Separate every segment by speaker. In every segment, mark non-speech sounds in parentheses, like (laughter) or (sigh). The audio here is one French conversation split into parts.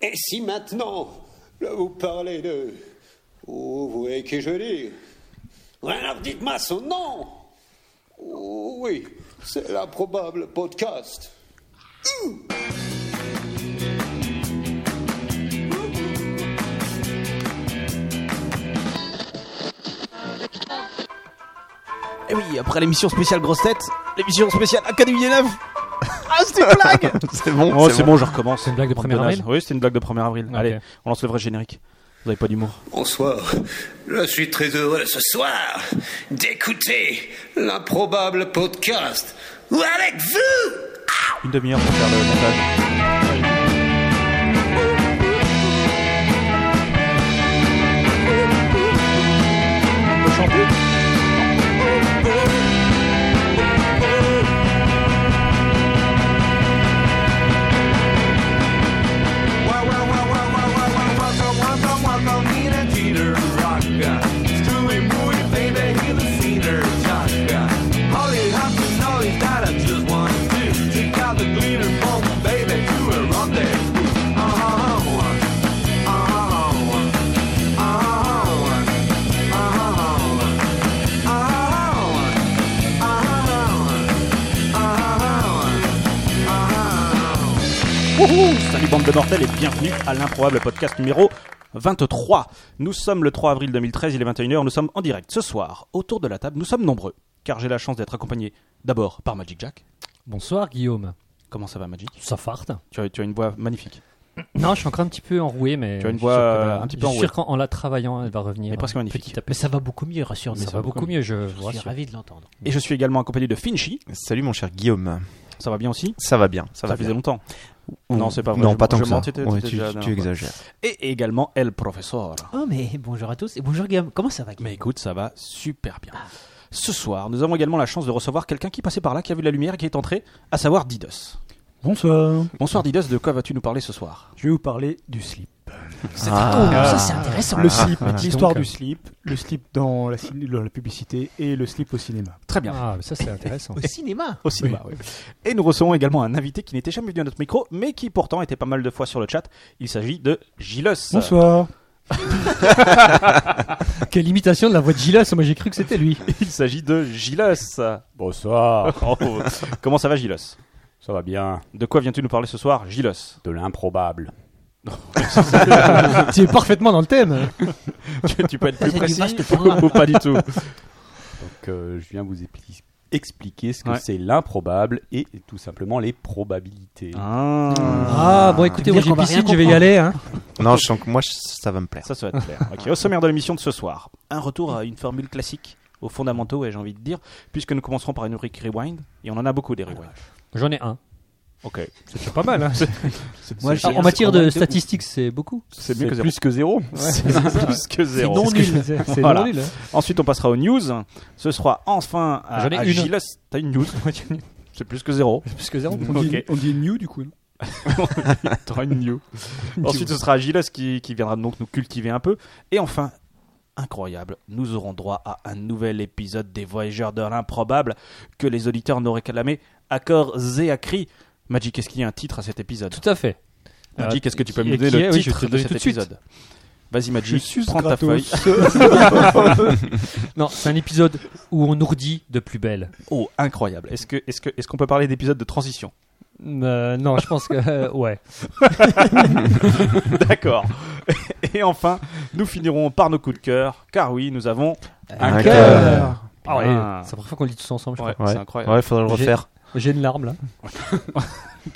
Speaker 1: Et si maintenant, là, vous parlez de. Oh, vous voyez qui je dis Alors dites-moi son nom Oh, Oui, c'est l'improbable podcast.
Speaker 2: Et oui, après l'émission spéciale Grosse Tête, l'émission spéciale Académie des Neufs. Ah, c'était une (laughs) blague
Speaker 3: (laughs) C'est bon,
Speaker 4: Oh,
Speaker 3: c'est
Speaker 4: c'est
Speaker 3: bon.
Speaker 4: bon, je recommence. C'est
Speaker 5: une blague de 1er avril
Speaker 4: Oui, c'était une blague de 1er avril.
Speaker 5: Ok.
Speaker 4: Allez, on lance le vrai générique. Vous avez pas d'humour.
Speaker 1: Bonsoir. Je suis très heureux ce soir d'écouter l'improbable podcast. Ou avec vous
Speaker 4: Une demi-heure pour faire le montage. Wouhou Salut bande de mortels et bienvenue à l'improbable podcast numéro 23. Nous sommes le 3 avril 2013, il est 21h, nous sommes en direct ce soir. Autour de la table, nous sommes nombreux, car j'ai la chance d'être accompagné d'abord par Magic Jack.
Speaker 5: Bonsoir Guillaume.
Speaker 4: Comment ça va Magic
Speaker 5: Ça farte.
Speaker 4: tu as, tu as une voix magnifique.
Speaker 5: Non, je suis encore un petit peu enroué, mais.
Speaker 4: Tu as une
Speaker 5: je suis
Speaker 4: voix,
Speaker 5: sûr que,
Speaker 4: euh, un petit peu
Speaker 5: Je suis
Speaker 4: enrouée.
Speaker 5: sûr qu'en en la travaillant, elle va revenir.
Speaker 4: Elle est presque
Speaker 5: euh,
Speaker 4: magnifique.
Speaker 5: petit à petit.
Speaker 6: Mais ça va beaucoup mieux, rassure-nous.
Speaker 5: Mais ça va beaucoup mieux, je vous
Speaker 6: Je suis
Speaker 5: rassure.
Speaker 6: ravi de l'entendre.
Speaker 4: Et je suis également accompagné de Finchy.
Speaker 3: Salut mon cher Guillaume.
Speaker 4: Ça va bien aussi
Speaker 3: Ça va bien, ça,
Speaker 4: Ça,
Speaker 3: va
Speaker 4: faisait
Speaker 3: bien.
Speaker 4: longtemps. Non, c'est pas vrai.
Speaker 3: Non,
Speaker 4: Je-
Speaker 3: pas tant
Speaker 4: je
Speaker 3: que ça.
Speaker 4: mentais, t'étais
Speaker 3: Ouais,
Speaker 4: déjà
Speaker 3: tu,
Speaker 4: la
Speaker 3: tu
Speaker 4: dernière fois.
Speaker 3: exagères.
Speaker 4: Et également El Professeur.
Speaker 6: Oh, mais bonjour à tous et bonjour Guillaume. Comment ça va, Guillaume
Speaker 4: Mais écoute, ça va super bien. Ce soir, nous avons également la chance de recevoir quelqu'un qui passait par là, qui a vu la lumière et qui est entré, à savoir Didos.
Speaker 7: Bonsoir.
Speaker 4: Bonsoir Didos, de quoi vas-tu nous parler ce soir
Speaker 7: Je vais vous parler du slip.
Speaker 6: Ah, ça, c'est intéressant.
Speaker 7: le slip,
Speaker 3: Ah.
Speaker 7: l'histoire
Speaker 5: donc.
Speaker 7: du slip, le slip dans la, cin- dans la publicité et le slip au cinéma.
Speaker 4: Très bien.
Speaker 5: Ah, mais ça c'est intéressant.
Speaker 6: (laughs) Au cinéma.
Speaker 4: Au cinéma, oui. Et nous recevons également un invité qui n'était jamais venu à notre micro, mais qui pourtant était pas mal de fois sur le chat. Il s'agit de Gilles.
Speaker 7: Bonsoir.
Speaker 4: (laughs)
Speaker 5: (laughs) Quelle imitation de la voix de Gilas, moi j'ai cru que c'était lui.
Speaker 4: Il s'agit de Gilles.
Speaker 8: Bonsoir,
Speaker 4: Oh, comment ça va Gilles
Speaker 8: ça va bien,
Speaker 4: De quoi viens-tu nous parler ce soir, Gilles
Speaker 8: de l'improbable.
Speaker 5: (laughs) tu es parfaitement dans le thème.
Speaker 4: tu, (laughs) tu peux être plus
Speaker 6: Ça, c'est du
Speaker 4: précis
Speaker 6: vaste programme.
Speaker 4: (laughs) ou pas
Speaker 5: (laughs)
Speaker 4: du tout
Speaker 8: Donc euh, je viens vous expli- expliquer ce que
Speaker 4: Ouais.
Speaker 8: c'est l'improbable et tout simplement les probabilités.
Speaker 5: Ah, bon écoutez,
Speaker 6: Dire
Speaker 5: moi j'ai
Speaker 6: qu'on va
Speaker 5: piscine,
Speaker 6: rien
Speaker 5: je vais y
Speaker 6: comprendre.
Speaker 5: aller. Hein.
Speaker 3: Non, je sens que moi, je- ça va me plaire.
Speaker 4: Ça, ça va te (laughs) plaire. Ok, Au sommaire de l'émission de ce soir, un retour à une formule classique, aux fondamentaux, et j'ai envie de dire, puisque nous commencerons par une rubrique rewind, et on en a beaucoup des rewinds.
Speaker 5: J'en ai un.
Speaker 4: Ok,
Speaker 5: C'est déjà pas mal.
Speaker 4: (laughs)
Speaker 5: Hein.
Speaker 6: Moi, j'ai
Speaker 5: En, en
Speaker 6: un-
Speaker 5: matière
Speaker 6: on a
Speaker 5: de
Speaker 6: deux-
Speaker 5: statistiques, c'est beaucoup.
Speaker 4: c'est mieux que zéro.
Speaker 8: plus que zéro.
Speaker 4: C'est plus que zéro.
Speaker 5: non nul. C'est
Speaker 4: Voilà.
Speaker 5: non nul.
Speaker 4: Ensuite, on passera aux news. Ce sera enfin à,
Speaker 5: J'en ai
Speaker 4: à
Speaker 5: une.
Speaker 4: Gilles.
Speaker 5: (laughs)
Speaker 4: T'as une news C'est plus que zéro.
Speaker 5: Plus que zéro.
Speaker 7: On,
Speaker 4: Ok.
Speaker 7: dit, on dit new du coup. non
Speaker 4: (laughs) T'auras
Speaker 7: (laughs)
Speaker 4: une news. Ensuite, ce sera Gilles qui, qui viendra donc nous cultiver un peu. Et enfin, incroyable, nous aurons droit à un nouvel épisode des Voyageurs de l'improbable que les auditeurs n'auraient réclamé à corps et à cri. Magic, est-ce qu'il y a un titre à cet épisode
Speaker 5: Tout à fait.
Speaker 4: Magic, est-ce que tu peux
Speaker 5: qui-
Speaker 4: me donner
Speaker 5: qui est-
Speaker 4: le
Speaker 5: oui, je vais
Speaker 4: titre
Speaker 5: te le
Speaker 4: de
Speaker 5: donner
Speaker 4: cet
Speaker 5: tout de suite.
Speaker 4: épisode Vas-y,
Speaker 7: Je
Speaker 4: Magic,
Speaker 7: suce
Speaker 4: prends ta feuille.
Speaker 7: gratos.
Speaker 5: (laughs)
Speaker 4: (laughs)
Speaker 5: Non, c'est un épisode où on ourdit de plus belle.
Speaker 4: Oh, incroyable. Est-ce que- est-ce que- est-ce qu'on peut parler d'épisode de transition
Speaker 5: Euh, non, je pense que euh, ouais.
Speaker 4: (laughs) D'accord. Et enfin, nous finirons par nos coups de cœur, car oui, nous avons.
Speaker 3: Un
Speaker 7: cœur.
Speaker 5: Ah ouais,
Speaker 4: Bien.
Speaker 5: c'est la première fois qu'on lit tous ensemble. je crois.
Speaker 3: Ouais.
Speaker 4: c'est incroyable.
Speaker 3: Ouais, faudra le
Speaker 5: J'ai-
Speaker 3: refaire.
Speaker 5: J'ai une
Speaker 4: (laughs)
Speaker 5: larme là.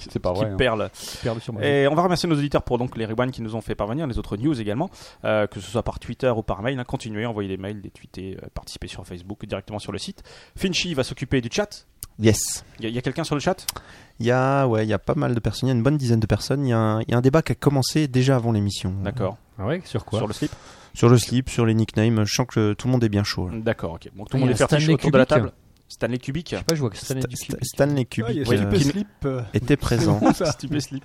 Speaker 8: C'est pas
Speaker 4: Qui
Speaker 8: vrai. hein.
Speaker 4: perle.
Speaker 5: Perdu sur moi.
Speaker 4: Et on va remercier nos auditeurs pour donc les rewinds qui nous ont fait parvenir, les autres news également, euh, que ce soit par Twitter ou par mail. hein. continuez, envoyez des mails, des tweetés, euh, participez sur Facebook directement sur le site. Finchy va s'occuper du chat.
Speaker 3: Yes.
Speaker 4: Il y a- il y a, quelqu'un sur le chat
Speaker 3: (laughs) Il y a, ouais, il y a pas mal de personnes, il y a une bonne dizaine de personnes. Il y a un, il y a un débat qui a commencé déjà avant l'émission.
Speaker 4: D'accord.
Speaker 5: Ah ouais, sur quoi
Speaker 4: Sur le slip
Speaker 3: Sur le slip, sur les nicknames, je sens que tout le monde est bien chaud. là.
Speaker 4: D'accord, ok. Bon, tout
Speaker 5: Ah,
Speaker 4: le
Speaker 5: il y
Speaker 4: monde
Speaker 5: a
Speaker 4: est fertiche
Speaker 5: Stanley
Speaker 4: autour de la
Speaker 5: Kubrick.
Speaker 4: table. Stanley Kubik.
Speaker 5: Je sais pas, je vois que Stanley
Speaker 3: Sta-
Speaker 5: du
Speaker 3: Sta-
Speaker 5: Cubic.
Speaker 3: Stanley
Speaker 7: Ah, il y
Speaker 3: Kubrick
Speaker 7: a
Speaker 3: euh,
Speaker 7: Slip et Slip. euh,
Speaker 3: était présent.
Speaker 7: c'est bon, ça.
Speaker 4: Stupé slip.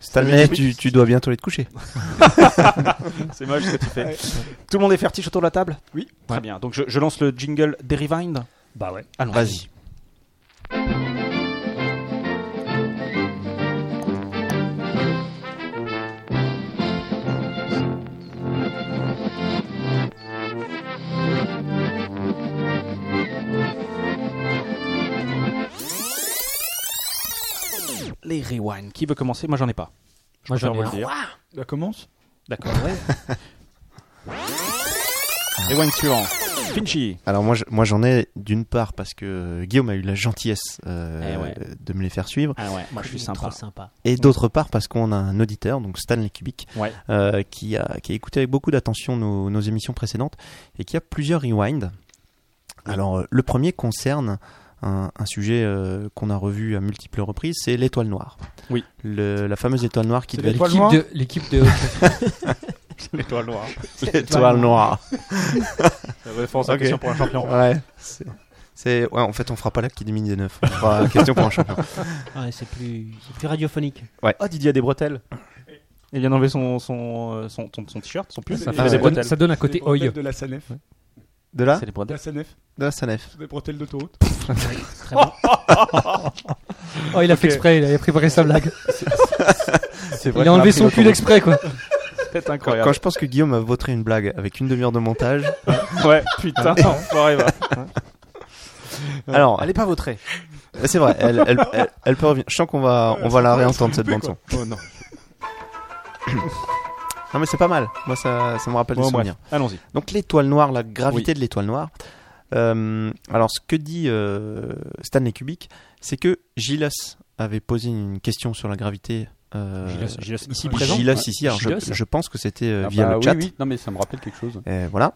Speaker 3: Stanley,
Speaker 4: Kubrick.
Speaker 3: tu, tu dois bientôt aller
Speaker 5: (laughs)
Speaker 3: te coucher.
Speaker 4: (laughs) C'est moche ce que tu fais. Tout le monde est fertiche autour de la table
Speaker 7: Oui.
Speaker 4: Très bien. Donc je, je lance le jingle des rewinds.
Speaker 5: Bah ouais.
Speaker 4: Allons.
Speaker 3: Vas-y.
Speaker 4: les rewinds. Qui veut commencer Moi, j'en ai pas.
Speaker 5: Moi,
Speaker 4: préfère
Speaker 5: j'en ai
Speaker 4: vous le
Speaker 5: un.
Speaker 4: dire.
Speaker 1: La commence
Speaker 4: D'accord. (laughs) rewind suivant. Finchy.
Speaker 3: Alors moi, je- moi j'en ai d'une part parce que euh, Guillaume a eu la gentillesse euh,
Speaker 4: Eh ouais.
Speaker 3: de me les faire suivre,
Speaker 4: Ah ouais, moi, je suis
Speaker 9: Il est Trop
Speaker 4: sympa.
Speaker 9: sympa.
Speaker 3: et d'autre part parce qu'on a un auditeur, donc Stanley Kubik,
Speaker 4: Ouais.
Speaker 3: euh, qui, a, qui a écouté avec beaucoup d'attention nos, nos émissions précédentes et qui a plusieurs rewinds. Alors euh, le premier concerne un, un sujet euh, qu'on a revu à multiples reprises, c'est l'étoile noire.
Speaker 4: Oui.
Speaker 3: Le- la fameuse étoile noire qui
Speaker 1: C'est
Speaker 3: devait
Speaker 1: l'étoile noire
Speaker 5: de- L'équipe de.
Speaker 3: (laughs)
Speaker 4: (laughs) L'étoile noire.
Speaker 3: l'étoile
Speaker 4: (laughs)
Speaker 3: noire.
Speaker 4: La référence
Speaker 3: à la Ok. question
Speaker 4: pour un champion.
Speaker 3: Ouais. C'est, c'est- ouais, en fait on fera pas la qui des des neuf. On fera question pour un champion.
Speaker 5: Ah,
Speaker 9: Ouais, Ah, c'est plus, c'est plus radiophonique.
Speaker 4: Ah, Didier a des bretelles. Il vient d'enlever son, son, euh, son, son, son t-shirt, son pull.
Speaker 1: Ça
Speaker 4: Il
Speaker 1: fait
Speaker 4: a
Speaker 1: des
Speaker 5: ça, donne,
Speaker 4: bretelles.
Speaker 5: ça donne un côté
Speaker 1: Les bretelles
Speaker 5: oil.
Speaker 1: de la SANEF.
Speaker 3: De là,
Speaker 4: C'est les
Speaker 1: De
Speaker 4: bretelles.
Speaker 1: la SANEF,
Speaker 3: de la Sanef.
Speaker 1: sur des bretelles d'autoroute.
Speaker 5: Oh, il a fait exprès, il a préparé sa blague.
Speaker 8: C'est
Speaker 5: Il a enlevé son pull exprès, quoi.
Speaker 4: C'est
Speaker 3: Quand,
Speaker 4: incroyable.
Speaker 3: quand je pense que Guillaume a voté une blague avec une demi-heure de montage.
Speaker 4: (laughs) Ouais,
Speaker 3: (laughs)
Speaker 4: putain,
Speaker 6: Ah,
Speaker 4: enfoiré, va.
Speaker 3: Alors,
Speaker 4: Elle est pas vautrée.
Speaker 3: c'est vrai, elle, elle- elle- elle peut revenir. Je sens qu'on va, on va la réentendre cette bande son.
Speaker 1: Oh non.
Speaker 3: Non mais c'est pas mal. Moi ça, ça me rappelle des
Speaker 4: Bon, bref,
Speaker 3: souvenirs.
Speaker 4: allons-y.
Speaker 3: Donc l'étoile noire, la gravité de l'étoile noire. Euh, alors ce que dit euh, Stanley Kubik, c'est que Gilles avait posé une question sur la gravité. euh,
Speaker 4: Gilles, Gilles, ici
Speaker 3: Gilles,
Speaker 4: présent.
Speaker 3: ici. Alors, je,
Speaker 4: Gilles
Speaker 3: je pense que c'était euh,
Speaker 8: Ah
Speaker 3: via
Speaker 8: bah
Speaker 3: le
Speaker 8: oui,
Speaker 3: chat.
Speaker 8: oui. Non, mais ça me rappelle quelque chose.
Speaker 3: Euh, voilà.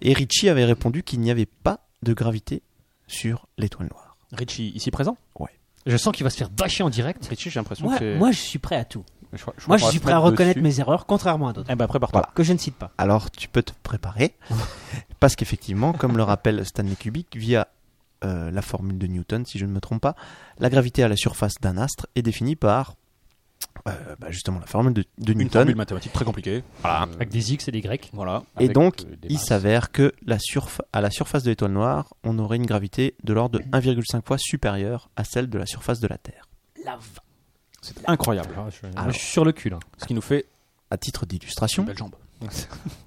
Speaker 3: Et Richie avait répondu qu'il n'y avait pas de gravité sur l'étoile noire.
Speaker 4: Richie, ici présent.
Speaker 5: Je sens qu'il va se faire bâcher en direct.
Speaker 4: Richie, j'ai l'impression que
Speaker 9: Moi,
Speaker 4: c'est.
Speaker 9: moi, je suis prêt à tout.
Speaker 8: Je crois- je
Speaker 9: Moi, je
Speaker 8: crois
Speaker 9: suis
Speaker 8: se
Speaker 9: prêt à
Speaker 8: mettre
Speaker 9: reconnaître
Speaker 8: dessus.
Speaker 9: mes erreurs, contrairement à d'autres
Speaker 4: Eh ben, prépare-toi.
Speaker 9: que je ne cite pas.
Speaker 3: Alors tu peux te préparer,
Speaker 9: (laughs)
Speaker 3: parce qu'effectivement, comme le rappelle Stanley Kubik, via euh, la formule de Newton, si je ne me trompe pas, la gravité à la surface d'un astre est définie par euh, bah, justement la formule de, de
Speaker 4: Une
Speaker 3: Newton.
Speaker 4: formule mathématique très compliquée. Euh,
Speaker 8: Voilà.
Speaker 5: Avec des X et des Y.
Speaker 4: Voilà.
Speaker 3: Et
Speaker 8: Avec,
Speaker 3: donc,
Speaker 8: euh, des
Speaker 3: il
Speaker 8: masses.
Speaker 3: s'avère que la surf- à la surface de l'étoile noire, on aurait une gravité de l'ordre de 1,5 fois supérieure à celle de la surface de la Terre.
Speaker 9: La va-
Speaker 4: C'est incroyable.
Speaker 6: Ah,
Speaker 3: Ah,
Speaker 5: Moi, Ah, je suis sur le cul, là.
Speaker 4: Ce qui nous fait
Speaker 3: À titre
Speaker 4: une
Speaker 3: d'illustration,
Speaker 4: belle jambe.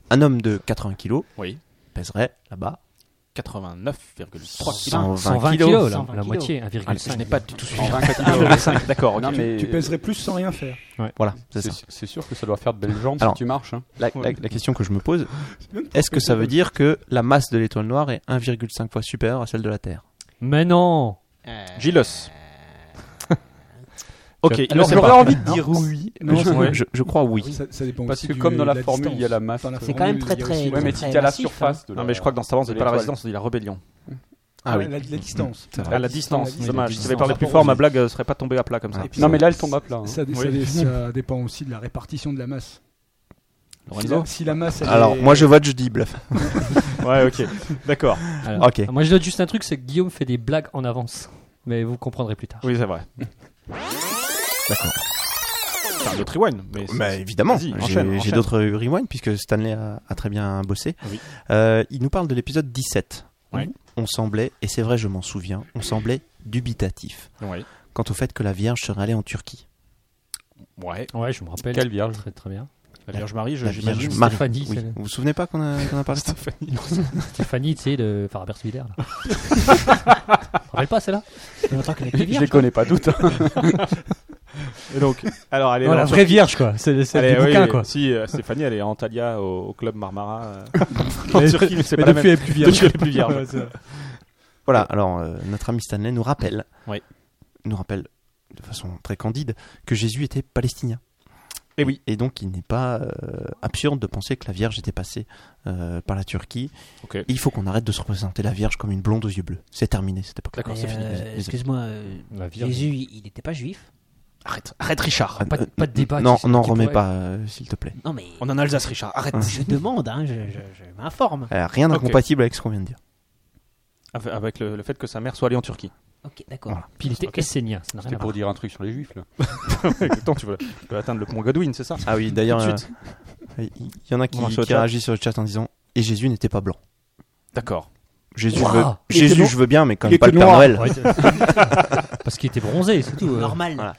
Speaker 3: un homme de 80 kg
Speaker 4: Oui.
Speaker 3: pèserait là-bas
Speaker 4: 89,3 kilos.
Speaker 3: 120,
Speaker 5: 120
Speaker 3: kilos.
Speaker 5: kilos, là.
Speaker 9: 120
Speaker 5: La
Speaker 9: kilos.
Speaker 5: moitié,
Speaker 4: Ah, je
Speaker 5: 1,5.
Speaker 4: n'ai pas du tout suivi. (laughs)
Speaker 8: 120
Speaker 4: 1,5, d'accord. ok.
Speaker 8: Non, mais
Speaker 1: Tu pèserais plus sans rien faire.
Speaker 3: Voilà, c'est ça.
Speaker 8: c'est c'est sûr que ça doit faire de belles jambes
Speaker 3: Alors.
Speaker 8: si tu marches. hein.
Speaker 3: La, la- la question que je
Speaker 5: (laughs)
Speaker 3: me pose, est-ce que ça veut dire que la masse de l'étoile noire est 1,5 fois supérieure à celle de la Terre
Speaker 5: Mais non
Speaker 4: Gilles. Ok, il ne
Speaker 5: Alors,
Speaker 4: sait
Speaker 5: j'aurais
Speaker 4: pas.
Speaker 5: envie de
Speaker 1: dire oui. Non,
Speaker 3: je,
Speaker 1: c'est-
Speaker 3: je- je crois oui.
Speaker 1: ça, ça dépend
Speaker 8: Parce
Speaker 1: aussi
Speaker 8: que
Speaker 1: du-
Speaker 8: comme dans la
Speaker 1: de
Speaker 8: formule, il y a la
Speaker 1: distance.
Speaker 8: masse.
Speaker 1: Dans la
Speaker 9: C'est quand
Speaker 1: formule,
Speaker 9: même très,
Speaker 1: il y a
Speaker 9: très-
Speaker 1: aussi
Speaker 8: Ouais,
Speaker 1: la-
Speaker 8: mais
Speaker 9: très
Speaker 8: si t'es à la
Speaker 9: massif,
Speaker 1: hein.
Speaker 8: surface de la.
Speaker 4: Non, mais je crois que dans Star Wars, c'est pas la résistance, c'est la rébellion.
Speaker 3: Ah oui.
Speaker 1: la, la distance.
Speaker 3: C'est vrai.
Speaker 4: À la distance,
Speaker 1: Oui, la
Speaker 4: dommage. Si
Speaker 1: distance.
Speaker 4: j'avais parlé plus fort, ma blague euh, serait pas tombée à plat comme ça.
Speaker 3: Ah.
Speaker 8: Non, mais là, elle tombe à plat. hein.
Speaker 1: Ça, dé- ça dé- ça dépend aussi de la répartition de la masse. Si
Speaker 4: Lorenzo
Speaker 1: la, si la masse. elle
Speaker 3: Alors,
Speaker 1: est-
Speaker 3: moi je vote, je dis bluff.
Speaker 4: (laughs) Ouais, ok. D'accord.
Speaker 5: Alors,
Speaker 3: Ok.
Speaker 5: Moi, je note juste un truc, c'est que Guillaume fait des blagues en avance. Mais vous comprendrez plus tard.
Speaker 4: Oui, c'est vrai.
Speaker 3: D'accord.
Speaker 4: Enfin, le rewind, mais c'est-
Speaker 3: Bah, évidemment,
Speaker 4: Vas-y,
Speaker 3: J'ai-
Speaker 4: enchaîne,
Speaker 3: j'ai
Speaker 4: enchaîne.
Speaker 3: d'autres rewinds puisque Stanley a, a très bien bossé.
Speaker 4: Oui.
Speaker 3: Euh, il nous parle de l'épisode 17.
Speaker 4: Ouais.
Speaker 3: où On semblait, et c'est vrai, je m'en souviens, on semblait dubitatif
Speaker 4: Ouais.
Speaker 3: quant au fait que la Vierge serait allée en Turquie.
Speaker 4: Ouais.
Speaker 5: Ouais, je me rappelle.
Speaker 8: Quelle vierge
Speaker 5: Très très bien.
Speaker 4: La Vierge Marie, je-
Speaker 3: La Vierge
Speaker 4: j'imagine.
Speaker 3: Marie.
Speaker 5: Stéphanie,
Speaker 3: Oui.
Speaker 5: c'est le-
Speaker 3: Vous vous souvenez pas qu'on a, qu'on a parlé de ça
Speaker 5: Stéphanie, tu sais, de Farabert Swider. là. Tu
Speaker 3: (laughs)
Speaker 5: te rappelles pas celle-là
Speaker 9: Il y a longtemps qu'elle est plus
Speaker 8: Je
Speaker 9: vierge.
Speaker 8: les connais pas toutes.
Speaker 5: (laughs)
Speaker 8: hein.
Speaker 4: Et donc, alors, elle est
Speaker 5: Non, la
Speaker 4: en-
Speaker 5: vraie vierge, quoi. C'est c'est
Speaker 4: Elle
Speaker 5: des
Speaker 4: est-
Speaker 5: bouquins,
Speaker 4: oui,
Speaker 5: quoi.
Speaker 4: Si, euh, Stéphanie, elle est en Antalya au, au club Marmara. euh, en
Speaker 5: Mais-
Speaker 4: Turquie, mais c'est
Speaker 5: mais
Speaker 4: pas la
Speaker 5: depuis,
Speaker 4: même.
Speaker 5: elle est plus vierge.
Speaker 4: Depuis, elle est plus vierge.
Speaker 5: Ouais, c'est vrai.
Speaker 3: Voilà, alors euh, notre ami Stanley nous rappelle,
Speaker 4: Oui.
Speaker 3: nous rappelle de façon très candide que Jésus était palestinien.
Speaker 4: Eh oui.
Speaker 3: Et donc il n'est pas euh, absurde de penser que la Vierge était passée euh, par la Turquie.
Speaker 4: Ok.
Speaker 3: Et il faut qu'on arrête de se représenter la Vierge comme une blonde aux yeux bleus. C'est terminé cette époque.
Speaker 4: D'accord,
Speaker 9: Mais,
Speaker 4: c'est fini.
Speaker 9: euh,
Speaker 3: Les- les-
Speaker 9: Excuse-moi, euh,
Speaker 5: La vierge.
Speaker 9: Jésus, il n'était pas juif
Speaker 4: Arrête, arrête, Richard.
Speaker 5: pas de-
Speaker 3: Euh,
Speaker 5: pas de débat
Speaker 3: Non,
Speaker 5: qui-
Speaker 3: n'en
Speaker 5: qui
Speaker 3: remets
Speaker 5: pourrait-
Speaker 3: pas, euh, s'il te plaît.
Speaker 9: Non, mais
Speaker 4: On est en Alsace, Richard. Arrête.
Speaker 9: je demande, hein, je, je- je m'informe.
Speaker 3: Euh, rien
Speaker 4: Ok.
Speaker 3: d'incompatible avec ce qu'on vient de dire.
Speaker 4: Avec- Avec le, le fait que sa mère soit allée en Turquie.
Speaker 9: Ok, d'accord.
Speaker 3: Voilà.
Speaker 5: Puis il était
Speaker 4: Ok.
Speaker 5: essénien. Ça n'a rien
Speaker 8: C'était
Speaker 5: à voir.
Speaker 8: pour dire un truc sur les
Speaker 5: (laughs)
Speaker 8: juifs, là.
Speaker 4: Attends, tu veux, tu veux atteindre le pont Godwin, c'est ça
Speaker 3: Ah oui, d'ailleurs, euh, il y en a qui,
Speaker 4: On marche au
Speaker 3: qui
Speaker 4: chat.
Speaker 3: réagissent sur le chat en disant Et Jésus n'était pas blanc.
Speaker 4: D'accord.
Speaker 3: Jésus,
Speaker 5: Ouah,
Speaker 3: veut-
Speaker 5: il était
Speaker 3: Jésus
Speaker 5: blanc.
Speaker 3: je veux bien, mais quand
Speaker 1: Il
Speaker 3: même pas
Speaker 1: était
Speaker 3: le Père
Speaker 1: noir.
Speaker 3: Noël.
Speaker 5: Ouais, (laughs) Parce qu'il était bronzé, c'est tout. euh.
Speaker 9: Normal.
Speaker 3: voilà.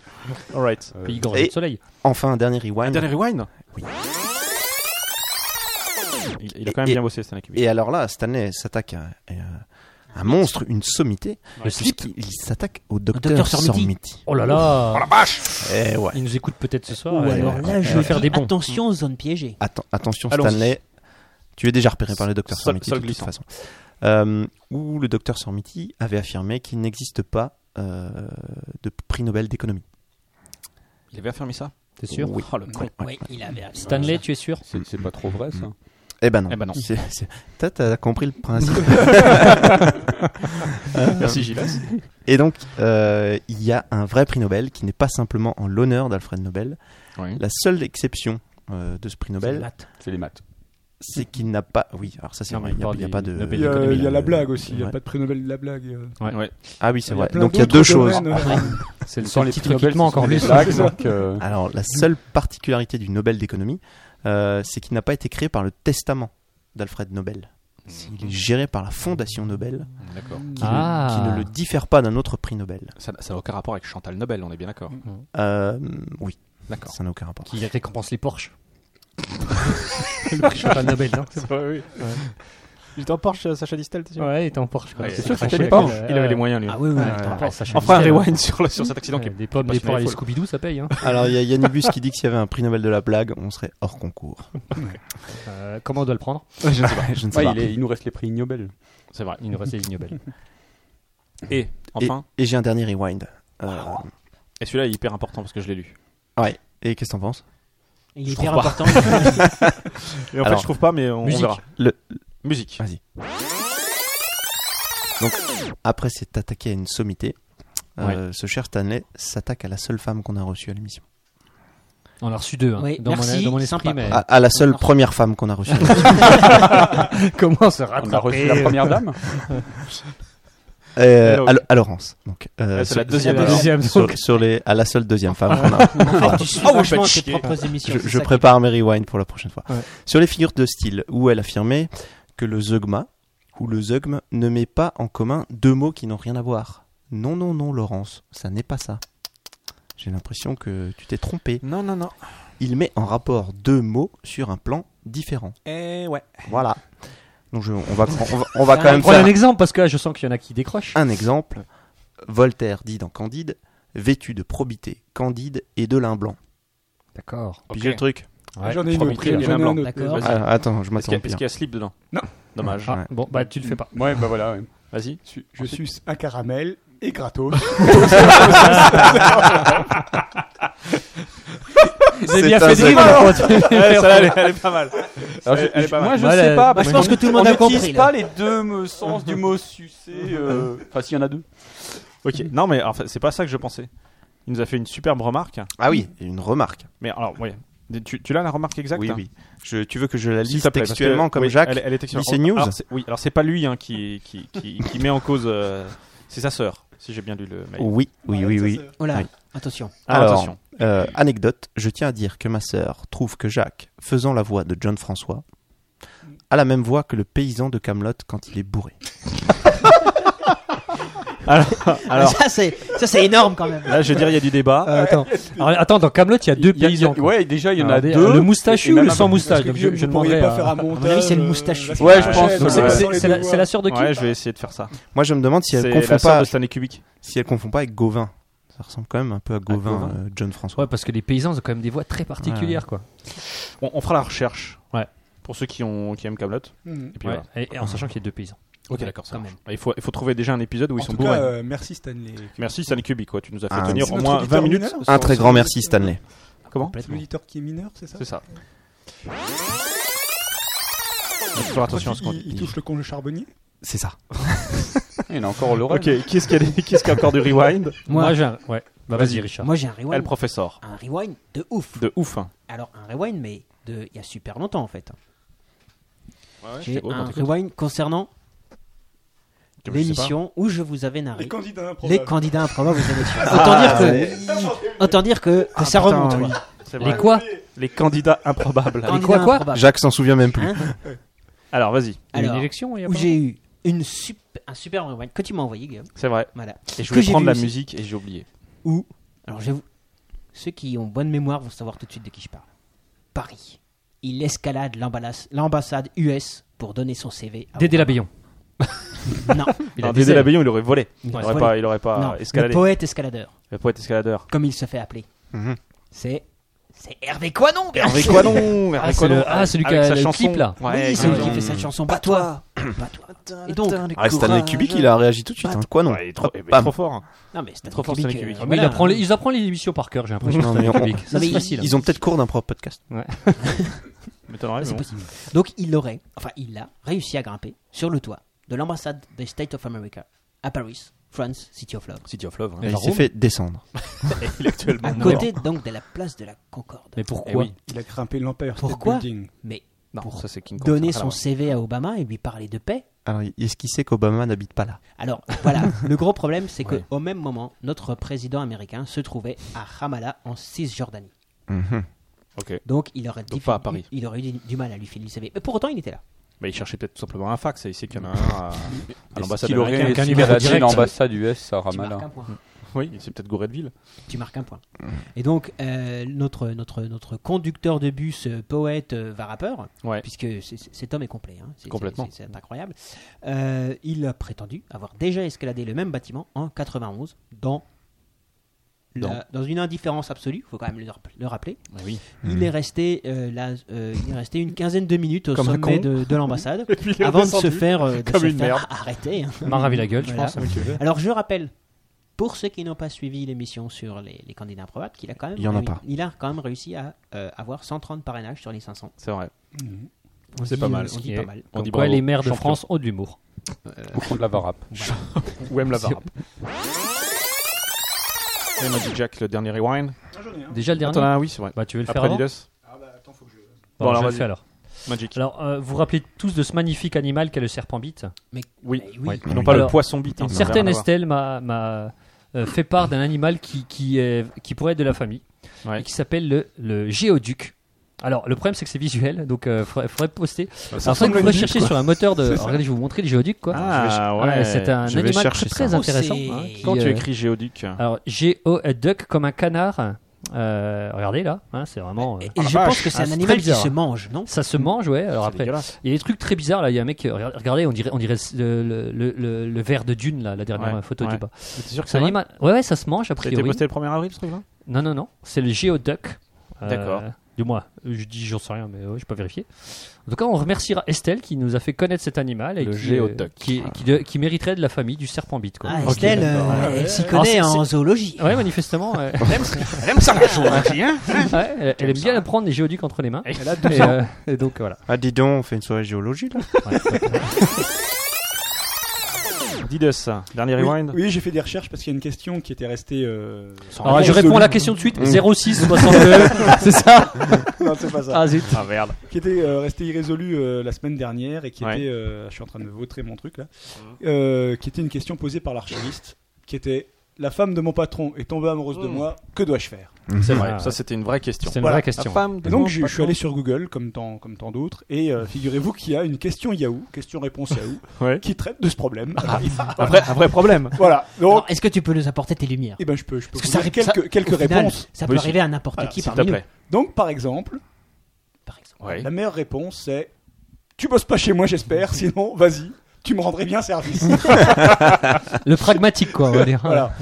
Speaker 4: All right.
Speaker 5: Puis il
Speaker 8: Euh,
Speaker 5: grangeait
Speaker 3: Et-
Speaker 5: le soleil.
Speaker 3: Enfin, un dernier rewind.
Speaker 4: Dernier rewind Il, il a quand même
Speaker 3: Et-
Speaker 4: bien bossé, Stanley Kubrick.
Speaker 3: Et alors là, Stanley s'attaque à, à- un monstre, une sommité,
Speaker 5: Le slip.
Speaker 3: puisqu'il s'attaque au docteur
Speaker 9: docteur Sormiti.
Speaker 3: Sormiti.
Speaker 5: Oh là là
Speaker 3: Eh ouais.
Speaker 5: Il nous écoute peut-être ce soir.
Speaker 9: Ou
Speaker 5: ouais.
Speaker 9: alors là, je
Speaker 5: va faire
Speaker 9: dis,
Speaker 5: des bons.
Speaker 9: attention, zone piégée.
Speaker 3: Atten- attention
Speaker 4: Allons-y.
Speaker 3: Stanley, tu es déjà repéré par le docteur
Speaker 4: Sol-
Speaker 3: Sormiti de
Speaker 4: sol
Speaker 3: toute
Speaker 4: glissant.
Speaker 3: façon. Euh, où le docteur Sormiti avait affirmé qu'il n'existe pas euh, de prix Nobel d'économie.
Speaker 4: Il avait affirmé ça
Speaker 5: T'es sûr
Speaker 4: Oh, le con.
Speaker 9: Oui, il avait absent.
Speaker 5: Stanley, tu es sûr
Speaker 8: C'est c'est pas trop vrai, ça.
Speaker 3: Eh ben non.
Speaker 4: Eh ben non.
Speaker 3: C'est- c'est- T'as t'as compris
Speaker 5: (laughs)
Speaker 3: le principe. Euh,
Speaker 4: Merci Gilles.
Speaker 3: Et donc, euh, il y a un vrai prix Nobel qui n'est pas simplement en l'honneur d'Alfred Nobel.
Speaker 4: Oui.
Speaker 3: La seule exception euh, de ce prix Nobel,
Speaker 8: C'est les maths.
Speaker 3: c'est qu'il n'a pas. Oui, alors ça c'est
Speaker 5: Non,
Speaker 3: vrai.
Speaker 5: mais
Speaker 3: Il n'y a,
Speaker 5: pas
Speaker 3: il y a
Speaker 5: des
Speaker 3: pas de.
Speaker 5: Nobel
Speaker 1: Il y a,
Speaker 5: d'économie,
Speaker 1: il y a la
Speaker 3: euh,
Speaker 1: blague aussi, il n'y a
Speaker 3: ouais.
Speaker 1: pas de prix Nobel de la blague. euh.
Speaker 4: Ouais. Ouais.
Speaker 3: Ah oui, c'est
Speaker 1: Il y a
Speaker 3: vrai.
Speaker 1: plein
Speaker 3: Donc il y a
Speaker 1: d'autres
Speaker 3: deux choses.
Speaker 1: domaines, euh. (laughs)
Speaker 5: C'est le
Speaker 4: Sans
Speaker 5: seul
Speaker 4: les
Speaker 5: titre
Speaker 4: prix Nobel,
Speaker 5: qui te manque
Speaker 4: ce sont
Speaker 5: encore
Speaker 4: des
Speaker 5: plus.
Speaker 8: Blagues, donc, euh,
Speaker 3: (laughs) Alors, la seule particularité du Nobel d'économie, euh, c'est qu'il n'a pas été créé par le testament d'Alfred Nobel. Il est géré par la Fondation Nobel,
Speaker 4: D'accord.
Speaker 1: Mmh.
Speaker 3: qui,
Speaker 5: Ah.
Speaker 3: ne, qui ne le diffère pas d'un autre prix Nobel.
Speaker 4: Ça ça n'a aucun rapport avec Chantal Nobel, on est bien d'accord.
Speaker 1: Mmh.
Speaker 3: Euh, oui,
Speaker 4: D'accord.
Speaker 3: ça n'a aucun rapport.
Speaker 5: Qui récompense les
Speaker 4: (laughs)
Speaker 5: Porsche. le prix Chantal Nobel,
Speaker 1: (laughs)
Speaker 5: non
Speaker 4: Il était en Porsche, euh, Sacha Distel, t'es
Speaker 5: Ouais, il était en Porsche.
Speaker 4: Ouais,
Speaker 5: C'est
Speaker 4: c'est
Speaker 5: sûr
Speaker 4: sûr que c'était Porsche. Il avait les moyens, lui.
Speaker 9: Ah oui, oui,
Speaker 5: euh, Ouais,
Speaker 9: attends,
Speaker 5: ouais.
Speaker 9: après, ça change.
Speaker 4: On fera un rewind sur, le- sur cet accident qui est
Speaker 5: Des pommes,
Speaker 4: pas
Speaker 5: des
Speaker 4: sur les
Speaker 5: porcs et les
Speaker 4: folles.
Speaker 5: Scooby-Doo, ça paye. Hein.
Speaker 3: Alors, il y a Yannibus qui dit que s'il y avait un prix Nobel de la blague, on serait hors concours.
Speaker 5: Euh, comment on doit le prendre
Speaker 4: Je ne sais pas.
Speaker 3: Je ne sais
Speaker 8: Ouais,
Speaker 3: pas.
Speaker 8: il, est- il nous reste les prix Nobel.
Speaker 4: C'est vrai. Il nous reste les
Speaker 8: (laughs)
Speaker 4: ignobels. Et
Speaker 3: Et-
Speaker 4: enfin,
Speaker 3: Et, j'ai un dernier rewind. Euh,
Speaker 4: et, celui-là est hyper important parce que je l'ai lu.
Speaker 3: ouais. Et qu'est-ce que t'en penses
Speaker 9: Il
Speaker 4: Je
Speaker 9: est hyper
Speaker 4: trouve
Speaker 9: important.
Speaker 4: pas. (laughs) Et en
Speaker 3: Alors,
Speaker 4: fait, je trouve pas, mais on, on
Speaker 3: musique.
Speaker 4: verra.
Speaker 3: Le-
Speaker 4: Musique.
Speaker 3: Vas-y. Donc, après s'être attaqué à une sommité, euh, ce cher Stanley s'attaque à la seule femme qu'on a reçue à l'émission.
Speaker 5: On en a reçu deux hein,
Speaker 9: Oui,
Speaker 5: dans,
Speaker 9: merci,
Speaker 5: mon, dans mon esprit,
Speaker 9: sympa.
Speaker 5: mais
Speaker 3: À, à la seule
Speaker 9: Alors-
Speaker 3: première femme qu'on a reçue à l'émission.
Speaker 5: (laughs)
Speaker 6: (laughs)
Speaker 5: comment on se
Speaker 8: On a reçu la première dame.
Speaker 3: (laughs) Euh,
Speaker 4: Hello.
Speaker 3: à, Lo- à Laurence. Donc, euh,
Speaker 4: Ah, c'est
Speaker 3: sur-
Speaker 4: la deuxième.
Speaker 5: la
Speaker 4: alors.
Speaker 5: deuxième,
Speaker 3: sur,
Speaker 5: donc.
Speaker 3: sur les, à la seule deuxième femme qu'on a.
Speaker 9: En fait, tu suis
Speaker 4: Ah, vous
Speaker 9: vachement
Speaker 4: faites
Speaker 9: tes
Speaker 4: chier.
Speaker 9: propres émissions.
Speaker 3: Je,
Speaker 9: c'est
Speaker 3: je
Speaker 9: ça qui est-
Speaker 3: prépare mes rewind pour la prochaine fois.
Speaker 5: Ouais.
Speaker 3: Sur les figures de style, où elle affirmait que le zeugma ou le zeugme ne met pas en commun deux mots qui n'ont rien à voir. Non, non, non, Laurence, ça n'est pas ça. J'ai l'impression que tu t'es trompé.
Speaker 4: Non, non, non.
Speaker 3: Il met en rapport deux mots sur un plan différent.
Speaker 4: Eh ouais.
Speaker 3: Voilà. Donc je-
Speaker 4: (laughs)
Speaker 3: on va, on va, on va
Speaker 9: Ah,
Speaker 3: quand même
Speaker 5: Prends
Speaker 3: faire
Speaker 5: un exemple parce que là, je sens qu'il y en a qui décrochent.
Speaker 3: Un exemple, Voltaire dit dans Candide, vêtu de probité, candide et de lin blanc.
Speaker 5: D'accord.
Speaker 3: Puis le truc.
Speaker 1: Ah, J'en ai une autre.
Speaker 4: Prometteur,
Speaker 1: j'en ai
Speaker 4: il y en a
Speaker 1: un
Speaker 4: un blanc.
Speaker 1: autre.
Speaker 9: D'accord.
Speaker 1: Vas-y.
Speaker 3: Ah, attends, je
Speaker 4: Est-ce qu'il y,
Speaker 3: m'attends
Speaker 4: a- est-ce qu'il y a slip dedans
Speaker 1: Non.
Speaker 4: Dommage.
Speaker 5: Ah, Bon, bah tu le fais pas.
Speaker 8: Ouais, bah voilà. ouais.
Speaker 4: Vas-y.
Speaker 1: Su- Je suce un caramel
Speaker 5: (laughs)
Speaker 1: et gratos.
Speaker 5: Vous avez bien
Speaker 3: un
Speaker 5: fait de rire, par contre.
Speaker 4: Allez, celle-là, elle, est- elle est pas mal. Elle- elle est pas mal.
Speaker 8: Moi, je
Speaker 5: Moi,
Speaker 8: sais
Speaker 5: la-
Speaker 8: pas.
Speaker 5: moi,
Speaker 8: parce
Speaker 9: je pense que tout le monde
Speaker 8: on
Speaker 9: a compris,
Speaker 8: n'utilise
Speaker 9: là.
Speaker 8: pas les deux me- sens du mot sucer. euh, Enfin, s'il y en a deux.
Speaker 4: Ok. Non, mais en fait, c'est pas ça que je pensais. Il nous a fait une superbe remarque.
Speaker 3: Ah oui, une remarque.
Speaker 4: Mais alors, ouais. Tu, tu l'as la remarque exacte
Speaker 3: Oui,
Speaker 4: hein
Speaker 3: oui. Je- tu veux que je la
Speaker 4: S'il
Speaker 3: lise
Speaker 4: te plaît, parce que-
Speaker 3: textuellement comme
Speaker 4: oui,
Speaker 3: Jacques
Speaker 4: elle, elle est textuelle.
Speaker 3: lycée News.
Speaker 4: Alors, c'est- oui, alors c'est pas lui hein, qui, qui, qui, qui met en cause. euh, c'est sa sœur, si j'ai bien lu le mail.
Speaker 3: Oui, oui, oui, oui.
Speaker 9: Oh là,
Speaker 3: Oui.
Speaker 9: attention.
Speaker 3: Alors,
Speaker 4: attention.
Speaker 3: euh, anecdote, je tiens à dire que ma sœur trouve que Jacques, faisant la voix de John François, a la même voix que le paysan de Camelot quand il est bourré.
Speaker 9: (laughs)
Speaker 4: Alors
Speaker 9: Ah, ça, c'est, ça, c'est énorme quand même.
Speaker 4: là, je veux dire, il y a du débat.
Speaker 5: Euh, attends. Alors, attends, dans Camelot, il y a deux
Speaker 8: Il y a- il y a-
Speaker 5: paysans. quoi.
Speaker 8: Ouais, déjà, il y en a
Speaker 5: Alors, des-
Speaker 8: deux.
Speaker 5: Le moustachu
Speaker 8: et
Speaker 5: ou
Speaker 8: même
Speaker 5: le
Speaker 8: un-
Speaker 5: sans moustache
Speaker 1: Parce que
Speaker 5: Donc, je, je
Speaker 1: vous pourriez
Speaker 4: euh,
Speaker 5: demanderai
Speaker 1: pas
Speaker 5: à-
Speaker 1: faire un montage.
Speaker 9: avis, c'est le
Speaker 1: euh,
Speaker 9: moustache.
Speaker 1: la
Speaker 8: Ouais, je pense,
Speaker 1: semaine prochaine,
Speaker 5: Donc,
Speaker 1: euh,
Speaker 5: c'est-
Speaker 8: Ouais.
Speaker 1: dans les
Speaker 5: C'est c'est la,
Speaker 1: deux
Speaker 5: c'est la sœur de qui
Speaker 4: Ouais, je vais essayer de faire ça.
Speaker 3: Moi, je me demande si elle
Speaker 4: C'est
Speaker 3: confond
Speaker 4: la sœur
Speaker 3: pas,
Speaker 4: de Stanley Kubik.
Speaker 3: si elle confond pas avec Gauvin. Ça ressemble quand même un peu à Gauvin,
Speaker 4: Gauvin.
Speaker 3: euh, John François.
Speaker 5: Ouais, parce que les paysans ont quand même des voix très particulières, quoi.
Speaker 4: On, on fera la recherche.
Speaker 5: Ouais.
Speaker 4: Pour ceux qui, ont, qui aiment Camelot.
Speaker 1: Mhm.
Speaker 4: Et puis voilà.
Speaker 5: Et, et en sachant qu'il y a deux paysans.
Speaker 4: Ok,
Speaker 5: Ouais,
Speaker 4: d'accord, ça
Speaker 5: quand
Speaker 4: marche. Il faut, il faut trouver déjà un épisode où ils
Speaker 1: En
Speaker 4: sont
Speaker 1: tout
Speaker 4: bourrés.
Speaker 1: cas, euh, merci Stanley.
Speaker 4: Merci Stanley Kubik, quoi. Tu nous as fait
Speaker 3: Ah,
Speaker 4: tenir
Speaker 1: c'est
Speaker 4: au
Speaker 1: notre
Speaker 4: moins
Speaker 1: auditeur
Speaker 4: 20 minutes.
Speaker 1: mineur
Speaker 4: sans-
Speaker 3: Un très grand merci, Stanley.
Speaker 4: Comment
Speaker 1: C'est l'auditeur qui est mineur, c'est ça
Speaker 4: C'est ça. Il faut faire attention à ce qu'on
Speaker 1: il, il touche le con le charbonnier
Speaker 3: C'est
Speaker 4: (laughs)
Speaker 3: ça.
Speaker 8: Il y en a encore le
Speaker 4: Ok, qui est-ce qui a, des- qui est-ce qui a encore du rewind
Speaker 5: Moi,
Speaker 9: Moi-
Speaker 5: j'ai un- Ouais. Bah,
Speaker 4: Vas-y.
Speaker 5: vas-y, Richard.
Speaker 9: Moi, j'ai un
Speaker 4: Elle, le
Speaker 9: rewind.
Speaker 4: professeur.
Speaker 9: Un rewind de ouf.
Speaker 4: De ouf. hein.
Speaker 9: Alors, un rewind, mais de... il y a super longtemps en fait. J'ai
Speaker 4: c'est beau,
Speaker 9: un
Speaker 4: quand t'écoutes.
Speaker 9: rewind concernant
Speaker 4: Comme je sais pas.
Speaker 9: l'émission où je vous avais narré
Speaker 1: Les candidats
Speaker 9: les
Speaker 1: improbables.
Speaker 9: candidats improbables aux élections.
Speaker 4: Ah,
Speaker 9: Autant dire que, autant dire que, que ça remonte. quoi.
Speaker 4: C'est vrai.
Speaker 5: Les quoi
Speaker 4: Les candidats improbables.
Speaker 5: quoi,
Speaker 9: Candidats
Speaker 5: quoi
Speaker 9: improbables,
Speaker 3: Jacques s'en souvient même plus.
Speaker 9: hein.
Speaker 4: (laughs) Alors, vas-y.
Speaker 5: Il y a eu une
Speaker 9: Alors,
Speaker 5: élection, il y a
Speaker 9: où
Speaker 5: pas
Speaker 9: j'ai eu une sup- un super rewind que tu m'as envoyé, Guillaume.
Speaker 4: C'est vrai.
Speaker 9: Voilà.
Speaker 4: Et je
Speaker 9: Que
Speaker 4: voulais
Speaker 9: j'ai
Speaker 4: prendre
Speaker 9: vu
Speaker 4: la
Speaker 9: aussi.
Speaker 4: musique et
Speaker 9: (laughs)
Speaker 4: j'ai oublié.
Speaker 9: Où Alors, je vous... ceux qui ont bonne mémoire vont savoir tout de suite de qui je parle. Paris. Il escalade l'emballasse- l'ambassade US pour donner son CV. à
Speaker 5: Dédé
Speaker 9: Obama.
Speaker 5: Labillon.
Speaker 9: (laughs)
Speaker 5: (laughs)
Speaker 9: Non.
Speaker 5: Il
Speaker 6: Alors,
Speaker 5: a des
Speaker 6: Dédé
Speaker 5: ailes.
Speaker 6: l'Abeillon, il aurait volé.
Speaker 9: Il
Speaker 6: Il
Speaker 9: aurait
Speaker 6: aurait
Speaker 9: volé.
Speaker 6: pas, il aurait pas
Speaker 9: Non,
Speaker 6: escaladé.
Speaker 9: Le poète escaladeur,
Speaker 6: Le poète escaladeur.
Speaker 9: comme il se fait appeler.
Speaker 3: Mhm.
Speaker 9: C'est. C'est Hervé Quanon, bien
Speaker 6: Hervé
Speaker 9: sûr. (laughs)
Speaker 6: Quanon Hervé
Speaker 5: Ah, c'est
Speaker 6: Quanon,
Speaker 5: le- ah, celui qui
Speaker 6: avec
Speaker 5: a
Speaker 6: sa
Speaker 5: le
Speaker 6: chanson.
Speaker 5: clip, là.
Speaker 6: Ouais,
Speaker 9: Oui, c'est lui
Speaker 6: qui-
Speaker 9: qui fait cette chanson. Bats-toi Bats-toi Et donc
Speaker 3: Ah, Stanley Kubik, il a réagi tout de suite. hein. Quoi non
Speaker 6: Ouais, il est trop,
Speaker 3: Hop,
Speaker 6: eh ben,
Speaker 3: bam.
Speaker 6: trop fort.
Speaker 9: Non, mais c'est
Speaker 6: Trop fort, Stanley Kubrick.
Speaker 5: Ah, mais il apprend les, ils apprennent les émissions par cœur, j'ai l'impression.
Speaker 3: Non, mais on-
Speaker 5: Kubrick. Ça,
Speaker 9: Non, mais
Speaker 5: c'est facile.
Speaker 3: Ils ont peut-être cours d'un propre podcast. (laughs)
Speaker 6: M'étonnerait, mais
Speaker 9: Ah, C'est
Speaker 6: bon.
Speaker 9: possible. Donc il aurait, enfin il a réussi à grimper sur le toit de l'ambassade des States of America à Paris, France, City of Love,
Speaker 6: City of Love. hein.
Speaker 5: Mais
Speaker 3: Il
Speaker 5: alors,
Speaker 3: s'est
Speaker 9: (laughs)
Speaker 3: fait descendre.
Speaker 6: Il est actuellement
Speaker 9: à
Speaker 6: mort.
Speaker 9: côté donc de la place de la Concorde.
Speaker 5: Mais
Speaker 6: Eh
Speaker 5: pourquoi
Speaker 6: oui.
Speaker 1: Il a grimpé l'Empire State
Speaker 9: Pourquoi
Speaker 1: Building.
Speaker 9: Mais
Speaker 6: Non,
Speaker 9: pour
Speaker 6: ça, c'est King Kong,
Speaker 9: donner
Speaker 6: ça.
Speaker 9: son
Speaker 6: Alors,
Speaker 9: CV à Obama et lui parler de paix.
Speaker 3: Alors, il- est-ce qu'il sait qu'Obama n'habite pas là
Speaker 9: Alors
Speaker 3: (laughs)
Speaker 9: voilà, le gros problème c'est que
Speaker 6: Ouais.
Speaker 9: au même moment, notre président américain se trouvait à Ramallah en Cisjordanie.
Speaker 3: Mhm.
Speaker 6: Ok.
Speaker 9: Donc il aurait,
Speaker 6: Donc, pas à Paris.
Speaker 9: il aurait eu du, du mal à lui filer le CV. Mais pour autant il était là.
Speaker 6: Mais il cherchait peut-être tout simplement un fax. et Il sait qu'il y en
Speaker 4: euh,
Speaker 6: a un à, à l'ambassade
Speaker 8: Est-ce qu'il aurait
Speaker 6: américaine.
Speaker 5: Quelqu'un
Speaker 8: réussi
Speaker 5: numéro
Speaker 8: à dater
Speaker 5: direct.
Speaker 8: l'ambassade US à
Speaker 9: Tu marques un
Speaker 8: Ramallah
Speaker 9: point.
Speaker 6: Oui, il s'est peut-être gouré de ville.
Speaker 9: Tu marques un point. Et donc, euh, notre, notre, notre conducteur de bus, euh, poète, euh, va rappeur,
Speaker 6: Ouais.
Speaker 9: puisque c'est- c'est- cet homme est complet, hein. C'est-
Speaker 6: Complètement.
Speaker 9: c'est- c'est incroyable, Euh, il a prétendu avoir déjà escaladé le même bâtiment en 91 dans, la-
Speaker 6: Dans. Bah
Speaker 9: dans une indifférence absolue, il faut quand même le, rapp- le rappeler.
Speaker 6: oui.
Speaker 9: Il, est resté, euh, là, euh, il est resté une quinzaine de minutes au
Speaker 3: Comme un
Speaker 9: sommet
Speaker 3: con.
Speaker 9: de,
Speaker 6: (laughs)
Speaker 9: de l'ambassade
Speaker 6: puis il est
Speaker 9: avant de se
Speaker 6: redescendu
Speaker 9: faire, euh, de
Speaker 6: comme
Speaker 9: se
Speaker 6: une
Speaker 9: faire
Speaker 6: merde.
Speaker 9: arrêter. hein.
Speaker 5: M'a ravi la gueule, je
Speaker 9: Voilà.
Speaker 5: pense.
Speaker 9: Alors je rappelle, pour ceux qui n'ont pas suivi l'émission sur les, les candidats improbables, qu'il a quand même,
Speaker 3: Il y en a
Speaker 9: réuni-
Speaker 3: pas.
Speaker 9: il a quand même réussi à euh, avoir 130 parrainages sur les 500.
Speaker 6: C'est vrai.
Speaker 9: On
Speaker 6: C'est
Speaker 9: dit,
Speaker 6: pas
Speaker 9: euh,
Speaker 6: mal.
Speaker 9: On dit
Speaker 5: Ok.
Speaker 9: pas mal.
Speaker 6: On dit
Speaker 5: Comme quoi,
Speaker 6: bravo,
Speaker 5: les maires de
Speaker 6: champion. Euh,
Speaker 5: France ont de l'humour.
Speaker 8: Ou de la Varap.
Speaker 6: Ou
Speaker 5: (laughs)
Speaker 6: aime la barbe. Même dit Jack, le dernier rewind.
Speaker 5: Déjà le dernier.
Speaker 6: T'en as un, oui, c'est vrai.
Speaker 5: Bah, tu veux le faire
Speaker 6: Après
Speaker 5: avant
Speaker 6: Didos,
Speaker 1: Ah, bah,
Speaker 5: Bon,
Speaker 6: Bon, alors,
Speaker 5: je le
Speaker 6: vas-y.
Speaker 5: fais alors.
Speaker 6: Magic.
Speaker 5: Alors, euh, vous vous rappelez tous de ce magnifique animal qu'est le serpent bite
Speaker 6: Oui.
Speaker 9: Eh
Speaker 5: Ouais.
Speaker 6: Non pas le
Speaker 5: Alors,
Speaker 6: poisson bite. hein,
Speaker 5: Une
Speaker 6: ça n'a
Speaker 5: certaine
Speaker 6: rien à voir.
Speaker 5: Estelle m'a- m'a euh, fait part d'un animal qui, qui, est, qui pourrait être de la famille
Speaker 6: Ouais.
Speaker 5: et qui s'appelle le, le géoduc. Alors, le problème, c'est que c'est visuel, donc il faudrait, faudrait poster. Alors, ça,
Speaker 6: ressemble
Speaker 5: vous
Speaker 6: à
Speaker 5: pourrez
Speaker 6: une
Speaker 5: chercher sur un moteur de. Alors, regardez, je vais vous montrer le géoduc, quoi.
Speaker 6: Ah,
Speaker 5: Je vais-
Speaker 6: ouais,
Speaker 5: c'est un
Speaker 6: je vais
Speaker 5: animal
Speaker 6: chercher
Speaker 5: très, très
Speaker 9: ça.
Speaker 5: intéressant.
Speaker 9: Oh,
Speaker 5: hein,
Speaker 9: c'est-
Speaker 5: qui,
Speaker 6: Quand tu
Speaker 5: euh,
Speaker 6: écris géoduc.
Speaker 5: Alors, géoduc comme un canard. euh, regardez là, hein, c'est vraiment. euh,
Speaker 9: Et
Speaker 6: la
Speaker 9: je
Speaker 6: vache.
Speaker 9: pense que c'est
Speaker 5: Ah,
Speaker 9: un
Speaker 5: c'est
Speaker 9: animal
Speaker 5: très
Speaker 9: qui se
Speaker 5: bizarre.
Speaker 9: mange, non
Speaker 5: ça se mange, ouais. Alors
Speaker 6: C'est
Speaker 5: après,
Speaker 6: dégueulasse.
Speaker 5: Il y a des trucs très bizarres là. Il y a un mec, euh, regarde- regardez, on dirait, on dirait le, le, le- le- le verre de Dune là, la dernière
Speaker 6: Ouais,
Speaker 5: photo
Speaker 6: ouais.
Speaker 5: du bas.
Speaker 6: T'es sûr que
Speaker 5: C'est
Speaker 6: ça
Speaker 5: un
Speaker 6: va
Speaker 5: animal. Ouais, ouais, ça se mange a
Speaker 6: Ça a été
Speaker 5: priori.
Speaker 6: posté le 1er avril ce truc-là
Speaker 5: Non, non, non. C'est le géoduck. Euh,
Speaker 6: D'accord.
Speaker 5: Du moins, je dis, j'en sais rien, mais ouais, je pas vérifié. En tout cas, on remerciera Estelle qui nous a fait connaître cet animal et
Speaker 6: Le
Speaker 5: qui, euh,
Speaker 6: géoduck.
Speaker 5: qui, qui de- qui mériterait de la famille du serpent bite. Quoi.
Speaker 9: Ah, Estelle, euh, elle s'y
Speaker 5: Alors, Ah, c'est-
Speaker 9: connaît en zoologie.
Speaker 5: Ouais, manifestement. (laughs) ouais. Ouais, elle, elle aime bien prendre les géoducs entre les mains.
Speaker 6: Elle
Speaker 3: (laughs)
Speaker 6: a
Speaker 5: Et, euh, et donc voilà.
Speaker 3: Ah, dis donc, on fait une soirée géologie
Speaker 5: (laughs)
Speaker 3: là
Speaker 6: Didus, dernier
Speaker 1: Oui,
Speaker 6: rewind.
Speaker 1: oui, j'ai fait des recherches parce qu'il y a une question qui était restée. euh, sans
Speaker 5: Alors, je
Speaker 1: réponse.
Speaker 5: réponds à la question de suite
Speaker 6: Mm. (laughs)
Speaker 5: 06 62. c'est ça
Speaker 1: Non, c'est pas ça.
Speaker 5: (laughs) Ah zut.
Speaker 6: Ah merde.
Speaker 1: Qui était euh, restée irrésolue euh, la semaine dernière et qui
Speaker 6: Ouais. Mm.
Speaker 1: était. euh, je suis en train de vautrer mon truc là. Euh, qui était une question posée par l'archiviste qui était La femme de mon patron est tombée amoureuse
Speaker 6: Mm.
Speaker 1: de moi, que dois-je faire
Speaker 6: C'est
Speaker 5: Ah,
Speaker 6: vrai, ça c'était une vraie question.
Speaker 5: C'est une
Speaker 1: Voilà.
Speaker 5: vraie question.
Speaker 1: Mm-hmm. Et donc, je, je suis allé sur Google, comme tant, comme tant d'autres, et euh, figurez-vous qu'il y a une question Yahoo, question-réponse Yahoo,
Speaker 6: Ouais.
Speaker 1: qui traite de ce problème.
Speaker 6: Ah,
Speaker 9: (laughs)
Speaker 1: (laughs)
Speaker 6: Un vrai, un vrai problème.
Speaker 1: voilà. Donc,
Speaker 9: Alors, Est-ce que tu peux nous apporter tes lumières
Speaker 1: eh ben, je peux, je peux
Speaker 9: Parce que
Speaker 1: vous
Speaker 9: ça
Speaker 1: dire
Speaker 9: arrive- ça-
Speaker 1: quelques, quelques
Speaker 9: Au final,
Speaker 1: réponses.
Speaker 9: Ça
Speaker 6: Oui,
Speaker 9: peut
Speaker 6: si. Ah,
Speaker 9: arriver à n'importe
Speaker 1: Voilà,
Speaker 9: qui
Speaker 6: S'il
Speaker 9: parmi
Speaker 6: te
Speaker 9: nous,
Speaker 6: plaît.
Speaker 1: Donc, par exemple,
Speaker 9: par exemple.
Speaker 6: Ouais.
Speaker 1: La meilleure réponse, c'est Tu bosses pas chez moi, j'espère, sinon, vas-y, tu me rendrais bien service.
Speaker 5: (laughs) Le pragmatique, quoi, on va dire.
Speaker 1: voilà.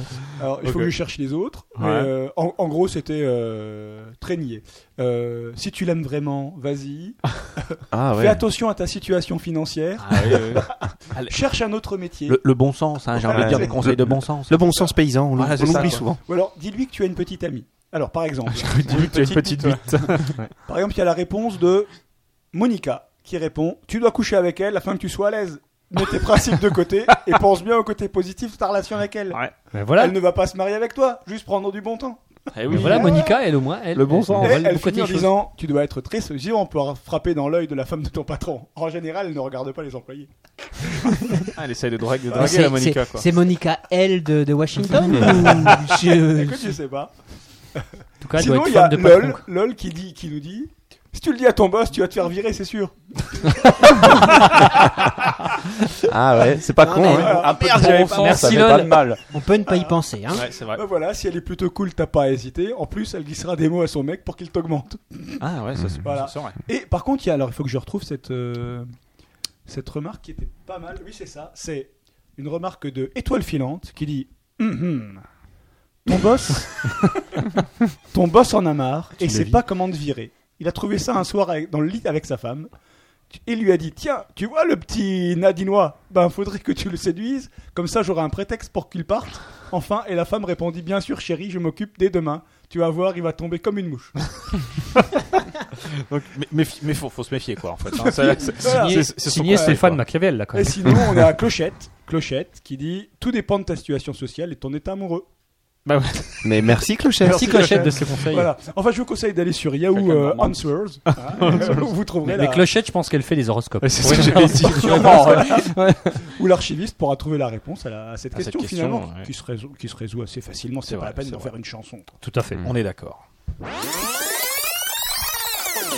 Speaker 1: Alors, il faut
Speaker 6: Ok.
Speaker 1: que je cherche les autres. mais,
Speaker 6: Ouais.
Speaker 1: euh, en, en gros, c'était euh, très niais. Euh, si tu l'aimes vraiment,
Speaker 6: (laughs)
Speaker 1: vas-y.
Speaker 3: Ah
Speaker 1: Fais
Speaker 3: ouais.
Speaker 1: attention à ta situation financière.
Speaker 6: Ah,
Speaker 1: (laughs) Cherche un autre métier.
Speaker 6: Le, le bon sens, hein, j'ai envie de dire
Speaker 3: Ouais.
Speaker 6: des conseils de bon sens.
Speaker 3: Le bon sens paysan, on
Speaker 6: Voilà,
Speaker 3: l'oublie
Speaker 6: c'est
Speaker 3: on
Speaker 6: ça,
Speaker 3: l'oublie
Speaker 6: quoi.
Speaker 3: souvent.
Speaker 1: Ou alors, dis-lui que tu as une petite amie. Alors, par exemple,
Speaker 6: Dis-lui que tu as une petite bite.
Speaker 1: (laughs) par exemple, il y a la réponse de Monica qui répond Tu dois coucher avec elle afin que tu sois à l'aise. Mets tes principes de côté et pense bien au côté positif de ta relation avec elle.
Speaker 6: Ouais. Ben
Speaker 5: Mais voilà,
Speaker 1: Elle ne va pas se marier avec toi, juste prendre du bon temps.
Speaker 6: Eh
Speaker 5: Mais
Speaker 6: oui.
Speaker 5: voilà Monica, elle au moins, elle.
Speaker 6: Le bon sens.
Speaker 1: Et
Speaker 5: on
Speaker 6: va
Speaker 1: elle,
Speaker 5: le côté
Speaker 1: finit en
Speaker 5: des choses.
Speaker 1: disant Tu dois être très vigilant pour frapper dans l'œil de la femme de ton patron. En général, elle ne regarde pas les employés.
Speaker 6: Ah, elle essaye de draguer, de
Speaker 9: Ah,
Speaker 6: draguer
Speaker 9: c'est-
Speaker 6: la Monica
Speaker 9: c'est-
Speaker 6: quoi.
Speaker 9: C'est Monica L de, de (laughs)
Speaker 1: (laughs)
Speaker 9: Washington ou je-
Speaker 1: Écoute, je sais pas.
Speaker 5: En tout cas, elle doit
Speaker 1: Sinon,
Speaker 5: être
Speaker 1: il y a
Speaker 5: femme de patron.
Speaker 1: LOL,
Speaker 5: quoi.
Speaker 1: LOL qui, dit, qui nous dit Si tu le dis à ton boss, tu vas te faire virer, c'est sûr.
Speaker 3: Ah ouais, c'est pas
Speaker 9: Non,
Speaker 3: con.
Speaker 9: mais-
Speaker 3: hein.
Speaker 8: Un peu de bon sens, ça
Speaker 5: Merci,
Speaker 8: fait
Speaker 5: Lol.
Speaker 8: pas de mal.
Speaker 9: On peut ne pas y penser. Hein.
Speaker 6: Ouais, c'est vrai.
Speaker 1: Ben voilà, si elle est plutôt cool, t'as pas à hésiter. En plus, elle glissera des mots à son mec pour qu'il t'augmente.
Speaker 6: Ah ouais, ça c'est
Speaker 1: Voilà.
Speaker 6: c'est vrai.
Speaker 1: Et par contre, il y a, alors il faut que je retrouve cette, euh, cette remarque qui était pas mal. Oui, c'est ça. C'est une remarque de Étoile Filante qui dit Mhm. Ton boss, ton boss en a marre et sait pas comment te virer. Il a trouvé ça un soir avec- dans le lit avec sa femme. Et lui a dit Tiens, tu vois le petit Nadinois Ben, faudrait que tu le séduises. Comme ça, j'aurai un prétexte pour qu'il parte. Enfin, et la femme répondit Bien sûr, chérie, je m'occupe dès demain. Tu vas voir, il va tomber comme une mouche.
Speaker 4: Donc, mais mais, mais faut, faut se méfier, quoi, en fait.
Speaker 5: (laughs)
Speaker 4: hein. C'est- c'est-
Speaker 1: Voilà.
Speaker 4: c'est- c'est son
Speaker 5: Signé
Speaker 4: conseil,
Speaker 5: Stéphane
Speaker 4: quoi.
Speaker 5: Machiavel, là, quand
Speaker 1: Et
Speaker 5: même.
Speaker 1: sinon,
Speaker 5: (laughs)
Speaker 1: on est à Clochette. Clochette qui dit Tout dépend de ta situation sociale et de ton état amoureux.
Speaker 3: Mais merci Clochette.
Speaker 5: Merci, Clochette, de ces conseils.
Speaker 1: Voilà. Enfin, je vous conseille d'aller sur Yahoo
Speaker 4: Quelqu'un
Speaker 1: euh,
Speaker 4: demande.
Speaker 1: Answers.
Speaker 5: Ah,
Speaker 1: hein, où vous trouverez
Speaker 5: Mais,
Speaker 1: la-
Speaker 5: mais Clochette, je pense qu'elle fait des horoscopes.
Speaker 4: Ouais, c'est ce que j'allais
Speaker 5: (laughs)
Speaker 4: dire. Sûrement, ouais.
Speaker 1: où l'archiviste pourra trouver la réponse à, la- à cette,
Speaker 4: À cette
Speaker 1: question,
Speaker 4: question,
Speaker 1: finalement,
Speaker 4: ouais.
Speaker 1: qui, se résout, qui se résout assez facilement.
Speaker 4: C'est
Speaker 1: C'est pas
Speaker 4: vrai,
Speaker 1: la peine
Speaker 4: c'est
Speaker 1: d'en
Speaker 4: vrai.
Speaker 1: faire une chanson. quoi.
Speaker 5: Tout à fait.
Speaker 4: On est d'accord.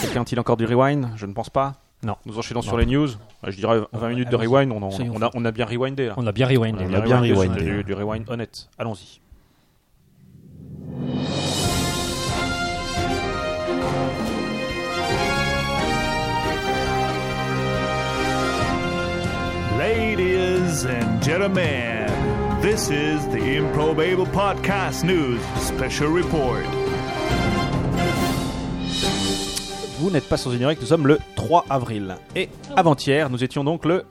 Speaker 4: Quelqu'un a-t-il encore du rewind Je ne pense pas.
Speaker 5: Non. Ah bah,
Speaker 4: Nous enchaînons sur les news. Ouais, Je dirais 20 minutes de
Speaker 5: allons-y.
Speaker 4: rewind. On, en-
Speaker 9: Soyons
Speaker 4: on a, on a bien rewindé là.
Speaker 5: On a bien rewindé.
Speaker 3: a bien rewindé.
Speaker 4: Du, du rewind honnête. Allons-y.
Speaker 6: Ladies and gentlemen, this is the Improbable Podcast News Special Report.
Speaker 4: Vous n'êtes pas sans ignorer que nous sommes le 3 avril. Et avant-hier, nous étions donc le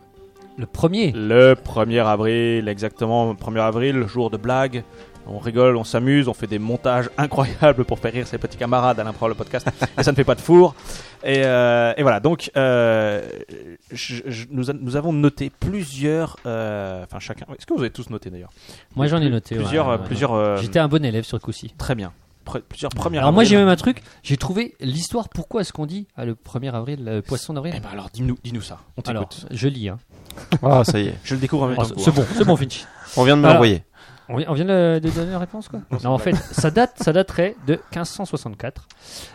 Speaker 5: Le premier.
Speaker 4: Le 1er avril, exactement, 1er avril, jour de blague. On rigole, on s'amuse, on fait des montages (laughs) incroyables pour faire rire ses petits camarades à l'impro le podcast. et ça ne fait pas de four. Et, euh, et voilà, donc euh, je- je- nous, a- nous avons noté plusieurs... euh, Enfin chacun... Est-ce que vous avez tous noté d'ailleurs
Speaker 5: Moi, j'en ai noté. ouais,
Speaker 4: Plusieurs...
Speaker 5: ouais,
Speaker 4: euh,
Speaker 5: ouais.
Speaker 4: plusieurs euh,
Speaker 5: J'étais un bon élève sur le coup-ci.
Speaker 4: Très bien. Pre- plusieurs premières...
Speaker 5: Alors, moi,
Speaker 4: avril.
Speaker 5: j'ai même un truc. J'ai trouvé l'histoire. Pourquoi est-ce qu'on dit ah, le 1er avril, le poisson d'avril
Speaker 4: Eh ben alors, dis-nous dis ça. On
Speaker 5: Alors,
Speaker 4: t'écoute.
Speaker 5: je lis. Hein.
Speaker 3: Ah, ça y est.
Speaker 4: (laughs) Je le découvre en même
Speaker 5: Oh,
Speaker 4: temps. que
Speaker 5: c'est c'est
Speaker 4: vous, hein.
Speaker 5: bon, c'est bon, Finch.
Speaker 3: On vient de me
Speaker 5: Alors,
Speaker 3: l'envoyer.
Speaker 5: On vient- on vient de, de donner la réponse, quoi Non, en fait, ça, date, ça daterait de 1564.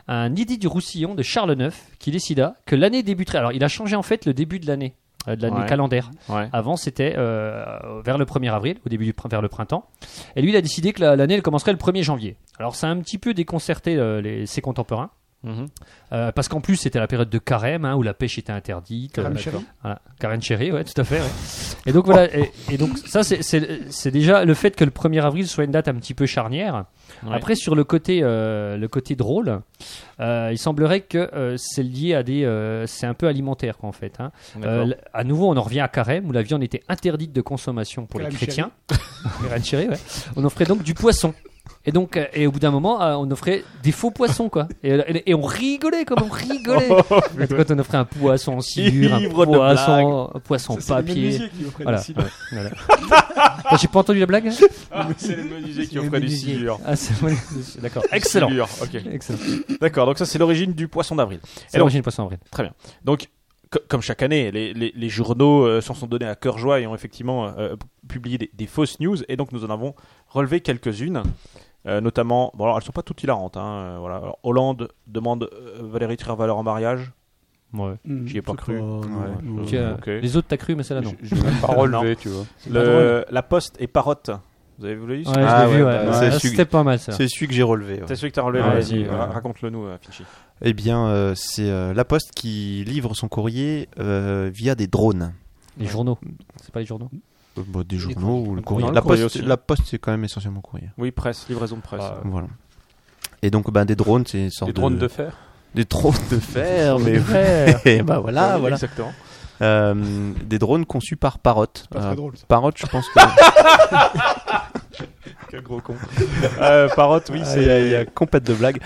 Speaker 5: Un édit du Roussillon de Charles IX qui décida que l'année débuterait. Alors, il a changé en fait le début de l'année, euh, de l'année
Speaker 4: Ouais.
Speaker 5: calendaire.
Speaker 4: Ouais.
Speaker 5: Avant, c'était euh, vers le 1er avril, au début du prin- vers le printemps. Et lui, il a décidé que la- l'année elle commencerait le 1er janvier. Alors, ça a un petit peu déconcerté euh, les- ses contemporains.
Speaker 4: Mhm.
Speaker 5: Euh, parce qu'en plus, c'était la période de carême hein, où la pêche était interdite.
Speaker 1: Carême
Speaker 5: euh,
Speaker 1: chérie.
Speaker 5: voilà. Carême chérie, ouais, tout à fait. ouais. Et donc voilà, et, et donc ça, c'est- c'est c'est déjà le fait que le 1er avril soit une date un petit peu charnière.
Speaker 4: Ouais.
Speaker 5: Après, sur le côté, euh, le côté drôle, euh, il semblerait que euh, c'est lié à des. euh, c'est un peu alimentaire, quoi, en fait. hein.
Speaker 4: D'accord.
Speaker 5: Euh, l- à nouveau, on en revient à Carême, où la viande était interdite de consommation pour les
Speaker 1: Carême
Speaker 5: chrétiens. Carême chérie, ouais. On offrait donc du poisson. Et donc, euh, et au bout d'un moment, euh, on offrait des faux poissons, quoi. Et, et- et on rigolait comme on
Speaker 4: (laughs)
Speaker 5: rigolait.
Speaker 4: Oh,
Speaker 5: Quand on offrait un poisson en sciure, un
Speaker 4: Ivre de
Speaker 5: poisson, un poisson
Speaker 1: Ça, c'est les
Speaker 5: papier.
Speaker 1: menuisiers qui offraient
Speaker 5: Voilà.
Speaker 1: la cible.
Speaker 5: (laughs) Voilà. Ah, J'ai pas entendu la blague
Speaker 4: (laughs) Ah, C'est les menuisiers qui offraient du silure.
Speaker 5: Ah, c'est
Speaker 4: (laughs)
Speaker 5: ouais, c'est- D'accord. Excellent.
Speaker 4: Silure, ok.
Speaker 5: Excellent.
Speaker 4: D'accord, donc ça c'est l'origine du poisson d'avril.
Speaker 5: C'est l'origine du poisson avril.
Speaker 4: Donc, co- comme chaque année, les, les- les journaux euh, s'en sont donnés à cœur joie et ont effectivement euh, p- publié des, des fausses news. Et donc, nous en avons relevé quelques-unes, euh, notamment. Bon, alors, elles sont pas toutes hilarantes. hein, euh, voilà. Alors, Hollande demande euh, Valérie Trierweiler en mariage.
Speaker 5: Ouais.
Speaker 3: Hmm.
Speaker 1: Mhm.
Speaker 4: J'y ai pas
Speaker 1: C'est
Speaker 4: cru.
Speaker 1: non.
Speaker 5: Donc, euh,
Speaker 4: Ok.
Speaker 5: Les autres, t'as cru, mais celle-là, non.
Speaker 10: Je l'ai même
Speaker 3: (laughs)
Speaker 10: pas relevé, tu vois.
Speaker 1: pas
Speaker 4: Le- la Poste et Parotte. Vous avez vu
Speaker 5: Ouais,
Speaker 4: ça
Speaker 3: Ah
Speaker 5: je l'ai vu,
Speaker 3: ouais,
Speaker 5: ouais.
Speaker 3: bah,
Speaker 5: Ouais,
Speaker 3: c'est-
Speaker 5: C'était pas mal, ça.
Speaker 3: C'est celui que j'ai relevé. ouais.
Speaker 4: C'est celui que t'as relevé.
Speaker 5: Ouais,
Speaker 4: Vas-y,
Speaker 5: ouais.
Speaker 4: ra- raconte-le-nous, euh, Finchi.
Speaker 3: Eh bien, euh, c'est euh, La Poste qui livre son courrier euh, via des drones.
Speaker 5: Les journaux. C'est pas les journaux
Speaker 3: Euh, bah, des journaux ou le courrier.
Speaker 4: Non, Ah, le
Speaker 3: la,
Speaker 4: courrier
Speaker 3: poste,
Speaker 4: aussi.
Speaker 3: la Poste, c'est quand même essentiellement courrier.
Speaker 4: Oui, presse, livraison de presse. Euh,
Speaker 3: Voilà. Et donc, bah, des drones, c'est une sorte
Speaker 10: Des drones
Speaker 3: de...
Speaker 10: de fer
Speaker 3: Des drones de fer, mais... (laughs) Eh bah voilà, voilà.
Speaker 4: Exactement.
Speaker 3: Euh, des drones conçus par Parrot.
Speaker 1: Pas
Speaker 3: Euh,
Speaker 1: Ah, très drôle. ça.
Speaker 3: Parrot, je pense que...
Speaker 4: (laughs) Quel gros con. Euh, Parotte, oui,
Speaker 3: Ah,
Speaker 4: c'est.
Speaker 3: Il y a- il y a compète de blagues.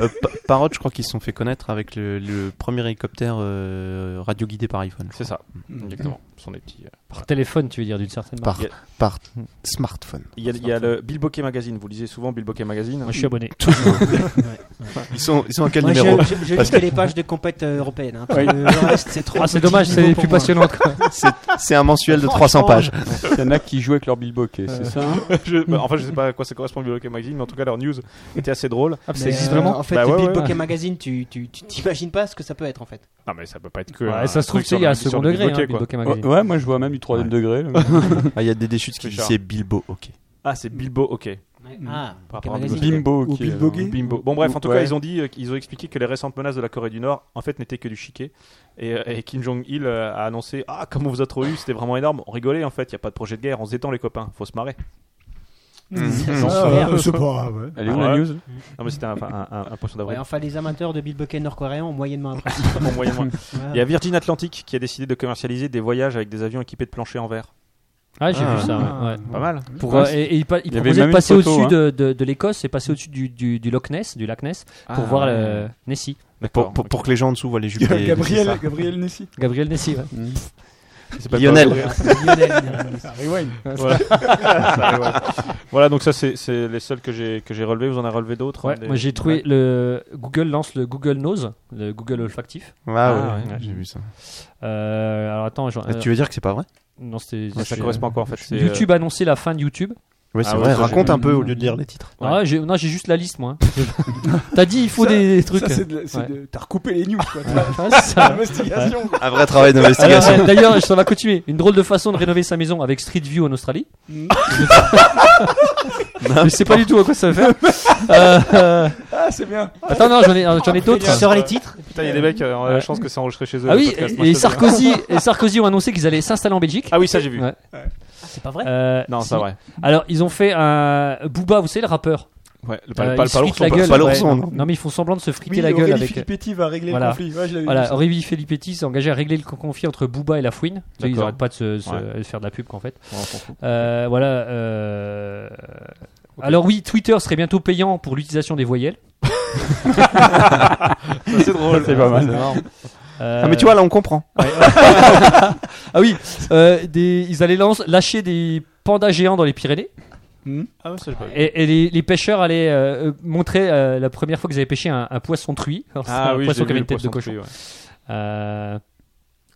Speaker 3: Euh, Pa- Parrot, je crois qu'ils se sont fait connaître avec le, le premier hélicoptère euh, radioguidé par iPhone. Mm.
Speaker 4: C'est ça,
Speaker 1: Mhm.
Speaker 4: exactement. Ce sont des petits. euh,
Speaker 5: Par téléphone, tu veux dire, d'une certaine manière.
Speaker 3: Par, par smartphone.
Speaker 4: Il y a, il y a le Bill Bokeh Magazine, vous lisez souvent Bill Bokeh Magazine
Speaker 5: Moi, je suis
Speaker 3: (laughs)
Speaker 5: abonné.
Speaker 3: Ils sont, ils sont à quel
Speaker 9: Moi, je,
Speaker 3: numéro
Speaker 9: je, je lis
Speaker 3: Parce
Speaker 9: que les pages de compète euh, européennes. hein.
Speaker 1: Oui.
Speaker 9: Le reste, c'est trop.
Speaker 5: Ah, c'est
Speaker 9: petit
Speaker 5: dommage,
Speaker 9: niveau
Speaker 5: c'est
Speaker 9: pour
Speaker 5: plus
Speaker 9: moi.
Speaker 5: passionnant. quoi.
Speaker 3: (laughs) C'est un mensuel de 300 pages.
Speaker 10: Il y en a qui jouent avec leur bilboquet,
Speaker 9: Euh.
Speaker 10: c'est ça
Speaker 5: hein
Speaker 4: (laughs) Je- bah, Enfin, je sais pas à quoi ça correspond Bill Bokeh Magazine, mais en tout cas, leur news était assez drôle.
Speaker 5: Ah, ça
Speaker 9: Mais,
Speaker 5: existe
Speaker 9: euh,
Speaker 5: vraiment
Speaker 9: En fait,
Speaker 4: Bah
Speaker 9: le
Speaker 4: ouais,
Speaker 9: Big
Speaker 4: ouais.
Speaker 9: Bokeh Magazine, tu tu- tu t'imagines pas ce que ça peut être en fait.
Speaker 4: Non, mais ça peut pas être que.
Speaker 5: Ouais,
Speaker 6: euh,
Speaker 4: un
Speaker 5: Ça se trouve,
Speaker 4: truc
Speaker 5: c'est
Speaker 4: sur
Speaker 5: il y a un
Speaker 4: le- sur
Speaker 5: second
Speaker 4: le
Speaker 5: degré, hein,
Speaker 4: Bokeh,
Speaker 5: Bill
Speaker 4: quoi.
Speaker 5: Bokeh
Speaker 10: Ouais,
Speaker 5: Magazine.
Speaker 10: ouais,
Speaker 5: (laughs)
Speaker 10: moi je vois même du troisième degré. là.
Speaker 3: Ah, Il y a des déchutes qui
Speaker 4: C'est
Speaker 3: disent
Speaker 4: cher.
Speaker 3: c'est Bilbo, ok.
Speaker 4: Ah, c'est Bilbo, ok.
Speaker 9: Ah,
Speaker 6: Par
Speaker 9: Pocket
Speaker 6: rapport à
Speaker 9: Magazine.
Speaker 1: Bimbo
Speaker 6: Ou
Speaker 1: qui-
Speaker 6: Bilbo
Speaker 1: euh,
Speaker 6: Gay.
Speaker 1: Bimbo.
Speaker 6: Bon bref, en tout cas,
Speaker 1: Ouais.
Speaker 6: ils ont dit, euh, qu'ils ont expliqué que les récentes menaces de la Corée du Nord, en fait, n'étaient que du chiquet. Et, euh, et Kim Jong-il euh, a annoncé, ah, comme on vous a trop eu, c'était vraiment énorme. On rigolait en fait, il y a pas de projet de guerre, on se détend les copains, faut se marrer.
Speaker 5: Hmm.
Speaker 1: Ah,
Speaker 9: super.
Speaker 1: euh, c'est pas, ouais.
Speaker 8: Elle est où la
Speaker 6: Ah Ouais.
Speaker 8: news
Speaker 6: Non mais c'était un, un, un, un
Speaker 4: Bah
Speaker 6: poisson
Speaker 9: Ouais,
Speaker 6: d'avril.
Speaker 9: enfin, les amateurs de Bilboquet nord-coréen ont moyennement apprécié.
Speaker 6: Bon,
Speaker 5: (laughs)
Speaker 6: moyen-moi.
Speaker 9: Voilà.
Speaker 6: Il y a Virgin Atlantic qui a décidé de commercialiser des voyages avec des avions équipés de planchers en verre.
Speaker 5: Ah, j'ai
Speaker 3: Ah.
Speaker 5: vu ça, ouais, ouais.
Speaker 6: Pas mal.
Speaker 5: Pour,
Speaker 8: Ouais,
Speaker 5: euh, et, et il, pa- il
Speaker 8: il y avait
Speaker 5: proposait
Speaker 8: même
Speaker 5: de
Speaker 8: une
Speaker 5: passer
Speaker 8: photo,
Speaker 5: au-dessus
Speaker 8: hein.
Speaker 5: de, de- de l'Écosse et passer au-dessus du, du, du Loch Ness, du lac Ness, pour voir le Nessie.
Speaker 3: Ah. Pour, pour- pour que les gens en dessous voient les jupes. des- c'est ça. Mm.
Speaker 1: Gabriel, Gabriel Nessi.
Speaker 5: Gabriel Nessie, ouais.
Speaker 3: Lionel.
Speaker 1: Rewind.
Speaker 6: Voilà, donc ça c'est c'est les seuls que j'ai que j'ai relevés. Vous en avez relevé d'autres
Speaker 5: Ouais,
Speaker 6: hein, des-
Speaker 5: moi j'ai trouvé le Google lance le Google Nose, le Google olfactif.
Speaker 3: Ah
Speaker 6: ouais.
Speaker 3: ouais, j'ai vu ça.
Speaker 5: Euh, alors attends, je- euh,
Speaker 3: Tu veux dire que c'est pas vrai
Speaker 5: non c'était
Speaker 6: Ouais, ça correspond à quoi en fait c'est, euh,
Speaker 5: YouTube a annoncé la fin de YouTube.
Speaker 3: Ouais, c'est
Speaker 6: Ah ouais,
Speaker 3: vrai.
Speaker 6: ça,
Speaker 3: Raconte
Speaker 6: j'ai-
Speaker 3: un peu au lieu de lire les titres.
Speaker 6: Ouais.
Speaker 5: Ah, j'ai- non, j'ai juste la liste
Speaker 3: (laughs)
Speaker 5: moi. T'as dit il faut
Speaker 1: Ça-
Speaker 5: des, des trucs.
Speaker 1: Ça, c'est de la- c'est
Speaker 5: Ouais.
Speaker 1: de- T'as recoupé les news, quoi.
Speaker 5: Ah, ça.
Speaker 1: T'as L'investigation.
Speaker 3: Un vrai travail
Speaker 5: Alors,
Speaker 3: d'investigation.
Speaker 5: euh, D'ailleurs, ça va continuer. Une drôle de façon de rénover sa maison avec Street View en Australie. (laughs) Je sais pas du tout à quoi ça va faire.
Speaker 1: (laughs)
Speaker 6: (laughs)
Speaker 5: Euh, euh,
Speaker 1: Ah, c'est bien.
Speaker 5: attends, non, j'en ai, j'en ai d'autres.
Speaker 9: Tu sors les titres
Speaker 6: Putain, il y a des mecs, euh, on a la chance que c'est enregistré chez eux.
Speaker 5: Ah
Speaker 6: le
Speaker 5: oui,
Speaker 6: podcast. Moi,
Speaker 5: et, et
Speaker 6: je te le dis.
Speaker 5: Sarkozy, et
Speaker 6: (laughs)
Speaker 5: Sarkozy ont annoncé qu'ils allaient s'installer en Belgique.
Speaker 6: Ah oui, ça j'ai vu.
Speaker 5: Ouais.
Speaker 9: C'est pas vrai
Speaker 5: Euh,
Speaker 6: Non,
Speaker 5: si.
Speaker 6: c'est vrai.
Speaker 5: Alors, ils ont fait un Booba, vous savez, le rappeur.
Speaker 6: Ouais, le
Speaker 5: Euh,
Speaker 6: pal- pal-
Speaker 5: ils se fritent la
Speaker 6: palourson,
Speaker 5: gueule.
Speaker 3: pas l'ourson,
Speaker 5: ouais.
Speaker 3: non.
Speaker 5: Non, mais ils font semblant de se friter
Speaker 1: Oui,
Speaker 5: la gueule
Speaker 1: Aurélie
Speaker 5: avec. euh,
Speaker 1: Filippetti va régler
Speaker 5: Voilà.
Speaker 1: le conflit. Ouais, je l'avais vu,
Speaker 5: Voilà,
Speaker 1: ça.
Speaker 5: Aurélie Filippetti s'est engagée à régler le con- conflit entre Booba et la Fouine. Tu sais, Ils
Speaker 6: D'accord.
Speaker 5: n'arrêtent pas de se, se-
Speaker 6: Ouais.
Speaker 5: de faire de la pub, en fait.
Speaker 6: Ouais, on s'en fout.
Speaker 5: Euh, voilà. euh, Alors oui, Twitter serait bientôt payant pour l'utilisation des
Speaker 6: (laughs)
Speaker 5: voyelles. (laughs)
Speaker 6: C'est drôle, c'est pas mal.
Speaker 5: Euh,
Speaker 3: Ah mais tu vois là on comprend.
Speaker 5: (laughs) Ah oui, euh, des- ils allaient lance- lâcher des pandas géants dans les Pyrénées.
Speaker 1: Hmm.
Speaker 6: Ah ouais, ça j'ai pas vu.
Speaker 5: Et, et les, les pêcheurs allaient euh, euh, montrer euh, la première fois qu'ils avaient pêché un, un poisson truie. Alors, c'est
Speaker 6: Ah
Speaker 5: un
Speaker 6: oui,
Speaker 5: poisson
Speaker 6: j'ai
Speaker 5: qui
Speaker 6: vu
Speaker 5: avait
Speaker 6: le
Speaker 5: une tête de
Speaker 6: poisson
Speaker 5: cochon.
Speaker 6: cru, ouais.
Speaker 5: Euh,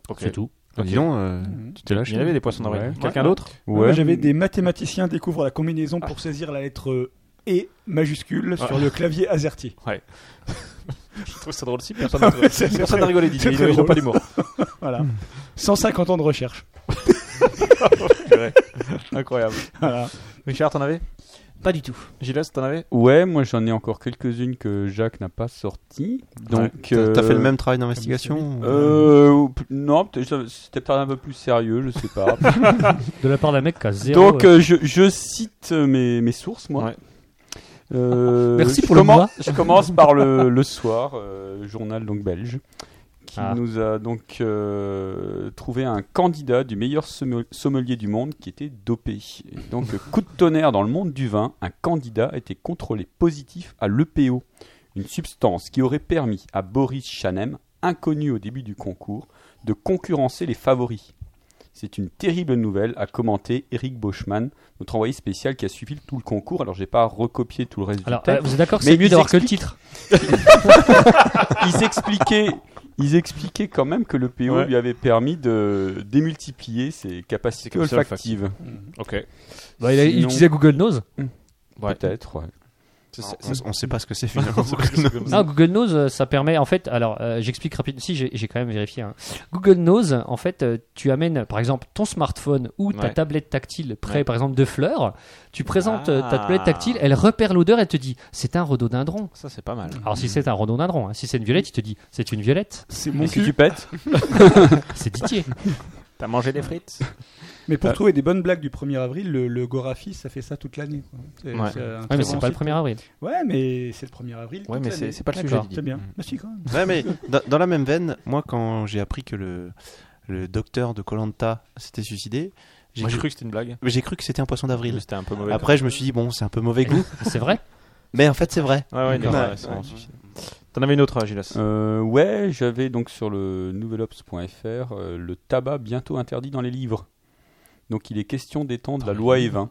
Speaker 6: Ok. Mm.
Speaker 5: C'est tout.
Speaker 3: Dis donc, euh, tu t'es
Speaker 6: Il
Speaker 3: lâché.
Speaker 6: y en avait des poissons d'avril.
Speaker 8: Ouais.
Speaker 6: Quelqu'un d'autre Ah,
Speaker 1: Ouais, moi, J'avais des mathématiciens découvrent la combinaison pour saisir la lettre E majuscule sur le clavier AZERTY.
Speaker 6: Ah.
Speaker 1: (laughs)
Speaker 6: Je trouve ça drôle si personne
Speaker 1: n'a- Ouais, c'est- c'est personne n'a très-
Speaker 6: rigolé.
Speaker 1: c'est ils- très ils
Speaker 6: Ils
Speaker 1: ont drôle.
Speaker 6: pas
Speaker 1: pas
Speaker 6: d'humour.
Speaker 1: (laughs) Voilà. 150 ans de recherche.
Speaker 6: Incroyable.
Speaker 1: Voilà.
Speaker 6: Richard, t'en avais
Speaker 9: Pas du tout.
Speaker 6: Gilles, t'en avais
Speaker 8: (laughs) Ouais, moi j'en ai encore quelques-unes que Jacques n'a pas sorties. Donc,
Speaker 3: T'as t'as fait le
Speaker 8: euh,
Speaker 3: même travail d'investigation
Speaker 8: Euh, ou p- non, peut- ça- c'était peut-être un peu plus sérieux, je sais pas.
Speaker 5: (laughs) De la part d'un mec qui a zéro.
Speaker 8: Donc
Speaker 5: euh,
Speaker 8: euh, je, je cite euh, mes, mes sources, moi.
Speaker 6: Ouais.
Speaker 8: Euh,
Speaker 5: (laughs) Merci
Speaker 8: je
Speaker 5: pour le
Speaker 8: commence-
Speaker 5: mois.
Speaker 8: Je commence par
Speaker 5: (laughs)
Speaker 8: le, le soir, euh, journal donc belge, qui
Speaker 5: Ah.
Speaker 8: nous a donc euh, trouvé un candidat du meilleur sommel- sommelier du monde qui était dopé. Et
Speaker 5: (laughs)
Speaker 8: donc euh, coup de tonnerre dans le monde du vin, un candidat a été contrôlé positif à l'EPO, une substance qui aurait permis à Boris Chanem, inconnu au début du concours, de concurrencer les favoris. C'est une terrible nouvelle, a commenté Eric Boschmann, notre envoyé spécial qui a suivi tout le concours. Alors, j'ai pas recopié tout le reste
Speaker 5: Alors,
Speaker 8: du texte.
Speaker 5: euh, vous êtes d'accord que
Speaker 8: Mais
Speaker 5: c'est mieux
Speaker 8: ils
Speaker 5: d'avoir que le titre
Speaker 8: (laughs) Ils expliquaient, ils expliquaient quand même que le PO
Speaker 6: Ouais.
Speaker 8: lui avait permis de démultiplier ses
Speaker 6: C'est
Speaker 8: capacités
Speaker 6: comme ça,
Speaker 8: olfactives.
Speaker 6: Ok.
Speaker 5: Bah, il, a- il
Speaker 8: Sinon- Mm.
Speaker 5: utilisait Google Nose.
Speaker 6: Ouais.
Speaker 8: Peut-être, ouais.
Speaker 5: Ah,
Speaker 3: On, on sait pas ce que (laughs)
Speaker 5: (laughs)
Speaker 3: c'est finalement.
Speaker 5: Non, Google Nose, euh, ça permet en fait. Alors, euh, j'explique rapidement. Si, j'ai j'ai quand même vérifié. hein. Google Nose, en fait, euh, tu amènes par exemple ton smartphone ou ta
Speaker 6: Ouais.
Speaker 5: tablette tactile près,
Speaker 6: Ouais.
Speaker 5: par exemple, de fleurs. Tu présentes euh, ta
Speaker 6: Ah.
Speaker 5: tablette tactile, elle repère l'odeur, elle te dit c'est un rhododendron.
Speaker 6: Ça, c'est pas mal.
Speaker 5: Alors, si c'est un rhododendron, hein, si c'est une violette, il te dit c'est une violette,
Speaker 1: C'est
Speaker 8: Mais
Speaker 1: mon
Speaker 8: si
Speaker 1: cul.
Speaker 8: tu pètes,
Speaker 5: (laughs) c'est Didier.
Speaker 6: T'as mangé des frites Euh.
Speaker 1: Mais pour trouver des bonnes blagues du 1er avril, le, le Gorafi, ça fait ça toute l'année. quoi. C'est-
Speaker 6: Ouais.
Speaker 1: c'est un
Speaker 5: ouais,
Speaker 1: très
Speaker 5: mais
Speaker 1: bon
Speaker 5: c'est pas le
Speaker 1: site.
Speaker 5: 1er avril.
Speaker 1: Ouais, mais c'est le 1er avril.
Speaker 6: Ouais,
Speaker 1: toute
Speaker 6: mais c'est-
Speaker 1: l'année.
Speaker 6: c'est pas le
Speaker 1: D'accord,
Speaker 6: sujet,
Speaker 5: Mm.
Speaker 1: C'est bien.
Speaker 6: Didier. Mm.
Speaker 1: Bah, si, quand même.
Speaker 3: ouais, mais dans, dans la même veine, moi quand j'ai appris que le, le docteur de Colanta s'était suicidé, j'ai
Speaker 6: Moi, j'ai
Speaker 3: cru,
Speaker 6: cru que c'était une blague.
Speaker 3: j'ai cru que c'était un poisson d'avril.
Speaker 6: C'était un peu mauvais.
Speaker 3: Après, je me suis dit bon, c'est un
Speaker 5: (laughs)
Speaker 3: peu mauvais goût,
Speaker 5: C'est vrai
Speaker 3: mais en fait, c'est vrai.
Speaker 6: Ouais, ouais,
Speaker 3: D'accord.
Speaker 6: d'accord,
Speaker 3: Ouais,
Speaker 6: ouais, c'est
Speaker 3: ouais.
Speaker 6: bon, suffit. T'en avais une autre, Gilles
Speaker 8: euh, ouais, j'avais donc sur le nouvelops.fr euh, le tabac bientôt interdit dans les livres. Donc, il est question d'étendre
Speaker 6: Ah
Speaker 8: la loi Evin.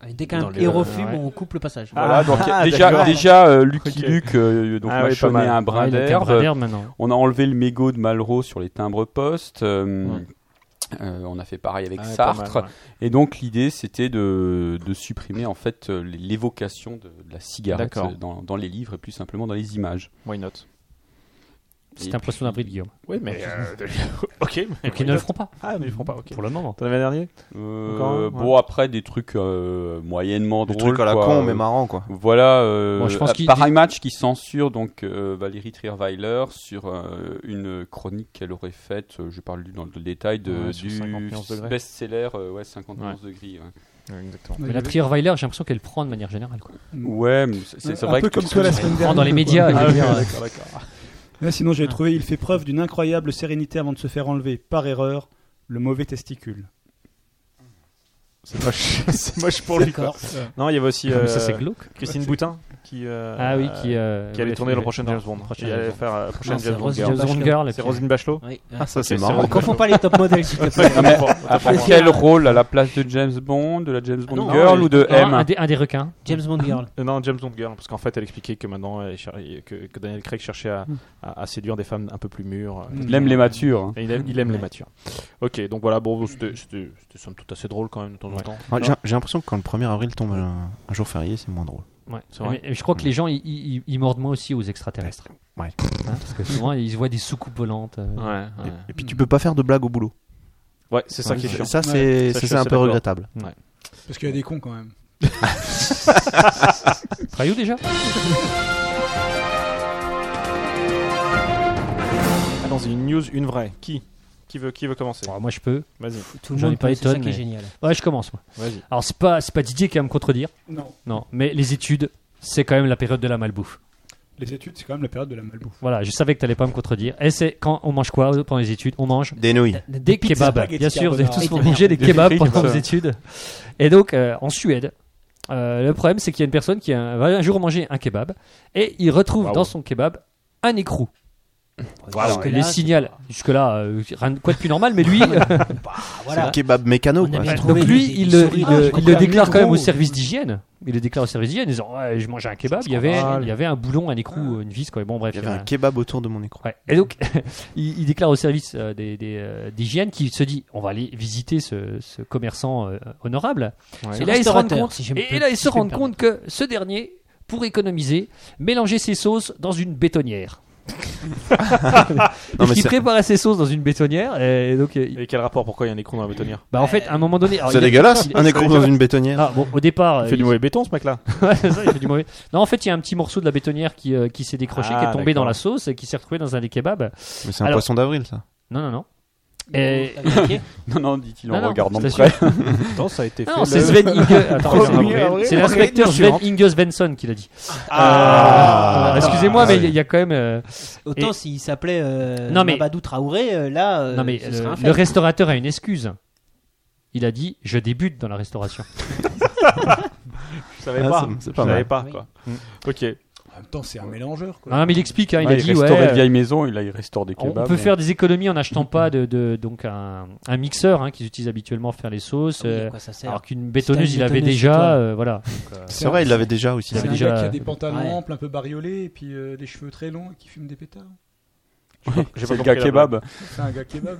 Speaker 5: Ah,
Speaker 9: Euh, Dès qu'un
Speaker 6: Dans les-
Speaker 9: héros
Speaker 6: euh,
Speaker 9: fume,
Speaker 6: ouais.
Speaker 9: on coupe le passage.
Speaker 8: Voilà, donc
Speaker 6: ah,
Speaker 8: déjà,
Speaker 6: d'accord.
Speaker 8: déjà euh, Lucky
Speaker 6: Ok.
Speaker 8: Luke euh, donc
Speaker 6: Ah
Speaker 8: m'a
Speaker 6: oui, pas
Speaker 8: chonné
Speaker 6: mal.
Speaker 8: un brin
Speaker 5: Ouais, il a qu'un
Speaker 8: d'herbe.
Speaker 5: brin d'herbe maintenant.
Speaker 8: On a enlevé le mégot de Malraux sur les timbres-postes. euh,
Speaker 6: Ouais.
Speaker 8: euh, on a fait pareil avec
Speaker 6: Ah, pas mal,
Speaker 8: Sartre.
Speaker 6: ouais.
Speaker 8: Et donc l'idée c'était de, de supprimer en fait euh, les- l'évocation de, de la cigarette
Speaker 6: D'accord.
Speaker 8: euh, dans, dans les livres et plus simplement dans les images.
Speaker 6: Why not
Speaker 8: Et
Speaker 5: C'était impression d'un prix de Guillaume.
Speaker 4: Oui, mais.
Speaker 6: euh,
Speaker 8: euh,
Speaker 6: (laughs)
Speaker 4: ok, mais.
Speaker 5: Donc ils ne le feront pas
Speaker 4: Ah, mais ils feront pas, ok.
Speaker 5: pour le moment.
Speaker 4: T'en avais un dernier
Speaker 8: Euh,
Speaker 4: Encore un,
Speaker 8: Bon, après, des trucs euh, moyennement
Speaker 3: Des
Speaker 8: drôles.
Speaker 3: trucs à la
Speaker 8: quoi.
Speaker 3: con, mais marrant, quoi.
Speaker 8: Voilà, euh,
Speaker 5: Bon, je pense
Speaker 8: ah,
Speaker 5: qu'il-
Speaker 8: pareil match qui censure donc euh, Valérie Trierweiler sur euh, une chronique qu'elle aurait faite, euh, je parle du dans le détail, de,
Speaker 4: Ouais, sur
Speaker 8: du
Speaker 4: 51 degrés.
Speaker 8: best-seller euh, ouais, 51 degrés. Ouais,
Speaker 5: Mais la Trierweiler, j'ai l'impression qu'elle prend de manière générale. quoi.
Speaker 8: Mm. Ouais, mais c'est- c'est c'est
Speaker 1: un
Speaker 8: vrai
Speaker 1: peu
Speaker 8: que
Speaker 1: comme toi la semaine dernière. Ah,
Speaker 5: dans les médias,
Speaker 1: quoi.
Speaker 5: je veux dire.
Speaker 8: (laughs)
Speaker 5: Ah.
Speaker 1: Là, sinon, j'ai trouvé, il fait preuve d'une incroyable sérénité avant de se faire enlever, par erreur, le mauvais testicule.
Speaker 4: C'est moche. c'est moche pour lui. quoi. Non, il y avait aussi
Speaker 5: Ah, mais
Speaker 4: euh,
Speaker 5: Ça, c'est glauque.
Speaker 4: Christine Boutin qui. euh,
Speaker 5: Ah oui, qui. euh,
Speaker 4: qui allait
Speaker 5: voulait
Speaker 4: tourner
Speaker 5: faire-
Speaker 4: le prochain
Speaker 5: non,
Speaker 4: James Bond.
Speaker 5: prochaine
Speaker 4: Qui allait
Speaker 5: James Bond.
Speaker 4: faire euh, prochaine
Speaker 9: Non, c'est
Speaker 4: James Bond
Speaker 9: Rose-
Speaker 4: Girl.
Speaker 9: James
Speaker 5: James Bond Girl. et
Speaker 4: C'est
Speaker 5: puis-
Speaker 4: Rosine Bachelot Ah,
Speaker 9: Oui.
Speaker 3: Ah, ça, c'est
Speaker 9: On
Speaker 3: marrant.
Speaker 9: ne confond pas les top modèles, s'il te plaît.
Speaker 8: Ah, mais après, quel rôle à la place de James Bond, de la James
Speaker 9: Ah
Speaker 8: Bond
Speaker 4: non,
Speaker 8: Girl
Speaker 4: elle-
Speaker 8: ou de
Speaker 5: Non, un,
Speaker 8: M
Speaker 5: des, un des requins.
Speaker 9: James Bond Girl.
Speaker 4: Euh, (laughs) Non, James Bond Girl, parce qu'en fait, elle expliquait que maintenant, elle cher- que, que Daniel Craig cherchait à, à- à séduire des femmes un peu plus mûres. euh,
Speaker 8: Il aime les matures. hein.
Speaker 4: et Il aime, il aime les matures. Ok, donc voilà, bon, c'était c'était- c'était somme toute assez drôle quand même de temps en temps.
Speaker 3: Ouais, J'ai j'ai l'impression que quand le 1er avril tombe un, un jour férié, c'est moins drôle.
Speaker 5: Ouais.
Speaker 4: C'est vrai.
Speaker 5: Mais je crois que les gens, ils- ils ils mordent moins aussi aux extraterrestres.
Speaker 3: Ouais.
Speaker 5: Hein, parce que souvent, ils voient des soucoupes volantes. euh,
Speaker 4: Ouais, ouais.
Speaker 3: Et puis tu peux pas faire de blagues au boulot.
Speaker 4: Ouais, c'est ça qui est
Speaker 3: Ouais,
Speaker 4: chiant.
Speaker 3: Ça, c'est
Speaker 4: Ouais, ça, je
Speaker 3: c'est
Speaker 4: suis
Speaker 3: un
Speaker 4: assez
Speaker 3: peu
Speaker 4: d'accord.
Speaker 3: regrettable.
Speaker 1: Parce qu'il y a des cons quand
Speaker 4: (laughs)
Speaker 1: même.
Speaker 5: Traillou déjà
Speaker 4: (laughs) Allons, Ah, une news, une vraie. Qui qui veut, qui veut commencer
Speaker 5: Bon, Moi, je peux.
Speaker 4: Vas-y,
Speaker 9: Tout le
Speaker 5: J'en ai
Speaker 9: monde
Speaker 5: pas
Speaker 9: peut, c'est ça
Speaker 5: étonne,
Speaker 9: qui est
Speaker 5: mais-
Speaker 9: génial.
Speaker 5: Ouais, je commence. moi.
Speaker 4: vas-y.
Speaker 5: Alors, c'est pas, c'est pas Didier qui va me contredire.
Speaker 1: Non.
Speaker 5: Non, mais les études, c'est quand même la période de la malbouffe.
Speaker 1: Les études, c'est quand même la période de la malbouffe.
Speaker 5: Voilà, je savais que t'allais pas me contredire. Et c'est quand on mange quoi pendant les études On mange
Speaker 3: Des nouilles.
Speaker 5: des, kebabs.
Speaker 1: spaghettis
Speaker 5: Bien sûr, vous avez tous
Speaker 9: carbonara.
Speaker 5: mangé des
Speaker 8: Des
Speaker 5: kebabs
Speaker 8: frites,
Speaker 5: pendant
Speaker 8: ça.
Speaker 5: vos études. Et donc, euh, en Suède, euh, le problème, c'est qu'il y a une personne qui a- va un jour manger un kebab et il retrouve
Speaker 4: Waouh.
Speaker 5: dans son kebab un écrou.
Speaker 9: Parce que
Speaker 5: le
Speaker 9: là,
Speaker 5: signal, jusque-là, euh, rien de quoi de plus normal, mais
Speaker 3: (laughs)
Speaker 5: lui, euh,
Speaker 9: c'est-
Speaker 3: C'est
Speaker 9: Voilà.
Speaker 3: le Bah, kebab
Speaker 9: On
Speaker 3: mécano. quoi.
Speaker 9: aime bien
Speaker 3: C'est-
Speaker 5: donc
Speaker 9: trouvé
Speaker 5: lui,
Speaker 9: des- des
Speaker 5: il, le-
Speaker 9: souris.
Speaker 5: il
Speaker 9: Ah,
Speaker 5: le- il le
Speaker 9: je crois qu'il y a un
Speaker 5: déclare quand même au
Speaker 9: écrou.
Speaker 5: service d'hygiène. Il le déclare au service d'hygiène en disant Ouais, Je mange un kebab, il y, avait,
Speaker 4: Scandale.
Speaker 5: il y avait un boulon, un écrou, une vis, quoi. Bon, bref.
Speaker 3: Il y
Speaker 5: il y
Speaker 3: avait
Speaker 5: a-
Speaker 3: un kebab autour de mon écran.
Speaker 5: Ouais. Et donc, (laughs) il, il déclare au service euh, des, des, euh, d'hygiène qui se dit on va aller visiter ce, ce commerçant euh, honorable.
Speaker 4: Ouais.
Speaker 5: Et, là, il se rend
Speaker 9: Restaurateur,
Speaker 5: compte,
Speaker 9: si je me
Speaker 5: et
Speaker 9: peux-
Speaker 5: là, il
Speaker 9: si
Speaker 5: se
Speaker 9: je peux
Speaker 5: rend
Speaker 9: me
Speaker 5: compte que ce dernier, pour économiser, mélangeait ses sauces dans une
Speaker 4: (laughs)
Speaker 5: bétonnière. (laughs)
Speaker 3: Non, mais
Speaker 5: il
Speaker 3: c'est-
Speaker 5: préparait ses sauces dans une bétonnière. Et donc, euh, il-
Speaker 4: Et quel rapport Pourquoi il y a un écrou dans la bétonnière
Speaker 5: bah, en fait,
Speaker 9: Euh,
Speaker 5: à un moment donné. alors,
Speaker 3: C'est
Speaker 5: il-
Speaker 3: dégueulasse.
Speaker 5: il-
Speaker 3: Un écrou dans une bétonnière.
Speaker 5: Ah, bon, au départ,
Speaker 4: Il
Speaker 5: euh,
Speaker 4: fait du
Speaker 5: il-
Speaker 4: mauvais béton ce mec-là.
Speaker 5: (laughs) Ouais, c'est ça, il fait du mauvais. Non, en fait, il y a un petit morceau de la bétonnière qui, euh, qui s'est décroché,
Speaker 4: Ah,
Speaker 5: qui est tombé dans
Speaker 4: d'accord.
Speaker 5: la sauce et qui s'est retrouvé dans un des kebabs.
Speaker 3: Mais c'est un
Speaker 5: Alors-
Speaker 3: poisson d'avril, ça.
Speaker 5: Non, non, non.
Speaker 4: (laughs)
Speaker 5: Et-
Speaker 9: T'as vérifié
Speaker 8: Non, non, dit-il
Speaker 5: Non,
Speaker 8: en
Speaker 5: non,
Speaker 8: regardant
Speaker 5: je
Speaker 8: de
Speaker 5: t'assure.
Speaker 8: près.
Speaker 5: (laughs)
Speaker 4: Non, ça a été fait.
Speaker 5: Non,
Speaker 4: le-
Speaker 5: c'est Sven
Speaker 4: (laughs)
Speaker 5: Inge. Attends,
Speaker 4: Premier
Speaker 5: c'est-
Speaker 4: avril.
Speaker 5: C'est l'inspecteur
Speaker 4: Avril
Speaker 5: Sven Inge Svensson qui l'a dit.
Speaker 4: Ah.
Speaker 5: Euh, Excusez-moi,
Speaker 4: Ah,
Speaker 5: mais
Speaker 4: oui.
Speaker 5: il y a- il y a quand même. euh,
Speaker 9: Autant
Speaker 5: Et-
Speaker 9: s'il s'appelait euh,
Speaker 5: Non, mais-
Speaker 9: Mamadou Traoré, euh, là, euh,
Speaker 5: non, mais
Speaker 9: ce
Speaker 5: euh,
Speaker 9: serait un
Speaker 5: le
Speaker 9: fait.
Speaker 5: restaurateur a une excuse. Il a dit Je débute dans la restauration.
Speaker 4: Je savais
Speaker 3: Ah,
Speaker 4: pas.
Speaker 3: c'est- c'est
Speaker 4: Je
Speaker 3: pas
Speaker 4: savais
Speaker 3: mal.
Speaker 4: pas
Speaker 9: Oui. Mm.
Speaker 4: quoi. Ok.
Speaker 1: En même temps, c'est un mélangeur. Quoi.
Speaker 5: Non, mais il explique hein, il
Speaker 8: Ouais,
Speaker 5: a dit
Speaker 8: restaurait
Speaker 5: ouais,
Speaker 8: de vieilles maisons, et là, il restaure des
Speaker 5: On
Speaker 8: kebabs.
Speaker 5: peut
Speaker 8: ouais.
Speaker 5: faire des économies en n'achetant pas de, de- donc un, un mixeur hein, qu'ils utilisent habituellement pour faire les sauces.
Speaker 9: Ah oui,
Speaker 5: euh,
Speaker 9: à quoi ça sert
Speaker 5: alors qu'une bétonneuse, il avait
Speaker 9: bétonneuse chez
Speaker 5: déjà.
Speaker 9: toi.
Speaker 5: euh, voilà.
Speaker 3: C'est vrai, il l'avait déjà aussi.
Speaker 5: Il
Speaker 1: C'est
Speaker 5: avait
Speaker 1: un
Speaker 5: déjà-
Speaker 1: gars qui a des pantalons
Speaker 9: Ouais.
Speaker 1: amples, un peu bariolés, et puis euh, des cheveux très longs et qui fume des pétards.
Speaker 4: J'ai pas
Speaker 8: C'est le
Speaker 4: compris
Speaker 8: gars
Speaker 4: la
Speaker 8: kebab.
Speaker 1: C'est un gars kebab.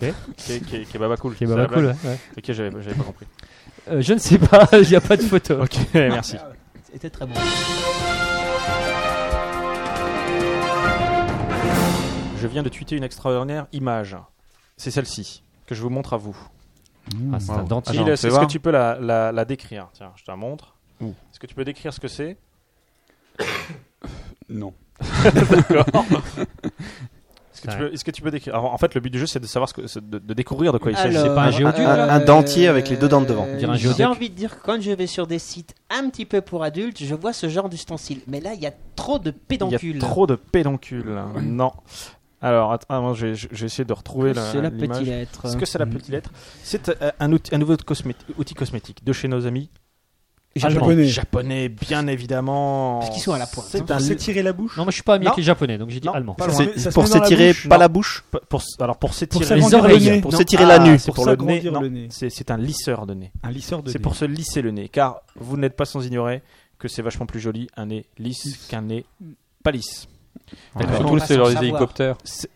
Speaker 4: blague. Ke- ke- Kebaba cool.
Speaker 5: Qui est
Speaker 4: c'est la
Speaker 5: pas cool.
Speaker 4: blague.
Speaker 5: ouais, ouais.
Speaker 4: Ok, j'avais j'avais pas compris.
Speaker 5: Euh, je ne sais pas, (laughs) il n'y a pas de photo. (laughs)
Speaker 4: Ok, merci.
Speaker 9: C'était très bon.
Speaker 4: Je viens de tweeter une extraordinaire image. C'est celle-ci que je vous montre à vous.
Speaker 5: Ah, c'est un
Speaker 3: Wow.
Speaker 5: dentier.
Speaker 4: Gilles,
Speaker 3: Attends,
Speaker 4: est-ce
Speaker 3: fais voir.
Speaker 4: que tu peux la, la, la décrire Tiens, je te la montre.
Speaker 3: Ouh.
Speaker 4: Est-ce que tu peux décrire ce que c'est
Speaker 8: Non.
Speaker 4: (coughs) Est-ce que, tu peux- est-ce que tu peux décrire Alors, En fait, le but du jeu, c'est de savoir ce que, c'est de, de découvrir de quoi il s'agit.
Speaker 9: Alors, euh,
Speaker 4: C'est pas un jeu.
Speaker 5: géoduc.
Speaker 3: Un- un dentier avec les deux dents de devant.
Speaker 5: On dirait un géoduc.
Speaker 9: J'ai envie de dire que quand je vais sur des sites un petit peu pour adultes, je vois ce genre d'ustensile. Mais là, il y a trop de
Speaker 4: Il y
Speaker 9: pédoncules.
Speaker 4: a trop de pédoncules. Non. Alors, attends, ah, moi, j'ai j'ai essayé de retrouver la,
Speaker 9: C'est la
Speaker 4: l'image. Mm.
Speaker 9: petite lettre.
Speaker 4: Est-ce que c'est la petite lettre C'est euh, un, outil- un nouveau cosmétique, outil cosmétique de chez nos amis
Speaker 1: Japonais.
Speaker 4: Japonais, bien évidemment.
Speaker 9: Parce qu'ils sont à la pointe.
Speaker 4: C'est
Speaker 1: On
Speaker 4: un
Speaker 1: s'est tiré la bouche.
Speaker 5: Non, moi je suis pas ami avec
Speaker 4: Non.
Speaker 5: les japonais, donc j'ai dit
Speaker 4: Non.
Speaker 5: allemand.
Speaker 4: Pas
Speaker 3: Ça,
Speaker 4: loin.
Speaker 3: c'est-
Speaker 1: Ça se met
Speaker 3: Pour
Speaker 1: dans la
Speaker 3: s'étirer
Speaker 1: bouche,
Speaker 3: pas
Speaker 1: non
Speaker 3: la bouche,
Speaker 4: Pour, pour- alors pour s'étirer
Speaker 1: s'agrandir
Speaker 5: le nez.
Speaker 3: pour
Speaker 1: Non.
Speaker 3: s'étirer la
Speaker 1: Ah,
Speaker 3: nuque.
Speaker 1: c'est pour
Speaker 4: pour le nez,
Speaker 1: s'agrandir
Speaker 4: non,
Speaker 1: le nez.
Speaker 4: c'est c'est un lisseur de nez.
Speaker 1: Un lisseur de
Speaker 4: C'est
Speaker 1: nez.
Speaker 4: pour se lisser le nez, car vous n'êtes pas sans ignorer que c'est vachement plus joli un nez lisse qu'un nez pas lisse.
Speaker 5: Ah,
Speaker 8: Et
Speaker 9: Ouais.
Speaker 8: surtout,
Speaker 9: On
Speaker 8: c'est
Speaker 9: va
Speaker 8: leurs
Speaker 9: sans savoir.
Speaker 8: hélicoptères.
Speaker 4: C'est-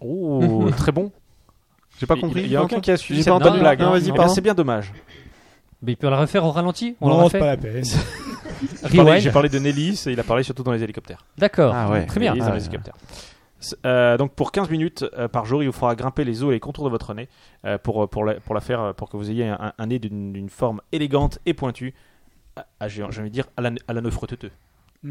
Speaker 4: Oh, très
Speaker 1: (laughs)
Speaker 4: bon.
Speaker 3: J'ai pas
Speaker 4: Il-
Speaker 3: compris.
Speaker 4: Il n'y a aucun qui a suivi
Speaker 3: J'ai
Speaker 4: cette
Speaker 3: pas
Speaker 4: bonne
Speaker 5: entendu.
Speaker 4: blague.
Speaker 3: Non,
Speaker 4: hein.
Speaker 3: vas-y,
Speaker 4: Eh bien,
Speaker 3: pardon.
Speaker 4: C'est bien dommage.
Speaker 5: Mais il peut la refaire au ralenti On
Speaker 1: Non,
Speaker 5: le refait
Speaker 1: c'est pas la peine.
Speaker 4: J'ai parlé- J'ai
Speaker 5: Rewind.
Speaker 4: parlé de nez lisse et il a parlé surtout dans les hélicoptères.
Speaker 5: D'accord.
Speaker 3: Ah ouais.
Speaker 5: Très bien.
Speaker 4: Il est dans
Speaker 3: Ah,
Speaker 4: les
Speaker 3: ouais.
Speaker 4: hélicoptères. S- euh, donc pour 15 minutes euh, par jour, il vous faudra grimper les os et les contours de votre nez euh, pour, pour, la, pour la faire, euh, pour que vous ayez un, un nez d'une d'une forme élégante et pointue. Ah, ah, J'ai j'ai envie de dire à la, à la neuf reteteux.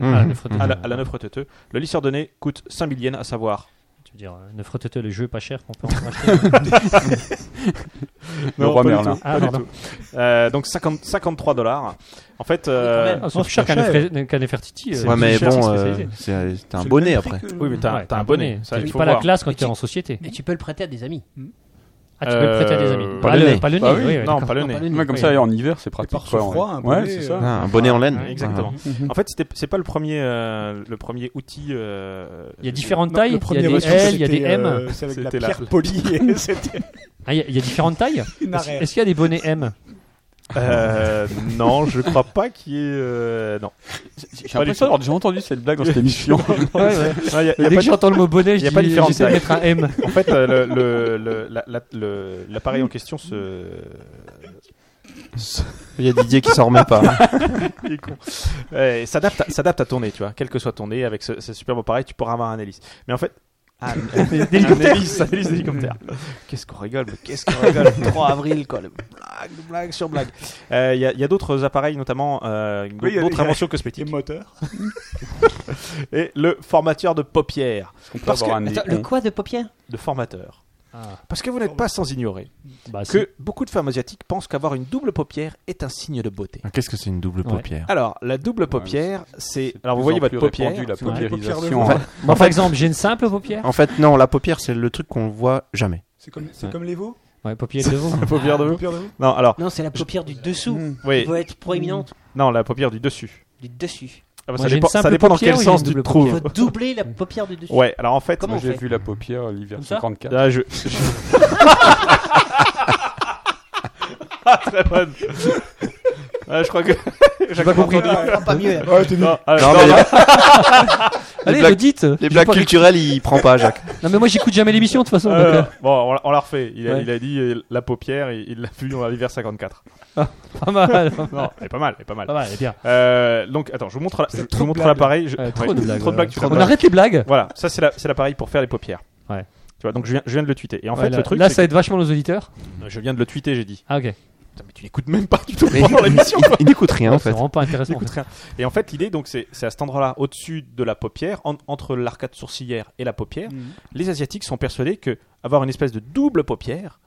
Speaker 5: Ah,
Speaker 3: Mmh.
Speaker 5: neuf reteteux.
Speaker 4: À la, à la neuf reteteux. Le lisseur de nez coûte 5 000 yens, à savoir.
Speaker 5: Tu veux dire, euh, neuf reteteux, les jeux pas chers qu'on
Speaker 4: (laughs)
Speaker 5: peut en acheter.
Speaker 8: Le roi
Speaker 4: pas du
Speaker 8: Merlin.
Speaker 4: tout,
Speaker 5: Ah,
Speaker 4: pas du
Speaker 5: pardon.
Speaker 4: tout. Euh, donc 50 53 dollars. En fait, euh,
Speaker 9: quand même,
Speaker 5: Ah, sauf cher qu'un Nef- qu'un Nefertiti. euh,
Speaker 3: Ouais, mais
Speaker 5: cher,
Speaker 3: bon,
Speaker 5: c'est
Speaker 3: euh,
Speaker 5: spécialisé.
Speaker 3: c'est c'est un bonnet après.
Speaker 4: oui, mais t'as
Speaker 5: Ouais,
Speaker 4: t'as un bonnet. Ça,
Speaker 5: T'as
Speaker 4: il faut
Speaker 5: pas la
Speaker 4: voir.
Speaker 5: classe quand
Speaker 9: Et
Speaker 5: t'es
Speaker 9: tu-
Speaker 5: en société.
Speaker 9: Et tu peux le prêter à des amis.
Speaker 5: Ah, tu peux le prêter à des amis.
Speaker 4: Euh,
Speaker 5: Pas
Speaker 3: le
Speaker 5: le-
Speaker 3: nez.
Speaker 5: Pas le nez,
Speaker 8: Bah
Speaker 5: oui,
Speaker 8: oui,
Speaker 5: ouais,
Speaker 4: non,
Speaker 5: d'accord.
Speaker 4: pas le nez.
Speaker 8: Ouais, comme ça, en hiver, c'est pratique.
Speaker 1: par
Speaker 8: quoi,
Speaker 1: ce
Speaker 8: en-
Speaker 1: froid, un
Speaker 8: ouais,
Speaker 1: bonnet,
Speaker 8: c'est ça.
Speaker 1: euh,
Speaker 3: Ah, un bonnet en laine.
Speaker 4: Exactement.
Speaker 8: (laughs)
Speaker 3: Ah.
Speaker 4: En fait, c'était- c'est pas le premier, euh, le premier outil. euh,
Speaker 5: Il y a
Speaker 4: euh,
Speaker 5: différentes
Speaker 1: Non, le
Speaker 5: tailles. Il y
Speaker 1: premier
Speaker 5: a des
Speaker 1: reçu,
Speaker 5: L, il y a des
Speaker 1: c'était,
Speaker 5: M.
Speaker 1: euh, C'est avec de la
Speaker 4: C'était la-
Speaker 1: pierre
Speaker 4: (laughs)
Speaker 1: polie. et C'était
Speaker 5: Ah, Il y a- il y a différentes tailles.
Speaker 1: une
Speaker 5: Est-ce
Speaker 1: arête.
Speaker 5: est-ce qu'il y a des bonnets M
Speaker 4: Euh, non, je crois pas qu'il y ait. euh, non.
Speaker 8: J'ai l'impression d'avoir déjà entendu cette blague
Speaker 4: (laughs)
Speaker 8: dans cette émission.
Speaker 4: Non, il y a- il y a
Speaker 5: Dès
Speaker 4: pas
Speaker 5: que
Speaker 4: de-
Speaker 5: j'entends le mot bonnet,
Speaker 4: il y
Speaker 5: je
Speaker 4: a pas
Speaker 5: dis
Speaker 4: différentes
Speaker 5: j'essaie de
Speaker 4: tailles.
Speaker 5: mettre un M.
Speaker 4: En fait, euh, le- le- le- la- la- le- l'appareil en question se.
Speaker 3: Il y a Didier qui s'en (laughs) remet pas.
Speaker 1: (laughs)
Speaker 4: (laughs) Il est con. Ouais, S'adapte à- s'adapte à ton nez, tu vois. Quel que soit ton nez, avec ce, ce superbe appareil, tu pourras avoir un hélice. Mais en fait. (laughs) Ah, un hélice, un hélice d'hélicoptère. (laughs) Qu'est-ce qu'on rigole, mais qu'est-ce qu'on (laughs) rigole.
Speaker 3: 3 avril, quoi.
Speaker 4: blague, blague sur blague. Euh, Il y a, il y a d'autres appareils, notamment euh,
Speaker 1: Oui, il y a- il
Speaker 4: d'autres
Speaker 1: y a-
Speaker 4: inventions
Speaker 1: Et
Speaker 4: cosmétiques.
Speaker 1: moteur.
Speaker 4: (laughs) Et le formateur de paupières.
Speaker 8: On peut
Speaker 4: Parce
Speaker 8: avoir
Speaker 4: que-
Speaker 8: un nez
Speaker 9: Attends, le
Speaker 8: rond.
Speaker 9: quoi de paupières
Speaker 4: De formateur.
Speaker 5: Ah,
Speaker 4: Parce que vous n'êtes pas sans ignorer
Speaker 5: bah, si.
Speaker 4: que beaucoup de femmes asiatiques pensent qu'avoir une double paupière est un signe de beauté.
Speaker 3: Ah, Qu'est-ce que c'est une double
Speaker 5: Ouais.
Speaker 3: paupière
Speaker 4: Alors, la double paupière, c'est. Alors, vous voyez votre paupière.
Speaker 8: Répandu, la
Speaker 5: c'est vrai.
Speaker 4: (laughs)
Speaker 8: paupiérisation.
Speaker 3: Ouais.
Speaker 5: Moi, par exemple, j'ai une simple paupière.
Speaker 3: En fait, non, la paupière, c'est le truc qu'on voit jamais.
Speaker 1: C'est comme, c'est
Speaker 8: Ouais.
Speaker 1: comme les veaux
Speaker 5: Ouais, paupière
Speaker 3: (laughs)
Speaker 5: de veau.
Speaker 4: La (laughs) paupière de
Speaker 1: Les
Speaker 4: vous
Speaker 1: paupières de veau
Speaker 4: Non, alors,
Speaker 9: Non, c'est la paupière du dessous. Elle
Speaker 4: oui.
Speaker 9: doit être proéminente
Speaker 4: Non, la paupière du dessus.
Speaker 9: du dessus.
Speaker 4: Ah, bah,
Speaker 5: Moi,
Speaker 4: ça,
Speaker 5: j'ai une
Speaker 4: dépend, ça
Speaker 5: simple
Speaker 4: dépend dans
Speaker 5: paupière
Speaker 4: quel
Speaker 5: ou j'ai une
Speaker 4: sens tu te
Speaker 5: Ah double (laughs)
Speaker 9: Il faut
Speaker 4: trouves.
Speaker 9: doubler la paupière du dessus.
Speaker 4: Ouais, alors en fait.
Speaker 9: Comment
Speaker 8: Moi,
Speaker 9: on
Speaker 8: j'ai
Speaker 9: fait
Speaker 8: vu la paupière l'hiver
Speaker 9: Comme ça
Speaker 8: 54.
Speaker 4: Ah, je. ah, très bonne. Ah, je crois que. J'ai pas compris.
Speaker 9: pas mieux.
Speaker 4: Non, ah,
Speaker 3: Non,
Speaker 4: non,
Speaker 3: mais les,
Speaker 5: hein. Allez,
Speaker 3: blagues-
Speaker 5: le dites.
Speaker 3: les
Speaker 5: J'ai
Speaker 3: blagues
Speaker 5: pas-
Speaker 3: culturelles, il prend pas, Jacques.
Speaker 5: Non, mais moi, j'écoute jamais l'émission, de toute façon.
Speaker 4: euh,
Speaker 5: donc,
Speaker 4: bon, on l'a- on l'a refait. Il a,
Speaker 5: Ouais.
Speaker 4: il a dit euh, la paupière, il il l'a vu dans l'hiver 54.
Speaker 5: euh, pas mal.
Speaker 4: Non, elle est pas mal, elle est pas mal.
Speaker 5: Pas mal, elle est bien.
Speaker 4: Euh, donc, attends, je vous montre, la- je vous montre l'appareil. Je...
Speaker 5: Ouais, trop de blagues,
Speaker 4: trop de blagues.
Speaker 5: ouais.
Speaker 4: tu
Speaker 5: On
Speaker 4: vois.
Speaker 5: arrête les blagues.
Speaker 4: Voilà, ça c'est la- c'est l'appareil pour faire les paupières.
Speaker 5: Ouais.
Speaker 4: Tu vois, donc je viens, je viens de le tweeter. Et en
Speaker 5: Ouais,
Speaker 4: fait,
Speaker 5: là,
Speaker 4: le truc,
Speaker 5: là,
Speaker 4: c'est
Speaker 5: ça aide vachement nos auditeurs.
Speaker 4: que Bah, je viens de le tweeter, j'ai dit.
Speaker 5: Ah, ok.
Speaker 4: Putain, mais tu n'écoutes même pas du tout
Speaker 3: Mais
Speaker 4: pendant l'émission.
Speaker 3: il, il n'écoute rien, en
Speaker 5: C'est
Speaker 3: fait.
Speaker 5: vraiment pas intéressant. en
Speaker 4: J'écoute
Speaker 5: fait.
Speaker 4: rien. Et en fait, l'idée, donc, c'est c'est à cet endroit-là, au-dessus de la paupière, en- entre l'arcade sourcilière et la paupière,
Speaker 5: Mhm.
Speaker 4: les Asiatiques sont persuadés que avoir une espèce de double paupière,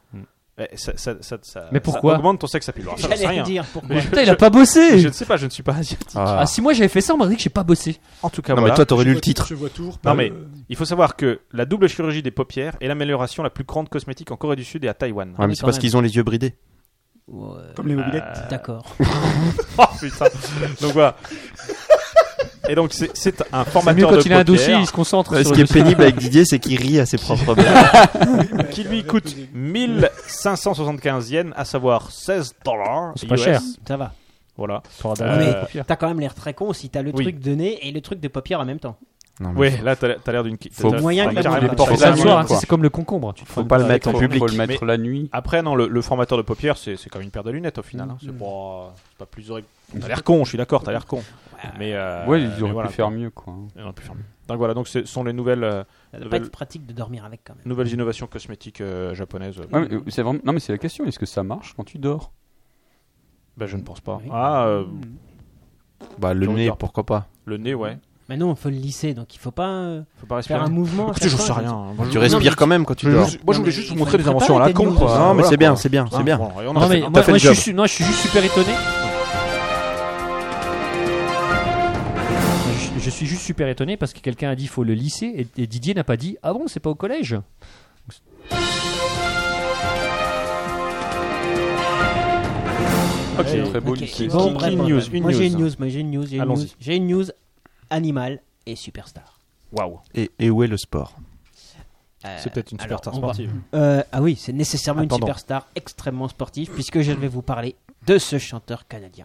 Speaker 4: eh, ça, ça, ça, ça-
Speaker 5: Mhm. Mais
Speaker 4: ça
Speaker 5: pourquoi
Speaker 4: augmente ton sexe à pile. Alors, Ça, j'en sais
Speaker 9: J'allais
Speaker 4: rien.
Speaker 9: dire pourquoi.
Speaker 4: Mais
Speaker 5: Putain, il
Speaker 4: je-
Speaker 5: a pas
Speaker 4: je
Speaker 5: bossé.
Speaker 4: ne sais pas, je ne suis pas asiatique.
Speaker 3: Ah.
Speaker 5: Ah, si moi j'avais fait ça, on m'aurait dit que j'ai pas bossé.
Speaker 4: En tout cas,
Speaker 3: Non,
Speaker 4: voilà.
Speaker 3: mais toi, t'aurais
Speaker 1: Je
Speaker 3: lu le
Speaker 1: vois-
Speaker 3: titre.
Speaker 1: Je vois tour.
Speaker 4: Non, mais- Il faut savoir que la double chirurgie des paupières est l'amélioration la plus grande cosmétique en Corée du Sud et à Taïwan.
Speaker 3: Ouais,
Speaker 5: Ah
Speaker 9: mais
Speaker 3: mais c'est
Speaker 9: quand
Speaker 3: parce
Speaker 9: même.
Speaker 3: qu'ils ont les yeux bridés.
Speaker 9: Ouais,
Speaker 1: Comme les mobilettes.
Speaker 9: D'accord.
Speaker 4: Euh. (laughs) Oh putain Donc voilà. Et donc c'est- c'est un
Speaker 5: C'est mieux
Speaker 4: formateur
Speaker 5: quand
Speaker 4: de Euh,
Speaker 5: il a un dossier,
Speaker 4: paupières
Speaker 5: il se concentre
Speaker 3: Ouais,
Speaker 5: sur
Speaker 3: ce
Speaker 5: le
Speaker 3: qui est
Speaker 5: dossier.
Speaker 3: pénible avec
Speaker 5: (laughs)
Speaker 3: Didier, c'est qu'il rit à (laughs) ses propres blagues.
Speaker 1: (laughs)
Speaker 4: qui lui coûte 1575 yens, à savoir 16 dollars.
Speaker 5: C'est pas cher.
Speaker 9: Ça va.
Speaker 4: Voilà.
Speaker 5: Pour
Speaker 4: Euh,
Speaker 5: avoir des paupières.
Speaker 9: T'as quand même l'air très con si t'as le
Speaker 4: Oui.
Speaker 9: truc de nez et le truc de paupière en même temps.
Speaker 3: Non, mais
Speaker 4: Ouais,
Speaker 3: faut-
Speaker 4: là t'as l'air- t'as l'air d'une.
Speaker 3: Faut
Speaker 4: t'as-
Speaker 9: moyen
Speaker 4: t'as
Speaker 9: que la
Speaker 4: carrément
Speaker 9: bombe
Speaker 4: des
Speaker 9: passe.
Speaker 5: C'est
Speaker 4: portes
Speaker 5: le
Speaker 4: à
Speaker 8: nuit,
Speaker 5: soir, hein,
Speaker 4: quoi.
Speaker 5: c'est comme le concombre. tu te
Speaker 3: faut
Speaker 5: prends-
Speaker 3: pas le mettre en
Speaker 8: Faut
Speaker 3: public.
Speaker 8: le mettre la nuit.
Speaker 4: Après non, le, le formateur de paupières c'est c'est comme une paire de lunettes au final. hein.
Speaker 5: Mm.
Speaker 4: C'est pas, c'est pas plus horrible. T'as l'air con, je suis d'accord, t'as l'air con. Mais euh,
Speaker 8: Ouais,
Speaker 4: mais
Speaker 8: ils auraient
Speaker 4: voilà.
Speaker 8: pu faire mieux, quoi.
Speaker 4: Ils auraient pu faire mieux. Donc voilà, donc ce sont les nouvelles euh,
Speaker 9: Ça doit pas
Speaker 4: Nouvelle-
Speaker 9: être pratique de dormir avec quand même.
Speaker 4: nouvelles innovations cosmétiques euh, japonaises.
Speaker 8: Ouais, mais, euh, c'est vraiment- (laughs) Non, mais c'est la question. Est-ce que ça marche quand tu dors
Speaker 4: Bah, je ne pense pas.
Speaker 9: Oui.
Speaker 4: Ah, euh,
Speaker 3: Bah, le
Speaker 4: J'en ai
Speaker 3: nez,
Speaker 4: peur.
Speaker 3: pourquoi pas.
Speaker 4: le nez, ouais.
Speaker 9: Mais non, faut le lisser, donc il faut pas euh,
Speaker 4: Faut pas
Speaker 9: faire
Speaker 4: respirer.
Speaker 9: un mouvement. à
Speaker 4: Écoutez,
Speaker 9: chaque
Speaker 4: j'en
Speaker 9: fois,
Speaker 4: sais
Speaker 9: donc-
Speaker 4: rien. hein. Moi, je-
Speaker 3: Tu respires quand même quand tu dors.
Speaker 4: Moi, je voulais
Speaker 9: mais
Speaker 4: juste vous
Speaker 9: il
Speaker 4: montrer
Speaker 9: fallait
Speaker 4: des inventions à la
Speaker 9: préparer
Speaker 4: con,
Speaker 9: tes
Speaker 4: quoi.
Speaker 3: Non, mais
Speaker 4: Voilà,
Speaker 3: c'est bien,
Speaker 4: quoi.
Speaker 3: c'est bien, c'est
Speaker 4: Ah,
Speaker 3: bien.
Speaker 4: bon, on a
Speaker 5: Non,
Speaker 4: fait-
Speaker 5: mais
Speaker 4: on a
Speaker 5: moi,
Speaker 4: fait
Speaker 5: moi,
Speaker 4: le
Speaker 5: je,
Speaker 4: job.
Speaker 5: suis, moi, je suis juste super étonné. Je, je suis juste super étonné parce que quelqu'un a dit faut le lycée et, et Didier n'a pas dit ah bon c'est pas au collège.
Speaker 8: Ok,
Speaker 9: Ouais,
Speaker 8: très beau
Speaker 9: ok.
Speaker 8: lycée.
Speaker 9: Bon,
Speaker 4: Qui-
Speaker 9: bref,
Speaker 4: qui
Speaker 9: bref.
Speaker 4: news Une
Speaker 9: Moi j'ai une
Speaker 4: news.
Speaker 9: news, moi j'ai une news, j'ai une news,
Speaker 4: Allons-y.
Speaker 9: j'ai une news animal et superstar.
Speaker 4: Waouh.
Speaker 3: Et, et où est le sport
Speaker 9: Euh,
Speaker 4: C'est peut-être une
Speaker 9: alors,
Speaker 4: superstar
Speaker 9: on va-
Speaker 4: sportive.
Speaker 9: Euh, ah oui, c'est nécessairement
Speaker 4: Attendons.
Speaker 9: une superstar extrêmement sportive puisque je vais vous parler de ce chanteur canadien.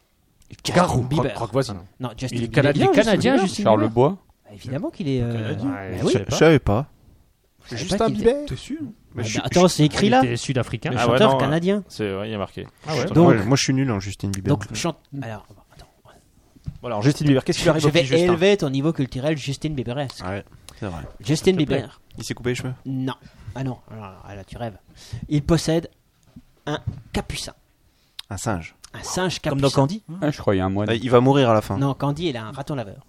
Speaker 9: Justin Bieber.
Speaker 4: Croque voisine.
Speaker 9: Non, Justin
Speaker 4: Il est
Speaker 9: Bieber.
Speaker 4: canadien,
Speaker 5: Il est canadien
Speaker 4: Justin
Speaker 5: Justin
Speaker 8: Charles
Speaker 5: Bieber
Speaker 8: Bois
Speaker 9: Bah, Évidemment qu'il est. euh, bah
Speaker 3: Je
Speaker 9: oui.
Speaker 3: je savais pas.
Speaker 9: Je savais
Speaker 4: Juste
Speaker 9: pas
Speaker 4: un
Speaker 9: qu'il
Speaker 4: bidet.
Speaker 9: était-
Speaker 4: T'es sûr
Speaker 9: Ah, bah, Attends, c'est écrit là.
Speaker 5: Il était sud-africain.
Speaker 9: Le
Speaker 4: Ah ouais,
Speaker 9: chanteur
Speaker 4: non,
Speaker 9: canadien.
Speaker 4: C'est ouais, il est marqué.
Speaker 9: Donc-
Speaker 3: Ah Ouais, moi, je suis nul en Justin Bieber.
Speaker 9: Donc, chante. Alors, attends.
Speaker 4: Bon, alors Justin Bieber, qu'est-ce qui lui arrive
Speaker 9: Je
Speaker 4: au
Speaker 9: vais
Speaker 4: petit Justin
Speaker 9: élever ton niveau culturel, Justin Bieber.
Speaker 3: Ouais, c'est vrai.
Speaker 9: Justin
Speaker 5: te plaît.
Speaker 9: Bieber.
Speaker 3: Il s'est coupé les cheveux.
Speaker 9: Non. Ah non, non, non, ah là tu rêves. Il possède un capucin.
Speaker 3: Un singe.
Speaker 9: Un singe capucin.
Speaker 6: Comme dans Candy
Speaker 8: Ah, je croyais un moine.
Speaker 3: Euh, Il va mourir à la fin. Non,
Speaker 9: Non, Candy, il a un raton laveur.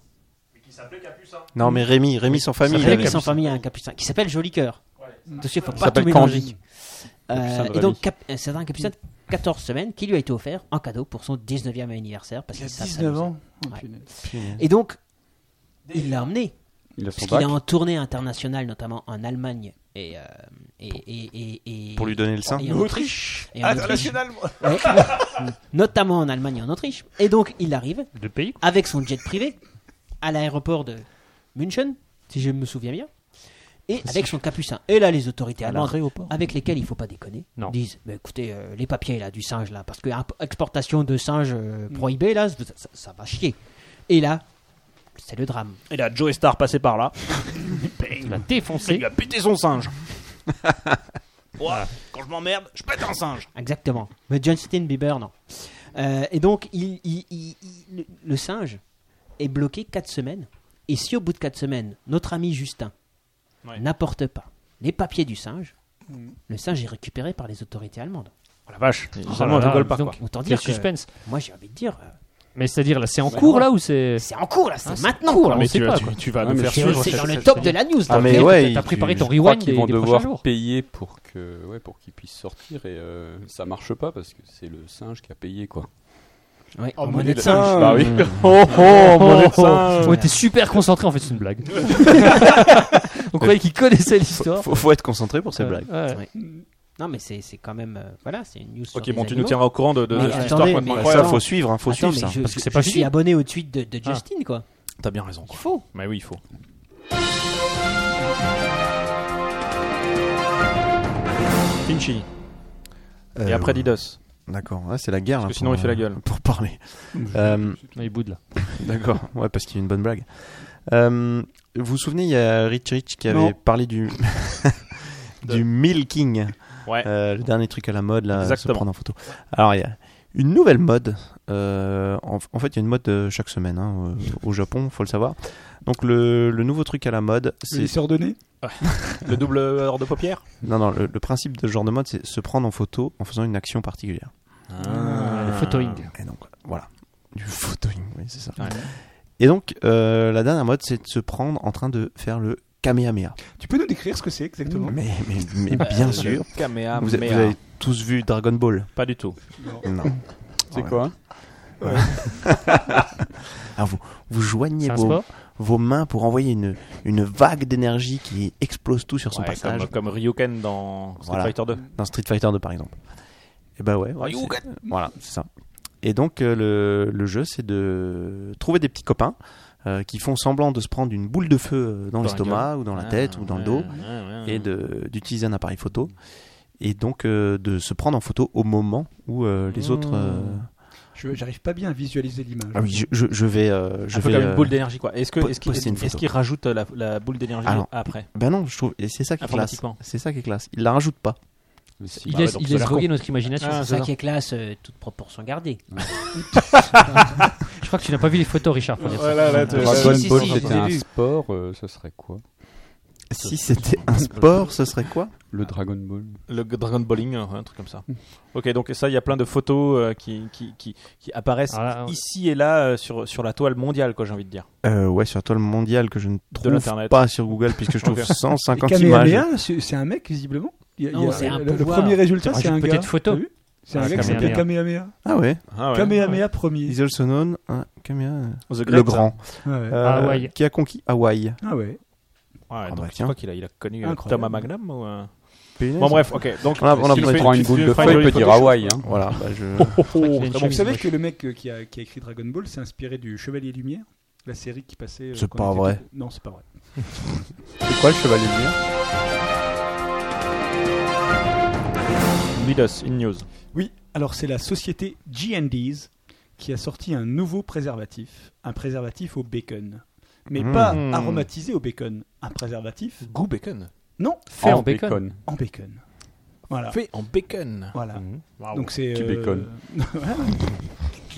Speaker 3: mais Rémi, Rémi sans famille. il a-
Speaker 9: Rémi sans famille a un capucin qui s'appelle Joli Cœur. Attention, faut pas tout
Speaker 8: s'appelle
Speaker 9: mélanger.
Speaker 8: Candy.
Speaker 9: Euh,
Speaker 8: Capucin de
Speaker 9: et
Speaker 8: Rémi.
Speaker 9: donc, cap- euh, c'est un capucin de 14 semaines qui lui a été offert en cadeau pour son 19e anniversaire. Parce
Speaker 1: Il a
Speaker 9: qu'il savent
Speaker 1: 19
Speaker 9: s'amuser.
Speaker 1: ans. Oh,
Speaker 9: Ouais.
Speaker 1: punaise.
Speaker 9: Et donc, il l'a emmené.
Speaker 8: Il a son
Speaker 9: Parce qu'il
Speaker 8: bac.
Speaker 9: est en tournée internationale, notamment en Allemagne (laughs) et, euh, et, et- et- et-
Speaker 3: Pour lui donner le sein.
Speaker 9: et en Autriche.
Speaker 6: Ah,
Speaker 9: Et en Autriche.
Speaker 1: International, moi.
Speaker 9: Ouais.
Speaker 5: (laughs)
Speaker 9: (laughs) notamment en Allemagne et en Autriche. Et donc, il arrive
Speaker 5: De pays
Speaker 9: avec son jet privé à l'aéroport de München, si je me souviens bien, et avec son capucin. Et là, les autorités allemandes, avec lesquelles il faut pas déconner,
Speaker 5: Non.
Speaker 9: disent Mais écoutez, euh, les papiers là, du singe, là, parce que imp- exportation de singes euh, prohibée, là, ça, ça- ça va chier. Et là, c'est le drame.
Speaker 6: Et là, Joe Star passé par
Speaker 9: (laughs)
Speaker 6: là.
Speaker 5: Il va défoncer.
Speaker 6: Il a pété son (laughs) singe. Ouah, quand je m'emmerde, je pète un singe.
Speaker 9: Exactement. Mais Justin Bieber, non. Euh, et donc, il, il- il- il- le, le singe est bloqué 4 semaines. Et si au bout de 4 semaines, notre ami Justin
Speaker 6: Ouais.
Speaker 9: n'apporte pas les papiers du singe, le singe est récupéré par les autorités allemandes.
Speaker 6: Oh la vache.
Speaker 5: Oh
Speaker 6: Vraiment,
Speaker 5: là
Speaker 6: je
Speaker 5: là,
Speaker 6: rigole pas.
Speaker 5: donc,
Speaker 6: quoi.
Speaker 9: Autant
Speaker 5: Quel
Speaker 9: dire que
Speaker 5: suspense.
Speaker 9: moi j'ai envie de dire, euh,
Speaker 5: Mais c'est-à-dire, là, c'est en cours là ou c'est.
Speaker 9: c'est en cours là, c'est
Speaker 5: Ah, c'est
Speaker 9: maintenant.
Speaker 5: en cours, là,
Speaker 9: là.
Speaker 5: on
Speaker 9: Mais
Speaker 5: sait
Speaker 6: tu-
Speaker 5: pas
Speaker 6: tu-
Speaker 5: quoi.
Speaker 6: Tu vas
Speaker 8: Ah,
Speaker 6: le
Speaker 8: mais
Speaker 6: faire
Speaker 9: c'est
Speaker 6: suivre.
Speaker 9: c'est
Speaker 6: cette-
Speaker 9: dans le
Speaker 6: cette-
Speaker 9: top de la news.
Speaker 3: Ah,
Speaker 9: là.
Speaker 3: mais
Speaker 5: T'as-
Speaker 3: ouais,
Speaker 5: T'as
Speaker 3: il-
Speaker 5: préparé ton
Speaker 8: Je crois
Speaker 5: rewind
Speaker 8: qu'ils
Speaker 5: des,
Speaker 8: vont
Speaker 5: des
Speaker 8: devoir
Speaker 5: prochains jours.
Speaker 8: payer pour que, ouais, pour qu'ils puissent sortir et euh, ça marche pas parce que c'est le singe qui a payé quoi.
Speaker 9: Ouais,
Speaker 1: Oh,
Speaker 9: en
Speaker 1: mais
Speaker 9: monnaie
Speaker 1: les-
Speaker 9: de singe.
Speaker 1: Ah,
Speaker 8: Bah oui. (laughs) Oh oh, mon singe.
Speaker 5: Mmh. Ouais, t'es super concentré en fait, c'est une blague. (laughs) On croyait qu'il connaissait l'histoire.
Speaker 3: Faut, faut être concentré pour ces
Speaker 5: Ouais,
Speaker 3: blagues.
Speaker 5: ouais.
Speaker 9: Non mais c'est c'est quand même, euh, voilà, c'est une news. sur
Speaker 6: Ok,
Speaker 9: des
Speaker 6: bon, tu nous
Speaker 9: animaux.
Speaker 6: tiendras au courant de, de
Speaker 9: Mais
Speaker 6: cette
Speaker 9: attendez,
Speaker 6: histoire
Speaker 9: mais
Speaker 6: complètement
Speaker 9: attends.
Speaker 3: Ça,
Speaker 6: incroyable.
Speaker 3: faut suivre, hein, faut
Speaker 9: Attends,
Speaker 3: suivre ça.
Speaker 9: mais je,
Speaker 5: parce que c'est
Speaker 9: je
Speaker 5: pas Ah.
Speaker 9: suis
Speaker 5: fini.
Speaker 9: abonné au tweet de, de Justin quoi.
Speaker 4: Ah,
Speaker 6: T'as bien raison.
Speaker 9: Il faut.
Speaker 6: Mais oui, il faut. Finchi. Et
Speaker 3: Euh,
Speaker 6: après Didos.
Speaker 3: D'accord, ouais, c'est la guerre.
Speaker 6: Parce
Speaker 3: là,
Speaker 6: que sinon,
Speaker 3: pour,
Speaker 6: il fait la
Speaker 3: euh,
Speaker 6: gueule.
Speaker 3: Pour parler. Euh,
Speaker 5: Ouais, il boude là.
Speaker 3: D'accord, ouais, parce qu'il y a une bonne blague. Euh, vous vous souvenez, il y a Rich Rich qui avait
Speaker 1: Non.
Speaker 6: (laughs)
Speaker 3: parlé du. du milking.
Speaker 6: Ouais.
Speaker 3: Euh, le dernier truc à la mode, là,
Speaker 6: Exactement.
Speaker 3: se prendre en photo. Alors, il y a une nouvelle mode. euh, en, en fait, il y a une mode euh, chaque semaine hein, au au Japon, faut le savoir. Donc, le, le nouveau truc à la mode, c'est.
Speaker 1: Il s'est
Speaker 4: (laughs)
Speaker 1: ordonné.
Speaker 6: Le double hors de paupières
Speaker 3: Non, non, le, le principe de ce genre de mode, c'est se prendre en photo en faisant une action particulière.
Speaker 5: Le photoing.
Speaker 3: Et donc, voilà. Du photoing, oui, c'est ça.
Speaker 6: Ouais.
Speaker 3: Et donc, euh, la dernière mode, c'est de se prendre en train de faire le Kamehameha.
Speaker 1: Tu peux nous décrire ce que c'est exactement
Speaker 3: Mais, mais,
Speaker 1: (laughs)
Speaker 3: mais
Speaker 6: Bah,
Speaker 3: bien sûr.
Speaker 6: Kamea,
Speaker 3: Vous, avez- vous avez tous vu Dragon Ball
Speaker 6: Pas du tout.
Speaker 3: Non.
Speaker 8: C'est quoi
Speaker 3: Ah, vous, vous joignez
Speaker 5: C'est un
Speaker 3: vos,
Speaker 5: sport
Speaker 3: vos mains pour envoyer une, une vague d'énergie qui explose tout sur son
Speaker 6: Ouais,
Speaker 3: passage.
Speaker 6: Comme, comme Ryuken dans Street
Speaker 3: Voilà.
Speaker 6: Fighter 2.
Speaker 3: Dans Street Fighter 2, par exemple. Et bah ouais. ouais, c'est- voilà, c'est ça. Et donc, euh, le, le jeu, c'est de trouver des petits copains euh, qui font semblant de se prendre une boule de feu euh, dans,
Speaker 6: la Ah,
Speaker 3: l'estomac, ou dans la tête, ou dans le dos, et de- euh, d'utiliser un appareil photo. Et donc, euh, de se prendre en photo au moment où euh,
Speaker 6: Hmm.
Speaker 3: les autres. euh,
Speaker 1: Je J'arrive pas bien à visualiser l'image.
Speaker 3: Ah oui, je, je- je vais. euh, je
Speaker 6: un peu
Speaker 3: vais,
Speaker 6: comme une
Speaker 3: euh,
Speaker 6: boule d'énergie quoi. Est-ce que
Speaker 3: po-
Speaker 6: est-ce qu'il
Speaker 3: poster une
Speaker 6: est-ce
Speaker 3: photo.
Speaker 6: qu'il rajoute la, la boule d'énergie
Speaker 3: Ah non.
Speaker 6: après
Speaker 3: Ben non, je trouve. Et c'est ça qui est classe.
Speaker 6: Informatiquement.
Speaker 3: C'est ça qui est classe. Il la rajoute pas.
Speaker 5: Il
Speaker 6: Bah ouais,
Speaker 5: laisse,
Speaker 6: donc
Speaker 5: il
Speaker 6: ça a
Speaker 5: laisse
Speaker 6: l'air
Speaker 5: voguer notre imagination.
Speaker 6: Ah,
Speaker 9: C'est ça qui est classe, euh, toute proportion
Speaker 5: (laughs)
Speaker 9: gardée.
Speaker 5: Je crois que tu n'as pas vu les photos, Richard. Pour dire ça. Ah,
Speaker 8: Dragon
Speaker 9: si, si,
Speaker 8: Ball,
Speaker 9: si,
Speaker 8: c'était
Speaker 9: j'ai
Speaker 8: un
Speaker 9: vu.
Speaker 8: sport, euh, ce serait quoi
Speaker 3: Si c'était un sport, ce serait quoi
Speaker 8: Le Dragon Ball.
Speaker 6: Le g- Dragon Balling, euh, un truc comme ça.
Speaker 3: Hmm.
Speaker 6: ok, donc ça, il y a plein de photos euh, qui, qui, qui, qui apparaissent
Speaker 5: Ah là, ouais.
Speaker 6: ici et là euh, sur, sur la toile mondiale, quoi, j'ai envie de dire.
Speaker 3: Euh, ouais, sur toile mondiale que je ne trouve
Speaker 6: l'Internet.
Speaker 3: pas sur Google
Speaker 6: (laughs)
Speaker 3: puisque je trouve
Speaker 6: Ok.
Speaker 3: 150
Speaker 1: Et
Speaker 3: images.
Speaker 1: Kamehameha, c'est c'est un mec visiblement. Il y a-
Speaker 9: Non,
Speaker 1: il y a-
Speaker 9: c'est un
Speaker 1: le, le
Speaker 9: pouvoir.
Speaker 1: premier résultat,
Speaker 5: C'est
Speaker 1: c'est un
Speaker 5: une
Speaker 1: gars.
Speaker 5: petite photo.
Speaker 1: t'as vu C'est
Speaker 5: Ah,
Speaker 1: un mec qui s'appelle Kamehameha.
Speaker 3: Ah ouais,
Speaker 6: Ah ouais.
Speaker 1: Kamehameha premier.
Speaker 3: Isol Sonon, hein, Kamehameha,
Speaker 6: The
Speaker 3: le
Speaker 6: Great.
Speaker 3: grand,
Speaker 1: Ah ouais.
Speaker 3: euh,
Speaker 5: Hawaï.
Speaker 3: qui a conquis Hawaï.
Speaker 1: Ah ouais.
Speaker 6: Ouais, donc
Speaker 3: bah
Speaker 6: je
Speaker 3: tiens.
Speaker 6: crois qu'il a, il a connu euh,
Speaker 1: Incroyable.
Speaker 6: Thomas Magnum ou, euh, Bon, bref, ok. Donc,
Speaker 3: On a- on a
Speaker 6: si
Speaker 3: pris-
Speaker 6: tu fais-
Speaker 8: prend
Speaker 6: tu
Speaker 8: une boule
Speaker 6: fais
Speaker 8: de
Speaker 6: une
Speaker 8: feu, il
Speaker 6: jolie
Speaker 8: peut
Speaker 6: photo,
Speaker 8: dire
Speaker 6: je-
Speaker 8: Hawaï. Hein.
Speaker 3: Voilà, bah, je...
Speaker 6: (laughs)
Speaker 5: Il a une
Speaker 1: Oh, Vous
Speaker 5: chemise
Speaker 1: savez
Speaker 5: moche.
Speaker 1: que le mec euh, qui a, qui a écrit Dragon Ball s'est inspiré du Chevalier Lumière, la série qui passait. euh,
Speaker 3: C'est
Speaker 1: quand
Speaker 3: pas
Speaker 1: on était
Speaker 3: vrai.
Speaker 1: petit. Non, c'est pas vrai.
Speaker 8: C'est quoi le chevalier lumière
Speaker 6: Lead us in news.
Speaker 1: Oui, alors c'est la société GNDs qui a sorti un nouveau préservatif, un préservatif au bacon. Mais
Speaker 3: Mmh.
Speaker 1: pas aromatisé au bacon, un préservatif
Speaker 6: Goût bacon.
Speaker 1: non
Speaker 5: Fait en bacon.
Speaker 1: en bacon. Voilà.
Speaker 6: Fait en bacon.
Speaker 1: Voilà.
Speaker 3: Mhm.
Speaker 6: Waouh.
Speaker 1: Donc c'est
Speaker 8: Du
Speaker 5: (laughs)
Speaker 1: euh,
Speaker 8: bacon.
Speaker 1: (laughs)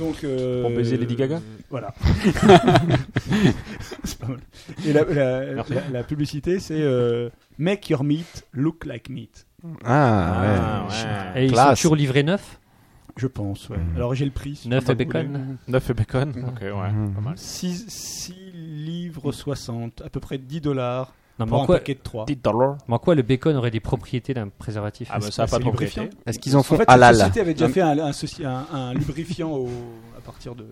Speaker 1: Donc euh,
Speaker 6: Pour baiser Lady Gaga
Speaker 1: Voilà. c'est pas pas mal. Et la, la- la- la publicité, c'est euh, Make your meat look like meat.
Speaker 3: Ah, ouais.
Speaker 5: Et ils sont
Speaker 3: Classe.
Speaker 5: toujours livrés neufs
Speaker 1: Je pense, ouais. Alors j'ai le prix. si
Speaker 5: Neuf
Speaker 1: vous
Speaker 5: et
Speaker 1: voulez. Mhm.
Speaker 5: bacon
Speaker 4: 9 Mhm. et bacon Ok, ouais, pas mal.
Speaker 1: 6, livres 60, à peu près 10 dollars
Speaker 5: Non, mais
Speaker 1: pour
Speaker 5: en
Speaker 1: un
Speaker 5: quoi,
Speaker 1: paquet de 3.
Speaker 4: Petit dollar.
Speaker 5: mais en quoi le bacon aurait des propriétés d'un préservatif
Speaker 4: Ah, bah ça a pas de propriété.
Speaker 3: Est-ce qu'ils en font
Speaker 1: fait, cette
Speaker 3: halal
Speaker 1: société avait déjà fait un, un soci- un- un lubrifiant au- à partir de.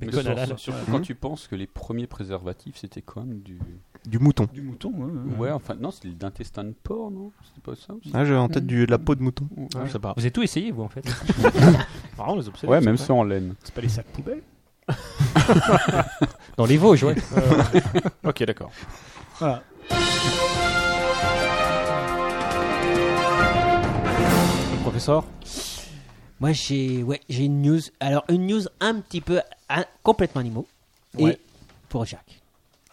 Speaker 8: Mais
Speaker 5: Bacon
Speaker 8: sur-
Speaker 5: halal.
Speaker 8: Surtout quand tu penses que les premiers préservatifs, c'était quand même du.
Speaker 3: Du mouton.
Speaker 1: Du mouton, ouais, ouais.
Speaker 8: Ouais, enfin, non, c'était l'intestin de porc, non C'était pas ça aussi
Speaker 3: Ah, j'avais en tête du, de la peau de mouton.
Speaker 1: Ah,
Speaker 4: Je sais pas.
Speaker 5: Vous avez tout essayé, vous, en
Speaker 1: (laughs)
Speaker 5: fait.
Speaker 4: Marrant, les obsédés,
Speaker 8: Ouais,
Speaker 4: c'est
Speaker 8: même
Speaker 4: vrai.
Speaker 8: ça en laine.
Speaker 1: C'est pas les sacs poubelles.
Speaker 5: (laughs)
Speaker 1: Euh,
Speaker 5: Dans les Vosges, ouais.
Speaker 4: Ok, d'accord.
Speaker 1: Voilà.
Speaker 4: Le professeur
Speaker 9: Moi, j'ai ouais, j'ai une news. Alors, une news un petit peu hein, complètement animaux.
Speaker 4: Ouais.
Speaker 9: Et pour Jacques.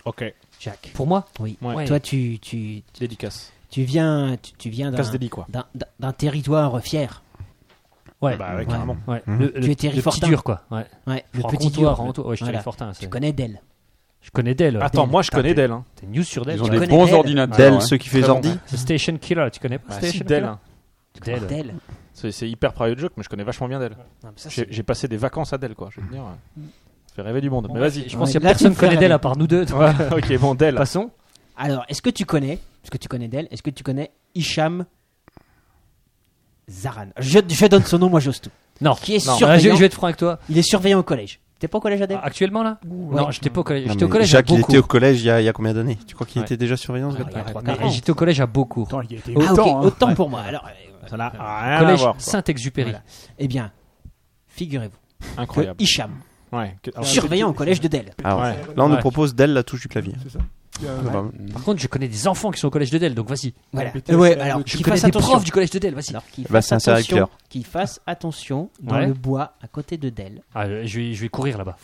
Speaker 4: Ok.
Speaker 9: Jacques.
Speaker 5: Pour moi
Speaker 9: Oui.
Speaker 4: Ouais.
Speaker 9: Toi, tu, tu,
Speaker 4: Dédicace.
Speaker 9: tu viens, tu, tu viens d'un-
Speaker 4: Casse délit, quoi.
Speaker 9: d'un- d'un- d'un territoire fier.
Speaker 5: Ouais.
Speaker 4: Bah, ouais,
Speaker 9: Ouais.
Speaker 4: carrément.
Speaker 5: ouais.
Speaker 3: Mhm.
Speaker 5: Le, le-
Speaker 9: es Thierry
Speaker 5: le petit
Speaker 9: Fortin.
Speaker 5: dur, quoi. Ouais.
Speaker 9: Ouais, le petit
Speaker 5: Rantois,
Speaker 9: dur.
Speaker 5: Rantois. Ouais, je suis
Speaker 9: Voilà.
Speaker 5: Thierry Fortin.
Speaker 9: Tu
Speaker 5: c'est-
Speaker 9: connais d'elle.
Speaker 5: Je connais d'elle.
Speaker 4: Attends, moi je connais Dell. Hein.
Speaker 5: T'es news sur Dell.
Speaker 8: Ils
Speaker 5: toi.
Speaker 8: ont des
Speaker 9: connais
Speaker 8: bons
Speaker 9: Dell
Speaker 8: ordinateurs.
Speaker 3: Dell,
Speaker 8: hein.
Speaker 3: ceux qui fait
Speaker 4: Très bon.
Speaker 3: ordi.
Speaker 5: The Station Killer, tu connais pas
Speaker 4: Bah, si,
Speaker 5: Station
Speaker 4: Dell.
Speaker 5: Killer
Speaker 4: hein.
Speaker 5: Dell.
Speaker 9: D'elle.
Speaker 4: C'est c'est hyper private joke, mais je connais vachement bien Dell.
Speaker 9: Non, mais ça,
Speaker 4: J'ai
Speaker 9: c'est-
Speaker 4: j'ai passé des vacances à Dell, quoi. Je veux dire. euh, Ça fait rêver du monde. Mais vas-y.
Speaker 5: Je pense qu'il y a
Speaker 9: Là, tu
Speaker 5: personne
Speaker 9: me
Speaker 5: qui
Speaker 9: fais
Speaker 5: connaît
Speaker 9: rêver.
Speaker 5: d'elle à part nous deux. donc
Speaker 4: Ouais, (laughs) ok, bon, Dell.
Speaker 5: Passons.
Speaker 9: Alors, est-ce que tu connais, est-ce que tu connais d'elle, est-ce que tu connais Hicham Zaran je, je donne son nom, moi j'ose tout.
Speaker 5: Non.
Speaker 9: Qui est
Speaker 5: Non.
Speaker 9: surveillant.
Speaker 5: Ah, je, je vais être franc avec toi.
Speaker 9: Il est surveillant au collège. T'es pas au collège, Adèle
Speaker 5: Actuellement là Non, j'étais pas au collège.
Speaker 3: Non,
Speaker 5: J'étais au
Speaker 3: mais
Speaker 5: collège
Speaker 3: Jacques,
Speaker 5: à
Speaker 3: il était au
Speaker 5: Beaucourt.
Speaker 3: collège il y a, il y a combien d'années Tu crois qu'il
Speaker 5: Ouais.
Speaker 3: était déjà surveillant ce gars
Speaker 9: Ah, il y a trois,
Speaker 5: Mais
Speaker 9: quatre ans.
Speaker 5: J'étais au collège à Beaucourt.
Speaker 1: Attends, il y a été
Speaker 9: Ah, ok,
Speaker 1: autant. hein.
Speaker 9: autant pour moi. Alors, euh,
Speaker 4: Ça n'a rien à
Speaker 5: Collège
Speaker 4: voir. quoi.
Speaker 5: Saint-Exupéry.
Speaker 9: Voilà. eh bien, figurez-vous que
Speaker 4: Incroyable.
Speaker 9: Hicham,
Speaker 4: Ouais. que- alors,
Speaker 9: surveillant au collège de Dell.
Speaker 3: Alors,
Speaker 4: Ouais.
Speaker 3: Ah là, on
Speaker 5: Ouais. Mm.
Speaker 3: nous propose Dell la touche du clavier. Ah,
Speaker 1: C'est ça. Il y a-
Speaker 3: C'est pas mal.
Speaker 5: Par contre, je connais des enfants qui sont au collège de Dell, donc vas-y.
Speaker 9: Voilà.
Speaker 1: pété,
Speaker 9: Ouais,
Speaker 1: c'est
Speaker 9: alors,
Speaker 1: abouti.
Speaker 5: Je
Speaker 9: qu'il
Speaker 5: connais
Speaker 9: fasse
Speaker 5: des
Speaker 9: attention.
Speaker 5: profs du collège de Dell, vas-y.
Speaker 9: Alors, qu'il
Speaker 3: Bah,
Speaker 9: fasse
Speaker 3: c'est un serial
Speaker 9: attention,
Speaker 3: killer.
Speaker 9: qu'il fasse attention dans
Speaker 5: Ouais.
Speaker 9: le bois à côté de Dell.
Speaker 5: Ah, je, je vais, je vais courir là-bas.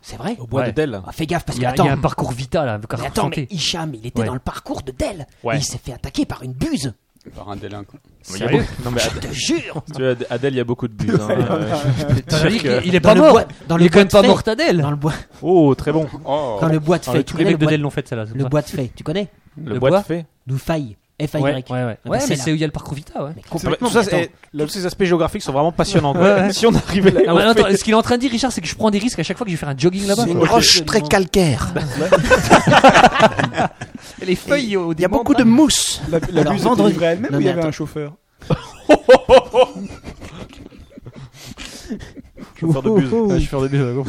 Speaker 9: C'est vrai
Speaker 4: Au bois
Speaker 5: Ouais.
Speaker 4: de Dell.
Speaker 9: Ah, Fais gaffe parce
Speaker 5: Il
Speaker 9: que
Speaker 5: y, a-
Speaker 9: attends,
Speaker 5: il y a un parcours Vita là.
Speaker 9: mais attends, mais Hicham, il était
Speaker 5: Ouais.
Speaker 9: dans le parcours de Dell.
Speaker 4: Ouais.
Speaker 9: Et il s'est fait attaquer par une buse.
Speaker 8: Par un délinquant.
Speaker 5: Sérieux
Speaker 4: Non, mais Ad-
Speaker 9: Je te jure.
Speaker 4: tu vois, Ad- Adèle, il y a beaucoup de buts.
Speaker 9: (laughs)
Speaker 4: hein. Euh, je peux te
Speaker 5: T'as dit
Speaker 4: dire que-
Speaker 5: qu'il- Il est
Speaker 9: Dans
Speaker 5: pas
Speaker 9: le
Speaker 5: mort.
Speaker 9: bois- dans
Speaker 5: Il
Speaker 9: le
Speaker 5: est quand
Speaker 9: bois
Speaker 5: même
Speaker 9: de
Speaker 5: pas
Speaker 9: fête.
Speaker 5: mort à Dell.
Speaker 9: Dans le bois,
Speaker 4: Oh, très bon.
Speaker 8: Oh
Speaker 9: dans le bois de
Speaker 5: Ah,
Speaker 9: fête.
Speaker 5: Tous les mecs de Dell l'ont fait celle-là.
Speaker 9: Le bois de fête, tu connais
Speaker 4: Le,
Speaker 5: Le
Speaker 4: bois,
Speaker 5: bois
Speaker 4: de fée.
Speaker 9: D'où
Speaker 4: (laughs)
Speaker 9: faille. F A Y.
Speaker 5: Ouais, ouais, ouais.
Speaker 9: Ah
Speaker 5: Ouais,
Speaker 9: bah, c'est
Speaker 5: mais
Speaker 9: là.
Speaker 5: c'est où il y a le parcours Vita, ouais.
Speaker 9: Mais
Speaker 4: C'est vrai,
Speaker 9: complètement.
Speaker 4: tout ça,
Speaker 9: mais attends,
Speaker 4: c'est- là, tous ces aspects géographiques sont vraiment passionnants. quoi. (laughs) Si on arrivait là,
Speaker 5: Ah ouais, attends, ce qu'il est en train de dire, Richard, c'est que je prends des risques à chaque fois que je vais faire un jogging là-bas. quoi.
Speaker 3: roche très calcaire.
Speaker 9: (laughs)
Speaker 5: Et Les feuilles au
Speaker 3: Il y a beaucoup de mousse.
Speaker 1: La, la
Speaker 9: Alors,
Speaker 1: buse était
Speaker 9: vendredi-
Speaker 1: livrée à elle-même
Speaker 9: Non,
Speaker 1: ou il y
Speaker 9: mais
Speaker 1: avait
Speaker 9: attends.
Speaker 1: un chauffeur
Speaker 4: chauffeur de buse.
Speaker 9: Oh, oh, oh.
Speaker 4: Chauffeur de buse, (laughs) ouais, bon.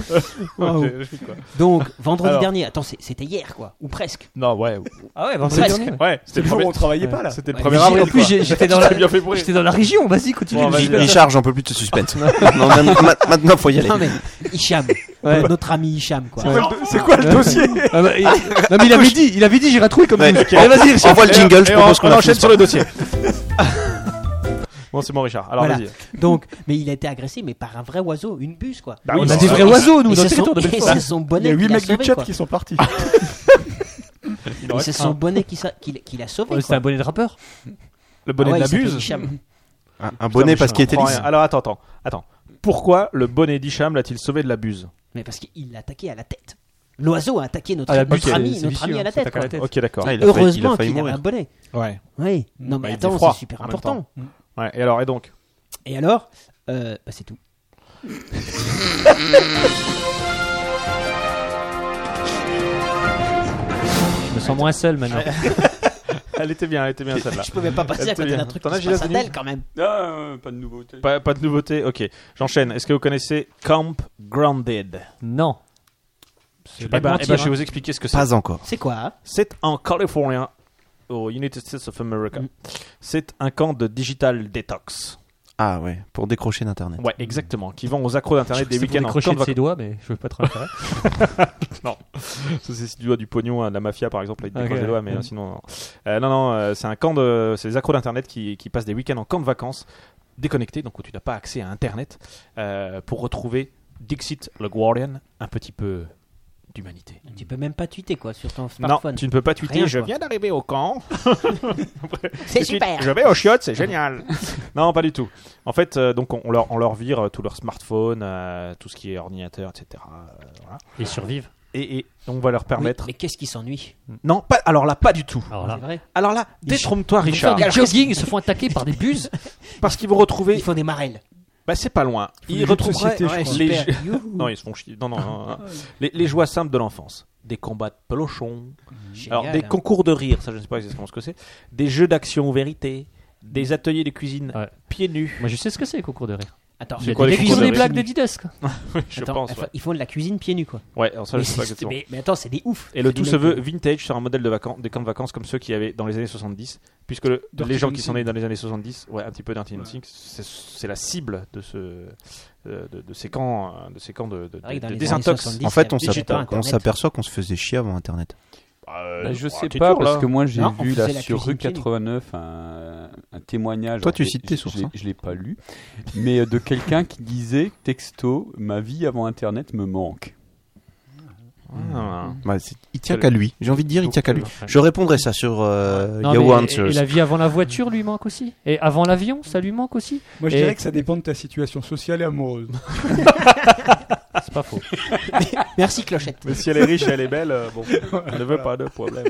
Speaker 9: Waouh.
Speaker 4: Je- je- quoi.
Speaker 9: Donc, vendredi
Speaker 4: Alors.
Speaker 9: dernier, attends, c'est- c'était hier quoi, ou presque.
Speaker 4: Non, ouais.
Speaker 5: Ah ouais,
Speaker 9: vendredi
Speaker 5: presque.
Speaker 9: dernier.
Speaker 4: Ouais,
Speaker 1: C'est
Speaker 4: c'était
Speaker 1: le jour
Speaker 4: premier-
Speaker 1: où on travaillait pas là.
Speaker 4: C'était le
Speaker 9: Ouais,
Speaker 4: premier
Speaker 9: mais
Speaker 4: avril.
Speaker 5: En plus,
Speaker 4: quoi.
Speaker 5: j'ai-
Speaker 4: (laughs)
Speaker 5: j'étais dans la.
Speaker 4: T'as bien fait pour
Speaker 5: J'étais dans la région, vas-y, continue.
Speaker 4: Bon, vas-y.
Speaker 3: Richard, j'en peux plus de ce
Speaker 9: (laughs)
Speaker 3: suspense. non, maintenant, ma- maintenant, faut y aller.
Speaker 9: Non mais Hicham, notre ami Hicham quoi.
Speaker 1: C'est quoi le dossier
Speaker 5: Ah bah, il- non, mais il avait dit, il avait dit, j'ai ratrouille comme
Speaker 3: Ouais.
Speaker 5: musique.
Speaker 3: On-
Speaker 5: Allez, vas-y, Richard.
Speaker 3: Envoie le jingle, je
Speaker 4: Et
Speaker 3: propose qu'on
Speaker 4: on, on enchaîne
Speaker 3: enchaîne.
Speaker 4: sur le dossier.
Speaker 9: (laughs)
Speaker 4: bon, c'est bon, Richard. Alors,
Speaker 9: Voilà.
Speaker 4: vas-y.
Speaker 9: Donc, mais il a été agressé, mais par un vrai oiseau, une buse quoi.
Speaker 4: Bah,
Speaker 5: On
Speaker 4: oui,
Speaker 5: a
Speaker 4: non,
Speaker 5: des
Speaker 4: non,
Speaker 5: vrais
Speaker 4: non,
Speaker 5: oiseaux, nous,
Speaker 9: Et
Speaker 5: dans le
Speaker 9: c'est
Speaker 5: territoire
Speaker 9: son,
Speaker 5: de
Speaker 9: et
Speaker 5: Belfort.
Speaker 9: c'est son
Speaker 1: Il y a
Speaker 9: bonnet
Speaker 1: 8
Speaker 9: qu'il a
Speaker 1: mecs du
Speaker 9: sauvé
Speaker 1: chat
Speaker 9: quoi.
Speaker 1: qui sont partis.
Speaker 9: (laughs)
Speaker 4: il en
Speaker 9: Et
Speaker 4: reste
Speaker 9: c'est
Speaker 4: un.
Speaker 9: son bonnet qui sa- qu'il qu'il a sauvé
Speaker 5: Oh, C'est
Speaker 9: quoi.
Speaker 5: un bonnet de rappeur.
Speaker 4: Le bonnet
Speaker 9: Ah ouais,
Speaker 4: de la
Speaker 9: il s'appelle
Speaker 4: buse.
Speaker 9: Hicham.
Speaker 3: Un, un bonnet parce qu'il était
Speaker 4: Prends
Speaker 3: lisse.
Speaker 4: rien. Alors, attends, attends. Attends. Pourquoi le bonnet d'Hicham l'a-t-il sauvé de la buse
Speaker 9: Mais parce qu'il l'a attaqué à la tête. L'oiseau a attaqué notre,
Speaker 5: Ah, la
Speaker 9: notre
Speaker 5: buse,
Speaker 9: ami,
Speaker 5: c'est
Speaker 9: notre
Speaker 5: vicieux,
Speaker 4: hein,
Speaker 9: ami à la
Speaker 5: ça
Speaker 9: tête.
Speaker 5: t'attaque à la
Speaker 9: quoi.
Speaker 5: tête.
Speaker 4: Ok, d'accord.
Speaker 3: Ah, il a failli- il
Speaker 9: Heureusement
Speaker 3: a failli
Speaker 9: qu'il avait un
Speaker 3: mourir.
Speaker 9: bonnet.
Speaker 4: Ouais.
Speaker 9: Oui. Non
Speaker 4: Bah,
Speaker 9: mais
Speaker 4: il faisait
Speaker 9: attends,
Speaker 4: froid,
Speaker 9: c'est super
Speaker 4: en même Mm.
Speaker 9: important.
Speaker 4: Ouais. Et alors, et donc
Speaker 9: Et alors, euh, bah, c'est tout. (laughs)
Speaker 5: Je me sens moins seul maintenant.
Speaker 4: (laughs) Elle était bien, elle
Speaker 9: (laughs)
Speaker 4: était bien celle-là.
Speaker 9: Je pouvais pas passer
Speaker 4: Elle
Speaker 9: à
Speaker 4: te
Speaker 9: côté
Speaker 4: vient.
Speaker 9: d'un truc
Speaker 4: T'en
Speaker 9: qui
Speaker 4: as,
Speaker 9: se
Speaker 4: Gilles
Speaker 9: passe à
Speaker 4: Denis
Speaker 9: Dell, quand même.
Speaker 8: Ah, euh, pas de nouveauté.
Speaker 4: Pas, pas de nouveauté, ok. J'enchaîne. Est-ce que vous connaissez Camp Grounded
Speaker 5: Non.
Speaker 4: Eh
Speaker 5: C'est
Speaker 4: ben,
Speaker 5: pas de
Speaker 4: eh ben,
Speaker 5: mentir,
Speaker 4: je vais vous expliquer ce que c'est.
Speaker 3: Pas encore.
Speaker 9: hein. C'est quoi hein
Speaker 4: C'est en Californie, aux United States of America.
Speaker 9: Mm.
Speaker 4: C'est un camp de digital detox.
Speaker 3: Ah ouais, pour décrocher d'internet.
Speaker 4: Ouais, exactement. Qui vend aux accros
Speaker 5: hein.
Speaker 4: d'internet des
Speaker 5: C'est pour
Speaker 4: week-ends en
Speaker 5: décrocher
Speaker 4: camp de
Speaker 5: de ses
Speaker 4: vacances.
Speaker 5: doigts, mais je veux pas trop l'intérêt.
Speaker 4: (laughs) Ça, C'est si tu dois du pognon à la mafia, par exemple, avec des
Speaker 5: Ok.
Speaker 4: croches de doigts, mais euh, sinon. Non, Euh, non, non, euh, c'est un camp de. C'est les accros d'internet qui, qui passent des week-ends en camp de vacances déconnectés, donc où tu n'as pas accès à internet, euh, pour retrouver Dixit le Guardian, un petit peu d'humanité.
Speaker 9: Tu peux même pas tweeter quoi sur ton
Speaker 4: Non,
Speaker 9: smartphone.
Speaker 4: tu ne peux pas tweeter.
Speaker 9: Rien,
Speaker 4: je
Speaker 9: quoi.
Speaker 4: viens d'arriver
Speaker 9: (laughs)
Speaker 4: au camp. (laughs)
Speaker 9: C'est
Speaker 4: Je suis-
Speaker 9: super.
Speaker 4: Je vais au chiottes, c'est
Speaker 9: (laughs)
Speaker 4: génial. (laughs) non, pas du tout. En fait, euh, donc on, on leur, on leur vire euh, tous leurs smartphones, euh, tout ce qui est ordinateur, etc. euh, voilà.
Speaker 5: Ils survivent.
Speaker 4: et, et on va leur permettre.
Speaker 9: Oui, mais qu'est-ce qui s'ennuie
Speaker 4: Non, pas, alors là, pas du tout.
Speaker 5: Alors
Speaker 9: C'est
Speaker 5: là,
Speaker 9: vrai.
Speaker 4: Alors là, détrompe-toi,
Speaker 5: ils font
Speaker 4: Richard.
Speaker 5: des jogging, ils se font attaquer
Speaker 4: (laughs)
Speaker 5: par des buses.
Speaker 4: Parce qu'ils vont retrouver.
Speaker 9: Ils font des marelles.
Speaker 4: Bah, c'est pas loin.
Speaker 1: des
Speaker 4: Ils
Speaker 1: jeux de
Speaker 4: retrouveraient
Speaker 1: société, je
Speaker 4: ouais,
Speaker 1: crois.
Speaker 4: les,
Speaker 9: Super.
Speaker 4: jeux- (laughs) non, ils se font chier. Non, non, non, non. Les, les joies simples de l'enfance. Des combats de pelochons.
Speaker 9: Génial,
Speaker 4: Alors, des
Speaker 9: hein.
Speaker 4: concours de rire, ça je ne sais pas exactement ce que c'est. Des jeux d'action ou vérité. Des ateliers de cuisine
Speaker 5: Ouais.
Speaker 4: pieds nus.
Speaker 5: Moi, je sais ce que c'est les concours de rire.
Speaker 9: Attends,
Speaker 5: Il y a
Speaker 4: quoi,
Speaker 5: des
Speaker 4: les
Speaker 5: mecs qui font
Speaker 4: concours de
Speaker 5: des
Speaker 4: rire
Speaker 5: blagues de Didesque.
Speaker 4: Je
Speaker 9: attends,
Speaker 4: pense.
Speaker 9: enfin,
Speaker 4: (laughs) Ouais.
Speaker 9: ils font de la cuisine pieds nus quoi.
Speaker 4: Ouais, alors ça,
Speaker 9: mais,
Speaker 4: je sais pas
Speaker 9: c'est-
Speaker 4: exactement.
Speaker 9: mais- mais attends, c'est des ouf.
Speaker 4: Et le
Speaker 9: C'est des
Speaker 4: tout se
Speaker 9: mecs-
Speaker 4: veut vintage sur un modèle de vacances, des camps de vacances comme ceux qu'il y avait dans les années 70, puisque le-
Speaker 1: Dirty
Speaker 4: les gens qui
Speaker 1: Dancing.
Speaker 4: sont nés dans les années 70, ouais, un petit peu d'Arty c'est c'est la cible de ce euh, de, de ces camps, euh, de ces camps de, de,
Speaker 9: C'est vrai que
Speaker 4: de-
Speaker 9: dans les années
Speaker 4: de désintox.
Speaker 9: 70,
Speaker 3: En fait, on
Speaker 9: il y avait
Speaker 3: s'aperçoit-
Speaker 9: digital,
Speaker 3: on
Speaker 9: Internet.
Speaker 3: s'aperçoit qu'on se faisait chier avant Internet.
Speaker 8: Bah, je sais
Speaker 4: Ah, euh, oh, t'es
Speaker 8: pas,
Speaker 4: dur,
Speaker 8: parce
Speaker 4: là.
Speaker 8: que moi j'ai
Speaker 9: Non, on
Speaker 8: vu là
Speaker 9: faisait la
Speaker 8: sur
Speaker 9: cuisine
Speaker 8: Rue
Speaker 9: pieds nus.
Speaker 8: 89 un, un témoignage.
Speaker 3: Toi,
Speaker 8: Alors,
Speaker 3: tu
Speaker 8: je l'ai-
Speaker 3: cites tes
Speaker 8: je-
Speaker 3: sources,
Speaker 8: je l'ai-
Speaker 3: hein.
Speaker 8: Je l'ai pas lu, mais euh, de quelqu'un qui disait texto Ma vie avant internet me manque.
Speaker 4: Ah.
Speaker 3: Ouais, c'est- il tient qu'à lui. J'ai envie de dire, il tient qu'à lui.
Speaker 4: Ouais.
Speaker 3: Je répondrai ça sur euh,
Speaker 5: Non,
Speaker 3: Yahoo
Speaker 5: mais-
Speaker 3: Answers.
Speaker 5: et la vie avant la voiture lui manque aussi. Et avant l'avion, ça lui manque aussi.
Speaker 1: Moi, je
Speaker 5: Et-
Speaker 1: dirais que ça dépend de ta situation sociale et amoureuse.
Speaker 5: (laughs) C'est pas faux.
Speaker 9: Merci Clochette.
Speaker 4: Mais si elle est riche, et elle est
Speaker 9: (laughs)
Speaker 1: (laughs)
Speaker 4: belle, euh, bon, on ne veut pas de problème.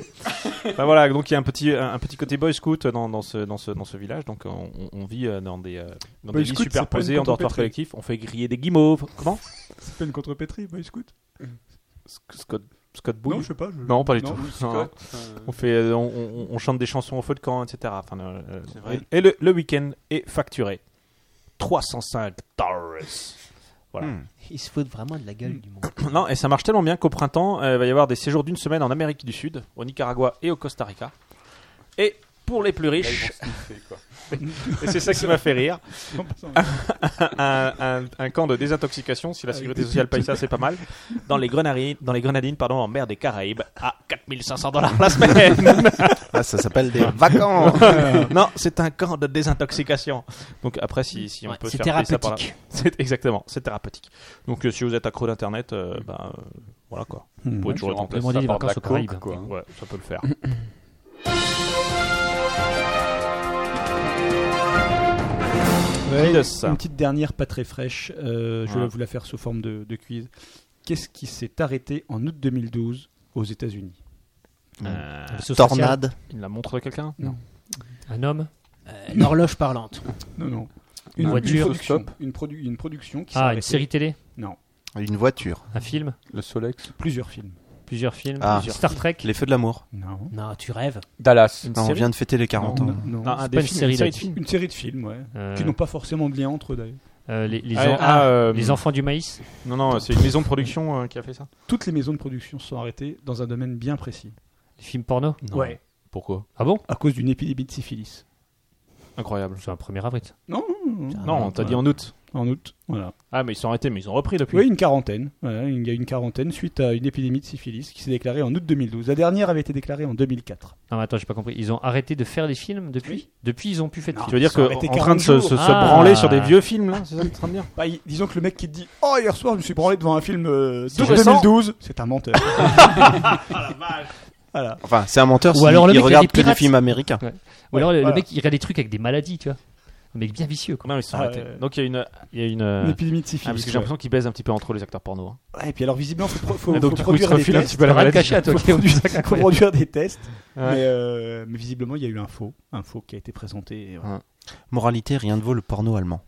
Speaker 4: Bah voilà, donc il y a un petit, un, un petit côté boy scout dans, dans, ce, dans, ce, dans ce village. Donc on, on- on vit euh, dans des, euh, dans
Speaker 1: Boy
Speaker 4: des lits
Speaker 1: scout, c'est pas une
Speaker 4: superposés en dortoir
Speaker 1: contrepétrie.
Speaker 4: collectif. On fait griller des guimauves. Comment
Speaker 1: C'est pas une contrepétrie, Boy Scout
Speaker 4: Scott, Scott
Speaker 1: Non,
Speaker 4: Bouille
Speaker 1: je sais pas. je-
Speaker 4: Non, pas du tout.
Speaker 1: oui,
Speaker 4: Non.
Speaker 1: Scott,
Speaker 4: On, fait, euh, on, on- on chante des chansons au feu de camp, etc. Enfin, euh, euh, Et le, le week-end est facturé. 305 dollars. Voilà. Hmm.
Speaker 3: Hmm.
Speaker 9: Ils se foutent vraiment de la gueule du monde.
Speaker 4: (clears throat) Non, et ça marche tellement bien qu'au printemps, euh, il va y avoir des séjours d'une semaine en Amérique du Sud, au Nicaragua et au Costa Rica. Et pour les plus riches, (laughs) et c'est ça qui m'a fait rire,
Speaker 1: en passant.
Speaker 4: un, (laughs) un- un camp de désintoxication, si la
Speaker 1: Avec
Speaker 4: sécurité
Speaker 1: des
Speaker 4: sociale paye ça, c'est pas mal, dans les Grenadines, dans les Grenadines pardon, en mer des Caraïbes, à 4500 dollars la semaine.
Speaker 3: Ah, ça s'appelle des vacances.
Speaker 4: (laughs) non, c'est un camp de désintoxication. Donc après, si, si on
Speaker 9: Ouais,
Speaker 4: peut se
Speaker 9: c'est
Speaker 4: faire payer ça par là-
Speaker 9: thérapeutique.
Speaker 4: (laughs) C'est- Exactement, c'est thérapeutique. Donc euh, si vous êtes accro d'Internet,
Speaker 9: Mm.
Speaker 4: euh, ben, euh, voilà quoi. Vous pouvez toujours
Speaker 8: Tu
Speaker 4: être en place.
Speaker 8: remplaces
Speaker 5: Demander
Speaker 8: ça
Speaker 5: les
Speaker 8: par de la
Speaker 5: vacances aux Caraïbes.
Speaker 8: coke, quoi, hein.
Speaker 4: Ouais, ça peut le
Speaker 6: Mm.
Speaker 4: faire.
Speaker 1: Ouais,
Speaker 4: Dites ça.
Speaker 1: Une petite dernière pas très fraîche. euh, je
Speaker 4: Ouais.
Speaker 1: vais vous la faire sous forme de, de quiz. Qu'est-ce qui s'est arrêté en août 2012 aux États-Unis
Speaker 5: Réseau social,
Speaker 3: Tornade.
Speaker 4: Il Euh, la montre de quelqu'un
Speaker 5: Un homme.
Speaker 9: Euh, Une horloge parlante.
Speaker 1: Non, non.
Speaker 5: Une voiture.
Speaker 1: production, une, produ- une production qui s'est
Speaker 5: Ah, une
Speaker 1: arrêtée.
Speaker 5: série télé.
Speaker 3: Une voiture.
Speaker 5: Un film.
Speaker 8: Le Solex
Speaker 1: Plusieurs films.
Speaker 5: Plusieurs films.
Speaker 3: Ah.
Speaker 5: Star Trek.
Speaker 3: Les feux de l'amour.
Speaker 1: Non.
Speaker 9: Non, tu rêves.
Speaker 8: Dallas.
Speaker 3: Non, on vient de fêter les 40 ans.
Speaker 1: Non, non.
Speaker 4: Non, un
Speaker 5: C'est
Speaker 4: des
Speaker 5: pas une série
Speaker 4: films, une série de
Speaker 5: là-dessus.
Speaker 4: films.
Speaker 1: Une série de films, ouais.
Speaker 5: Euh,
Speaker 1: Qui n'ont pas forcément de lien entre eux d'ailleurs.
Speaker 5: (laughs) euh, les, les,
Speaker 4: Ah,
Speaker 5: en-
Speaker 4: ah, euh,
Speaker 5: les enfants du maïs.
Speaker 4: Non, non, c'est une maison de production euh, qui a fait ça.
Speaker 1: Toutes les maisons de production se sont arrêtées dans un domaine bien précis.
Speaker 5: Les films porno.
Speaker 1: Ouais.
Speaker 4: Pourquoi
Speaker 5: Ah bon
Speaker 1: À cause d'une épidémie de syphilis.
Speaker 4: Incroyable.
Speaker 5: C'est un 1er avril.
Speaker 1: Non, non, non, non.
Speaker 5: Ah,
Speaker 4: Non, t'as dit en août.
Speaker 1: En août. Voilà.
Speaker 4: Ah, mais ils sont arrêtés, mais ils ont repris depuis.
Speaker 1: Oui, une quarantaine. Voilà, il y a une quarantaine suite à une épidémie de syphilis qui s'est déclarée en août 2012. La dernière avait été déclarée en 2004.
Speaker 5: Non, mais attends, j'ai pas compris. Ils ont arrêté de faire des films depuis Depuis, ils ont pu faire des
Speaker 4: Ah, Tu
Speaker 5: films.
Speaker 4: veux dire
Speaker 1: ils sont
Speaker 4: qu'en
Speaker 1: arrêtés
Speaker 4: train
Speaker 1: 40
Speaker 4: de se, se- se
Speaker 1: jours.
Speaker 5: Ah.
Speaker 4: branler sur des vieux films, là C'est ça que t'es en train de dire
Speaker 1: Bah, il- disons que le mec qui te dit Oh, hier soir, je me suis branlé devant un film euh, de
Speaker 4: récent. Ah,
Speaker 1: 2012, c'est un
Speaker 4: (laughs)
Speaker 1: menteur. voilà.
Speaker 3: Enfin, c'est un menteur
Speaker 5: Ou
Speaker 3: s'il-
Speaker 5: alors le
Speaker 3: il
Speaker 5: mec, il y a
Speaker 3: regarde
Speaker 5: des
Speaker 3: que des
Speaker 5: pirates.
Speaker 3: films américains.
Speaker 5: Ou alors, le- le
Speaker 1: voilà.
Speaker 5: mec, il regarde des trucs avec des maladies, tu vois. Un mec bien vicieux, quoi.
Speaker 4: Non, ils sont
Speaker 1: Ah,
Speaker 4: arrêtés.
Speaker 1: ouais.
Speaker 4: euh, Donc il y a une. Il y a une euh,
Speaker 1: Une épidémie de syphilis.
Speaker 4: ah, parce que j'ai l'impression qu'ils baisent un petit peu entre les acteurs porno. hein.
Speaker 1: Ouais, et puis alors, visiblement, faut, pro- faut,
Speaker 4: Et donc,
Speaker 1: faut
Speaker 4: du coup, ils se
Speaker 1: produire des
Speaker 4: refilent un petit
Speaker 1: tests.
Speaker 4: peu la
Speaker 5: T'as rien de
Speaker 4: maladie.
Speaker 5: caché à toi,
Speaker 1: Faut
Speaker 5: qui est au
Speaker 1: produire-
Speaker 5: sac
Speaker 1: faut
Speaker 5: incroyable.
Speaker 1: produire des tests.
Speaker 4: Ouais.
Speaker 1: Mais, euh, mais visiblement, il y a eu un faux. Un faux qui a été présenté. et voilà.
Speaker 3: Moralité, rien ne vaut le porno allemand.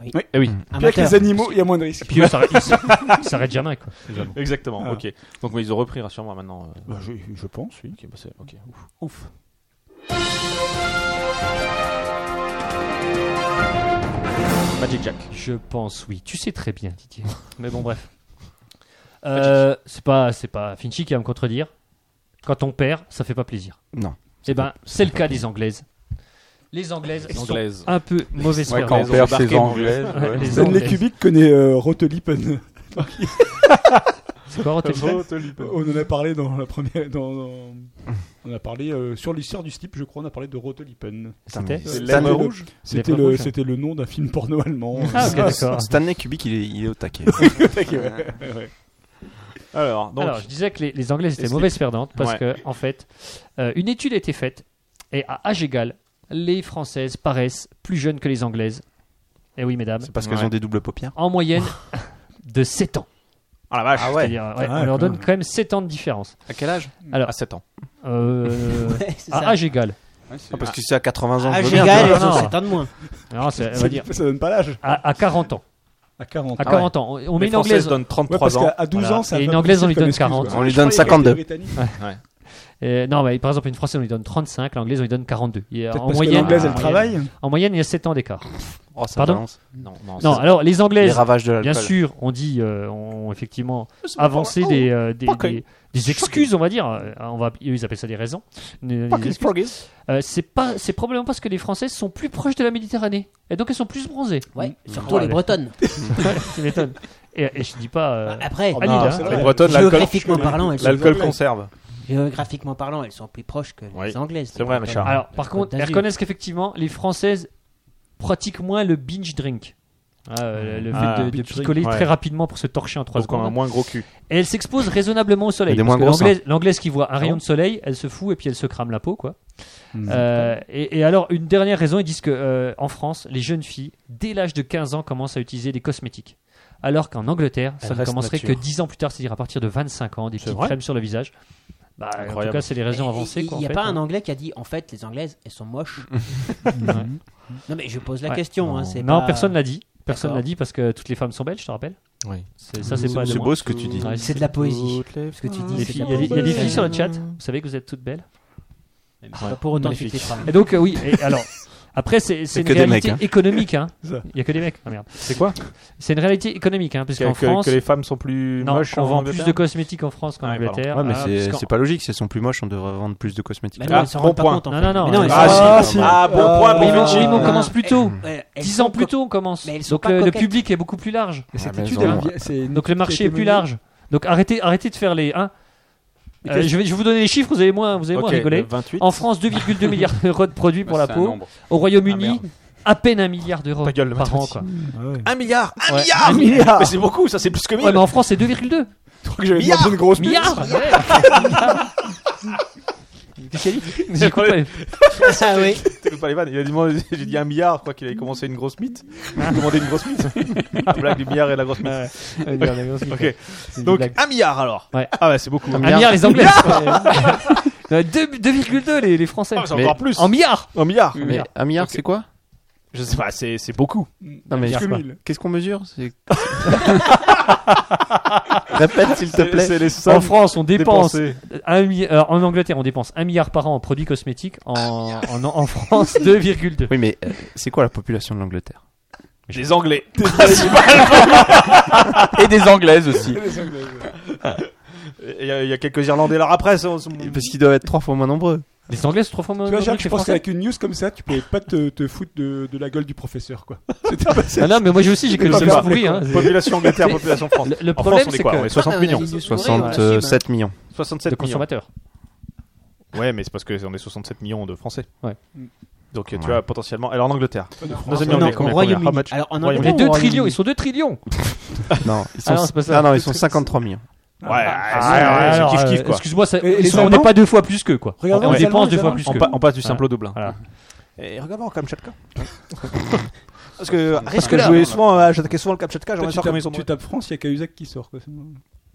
Speaker 4: Eh oui,
Speaker 1: Puis avec les animaux, il y a moins de risques.
Speaker 5: Puis eux, (laughs) ça
Speaker 3: (laughs)
Speaker 5: Ah, s'arrête- ils s'arrêtent jamais, quoi.
Speaker 4: exactement.
Speaker 1: Ah.
Speaker 4: Ok. Donc mais ils ont repris, rassure-moi maintenant. euh,
Speaker 1: Bah, je, je pense, oui.
Speaker 4: Ok, bah, c'est- ok, ouf. ouf. Magic Jack.
Speaker 5: Je pense, oui. Tu sais très bien, Didier. (laughs) Mais bon, bref. Euh, c'est pas, c'est pas Finchi qui va me contredire. Quand on perd, ça fait pas plaisir.
Speaker 3: Non.
Speaker 5: Eh ben, c'est le cas des Anglaises. Les Anglaises sont
Speaker 4: Anglaises.
Speaker 5: un peu mauvaises
Speaker 8: Ouais, quand
Speaker 5: perdeuses.
Speaker 8: on perd ses anglais.
Speaker 5: Ouais,
Speaker 8: ouais.
Speaker 5: les
Speaker 1: Stanley
Speaker 5: Anglaises.
Speaker 1: Kubik connaît euh, Rotolipen.
Speaker 5: (laughs) C'est quoi,
Speaker 1: (laughs)
Speaker 5: Rotten
Speaker 4: (laughs)
Speaker 1: On en a parlé dans la première. Dans, dans- On a parlé euh, sur l'histoire du slip, je crois. On a parlé de Rotolipen.
Speaker 3: Putain,
Speaker 5: C'était-
Speaker 3: mais
Speaker 5: C'est
Speaker 1: C'était
Speaker 3: Stanley,
Speaker 1: le- C'était
Speaker 5: Lèvres
Speaker 1: le,
Speaker 5: rouges.
Speaker 1: c'était euh, le nom d'un film porno allemand.
Speaker 5: Ah, ok, d'accord.
Speaker 3: Stanley Kubik, il est, (laughs) il est au taquet.
Speaker 4: Alors, donc,
Speaker 5: Alors, je disais que les, les Anglaises étaient
Speaker 4: Explique.
Speaker 5: mauvaises perdantes parce
Speaker 4: Ouais.
Speaker 5: que, en fait, euh, une étude a été faite et à âge égal, les Françaises paraissent plus jeunes que les Anglaises. Eh oui, mesdames.
Speaker 3: C'est parce qu'elles
Speaker 4: Ouais. (laughs)
Speaker 3: ont des doubles paupières.
Speaker 5: En moyenne de 7 ans.
Speaker 6: Ah la vache.
Speaker 4: Ah ouais.
Speaker 5: C'est-à-dire, ouais,
Speaker 1: Ah ouais,
Speaker 5: on leur
Speaker 1: quand
Speaker 5: donne quand même 7 ans de différence.
Speaker 4: À quel âge
Speaker 5: Alors-
Speaker 4: À 7 ans.
Speaker 3: (laughs)
Speaker 5: Euh,
Speaker 9: Ouais, c'est
Speaker 5: à
Speaker 9: ça.
Speaker 5: âge égal.
Speaker 8: Ouais, c'est-
Speaker 3: Ah, parce que c'est à 80 ans.
Speaker 9: Ah,
Speaker 3: je veux
Speaker 9: j'ai
Speaker 3: bien,
Speaker 5: égal.
Speaker 9: gagné,
Speaker 5: non,
Speaker 9: ils ont
Speaker 5: non.
Speaker 9: 7 ans de moins.
Speaker 5: Non, c'est- on
Speaker 1: Ça-
Speaker 5: va dire
Speaker 1: Ça donne pas l'âge.
Speaker 5: à, à 40 ans.
Speaker 1: À 40
Speaker 5: À
Speaker 4: Ah
Speaker 5: 40 ans. On- On met
Speaker 4: Les
Speaker 5: une
Speaker 4: Françaises
Speaker 5: anglaise.
Speaker 4: donnent
Speaker 1: Ouais,
Speaker 4: 33
Speaker 1: parce
Speaker 4: ans.
Speaker 1: qu'à 12
Speaker 5: Voilà.
Speaker 1: ans, ça
Speaker 5: Et
Speaker 1: va
Speaker 5: une Anglaise, on lui
Speaker 1: comme
Speaker 5: donne
Speaker 1: excuse,
Speaker 5: 40.
Speaker 1: quoi.
Speaker 3: On lui
Speaker 1: Je
Speaker 3: donne
Speaker 1: croyais qu'il y avait
Speaker 3: 52.
Speaker 1: des Britanniques.
Speaker 5: Euh, non, mais par exemple, une Française, on lui donne 35, l'anglaise, on lui donne 42. Il y a-
Speaker 1: Peut-être
Speaker 5: en
Speaker 1: parce que
Speaker 5: moyenne,
Speaker 1: l'anglaise, elle
Speaker 5: en
Speaker 1: travaille.
Speaker 5: moyenne- En moyenne, il y a 7 ans d'écart.
Speaker 3: Oh, ça
Speaker 5: Pardon
Speaker 3: balance. Non, non,
Speaker 5: Non,
Speaker 3: ça-
Speaker 5: alors les
Speaker 3: les
Speaker 5: anglaises,
Speaker 3: ravages de l'alcool.
Speaker 5: bien sûr, on dit, euh, on effectivement avancé des, euh, des,
Speaker 4: ok.
Speaker 5: des- des excuses, on va dire. Euh, On va, ils appellent ça des raisons. Des excuses. Euh, c'est pas, c'est probablement parce que les Françaises sont plus proches de la Méditerranée et donc elles sont plus bronzées.
Speaker 9: Ouais, surtout
Speaker 5: Ouais,
Speaker 9: les
Speaker 5: ouais.
Speaker 9: Bretonnes.
Speaker 5: (laughs) tu m'étonnes. Et, et je dis pas. euh,
Speaker 9: Bah, Après,
Speaker 5: Ah, Anita,
Speaker 1: c'est
Speaker 5: hein.
Speaker 1: vrai.
Speaker 4: Les Bretonnes, l'alcool,
Speaker 9: géographiquement parlant, elles sont
Speaker 4: l'alcool conserve.
Speaker 9: géographiquement parlant, elles sont plus proches que
Speaker 4: Oui.
Speaker 9: les Anglaises.
Speaker 4: C'est vrai,
Speaker 9: Les
Speaker 4: Richard.
Speaker 5: Ah, Alors,
Speaker 9: Bretonnes.
Speaker 5: par
Speaker 9: La Côte
Speaker 5: contre, elles
Speaker 9: d'Azur.
Speaker 5: reconnaissent qu'effectivement, les Françaises pratiquent moins le binge drink. Ah, euh, le fait
Speaker 4: Ah,
Speaker 5: de, de
Speaker 4: binge drink,
Speaker 5: picoler
Speaker 4: ouais.
Speaker 5: très rapidement pour se torcher en 3
Speaker 4: Donc on a un
Speaker 5: secondes.
Speaker 4: moins gros cul.
Speaker 5: Et elles s'exposent raisonnablement au soleil.
Speaker 3: Mais des
Speaker 5: Parce
Speaker 3: moins
Speaker 5: que
Speaker 3: gros
Speaker 5: l'anglaise, l'anglaise qui voit un rayon
Speaker 4: Ah bon
Speaker 5: de soleil, elle se fout et puis elle se crame la peau, quoi.
Speaker 9: Mmh.
Speaker 5: Euh, et, et alors, une dernière raison, ils disent que euh, en France, les jeunes filles, dès l'âge de 15 ans, commencent à utiliser des cosmétiques. Alors qu'en Angleterre, ça
Speaker 4: Elles
Speaker 5: ne
Speaker 4: restent
Speaker 5: commencerait
Speaker 4: nature.
Speaker 5: que 10 ans plus tard, c'est-à-dire à partir de 25 ans, des petites
Speaker 4: vrai
Speaker 5: crèmes sur le visage. Bah, en tout
Speaker 4: Incroyable.
Speaker 5: cas, c'est les raisons
Speaker 9: Et-
Speaker 5: avancées.
Speaker 9: Il
Speaker 5: quoi,
Speaker 9: n'y a
Speaker 5: en fait,
Speaker 9: pas
Speaker 5: hein.
Speaker 9: un Anglais qui a dit en fait les Anglaises elles sont
Speaker 4: (laughs)
Speaker 9: moches. non mais je pose la
Speaker 5: Ouais.
Speaker 9: question. hein, c'est
Speaker 5: Non,
Speaker 9: pas-
Speaker 5: personne l'a dit. Personne
Speaker 9: D'accord.
Speaker 5: l'a dit parce que toutes les femmes sont belles, je te rappelle.
Speaker 4: Oui.
Speaker 5: C'est- Ça, c'est pas de
Speaker 3: C'est
Speaker 5: moi.
Speaker 3: beau ce que tu dis.
Speaker 5: Ouais,
Speaker 9: C'est de la poésie. Ce que tu dis.
Speaker 5: Les
Speaker 9: c'est
Speaker 5: filles-
Speaker 9: de
Speaker 5: Il y,
Speaker 9: la
Speaker 5: a des- il y a des
Speaker 9: poésie.
Speaker 5: filles sur le chat. Vous savez que vous êtes toutes belles.
Speaker 9: Mais C'est pas pour autant que tu
Speaker 4: Magnifique.
Speaker 9: t'écrases.
Speaker 5: Et donc, euh, oui. Et alors, après, c'est c'est
Speaker 3: C'est
Speaker 5: une
Speaker 3: que des
Speaker 5: réalité
Speaker 3: mecs, hein.
Speaker 5: économique. hein.
Speaker 1: Ça.
Speaker 5: Il y a que des mecs. Ah, merde.
Speaker 4: C'est quoi
Speaker 5: C'est une réalité économique, hein, parce
Speaker 4: que,
Speaker 5: qu'en
Speaker 4: que-
Speaker 5: France,
Speaker 4: que les femmes sont plus
Speaker 5: non,
Speaker 4: moches
Speaker 5: on
Speaker 4: en
Speaker 5: vend plus
Speaker 4: Angleterre
Speaker 5: de cosmétiques en France qu'en
Speaker 4: Ah, oui, pardon.
Speaker 5: Angleterre.
Speaker 3: Ouais, mais
Speaker 5: Ah,
Speaker 3: c'est-
Speaker 5: puisqu'en-
Speaker 3: c'est pas logique. Si elles sont plus moches, on devrait vendre plus de cosmétiques.
Speaker 9: Mais Bah non,
Speaker 4: Ah,
Speaker 9: elles s'en
Speaker 4: bon
Speaker 9: rendent pas
Speaker 4: point.
Speaker 9: compte, en
Speaker 5: Non,
Speaker 9: fait.
Speaker 5: non, non.
Speaker 9: Mais non, elles
Speaker 4: Ah,
Speaker 9: s'en
Speaker 4: si.
Speaker 9: rendent-
Speaker 4: Ah, bon point pour
Speaker 5: Oui, mais- oui, mais on
Speaker 4: Ah.
Speaker 5: commence plus tôt.
Speaker 9: Ouais, elles
Speaker 5: 10
Speaker 9: eh, sont
Speaker 5: ans plus
Speaker 9: co-
Speaker 5: tôt, on commence.
Speaker 9: Mais elles sont
Speaker 5: Donc euh,
Speaker 9: pas
Speaker 5: le, le
Speaker 9: coquettes.
Speaker 5: public est beaucoup plus large.
Speaker 1: Et cette
Speaker 3: mais
Speaker 1: étude,
Speaker 3: elles ont-
Speaker 1: elle vient- c'est une
Speaker 5: Donc le
Speaker 1: étude qui
Speaker 5: marché est
Speaker 1: a été
Speaker 5: plus
Speaker 1: menée.
Speaker 5: large. Donc arrêtez, arrêtez de faire les. hein.
Speaker 1: Mais
Speaker 5: Euh,
Speaker 1: qu'est-ce-
Speaker 5: je vais je vais vous donner les chiffres, vous allez moins, vous allez moins
Speaker 4: Ok,
Speaker 5: rigoler.
Speaker 4: le Bah, 28.
Speaker 5: En France, 2,2 milliards d'euros de produits pour
Speaker 8: Ouais,
Speaker 5: la
Speaker 8: c'est un
Speaker 5: peau.
Speaker 8: nombre.
Speaker 5: Au
Speaker 4: Ah,
Speaker 5: Royaume-Uni,
Speaker 4: merde.
Speaker 5: à peine un milliard d'euros
Speaker 4: Ta gueule, le
Speaker 5: par an.
Speaker 4: mathématique.
Speaker 5: Quoi.
Speaker 1: Ah ouais.
Speaker 4: Un milliard Un
Speaker 5: Ouais.
Speaker 4: milliard
Speaker 5: Un
Speaker 4: Mais c'est beaucoup, ça c'est plus que
Speaker 5: Ouais,
Speaker 4: mille
Speaker 5: mais en France, c'est 2,2
Speaker 1: Je crois que j'avais demandé une grosse pute.
Speaker 4: (laughs)
Speaker 5: milliards. Ouais. (laughs) Qu'est-ce qu'il a dit J'ai (laughs) coupé.
Speaker 9: Ah oui.
Speaker 4: (laughs) T'as coupé pas les vannes. Il a demandé, j'ai dit un milliard, je crois qu'il avait commencé une grosse mythe. Il a demandé une
Speaker 5: (laughs)
Speaker 4: grosse mythe. La blague du milliard et la grosse mythe. Ok. Donc un milliard alors.
Speaker 5: Ouais.
Speaker 4: Ah ouais, c'est beaucoup.
Speaker 5: Un milliard les
Speaker 4: (laughs)
Speaker 5: Anglais.
Speaker 4: Euh,
Speaker 5: Non, 2 2,2 les, les Français.
Speaker 4: Ah, c'est encore
Speaker 5: Mais-
Speaker 4: plus.
Speaker 5: En milliards.
Speaker 4: Un milliard.
Speaker 3: Mais un milliard,
Speaker 4: Ok.
Speaker 3: c'est quoi
Speaker 4: Je sais pas, c'est c'est beaucoup.
Speaker 3: Non,
Speaker 1: Parce
Speaker 3: mais
Speaker 1: que
Speaker 3: c'est quoi
Speaker 1: mille.
Speaker 3: Qu'est-ce qu'on mesure
Speaker 4: (laughs)
Speaker 5: (laughs)
Speaker 3: C'est- Répète, s'il te plaît.
Speaker 4: C'est les
Speaker 5: En
Speaker 4: sommes
Speaker 5: France, on dépense
Speaker 4: dépensées.
Speaker 5: un mi- euh, en Angleterre, on dépense 1 milliard par an en produits cosmétiques. En, en, en (laughs) France,
Speaker 3: (laughs)
Speaker 5: 2,2.
Speaker 3: Oui, mais euh, c'est quoi la population de l'Angleterre
Speaker 4: Les Anglais. (laughs)
Speaker 8: Et des anglaises aussi.
Speaker 4: Il y, a- il y a quelques Irlandais là après. ça, on-
Speaker 3: Parce qu'ils doivent être trois fois moins nombreux.
Speaker 5: Les Anglais, c'est trois fois moins
Speaker 1: Tu vois,
Speaker 5: nombreux
Speaker 1: Jacques,
Speaker 5: que
Speaker 1: je
Speaker 5: les
Speaker 1: pense
Speaker 5: Français.
Speaker 1: qu'avec une news comme ça, tu pouvais pas te, te foutre de, de la gueule du professeur,
Speaker 4: (laughs)
Speaker 1: quoi. C'était pas ça.
Speaker 5: Ah non, mais moi j'ai aussi, j'ai que
Speaker 1: Je
Speaker 5: le
Speaker 1: sais
Speaker 5: seul
Speaker 1: pas.
Speaker 5: bruit, hein.
Speaker 4: Population Angleterre, population France.
Speaker 5: (laughs) Le- le
Speaker 4: en
Speaker 5: problème,
Speaker 4: France, on est
Speaker 5: c'est
Speaker 4: quoi
Speaker 5: que-
Speaker 4: On est 60 millions.
Speaker 3: 67 millions.
Speaker 4: 67
Speaker 5: de
Speaker 4: millions.
Speaker 5: consommateurs.
Speaker 4: Ouais, mais c'est parce qu'on est 67 millions de Français.
Speaker 5: Ouais.
Speaker 4: Donc tu
Speaker 3: Ouais.
Speaker 4: vois, potentiellement. Alors en Angleterre. Nos amis
Speaker 9: Non,
Speaker 4: anglais,
Speaker 9: au
Speaker 4: combien,
Speaker 9: Royaume-Uni.
Speaker 4: combien How much
Speaker 9: Alors, en
Speaker 4: Royaume-Uni.
Speaker 5: On
Speaker 9: Angleterre,
Speaker 5: est 2
Speaker 9: on-
Speaker 5: trillions, ils sont 2 trillions.
Speaker 3: (laughs) Non, ils sont...
Speaker 5: Ah non, c'est pas ça.
Speaker 3: Ah non, ils sont 53 millions.
Speaker 4: Ouais, ouais,
Speaker 5: Ah,
Speaker 4: ouais,
Speaker 5: alors,
Speaker 4: c'est kiff
Speaker 5: euh,
Speaker 4: kiff quoi.
Speaker 5: Excuse-moi, ça-
Speaker 1: Et
Speaker 5: ils
Speaker 1: les
Speaker 5: sont- on
Speaker 1: Allemands
Speaker 5: n'est pas deux fois plus qu'eux, quoi.
Speaker 1: Regardons
Speaker 5: on
Speaker 1: les Allemands,
Speaker 5: dépense deux
Speaker 1: les
Speaker 5: fois
Speaker 1: Allemands.
Speaker 5: plus
Speaker 4: On,
Speaker 5: qu'eux.
Speaker 4: pa- on passe du
Speaker 3: Ah.
Speaker 4: simple au double. hein.
Speaker 5: Voilà.
Speaker 4: Et regarde voir Kamchatka. Parce que risque
Speaker 5: que
Speaker 4: de
Speaker 5: là,
Speaker 4: jouer souvent, euh, j'attaquais souvent le Kamchatka,
Speaker 1: Toi,
Speaker 4: j'en
Speaker 1: tu,
Speaker 4: sors comme ils sont
Speaker 1: tapes, tu tapes France, il y a Cahuzac qui sort, quoi.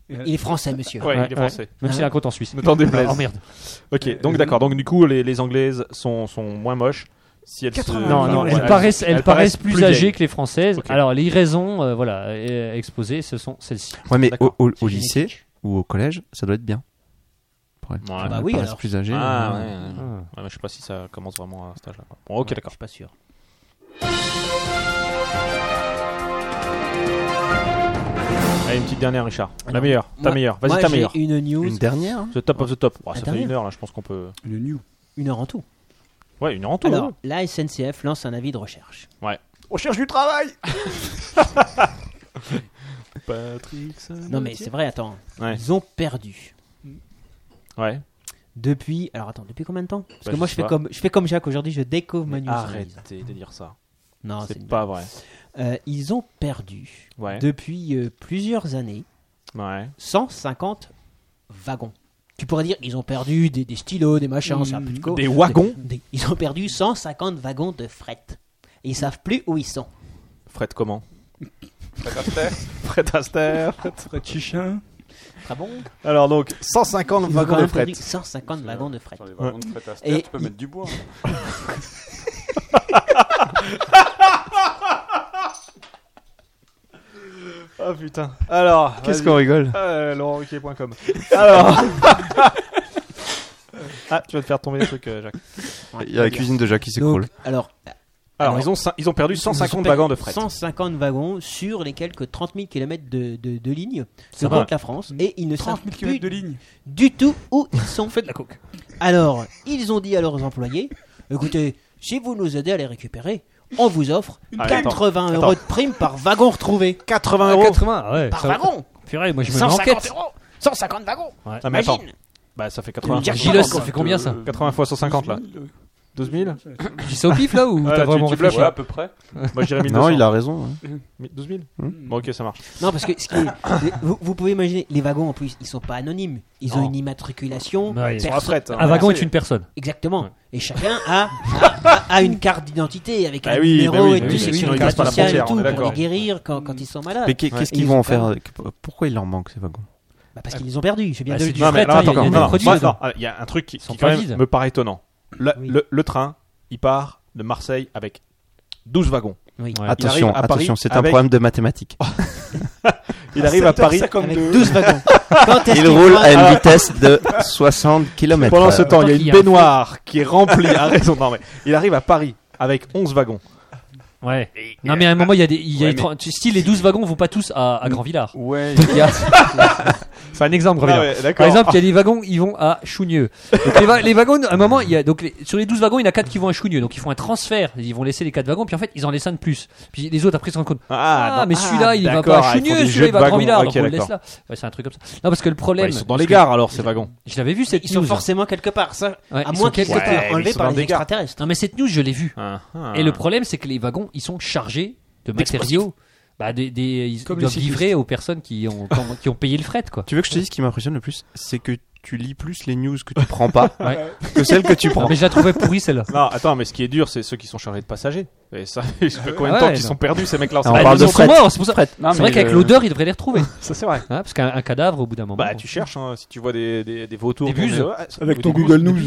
Speaker 1: Et, euh,
Speaker 9: Il est français, monsieur.
Speaker 4: Ouais,
Speaker 5: Ouais,
Speaker 4: il est
Speaker 5: ouais.
Speaker 4: français.
Speaker 5: Même s'il a un compte en Suisse.
Speaker 4: Ne t'en déplaise.
Speaker 5: Oh merde.
Speaker 4: Ok, donc d'accord. Donc du coup, les, les Anglaises sont, sont moins moches. Si elles se-
Speaker 1: 80,
Speaker 5: Non, non,
Speaker 1: ouais,
Speaker 5: elles,
Speaker 1: elles-
Speaker 5: paraissent, elles, paraissent plus, âgées
Speaker 4: vieilles.
Speaker 5: que les Françaises.
Speaker 4: Ok.
Speaker 5: Alors, les raisons euh, voilà, euh, exposées, ce sont celles-ci.
Speaker 3: Ouais, mais au,
Speaker 4: D'accord.
Speaker 3: au- au
Speaker 9: C'est
Speaker 3: lycée
Speaker 9: génétique.
Speaker 3: ou au collège, ça doit être bien. Pour être-
Speaker 4: Ouais.
Speaker 9: Bah
Speaker 3: pour
Speaker 9: oui,
Speaker 3: être
Speaker 9: alors.
Speaker 3: plus âgé.
Speaker 4: Ah
Speaker 3: euh,
Speaker 4: ouais, ouais, ouais.
Speaker 5: Ah.
Speaker 4: Ouais, mais je sais pas si ça commence vraiment à cet âge-là. quoi. Bon, ok,
Speaker 9: Ouais, Je
Speaker 4: d'accord.
Speaker 9: suis pas sûr.
Speaker 4: Allez, une petite dernière, Richard. La
Speaker 9: Alors,
Speaker 4: meilleure, ta
Speaker 9: moi-
Speaker 4: meilleure. Vas-y,
Speaker 9: Moi,
Speaker 4: ta
Speaker 9: j'ai
Speaker 4: meilleure.
Speaker 9: Une news,
Speaker 3: Une dernière hein.
Speaker 4: The top of the top. Oh, ça fait
Speaker 9: dernière
Speaker 4: une heure là, je pense qu'on peut.
Speaker 1: le new.
Speaker 9: une heure en tout.
Speaker 4: Ouais, une heure en tout.
Speaker 9: Alors,
Speaker 4: hein.
Speaker 9: la SNCF lance un avis de recherche.
Speaker 4: On cherche du travail
Speaker 5: (laughs)
Speaker 4: Patrick Sabatier.
Speaker 9: Non, mais c'est vrai, attends.
Speaker 4: Ouais.
Speaker 9: Ils ont perdu.
Speaker 4: Mm. Ouais.
Speaker 9: Depuis. Alors, attends, depuis combien de temps Parce
Speaker 4: Bah,
Speaker 9: que moi,
Speaker 4: je
Speaker 9: je fais,
Speaker 4: sais pas.
Speaker 9: comme, je fais comme Jacques aujourd'hui, je découvre ma news.
Speaker 4: Arrêtez de dire ça.
Speaker 9: Non, c'est
Speaker 4: C'est
Speaker 9: une
Speaker 4: pas vrai.
Speaker 9: blague. Euh, Ils ont perdu
Speaker 4: Ouais.
Speaker 9: depuis euh, plusieurs années
Speaker 4: Ouais.
Speaker 9: 150 wagons. Tu pourrais dire, ils ont perdu des, des stylos, des machins, c'est un peu de co-
Speaker 4: Mm. Des wagons
Speaker 9: Des- Ils ont perdu 150 wagons de fret. Et ils savent plus où ils sont.
Speaker 4: Fred, comment Fred Astaire.
Speaker 1: Fred Chichin.
Speaker 9: Très Ah bon.
Speaker 4: Alors donc, 150
Speaker 9: Ils ont quand
Speaker 4: wagons de
Speaker 9: même
Speaker 4: fret.
Speaker 9: produit 150 wagons de fret.
Speaker 8: Sur les wagons de fret à
Speaker 9: Et
Speaker 8: terre, tu peux
Speaker 9: il-
Speaker 8: mettre du bois. hein.
Speaker 4: (laughs) Ah putain. Alors,
Speaker 3: Qu'est-ce
Speaker 4: vas-y.
Speaker 3: qu'on rigole
Speaker 4: Euh, LaurentRuquier.com.
Speaker 3: (laughs)
Speaker 4: Alors. ah, tu vas te faire tomber le truc, euh, Jacques.
Speaker 3: Il y a la cuisine de Jacques qui s'écroule.
Speaker 9: Donc, alors,
Speaker 4: Alors,
Speaker 9: Alors,
Speaker 4: ils, ont, cin- ils ont perdu
Speaker 9: ils ont
Speaker 4: 150
Speaker 9: fait
Speaker 4: wagons de fret.
Speaker 9: 150 wagons sur les quelques 30 000 km de, de, de ligne que
Speaker 5: va.
Speaker 9: compte la France. Et ils ne savent
Speaker 1: 30 000
Speaker 9: plus
Speaker 1: km de ligne.
Speaker 9: du tout où ils
Speaker 4: (laughs)
Speaker 9: sont.
Speaker 5: Faites de la coke.
Speaker 9: Alors, ils ont dit à leurs employés écoutez, si vous nous aidez à les récupérer, on vous offre
Speaker 4: Allez, Ah, attends.
Speaker 9: 80
Speaker 4: Attends.
Speaker 9: euros de prime par wagon retrouvé.
Speaker 4: 80
Speaker 5: Ah,
Speaker 4: euros.
Speaker 5: 80, ouais.
Speaker 9: Par
Speaker 5: ça-
Speaker 9: wagon
Speaker 5: Purée, moi je me mets en quête.
Speaker 9: euros 150 wagons
Speaker 5: Ouais.
Speaker 4: Ah, mais attends.
Speaker 9: Imagine.
Speaker 4: Bah, ça fait 80.
Speaker 9: Jack
Speaker 5: Gilles, ça fait combien ça
Speaker 4: 80 hein. fois 150 là. 12 000
Speaker 5: Tu dis ça au pif là ou
Speaker 4: Ah,
Speaker 5: t'as
Speaker 4: tu-
Speaker 5: vraiment
Speaker 4: tu
Speaker 5: réfléchi
Speaker 8: Ouais, à peu près.
Speaker 4: Moi, j'irais 1200.
Speaker 3: Non, il a raison. hein.
Speaker 4: 12 000 Bon, ok, ça marche.
Speaker 9: Non, parce que ce qui
Speaker 4: (coughs)
Speaker 9: est- les- vous, vous pouvez imaginer, les wagons en plus, ils sont pas anonymes. Ils ont
Speaker 4: Non.
Speaker 9: une immatriculation.
Speaker 5: Ouais, ils sont
Speaker 4: On va
Speaker 9: perso-
Speaker 4: fret. hein.
Speaker 5: Un wagon est une personne.
Speaker 9: Exactement. Et chacun
Speaker 4: (laughs)
Speaker 9: a, a, a- a une carte d'identité avec
Speaker 4: Bah
Speaker 9: un
Speaker 4: oui,
Speaker 9: numéro
Speaker 4: bah oui,
Speaker 9: et
Speaker 4: bah
Speaker 9: tout,
Speaker 4: oui,
Speaker 9: sécurité
Speaker 4: sinon ils passent par la
Speaker 9: sociale et
Speaker 4: frontière, on est
Speaker 9: tout, pour
Speaker 4: d'accord.
Speaker 9: les guérir quand, quand ils sont malades.
Speaker 3: Mais qu'est- qu'est-ce
Speaker 9: Ils
Speaker 3: qu'ils vont
Speaker 9: ont
Speaker 3: en faire
Speaker 9: pas-
Speaker 3: avec- Pourquoi il leur manque ces wagons
Speaker 9: Bah, parce qu'ils les ont perdus, j'ai bien
Speaker 5: Bah,
Speaker 9: de
Speaker 5: c'est
Speaker 9: le
Speaker 5: du
Speaker 9: dire.
Speaker 4: Non, mais
Speaker 5: fret,
Speaker 4: alors,
Speaker 5: hein,
Speaker 4: attends,
Speaker 5: il y a
Speaker 4: attends,
Speaker 5: des
Speaker 4: non, non,
Speaker 5: produits
Speaker 4: moi,
Speaker 5: dedans.
Speaker 4: non, Il y a un truc qui,
Speaker 5: Ils sont
Speaker 4: qui quand
Speaker 5: pas
Speaker 4: même
Speaker 5: vides.
Speaker 4: me paraît étonnant. Le,
Speaker 9: Oui.
Speaker 4: le- le train, il part de Marseille avec 12 wagons.
Speaker 9: Oui.
Speaker 5: Ouais.
Speaker 4: arrive
Speaker 3: Attention,
Speaker 4: à Paris
Speaker 3: attention, c'est un
Speaker 4: avec-
Speaker 3: problème de
Speaker 4: (laughs)
Speaker 3: mathématiques.
Speaker 4: Il arrive à Paris.
Speaker 1: 52.
Speaker 9: 12 wagons. Quand est-ce
Speaker 3: Il
Speaker 9: qu'ils
Speaker 3: roule
Speaker 9: vont-
Speaker 3: à une vitesse de 60 km.
Speaker 4: Pendant ce temps, il y a
Speaker 5: qu'il y a
Speaker 4: une
Speaker 5: un
Speaker 4: baignoire qui est remplie. à raison. Non, mais il arrive à Paris avec 11 wagons.
Speaker 5: Ouais. Non, mais à un moment, il y a des. il y a
Speaker 8: Ouais,
Speaker 5: des trente- tu- Si les 12 wagons vont pas tous à, à Grand-Villard.
Speaker 8: Ouais,
Speaker 5: (laughs) Il y
Speaker 4: (laughs)
Speaker 5: a- C'est un exemple,
Speaker 4: Ah
Speaker 5: Grand-Villard. Par exemple, il y a des wagons, ils vont à Chougneux. Donc, les, va- les wagons, à un moment, il y a, donc, les- sur les 12 wagons, il y en a 4 qui vont à Chougneux. Donc, ils font un transfert. Ils vont laisser les 4 wagons, puis en fait, ils en laissent un de plus. Puis les autres, après, ils se rendent compte. Ah, mais celui-là, il va pas
Speaker 4: d'accord,
Speaker 5: à
Speaker 4: ah, ils font
Speaker 5: Chougneux,
Speaker 4: des jeux
Speaker 5: celui-là,
Speaker 4: de
Speaker 5: il va à
Speaker 4: wagons.
Speaker 5: Grand-Villard. Donc,
Speaker 4: Ok,
Speaker 5: on le laisse
Speaker 4: d'accord.
Speaker 5: là. Ouais, c'est un truc comme ça. Non, parce que le problème.
Speaker 4: ils sont dans
Speaker 5: parce
Speaker 4: les
Speaker 5: que
Speaker 4: gares alors, ces wagons.
Speaker 5: Je l'avais vu cette
Speaker 9: Ils
Speaker 5: news.
Speaker 9: sont forcément quelque part, ça.
Speaker 5: Ouais,
Speaker 9: à
Speaker 5: ils
Speaker 9: moins
Speaker 5: sont
Speaker 9: qu'ils
Speaker 5: quelque part.
Speaker 9: soient
Speaker 4: mais ils
Speaker 9: enlevés
Speaker 4: sont
Speaker 9: par
Speaker 4: dans
Speaker 9: les
Speaker 4: des gares.
Speaker 9: extraterrestres.
Speaker 5: Non, mais cette news, je l'ai vue.
Speaker 4: Ah,
Speaker 5: Et le problème, c'est que les wagons, ils sont chargés de matériaux. Bah, des, des- ils,
Speaker 1: Comme
Speaker 5: ils
Speaker 1: les
Speaker 5: doivent livrer aux personnes (laughs) qui ont, qui ont payé le fret, quoi.
Speaker 3: Tu veux que je te dise ce qui m'impressionne le plus C'est que tu lis plus les news que tu prends pas
Speaker 5: Ouais.
Speaker 3: que celles que tu
Speaker 5: Non,
Speaker 3: prends.
Speaker 5: mais je la trouvais pourrie,
Speaker 3: (laughs)
Speaker 5: celle-là.
Speaker 4: Non, attends, mais ce qui est dur, c'est ceux qui sont chargés de passagers. Et ça, (laughs) je sais pas (laughs) combien de
Speaker 5: Ah Ouais,
Speaker 4: temps qu'ils
Speaker 5: non.
Speaker 4: sont perdus, ces mecs-là. en
Speaker 3: Ah, on
Speaker 5: Bah,
Speaker 4: Seine.
Speaker 3: parle
Speaker 5: ils
Speaker 3: de
Speaker 5: en sont
Speaker 3: fret.
Speaker 5: morts, c'est pour ça.
Speaker 8: Non,
Speaker 5: C'est vrai
Speaker 8: mais
Speaker 5: qu'avec
Speaker 8: le-
Speaker 5: l'odeur, ils devraient les
Speaker 9: (laughs)
Speaker 5: retrouver.
Speaker 4: Ça, c'est vrai.
Speaker 5: Hein, parce qu'un un cadavre, au bout d'un moment.
Speaker 4: Bah,
Speaker 5: bon.
Speaker 4: tu cherches, hein, si tu vois des, des, des vautours.
Speaker 5: Des buses.
Speaker 4: tourner- ouais,
Speaker 1: Avec
Speaker 4: ou
Speaker 1: ton
Speaker 4: des buses.
Speaker 1: Google News.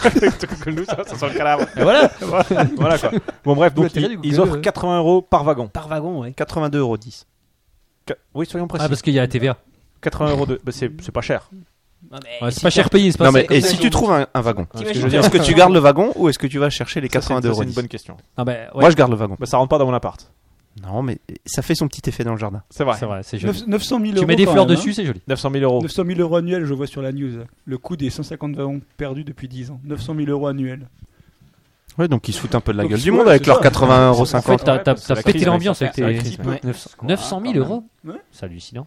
Speaker 4: (laughs) Avec ton Google News, ça sent le cadavre.
Speaker 5: Et voilà.
Speaker 4: (laughs) Voilà quoi. Bon, bref, donc
Speaker 5: l'intérêt
Speaker 4: ils,
Speaker 5: du Google,
Speaker 4: ils offrent
Speaker 5: ouais.
Speaker 4: 80 euros par wagon.
Speaker 9: Par wagon, ouais.
Speaker 3: 82,10€.
Speaker 4: Qu- Oui, soyons précis.
Speaker 5: Ah, parce qu'il y a la TVA.
Speaker 4: 80 euros de. bah, c'est c'est pas cher.
Speaker 5: Ouais, c'est pas cher payé, c'est pas
Speaker 3: Non mais
Speaker 5: c'est-
Speaker 3: et si tu trouves un, un wagon,
Speaker 4: Hein, ce que je
Speaker 9: T'imagines
Speaker 4: veux dire.
Speaker 3: est-ce que tu gardes le wagon ou est-ce que tu vas chercher les
Speaker 4: Ça, c'est-
Speaker 3: 82
Speaker 4: ça,
Speaker 3: euros
Speaker 4: C'est une bonne question.
Speaker 5: Ah, bah, ouais,
Speaker 3: Moi je garde le wagon.
Speaker 4: Bah, ça rentre pas dans mon appart.
Speaker 3: Non mais ça fait son petit effet dans le jardin.
Speaker 4: C'est vrai.
Speaker 5: c'est vrai, c'est joli.
Speaker 1: 900 000 euros.
Speaker 5: Tu mets des
Speaker 1: quand
Speaker 5: fleurs
Speaker 1: même, hein.
Speaker 5: dessus, c'est joli.
Speaker 4: 900 000 euros.
Speaker 1: 900 000 euros annuels, je vois sur la news. Le coût des 150 wagons perdus depuis 10 ans. 900 000 euros annuels.
Speaker 3: Ouais donc ils se foutent un peu de la
Speaker 1: Donc,
Speaker 3: gueule
Speaker 1: c'est-
Speaker 3: du monde
Speaker 1: ouais,
Speaker 3: avec
Speaker 1: c'est
Speaker 3: leurs
Speaker 1: ça.
Speaker 3: 81,50 euros.
Speaker 5: En fait, t'as- t'as
Speaker 4: c'est la
Speaker 5: t'as pété
Speaker 4: crise,
Speaker 5: l'ambiance
Speaker 4: ouais,
Speaker 5: avec
Speaker 4: c'est la
Speaker 5: tes.
Speaker 4: crise, ouais.
Speaker 5: 900 900 000 euros
Speaker 1: Ouais.
Speaker 5: C'est hallucinant.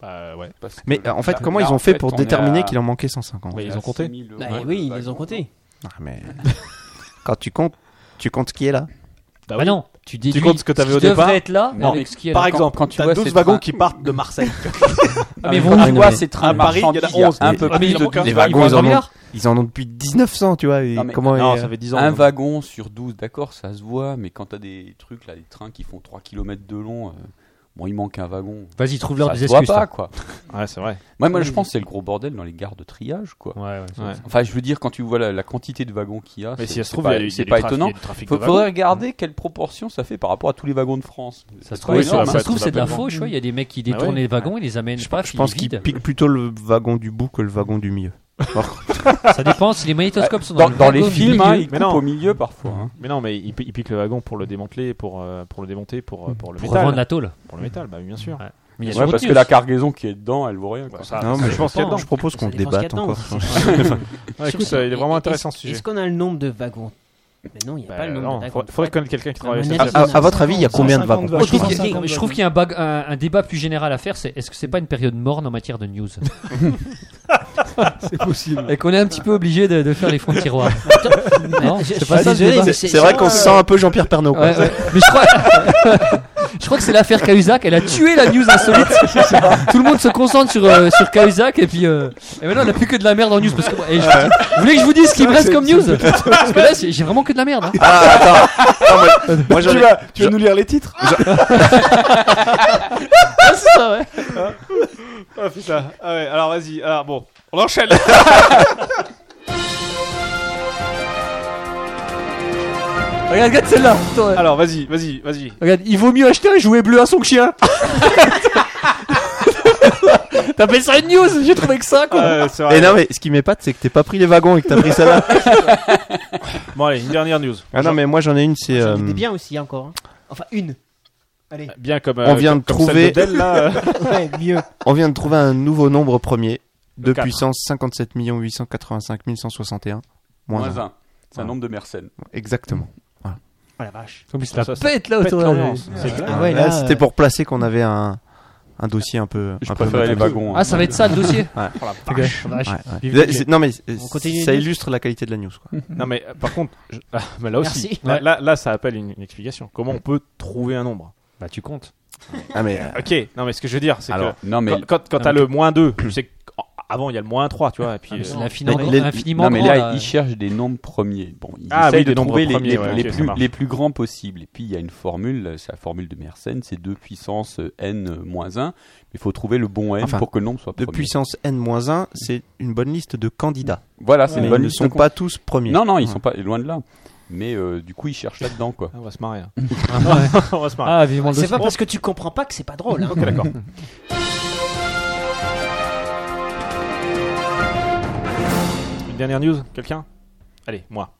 Speaker 4: Bah, ouais.
Speaker 8: parce que
Speaker 3: Ah, Mais euh, en fait
Speaker 8: là-
Speaker 3: comment
Speaker 8: là,
Speaker 3: ils ont
Speaker 8: en
Speaker 3: fait
Speaker 8: fait,
Speaker 3: pour
Speaker 8: on est
Speaker 3: déterminer
Speaker 8: à-
Speaker 3: qu'il en manquait 150
Speaker 4: Ouais, ils
Speaker 8: à
Speaker 4: ont compté.
Speaker 8: 6 000
Speaker 9: Bah,
Speaker 8: euros.
Speaker 9: oui, ils les ont comptés.
Speaker 3: Ah, mais quand tu comptes, tu comptes ce qui est là.
Speaker 5: Bah, non, tu déduis.
Speaker 4: comptes ce que t'avais au
Speaker 5: qui devrait
Speaker 4: départ
Speaker 5: être là,
Speaker 8: Non,
Speaker 5: avec
Speaker 8: mais
Speaker 5: ce qui est
Speaker 4: Par
Speaker 5: là.
Speaker 4: exemple,
Speaker 8: quand tu
Speaker 4: t'as
Speaker 8: vois
Speaker 4: 12
Speaker 8: ces
Speaker 4: wagons
Speaker 8: trains-
Speaker 4: qui partent de
Speaker 5: (laughs)
Speaker 4: Marseille.
Speaker 5: Ah, mais
Speaker 8: Quand
Speaker 5: vont
Speaker 8: tu
Speaker 5: où
Speaker 8: vois
Speaker 5: mais-
Speaker 8: ces trains
Speaker 4: À
Speaker 8: de
Speaker 4: Paris, il y en a
Speaker 8: marchandises, il y a
Speaker 4: 11.
Speaker 8: un
Speaker 3: Mais-
Speaker 8: peu
Speaker 5: Ah, mais
Speaker 8: plus
Speaker 5: ils
Speaker 8: de
Speaker 5: ont encore-
Speaker 3: Les
Speaker 8: 12
Speaker 5: ils vont à
Speaker 3: wagons, ils en ont,
Speaker 5: Grand-Villard
Speaker 3: ils en ont depuis 1900, tu vois. et
Speaker 8: Non, mais-
Speaker 3: comment
Speaker 4: non,
Speaker 3: ils-
Speaker 4: ça fait 10 ans.
Speaker 8: Un
Speaker 5: hein.
Speaker 4: donc.
Speaker 8: wagon sur 12, d'accord, ça se voit, mais quand t'as des trucs là, des trains qui font 3 km de long, euh, bon, il manque un wagon.
Speaker 5: Vas-y, trouve-leur
Speaker 8: Ça
Speaker 5: des
Speaker 8: se voit
Speaker 5: excuses.
Speaker 8: pas,
Speaker 5: toi.
Speaker 8: quoi.
Speaker 4: (laughs) Ouais, c'est vrai.
Speaker 8: Moi, moi, je pense que c'est le gros bordel dans les gares de triage, quoi.
Speaker 5: Ouais, ouais.
Speaker 4: Ouais.
Speaker 8: Enfin, je veux dire, quand tu vois la, la quantité de wagons qu'il y a,
Speaker 4: Mais si
Speaker 8: c'est
Speaker 4: ça se trouve,
Speaker 8: pas-
Speaker 4: il y a- il y a
Speaker 8: c'est
Speaker 4: du
Speaker 8: pas
Speaker 4: trafic- il y a
Speaker 8: étonnant.
Speaker 4: du trafic de
Speaker 8: Faut,
Speaker 4: wagons.
Speaker 8: faudrait regarder quelle proportion ça fait par rapport à tous les wagons de France.
Speaker 5: Ça se
Speaker 8: trouve,
Speaker 5: trouve,
Speaker 8: oui,
Speaker 5: ça,
Speaker 8: ça
Speaker 5: se
Speaker 8: va
Speaker 5: trouve,
Speaker 4: être
Speaker 5: c'est de la
Speaker 4: complètement.
Speaker 5: fauche. ouais. Il y a des mecs qui
Speaker 4: Bah
Speaker 5: détournent
Speaker 4: ouais.
Speaker 5: les wagons, ils les amènent
Speaker 3: Je,
Speaker 5: pas,
Speaker 3: je
Speaker 5: ils
Speaker 3: pense
Speaker 5: les
Speaker 3: qu'ils
Speaker 5: vident.
Speaker 3: piquent plutôt le wagon du bout que le wagon du milieu.
Speaker 5: (laughs) Ça dépend si les magnétoscopes sont dans,
Speaker 8: Dans,
Speaker 5: le
Speaker 8: dans les
Speaker 5: wagon du
Speaker 8: films, hein,
Speaker 5: milieu.
Speaker 8: ils
Speaker 4: Mais
Speaker 8: coupent
Speaker 4: non.
Speaker 8: au milieu parfois. hein.
Speaker 4: Mais non, mais ils, pi- ils piquent le wagon pour le démanteler, pour, euh, pour le démonter, pour, euh, pour le
Speaker 5: pour
Speaker 4: métal.
Speaker 5: revendre la tôle.
Speaker 4: Pour le métal, bah oui, bien sûr.
Speaker 5: Ouais. Mais il y a
Speaker 8: Ouais,
Speaker 5: sur
Speaker 8: parce
Speaker 5: autre
Speaker 8: que la
Speaker 5: news.
Speaker 8: cargaison qui est dedans, elle vaut rien. quoi.
Speaker 4: Ça,
Speaker 3: Non,
Speaker 4: ça,
Speaker 3: mais
Speaker 4: je pense qu'il y a
Speaker 3: (laughs)
Speaker 4: dedans.
Speaker 3: je propose qu'on
Speaker 9: Ça dépend ce qu'il y a
Speaker 3: débatte
Speaker 9: dedans
Speaker 3: encore.
Speaker 9: aussi.
Speaker 3: (laughs)
Speaker 4: (laughs) Ouais, écoute,
Speaker 9: Surtout,
Speaker 4: euh, il est vraiment
Speaker 9: est-
Speaker 4: intéressant ce
Speaker 9: est-ce-
Speaker 4: sujet.
Speaker 9: Est-ce qu'on a le nombre de wagons Mais non, il n'y a pas
Speaker 4: Bah,
Speaker 9: le nombre
Speaker 4: non,
Speaker 9: de wagons.
Speaker 4: faudrait- faudrait connaître quelqu'un qui travaille à
Speaker 9: Un
Speaker 4: cette
Speaker 9: honnête-
Speaker 3: À,
Speaker 4: affaire.
Speaker 3: à votre avis, il y a combien de
Speaker 1: 150
Speaker 3: wagons
Speaker 5: Moi, je trouve
Speaker 1: wagons.
Speaker 5: qu'il y a,
Speaker 1: 150
Speaker 5: je
Speaker 3: Euh,
Speaker 5: trouve qu'il y a un, bag- un- un débat plus général à faire, c'est est-ce que c'est pas une période morne en matière de
Speaker 3: (laughs)
Speaker 5: news
Speaker 4: (laughs)
Speaker 1: C'est possible.
Speaker 5: Et qu'on est un petit peu obligé de, de faire les fronts de
Speaker 3: (laughs)
Speaker 5: tiroirs Non,
Speaker 9: Je- je
Speaker 5: c'est pas
Speaker 9: suis
Speaker 5: ça le
Speaker 9: désolé,
Speaker 5: débat.
Speaker 9: mais
Speaker 3: euh, C'est vrai qu'on se sent un peu Jean-Pierre Pernaud.
Speaker 5: Ouais, ouais. Mais je crois, (laughs) Je crois que c'est l'affaire Cahuzac. Elle a tué la news
Speaker 3: (laughs)
Speaker 5: insolite. Tout le monde se concentre sur, euh, sur Cahuzac. Et puis euh, et maintenant, on n'a plus que de la merde en news. Parce que, et je- vous voulez que je vous dise ce qui me reste comme news Parce que là, j'ai j'ai vraiment que de la merde. hein.
Speaker 3: Ah, attends. Attends,
Speaker 5: (laughs)
Speaker 3: moi, moi, j'en
Speaker 1: Tu
Speaker 3: ai-
Speaker 1: vas, tu vas nous lire les titres
Speaker 5: Ah, c'est ça, ouais.
Speaker 4: Ah putain. Ah ouais, alors vas-y. Alors bon, on enchaîne.
Speaker 5: Regarde, regarde celle-là. Attends, ouais.
Speaker 4: Alors vas-y, vas-y, vas-y.
Speaker 5: Regarde, il vaut mieux acheter un jouet bleu à son (laughs) chien. T'appelles ça une news J'ai trouvé que ça, quoi.
Speaker 4: Euh, c'est
Speaker 3: Et
Speaker 4: vrai.
Speaker 3: non, mais ce qui m'épate, c'est que t'es pas pris les wagons et que t'as pris ça là.
Speaker 4: (laughs)
Speaker 9: (laughs)
Speaker 4: Bon allez, une dernière news.
Speaker 3: Ah non, mais moi j'en ai une, c'est. euh,
Speaker 9: J'en étais bien aussi, hein, encore. hein. Enfin, une. Allez,
Speaker 4: Bien comme.
Speaker 8: Bah,
Speaker 4: euh,
Speaker 3: On vient de
Speaker 4: comme- comme
Speaker 3: trouver-
Speaker 4: celle de Dell,
Speaker 3: (laughs)
Speaker 4: là. euh.
Speaker 9: ouais, mieux.
Speaker 3: On vient de trouver un nouveau nombre premier de
Speaker 4: Le quatre.
Speaker 3: puissance 57 885 161. Moins
Speaker 8: Moins
Speaker 3: un.
Speaker 8: 1. C'est un nombre de Mersenne.
Speaker 3: Exactement.
Speaker 9: Oh la vache.
Speaker 5: En plus, la
Speaker 4: Ça, ça
Speaker 5: pète là autour de
Speaker 4: pète
Speaker 5: la-
Speaker 4: l'ambiance.
Speaker 9: Ah ouais,
Speaker 3: Là,
Speaker 9: là,
Speaker 3: c'était
Speaker 9: euh,
Speaker 3: pour placer qu'on avait un, un dossier un peu.
Speaker 8: Je
Speaker 3: un peu
Speaker 8: préférais les
Speaker 3: méthodique.
Speaker 8: wagons. hein. Oh,
Speaker 5: Ah, ça va être ça le
Speaker 3: (laughs)
Speaker 5: dossier.
Speaker 9: Oh
Speaker 3: Ouais, ouais. Vous- c'est- Non, mais euh,
Speaker 9: On continue
Speaker 3: ça
Speaker 9: les news
Speaker 3: illustre la qualité de la news. Quoi.
Speaker 9: (laughs)
Speaker 4: Non mais euh, par contre, je- ah, mais là aussi,
Speaker 9: Merci.
Speaker 4: là,
Speaker 5: Ouais.
Speaker 4: là, là, ça appelle une, une explication. Comment on peut trouver un nombre
Speaker 5: Bah, tu comptes.
Speaker 3: Ah, mais. euh,
Speaker 4: Ok. Non mais ce que je veux dire, c'est
Speaker 8: Alors,
Speaker 4: que
Speaker 8: non, mais
Speaker 4: quand, quand, quand t'as le moins 2 tu sais qu'avant il y a le moins 3 tu vois, et
Speaker 9: Ah,
Speaker 4: puis. euh,
Speaker 5: C'est
Speaker 3: les-
Speaker 5: infiniment euh.
Speaker 8: Non, mais
Speaker 5: grand,
Speaker 8: là,
Speaker 5: là.
Speaker 8: ils cherchent des nombres premiers. Bon, ils
Speaker 4: Ah
Speaker 8: essayent
Speaker 4: oui,
Speaker 8: de
Speaker 4: des nombres
Speaker 8: trouver les,
Speaker 4: premiers,
Speaker 8: les-
Speaker 4: ouais,
Speaker 8: les
Speaker 4: ok, ça
Speaker 8: plus,
Speaker 4: marche.
Speaker 8: les plus grands possibles. Et puis, il y a une formule, c'est la formule de Mersenne, c'est 2 puissance euh, n-1. Il faut trouver le bon n
Speaker 3: Enfin,
Speaker 8: pour que le nombre soit
Speaker 3: De
Speaker 8: premier.
Speaker 3: puissance n-1, c'est une bonne liste de candidats.
Speaker 8: Voilà, c'est
Speaker 3: Mais
Speaker 8: une
Speaker 3: ils
Speaker 8: bonne
Speaker 3: ne
Speaker 8: liste
Speaker 3: sont
Speaker 8: de
Speaker 3: pas tous premiers. Ah.
Speaker 8: Non, non, ils sont pas loin de là. Mais euh, du coup, ils cherchent là-dedans, quoi.
Speaker 4: Ah, On va se marrer. hein. (laughs) on va se marrer.
Speaker 5: Ah, vivement le
Speaker 9: C'est
Speaker 5: dossier.
Speaker 9: pas parce que tu comprends pas que c'est pas drôle. Hein.
Speaker 4: (laughs) Ok, d'accord. Une dernière news, quelqu'un Allez, moi.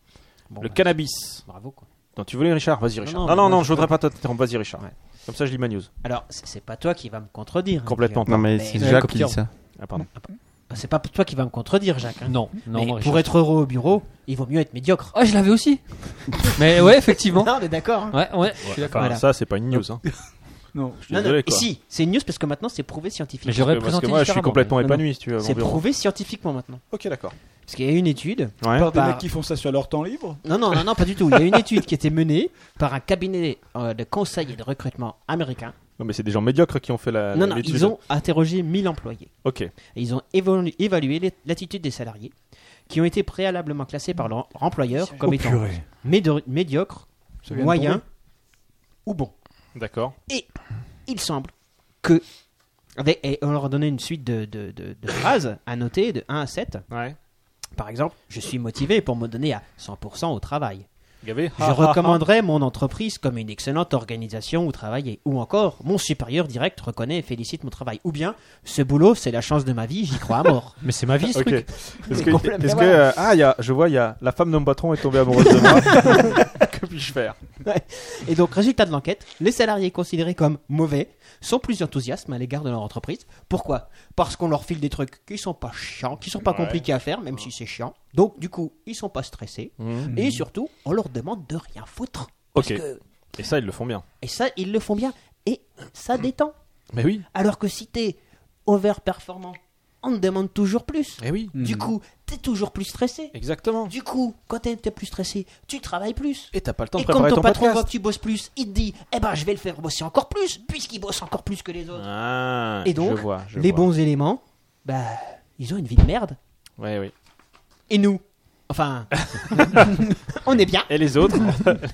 Speaker 9: Bon,
Speaker 4: le
Speaker 9: bah,
Speaker 4: cannabis.
Speaker 9: Bravo quoi.
Speaker 4: Non, tu voulais Richard Vas-y Richard.
Speaker 9: non,
Speaker 4: Non, non,
Speaker 9: moi,
Speaker 4: non,
Speaker 9: je-
Speaker 4: je voudrais pas t'interrompre. Vas-y Richard.
Speaker 9: Ouais.
Speaker 4: Comme ça, je lis ma news.
Speaker 9: Alors, c'est c'est pas toi qui va me contredire. hein,
Speaker 4: Complètement.
Speaker 3: Non, mais
Speaker 9: Mais hein.
Speaker 3: c'est
Speaker 9: ils ont
Speaker 3: Jacques qui
Speaker 9: copié.
Speaker 3: dit ça.
Speaker 4: Ah, pardon.
Speaker 9: Jacques. C'est pas toi qui va me contredire, Jacques. hein.
Speaker 5: Non, non, non.
Speaker 9: Mais pour
Speaker 5: Richard.
Speaker 9: être heureux au bureau, il vaut mieux être médiocre.
Speaker 5: Ah, je l'avais
Speaker 9: (laughs)
Speaker 5: aussi. Mais ouais, effectivement.
Speaker 9: Non, on est d'accord. hein.
Speaker 5: Ouais, ouais, je suis d'accord.
Speaker 4: Enfin,
Speaker 9: Voilà.
Speaker 4: ça, c'est pas une news. Hein.
Speaker 1: Non.
Speaker 4: Je suis
Speaker 9: Non, non,
Speaker 4: désolé,
Speaker 9: et
Speaker 4: quoi.
Speaker 9: si, c'est une news parce que maintenant c'est prouvé
Speaker 5: Mais
Speaker 9: scientifiquement.
Speaker 5: j'aurais
Speaker 4: Parce
Speaker 5: présenté
Speaker 4: que moi, je suis
Speaker 5: différemment.
Speaker 4: complètement
Speaker 9: Non, non.
Speaker 4: épanoui, si tu veux. à mon
Speaker 9: C'est
Speaker 4: bureau.
Speaker 9: prouvé scientifiquement maintenant.
Speaker 4: Ok, d'accord.
Speaker 9: Parce qu'il y a une étude.
Speaker 4: Ouais.
Speaker 1: Par des
Speaker 9: Par-
Speaker 1: mecs qui font ça sur leur temps libre
Speaker 9: Non, non, non, non, pas du tout. Il y a une étude qui était menée par un cabinet euh, de conseil et de recrutement américain.
Speaker 4: Non, mais c'est des gens médiocres qui ont fait la.
Speaker 9: non, non,
Speaker 4: l'étude.
Speaker 9: ils ont interrogé 1000 employés.
Speaker 4: Ok.
Speaker 9: Et ils ont évolu- évalué l'é- l'attitude des salariés qui ont été préalablement classés par leur employeur comme étant médo- médiocres,
Speaker 1: Ça vient de
Speaker 9: moyens
Speaker 1: tomber.
Speaker 9: ou bons.
Speaker 4: D'accord.
Speaker 9: Il semble que. avec- Et on leur a donné une suite de, de- de- de phrases à noter de 1 à 7.
Speaker 4: Ouais.
Speaker 9: Par exemple, je suis motivé pour me donner à 100% au travail.
Speaker 4: Gavé. Ah,
Speaker 9: Je recommanderais mon entreprise comme une excellente organisation où travailler. Ou encore, mon supérieur direct reconnaît et félicite mon travail. Ou bien, ce boulot, c'est la chance de ma vie, j'y crois à mort.
Speaker 5: (laughs) Mais c'est ma vie, ce
Speaker 4: Ok.
Speaker 5: truc.
Speaker 4: Est-ce que,
Speaker 9: Complètement.
Speaker 4: est-ce que euh, ah, il y a, je vois, il y a la femme de mon patron est tombée amoureuse
Speaker 9: (laughs)
Speaker 4: de moi. (laughs) que puis-je faire
Speaker 9: Et donc, résultat de l'enquête, les salariés considérés comme mauvais sont plus enthousiastes à l'égard de leur entreprise. Pourquoi Parce qu'on leur file des trucs qui sont pas chiants, qui sont pas compliqués à faire, même si c'est chiant. Donc, du coup, ils sont pas stressés. Et surtout, on leur demande de rien foutre. Parce
Speaker 4: Mmh. Ok.
Speaker 9: que-
Speaker 4: Et ça, ils le font bien.
Speaker 9: Et ça, ils le font bien. Et ça détend.
Speaker 4: Mais oui.
Speaker 9: Alors que si t'es over-performant, on te demande toujours plus.
Speaker 4: Mais Eh oui.
Speaker 9: Du coup, t'es toujours plus stressé.
Speaker 4: Exactement.
Speaker 9: Du coup, quand t'es t'es plus stressé, tu travailles plus.
Speaker 4: Et t'as pas le temps
Speaker 9: Et
Speaker 4: de
Speaker 9: quand
Speaker 4: préparer
Speaker 9: ton,
Speaker 4: ton
Speaker 9: patron voit
Speaker 4: podcast.
Speaker 9: que tu bosses plus, il te dit Eh ben, je vais le faire bosser encore plus, puisqu'il bosse encore plus que les autres.
Speaker 4: Ah,
Speaker 9: Et donc,
Speaker 4: je vois, je
Speaker 9: les
Speaker 4: vois.
Speaker 9: bons éléments, bah, ils ont une vie de merde.
Speaker 4: Ouais, oui.
Speaker 9: Et nous
Speaker 4: (laughs)
Speaker 9: Enfin, on est bien.
Speaker 4: Et
Speaker 9: (laughs)
Speaker 4: les autres,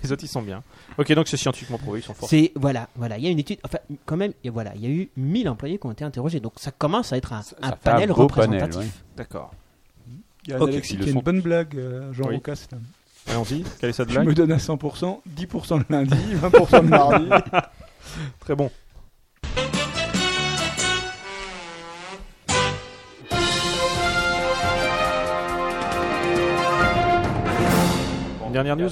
Speaker 4: les autres, ils sont bien. Ok, donc c'est scientifiquement prouvé, ils sont forts.
Speaker 9: C'est voilà, voilà, il y a une étude. Enfin, quand même, et voilà, il y a eu 1000 employés qui ont été interrogés, donc ça commence à être un, un
Speaker 8: Enfin,
Speaker 9: panel
Speaker 8: un beau
Speaker 9: représentatif.
Speaker 8: panel, ouais.
Speaker 4: D'accord.
Speaker 1: (laughs) Il y a un
Speaker 8: Ok,
Speaker 1: Alexis
Speaker 8: ils
Speaker 1: qui
Speaker 8: le
Speaker 1: a une
Speaker 8: sont.
Speaker 1: bonne blague, euh, Jean
Speaker 4: Oui.
Speaker 1: Roucas, c'est un-
Speaker 4: Allons-y. Quelle est cette
Speaker 1: Je me
Speaker 4: blague
Speaker 1: donne à 100%, 10% le lundi, 20% le
Speaker 4: (laughs)
Speaker 1: mardi.
Speaker 4: Très bon. Une dernière news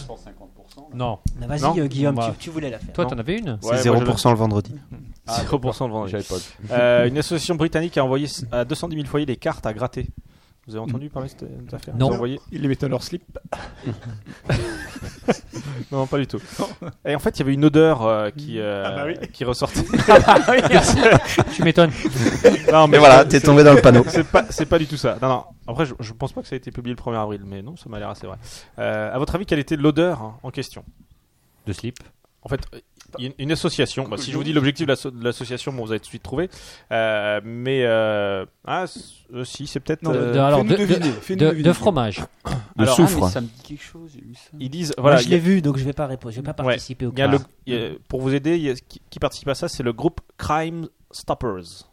Speaker 5: Non.
Speaker 9: Mais
Speaker 4: Non.
Speaker 9: Vas-y, euh, Guillaume,
Speaker 5: Bah.
Speaker 9: tu, tu voulais la faire.
Speaker 5: Toi,
Speaker 4: Non.
Speaker 5: t'en avais une
Speaker 4: Ouais,
Speaker 3: c'est
Speaker 4: moi,
Speaker 3: 0% le vendredi. Ah,
Speaker 4: j'avais- 0% de vendredi.
Speaker 8: Ah, J'avais pas.
Speaker 4: Euh, une association britannique a envoyé s- à 210 000 foyers des cartes à gratter. Vous avez entendu parler de cette cette affaire
Speaker 5: Non.
Speaker 4: Ils ont envoyé-
Speaker 1: Ils les mettent dans
Speaker 5: (laughs)
Speaker 1: leur slip.
Speaker 4: (laughs) Non, pas du tout. Et en fait, il y avait une odeur euh, qui, euh,
Speaker 1: Ah bah oui. Ah bah (laughs)
Speaker 4: qui ressortait. (laughs)
Speaker 5: Tu m'étonnes.
Speaker 4: non,
Speaker 3: Mais voilà, t'es tombé dans le panneau.
Speaker 4: C'est pas, c'est pas du tout ça. Non, non. Après, je, je pense pas que ça a été publié le 1er avril, mais non, ça m'a l'air assez vrai. Euh, à votre avis, quelle était l'odeur hein, en question
Speaker 5: De slip.
Speaker 4: En fait, il y a une- une association. Bah, si je vous dis l'objectif de l'asso- de l'association, bon, vous allez tout de suite trouver. Euh, mais euh, ah, c- euh, si, c'est peut-être.
Speaker 1: Non,
Speaker 4: euh,
Speaker 5: De- alors,
Speaker 1: Fais-nous
Speaker 5: de-
Speaker 1: deviner,
Speaker 5: de,
Speaker 1: fais-nous
Speaker 5: de
Speaker 1: deviner.
Speaker 5: fromage.
Speaker 3: Le
Speaker 4: Alors, ah,
Speaker 3: soufre.
Speaker 8: ça me dit quelque chose, j'ai vu ça.
Speaker 4: ils disent
Speaker 9: Voilà, je
Speaker 4: voilà. il y a-
Speaker 9: l'ai vu, donc je vais pas répondre, je vais pas
Speaker 4: Ouais.
Speaker 9: participer au
Speaker 4: il y a le-
Speaker 9: quiz.
Speaker 4: il y a- pour vous aider, il y a- qui, qui participe à ça, c'est le groupe Crime Stoppers.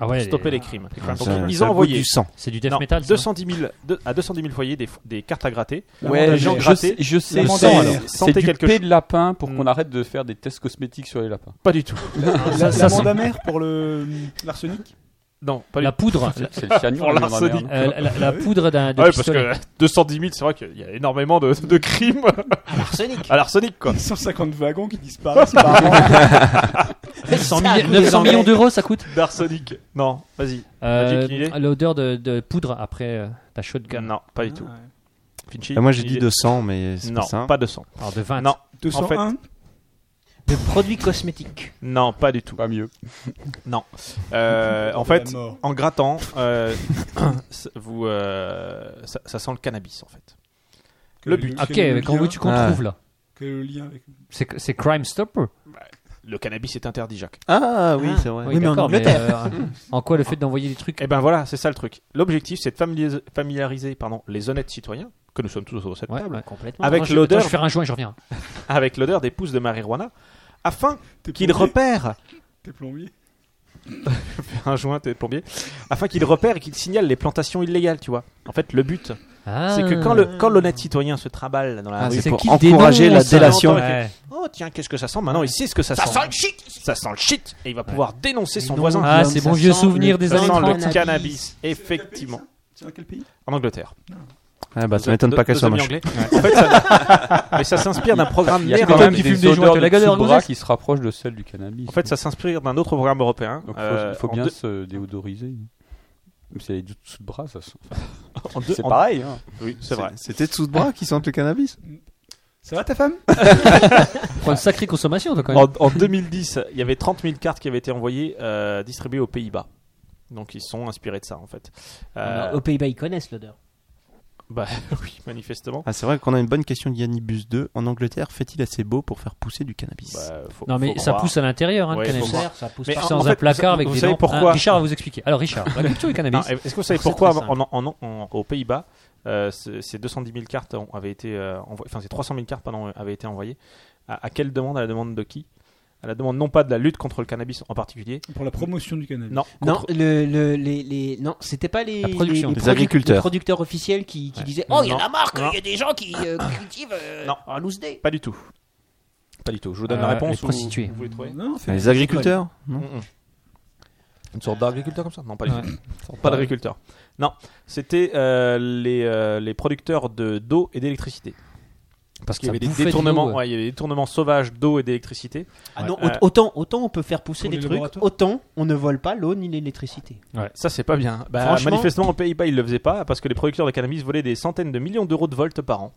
Speaker 5: Ah ouais,
Speaker 4: Stopper
Speaker 5: les-
Speaker 4: les crimes.
Speaker 8: Ah,
Speaker 5: les crimes.
Speaker 4: Donc,
Speaker 3: Ça-
Speaker 4: ils
Speaker 3: ça
Speaker 4: ont
Speaker 3: goûte
Speaker 4: envoyé
Speaker 3: du sang.
Speaker 5: C'est du death
Speaker 4: non,
Speaker 5: metal. ça.
Speaker 4: 210 000, de- à 210 000 foyers des, f- des cartes à gratter.
Speaker 8: Ouais,
Speaker 1: gens
Speaker 8: je,
Speaker 4: grattés.
Speaker 8: sais- je sais,
Speaker 1: L'amendement,
Speaker 8: c'est-
Speaker 4: alors.
Speaker 8: c'est
Speaker 4: Sentez
Speaker 8: du
Speaker 4: quelque
Speaker 8: pé de lapin pour
Speaker 4: Hmm.
Speaker 8: qu'on arrête de faire des tests cosmétiques sur les lapins.
Speaker 4: Pas du tout.
Speaker 1: La,
Speaker 4: (laughs)
Speaker 5: ça, ça,
Speaker 1: l'amande
Speaker 5: c'est-
Speaker 1: amère pour le l'arsenic.
Speaker 4: Non, pas
Speaker 5: La
Speaker 4: du tout.
Speaker 5: poudre. la-
Speaker 8: C'est le chagnon,
Speaker 4: (laughs) Pour
Speaker 8: la Ah grande-mère,
Speaker 4: l'arsenic.
Speaker 8: non
Speaker 5: euh, la,
Speaker 1: Ah
Speaker 5: la- la poudre d'un de
Speaker 4: Ouais, parce
Speaker 5: pistolet.
Speaker 4: que 210 000, c'est vrai qu'il y a énormément de, de crimes
Speaker 9: À l'arsenic
Speaker 4: à l'arsenic,
Speaker 8: (laughs)
Speaker 4: quoi.
Speaker 1: 150 wagons
Speaker 5: (laughs)
Speaker 1: qui disparaissent par an.
Speaker 5: 100 millions- 900 millions d'euros, ça coûte.
Speaker 4: D'arsenic. Non, vas-y.
Speaker 5: Euh,
Speaker 4: Magic, une idée
Speaker 5: L'odeur de, de poudre après euh, ta shotgun.
Speaker 4: Non, pas du
Speaker 8: Ah
Speaker 4: tout. Finchi,
Speaker 3: Bah, moi j'ai
Speaker 4: une
Speaker 3: dit
Speaker 4: idée
Speaker 3: 200, mais c'est
Speaker 4: Non,
Speaker 3: pas ça.
Speaker 4: pas 200.
Speaker 5: Alors Ah, de 20.
Speaker 4: Non,
Speaker 1: 201
Speaker 9: de produits cosmétiques.
Speaker 4: non, pas du tout.
Speaker 8: Pas mieux.
Speaker 4: (laughs) Non. Euh, en
Speaker 1: de la
Speaker 4: fait,
Speaker 1: mort.
Speaker 4: en grattant, euh, (coughs) ça- vous, euh, ça, ça sent le cannabis en fait. Le but.
Speaker 5: Ok,
Speaker 1: Quel est le
Speaker 5: mais comment
Speaker 1: lien-
Speaker 5: veux-tu qu'on
Speaker 3: Ah.
Speaker 5: trouve là
Speaker 1: quel est le lien avec-
Speaker 5: C'est c'est Crime Stopper.
Speaker 4: Le cannabis est interdit, Jacques.
Speaker 3: Ah oui, c'est vrai.
Speaker 5: Oui,
Speaker 9: mais en
Speaker 5: d'accord, (laughs)
Speaker 9: Angleterre.
Speaker 5: euh, en quoi le fait d'envoyer des trucs
Speaker 4: Et ben voilà, c'est ça le truc. L'objectif, c'est de familiaris- familiariser pardon, les honnêtes citoyens, que nous sommes tous autour de cette
Speaker 5: Ouais,
Speaker 4: table,
Speaker 5: ouais.
Speaker 9: Complètement.
Speaker 4: Avec
Speaker 5: Attends, je-
Speaker 4: l'odeur.
Speaker 5: attends, Je vais faire un joint et je reviens.
Speaker 4: (laughs) avec l'odeur des pousses de marijuana, afin
Speaker 1: T'es
Speaker 4: qu'ils
Speaker 1: plombier
Speaker 4: repèrent
Speaker 1: T'es plombier
Speaker 4: un joint, t'es plombier, afin qu'ils repèrent et qu'ils signalent les plantations illégales, tu vois. En fait, le but,
Speaker 5: Ah.
Speaker 4: c'est que quand le quand l'honnête citoyen se trimballe dans la
Speaker 3: Ah,
Speaker 4: rue
Speaker 3: c'est
Speaker 5: c'est
Speaker 3: pour
Speaker 5: qu'il
Speaker 3: encourager la
Speaker 5: dénonce, alors,
Speaker 3: délation.
Speaker 4: attends, Oh tiens, qu'est-ce que ça sent Maintenant, il sait ce que ça, sent. Ça sent le shit Ça sent le shit Et il va pouvoir dénoncer son voisin.
Speaker 5: Ah, c'est
Speaker 9: Ça
Speaker 5: mon vieux
Speaker 9: sent
Speaker 5: souvenir des
Speaker 4: ça
Speaker 5: années
Speaker 4: sent
Speaker 5: 30.
Speaker 4: le cannabis, effectivement.
Speaker 1: C'est dans quel pays
Speaker 4: En Angleterre.
Speaker 3: Ah bah, ça
Speaker 4: Deux-
Speaker 3: m'étonne
Speaker 4: deux-
Speaker 3: pas qu'elle
Speaker 4: deux
Speaker 3: soit
Speaker 4: amis
Speaker 3: moche.
Speaker 4: anglais. En fait, ça, (laughs) mais ça s'inspire d'un programme
Speaker 8: Il y a
Speaker 4: néerlandais.
Speaker 8: quand
Speaker 5: Peut-être
Speaker 8: même
Speaker 5: qu'il
Speaker 8: des
Speaker 5: fume des joints,
Speaker 8: odeurs
Speaker 5: t'es
Speaker 8: de
Speaker 5: la galère,
Speaker 8: sous-bras
Speaker 5: Gonzesse
Speaker 8: qui se rapprochent de celles du cannabis.
Speaker 4: En fait, ça s'inspire d'un autre programme européen.
Speaker 8: Donc, faut-
Speaker 4: euh,
Speaker 8: il faut
Speaker 4: en
Speaker 8: bien
Speaker 4: deux-
Speaker 8: se déodoriser. Mais c'est les sous-bras, ça sent.
Speaker 4: (laughs) en deux- en-
Speaker 8: pareil. hein.
Speaker 4: Oui, c'est vrai.
Speaker 3: C'était sous de bras qui sentent le cannabis.
Speaker 1: Ça va ta femme
Speaker 5: Pour une sacrée consommation, toi, quand
Speaker 4: En,
Speaker 5: même.
Speaker 4: en 2010, il y avait 30 000 cartes qui avaient été envoyées, euh, distribuées aux Pays-Bas. Donc ils sont inspirés de ça en fait.
Speaker 5: Ah,
Speaker 4: Euh,
Speaker 9: Aux Pays-Bas, ils connaissent l'odeur.
Speaker 4: bah (laughs) oui, manifestement.
Speaker 3: Ah, c'est vrai qu'on a une bonne question d'Yannibus 2. En Angleterre, fait-il assez beau pour faire pousser du cannabis
Speaker 4: Bah, faut-
Speaker 5: Non, mais
Speaker 4: faut
Speaker 5: ça
Speaker 4: croire.
Speaker 5: pousse à l'intérieur, hein,
Speaker 4: Ouais,
Speaker 5: le
Speaker 4: faut
Speaker 5: cannabis.
Speaker 4: voir.
Speaker 9: Ça pousse
Speaker 4: Mais
Speaker 9: pas.
Speaker 4: en-
Speaker 5: C'est dans
Speaker 4: fait,
Speaker 5: un placard
Speaker 4: vous-
Speaker 5: avec
Speaker 4: vous
Speaker 5: des
Speaker 4: savez
Speaker 5: lampes.
Speaker 4: pourquoi
Speaker 5: Ah, Richard va vous expliquer. Alors, Richard, la culture du
Speaker 4: Non,
Speaker 5: cannabis.
Speaker 4: Est-ce que vous savez
Speaker 5: C'est
Speaker 4: pourquoi
Speaker 5: très
Speaker 4: en- en- en- aux Pays-Bas, euh, ce- ces 210 000 cartes ont- avaient été euh, envo- enfin ces 300 000 cartes pardon, euh, avaient été envoyées à, à quelle demande À la demande de qui À la demande non pas de la lutte contre le cannabis en particulier.
Speaker 1: Pour la promotion du cannabis.
Speaker 4: Non,
Speaker 9: Non,
Speaker 4: contre-
Speaker 9: le, le- les, les- non, c'était pas Ah, les,
Speaker 5: La production.
Speaker 9: les,
Speaker 3: Les
Speaker 9: produ-
Speaker 3: agriculteurs.
Speaker 9: les producteurs officiels qui, qui disaient Oh, il y en a marre qu'il y
Speaker 4: Non.
Speaker 9: a des gens qui
Speaker 4: (coughs)
Speaker 9: euh, (coughs) cultivent euh,
Speaker 4: Non.
Speaker 9: en loose day.
Speaker 4: pas du tout. Pas du tout. Je vous donne la
Speaker 5: Euh,
Speaker 4: réponse.
Speaker 5: les
Speaker 4: ou-
Speaker 5: prostituées.
Speaker 4: Vous pouvez trouver
Speaker 1: Non, fais-
Speaker 3: Les agriculteurs non
Speaker 4: Mm-mm. Une sorte d'agriculteur comme ça Non, pas du tout. Pas d'agriculteur. Non, c'était euh, les, euh, les producteurs de- d'eau et d'électricité. Parce qu'il y
Speaker 5: Ça
Speaker 4: avait des
Speaker 5: bouffait de
Speaker 4: détournements,
Speaker 5: l'eau, ouais.
Speaker 4: ouais, il y avait des détournements sauvages d'eau et d'électricité.
Speaker 9: Ah non,
Speaker 4: Ouais.
Speaker 9: au- autant, autant on peut faire pousser
Speaker 1: Pour
Speaker 9: des
Speaker 1: les
Speaker 9: trucs,
Speaker 1: laboratoires.
Speaker 9: autant on ne vole pas l'eau ni l'électricité.
Speaker 4: Ça, c'est pas bien. Bah,
Speaker 9: Franchement-
Speaker 4: manifestement, aux Pays-Bas, ils le faisaient pas parce que les producteurs de cannabis volaient des centaines de millions d'euros de volts par an.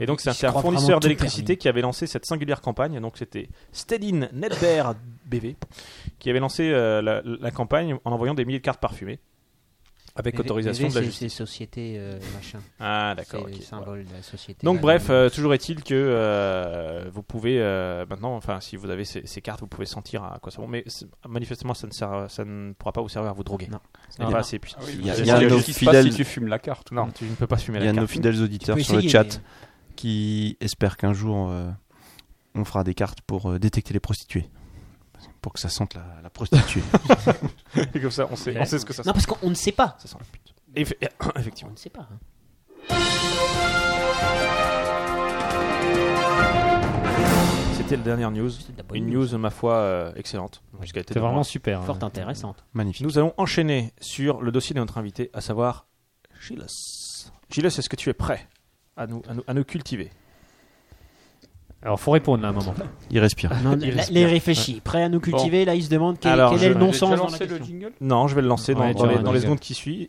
Speaker 4: et donc,
Speaker 9: je
Speaker 4: c'est un
Speaker 9: crois vraiment
Speaker 4: fournisseur
Speaker 9: tout
Speaker 4: d'électricité qui avait lancé cette singulière campagne. Donc, c'était Stedin Netber BV qui avait lancé euh, la, la campagne en envoyant des milliers de cartes parfumées avec
Speaker 9: Mais-
Speaker 4: autorisation
Speaker 9: mais
Speaker 4: de la
Speaker 9: c'est-
Speaker 4: justice.
Speaker 9: C'est société, euh, machin.
Speaker 4: Ah,
Speaker 9: C'est
Speaker 4: d'accord. ok.
Speaker 9: le symbole de la société.
Speaker 4: Donc
Speaker 9: là,
Speaker 4: bref,
Speaker 9: de-
Speaker 4: euh, toujours est-il que euh, vous pouvez euh, maintenant, enfin si vous avez ces, ces cartes, vous pouvez sentir à quoi ça bon. Mais c'est- manifestement, ça ne, sert- ça ne pourra pas vous servir à vous droguer.
Speaker 9: Non.
Speaker 4: Ce n'est
Speaker 9: Ah,
Speaker 4: pas
Speaker 9: non.
Speaker 4: assez puissant.
Speaker 8: Il
Speaker 3: y a-
Speaker 4: C'est
Speaker 3: il y a
Speaker 4: ce que
Speaker 3: nos
Speaker 4: je
Speaker 8: qui
Speaker 4: dis.
Speaker 8: se passe
Speaker 3: fidèles-
Speaker 8: si tu fumes la carte.
Speaker 4: Non, tu ne peux pas fumer
Speaker 3: Il
Speaker 4: la
Speaker 3: y a
Speaker 4: carte.
Speaker 3: nos fidèles auditeurs
Speaker 9: Tu peux
Speaker 3: sur le
Speaker 9: essayer,
Speaker 3: chat qui espèrent qu'un jour euh, on fera des cartes pour euh, détecter les prostituées. Pour que ça sente la, la prostituée.
Speaker 4: Et comme ça, on sait,
Speaker 5: Ok.
Speaker 4: on sait ce que ça sent.
Speaker 9: Non, parce qu'on ne sait pas.
Speaker 4: Ça sent la pute. Eff-
Speaker 9: On
Speaker 4: (coughs) Effectivement.
Speaker 9: ne sait pas. hein.
Speaker 4: C'était la dernière news.
Speaker 9: C'est de la bonne
Speaker 4: Une
Speaker 9: news.
Speaker 4: news, ma foi, euh, excellente. puisqu'elle était
Speaker 5: C'est
Speaker 4: devant
Speaker 5: vraiment
Speaker 4: moi.
Speaker 5: super.
Speaker 9: Fort
Speaker 5: hein.
Speaker 9: intéressante.
Speaker 3: Magnifique.
Speaker 4: Nous allons enchaîner sur le dossier de notre invité, à savoir Gilles. Gilles, est-ce que tu es prêt à nous, à nous, à nous cultiver
Speaker 5: Alors, faut répondre là un moment.
Speaker 3: Il respire.
Speaker 9: Non,
Speaker 4: Il
Speaker 9: là,
Speaker 4: respire.
Speaker 9: les réfléchis, prêts à nous cultiver, là ils se demandent quel,
Speaker 4: Alors,
Speaker 9: quel
Speaker 4: je-
Speaker 9: est le
Speaker 8: J'ai
Speaker 9: non-sens
Speaker 8: déjà
Speaker 9: dans la
Speaker 8: lancé le
Speaker 9: question.
Speaker 8: jingle
Speaker 4: Non, je vais le lancer dans,
Speaker 5: Ouais,
Speaker 4: dans les,
Speaker 5: John,
Speaker 4: dans les
Speaker 5: vas-y.
Speaker 4: secondes qui suivent.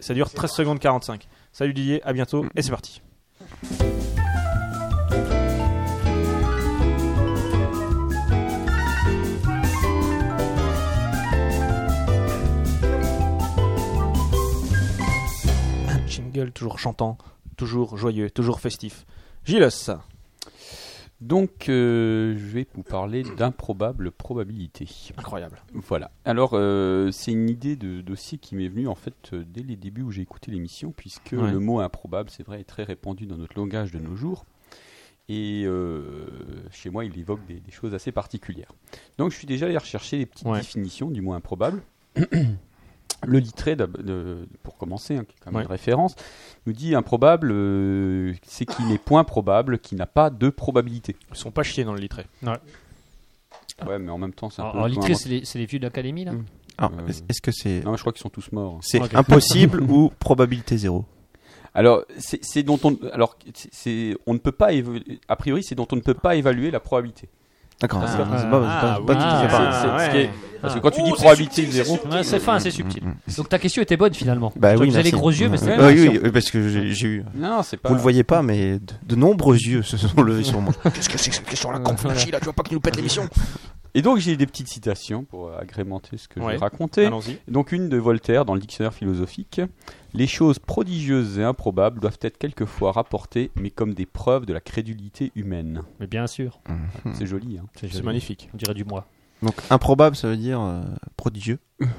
Speaker 4: Ça dure 13 secondes 45. Salut Didier, à bientôt et c'est parti. Un jingle toujours chantant, toujours joyeux, toujours festif. Gilles,
Speaker 8: Donc, euh, je vais vous parler d'improbable probabilité.
Speaker 6: Incroyable.
Speaker 8: Voilà. Alors, euh, c'est une idée de dossier qui m'est venue en fait euh, dès les débuts où j'ai écouté l'émission, puisque
Speaker 4: Ouais.
Speaker 8: le mot improbable, c'est vrai, est très répandu dans notre langage de nos jours. Et euh, chez moi, il évoque des, des choses assez particulières. Donc, je suis déjà allé rechercher les petites
Speaker 4: Ouais.
Speaker 8: définitions du mot improbable. (clears throat) Le litré, d'ab- de- pour commencer, hein, qui est quand même
Speaker 4: Ouais.
Speaker 8: une référence, nous dit improbable, euh, c'est qui n'est point probable, qui n'a pas de probabilité.
Speaker 4: Ils sont pas chiés dans le litré.
Speaker 8: Ouais, mais en même temps, c'est un
Speaker 5: Alors,
Speaker 8: peu.
Speaker 5: alors,
Speaker 8: comme un
Speaker 5: Littré, c'est les, c'est les vieux de l'académie, là
Speaker 8: Mm.
Speaker 3: Alors,
Speaker 8: Euh,
Speaker 3: est- Ah, est-ce que c'est
Speaker 8: Non, je crois qu'ils sont tous morts.
Speaker 3: c'est
Speaker 5: Ok.
Speaker 4: (laughs)
Speaker 3: impossible ou probabilité zéro
Speaker 8: Alors, c'est c'est dont on, alors c'est- c'est on ne peut pas évaluer- a priori, c'est dont on ne peut pas évaluer la probabilité.
Speaker 3: D'accord.
Speaker 8: Ah,
Speaker 3: c'est pas-
Speaker 5: ah,
Speaker 3: c'est pas-
Speaker 4: ah,
Speaker 3: c'est pas- c'est pas-
Speaker 5: oui.
Speaker 3: c'est pas-
Speaker 4: Ah,
Speaker 8: C'est- c'est- ce qui est-
Speaker 4: ouais.
Speaker 8: Parce que
Speaker 5: Ah. Mm,
Speaker 8: quand tu
Speaker 11: Oh,
Speaker 8: dis probabilité zéro,
Speaker 5: Ouais, c'est fin, c'est subtil. Donc ta question était bonne finalement.
Speaker 3: Mmh, Bah
Speaker 5: Donc,
Speaker 3: oui,
Speaker 5: vous avez les
Speaker 3: merci. Ah
Speaker 5: gros yeux, mais c'est
Speaker 8: Ouais,
Speaker 5: pas
Speaker 3: Oui,
Speaker 5: sûr.
Speaker 3: oui, oui, parce que j'ai j'ai eu.
Speaker 8: non, c'est pas.
Speaker 3: Vous le voyez pas, mais de, de nombreux yeux se sont levés sur moi.
Speaker 11: (laughs) Qu'est-ce que c'est que cette question-là qu'on flanchit, Ah, là Tu vois pas qu'il nous pète l'émission
Speaker 8: Et donc j'ai des petites citations pour euh, agrémenter ce que
Speaker 4: Ouais.
Speaker 8: j'ai raconté.
Speaker 4: Allons-y.
Speaker 8: Donc une de Voltaire dans le dictionnaire philosophique. Les choses prodigieuses et improbables doivent être quelquefois rapportées, mais comme des preuves de la crédulité humaine.
Speaker 5: Mais bien sûr.
Speaker 8: C'est joli. Hein.
Speaker 4: C'est magnifique.
Speaker 5: On dirait du moi.
Speaker 3: Euh, Donc improbable, ça veut dire euh, prodigieux.
Speaker 8: non.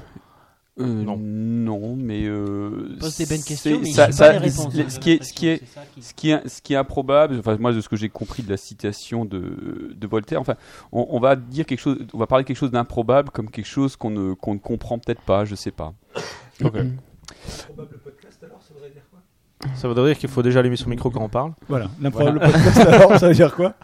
Speaker 8: Euh, non, mais euh,
Speaker 9: Pose des bonnes questions,
Speaker 8: c'est-
Speaker 9: mais
Speaker 8: ça-
Speaker 9: j'ai
Speaker 8: ça-
Speaker 9: pas les réponses. hein,
Speaker 8: Ce qui est, ce qui est, Ce qui, est, ce qui est improbable, enfin, moi, de ce que j'ai compris de la citation de, de Voltaire, enfin, on, on va dire quelque chose, on va parler de quelque chose d'improbable comme quelque chose qu'on ne, qu'on ne comprend peut-être pas, je sais pas. Mm-hmm.
Speaker 4: Ça veut dire qu'il faut déjà allumer son micro quand on parle
Speaker 1: Voilà, l'improbable podcast (laughs) alors, ça veut dire quoi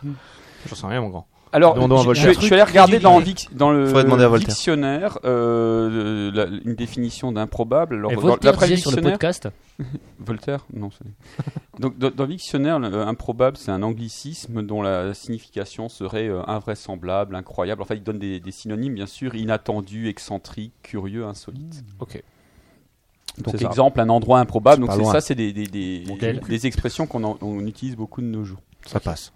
Speaker 4: J'en sais rien, mon grand.
Speaker 8: Alors,
Speaker 4: Demandons à
Speaker 8: je- je,
Speaker 4: Voltaire.
Speaker 8: vais- je suis allé regarder dans, le dic- dans le
Speaker 3: Faudrait demander à Voltaire.
Speaker 8: dictionnaire euh, la- une définition d'improbable. Alors,
Speaker 5: Et
Speaker 8: dans-
Speaker 5: Voltaire
Speaker 8: d'après le
Speaker 5: disait sur le
Speaker 8: dictionnaire-
Speaker 5: podcast.
Speaker 8: (laughs) Voltaire Non, c'est... Donc, dans, dans le dictionnaire, le- euh, improbable, c'est un anglicisme dont la signification serait euh, invraisemblable, incroyable. Enfin, il donne des, des synonymes, bien sûr, inattendu, excentrique, curieux, insolite.
Speaker 4: Ok.
Speaker 8: Donc,
Speaker 4: C'est ça.
Speaker 8: exemple, un endroit improbable.
Speaker 3: pas
Speaker 8: Donc, c'est
Speaker 3: loin.
Speaker 8: ça, c'est des, des, des,
Speaker 5: Montel.
Speaker 8: des expressions qu'on en- on utilise beaucoup de nos jours.
Speaker 3: Ça passe.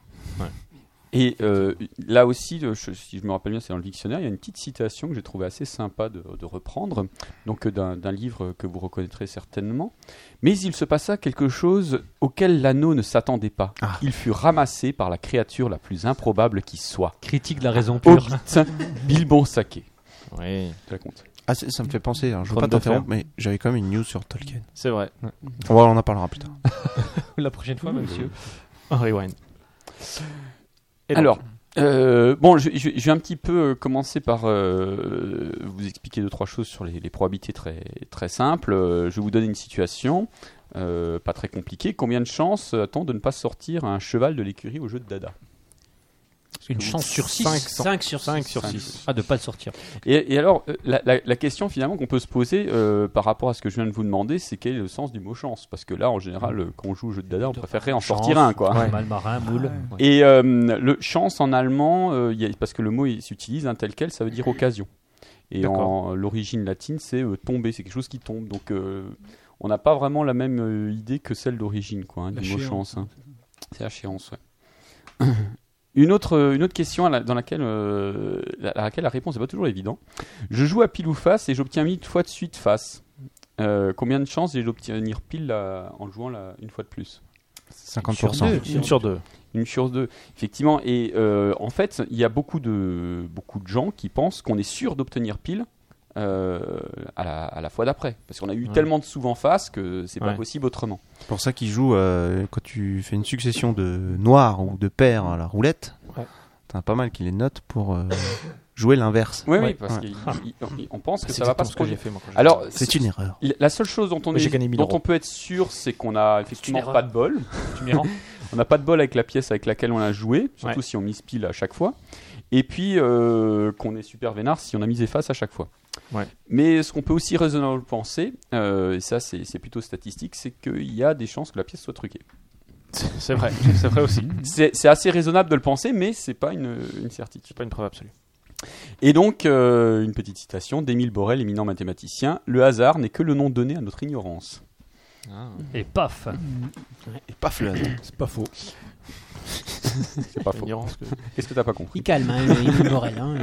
Speaker 8: Et euh, là aussi, le- je- si je me rappelle bien, c'est dans le dictionnaire, il y a une petite citation que j'ai trouvée assez sympa de, de reprendre, donc euh, d'un d'un livre que vous reconnaîtrez certainement. Mais il se passa quelque chose auquel l'anneau ne s'attendait pas.
Speaker 3: Ah.
Speaker 8: Il fut ramassé par la créature la plus improbable qui soit.
Speaker 5: Critique de la raison pure.
Speaker 8: Hobbit Bilbon Saké.
Speaker 4: Oui.
Speaker 8: Tu la comptes
Speaker 3: Ah, c'est- ça me fait penser. alors, je veux
Speaker 4: Prendre
Speaker 3: pas
Speaker 4: de
Speaker 3: t'interrompre, mais j'avais quand même une news sur Tolkien.
Speaker 4: C'est vrai.
Speaker 3: On va- on en parlera plus tard.
Speaker 5: La prochaine
Speaker 8: Mmh.
Speaker 5: fois, monsieur.
Speaker 4: Oh, rewind. Et donc,
Speaker 8: Alors, euh, bon, je, je- je vais un petit peu euh, commencer par euh, vous expliquer deux trois choses sur les, les probabilités très très simples. Euh, je vais vous donner une situation. euh, pas très compliquée. Combien de chances a-t-on de ne pas sortir un cheval de l'écurie au jeu de dada
Speaker 5: Une chance sur 6.
Speaker 4: 5 sur 5 sur
Speaker 8: Cinq.
Speaker 4: 6.
Speaker 5: Ah, de pas le sortir.
Speaker 8: et, et alors, euh, la, la- la question finalement qu'on peut se poser euh, par rapport à ce que je viens de vous demander, c'est quel est le sens du mot chance Parce que là, en général, euh, quand on joue au jeu de dada, on préférerait en sortir un, quoi.
Speaker 5: Malmarin, moule. Ouais.
Speaker 8: Et euh, le chance en allemand, euh, il y a- parce que le mot il s'utilise hein, tel quel, ça veut dire occasion. Et en l'origine latine, c'est euh, tomber, c'est quelque chose qui tombe. Donc euh, on n'a pas vraiment la même euh, idée que celle d'origine, quoi, hein, du mot
Speaker 1: L'achéance.
Speaker 8: chance. hein. C'est achéance, ouais. (laughs) Une autre, euh, une autre question à la- dans laquelle, euh, la- à laquelle la réponse n'est pas toujours évidente. Je joue à pile ou face et j'obtiens 8 fois de suite face. Euh, combien de chances j'ai d'obtenir pile là, en jouant là, une fois de plus
Speaker 3: 50%.
Speaker 4: Une sur deux.
Speaker 8: une sur deux, effectivement. Et euh, en fait, il y a beaucoup de, beaucoup de gens qui pensent qu'on est sûr d'obtenir pile euh, à, la, à la fois d'après. Parce qu'on a eu
Speaker 4: Ouais.
Speaker 8: tellement de souvent face que c'est pas
Speaker 4: Ouais.
Speaker 8: possible autrement.
Speaker 3: C'est pour ça qu'il joue euh, quand tu fais une succession de noirs ou de paires à la roulette.
Speaker 4: Ouais.
Speaker 3: T'as pas mal qui les note pour euh, jouer l'inverse.
Speaker 8: Oui,
Speaker 4: Ouais. Ah,
Speaker 8: oui, parce
Speaker 3: (laughs)
Speaker 8: qu'on pense que
Speaker 4: C'est
Speaker 8: ça va pas
Speaker 4: exactement
Speaker 8: se
Speaker 4: ce que j'ai
Speaker 8: produire.
Speaker 4: fait, moi. quand j'ai-
Speaker 8: Alors,
Speaker 3: C'est une erreur.
Speaker 8: la- la seule chose dont on,
Speaker 4: Mais j'ai
Speaker 8: est-
Speaker 4: gagné 1000
Speaker 8: dont
Speaker 4: euros.
Speaker 8: on peut être sûr, c'est qu'on a effectivement
Speaker 5: erreur.
Speaker 8: pas de (laughs) bol.
Speaker 5: Tu m'y rends.
Speaker 8: On n'a pas de bol avec la pièce avec laquelle on a joué, surtout
Speaker 4: Ouais.
Speaker 8: si on mise pile à chaque fois. Et puis euh, qu'on est super vénard si on a mis efface à chaque fois.
Speaker 4: Ouais.
Speaker 8: Mais ce qu'on peut aussi raisonnablement penser, euh, et ça c'est c'est plutôt statistique, c'est qu'il y a des chances que la pièce soit truquée.
Speaker 4: C'est vrai. C'est vrai aussi.
Speaker 8: (laughs) C'est c'est assez raisonnable de le penser, mais c'est pas une, une certitude.
Speaker 4: C'est pas une preuve absolue.
Speaker 8: Et donc, euh, une petite citation d'Émile Borel, éminent mathématicien Le hasard n'est que le nom donné à notre ignorance.
Speaker 5: Et paf.
Speaker 3: Et pas
Speaker 1: C'est pas faux.
Speaker 8: C'est pas faux.
Speaker 4: Ignorance que-
Speaker 8: Qu'est-ce que t'as pas compris
Speaker 1: hein,
Speaker 4: (laughs)
Speaker 9: Il calme, hein, il est Borel. Hein,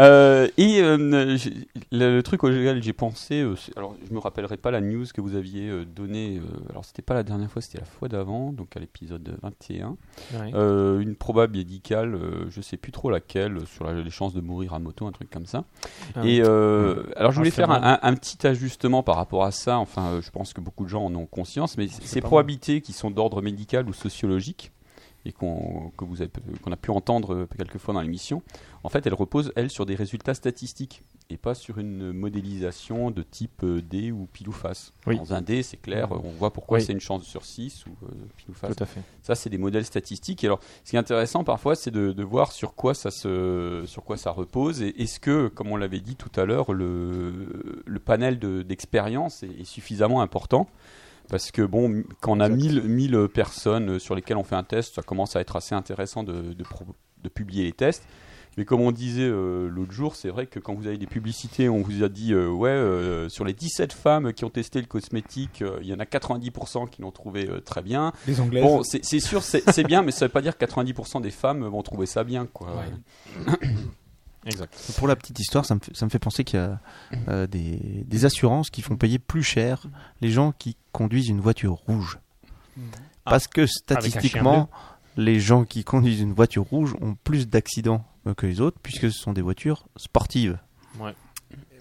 Speaker 8: Euh, et euh, j'ai- le, le truc auquel j'ai pensé, euh, c'est- alors je me rappellerai pas la news que vous aviez euh, donnée, euh, alors c'était pas la dernière fois, c'était la fois d'avant, donc à l'épisode 21. Euh, une probable médicale, euh, je sais plus trop laquelle, euh, sur la- les chances de mourir à moto, un truc comme ça.
Speaker 4: Ah,
Speaker 8: Et euh, alors je voulais
Speaker 4: c'est
Speaker 8: faire un,
Speaker 4: mal.
Speaker 8: un- un petit ajustement par rapport à ça. Enfin, euh, je pense que beaucoup de gens en ont conscience, mais ces
Speaker 4: pas
Speaker 8: probabilités qui sont d'ordre médical ou sociologique et qu'on que vous avez- qu'on a pu entendre euh, quelquefois dans l'émission, en fait, elles reposent elles sur des résultats statistiques et pas sur une modélisation de type euh, dé ou pile ou face.
Speaker 4: Oui.
Speaker 8: Dans un dé, c'est clair, on voit pourquoi
Speaker 4: Oui.
Speaker 8: c'est une chance sur 6 ou euh, pile ou face.
Speaker 4: Tout à fait.
Speaker 8: Ça, c'est des modèles statistiques. Et alors, ce qui est intéressant parfois, c'est de, de voir sur quoi ça se, sur quoi ça repose. Et est-ce que, comme on l'avait dit tout à l'heure, le, le panel de- d'expérience est, est suffisamment important Parce que bon, m- quand on a 1000 1000 personnes euh, sur lesquelles on fait un test, ça commence à être assez intéressant de, de pro- de publier les tests. Mais comme on disait euh, l'autre jour, c'est vrai que quand vous avez des publicités, on vous a dit euh, ouais, euh, sur les 17 femmes qui ont testé le cosmétique, euh, il y en a 90% qui l'ont trouvé euh, très bien.
Speaker 1: Les Anglais.
Speaker 8: Bon, c'est c'est sûr, c'est c'est bien, mais ça veut pas dire que 90% des femmes vont trouver ça bien, quoi. (coughs)
Speaker 4: Exact.
Speaker 3: Pour la petite histoire, ça me fait, ça me fait penser qu'il y a euh, des, des assurances qui font payer plus cher les gens qui conduisent une voiture rouge.
Speaker 5: Ah.
Speaker 3: Parce que statistiquement, les gens qui conduisent une voiture rouge ont plus d'accidents euh, que les autres, puisque ce sont des voitures sportives.
Speaker 4: Ouais.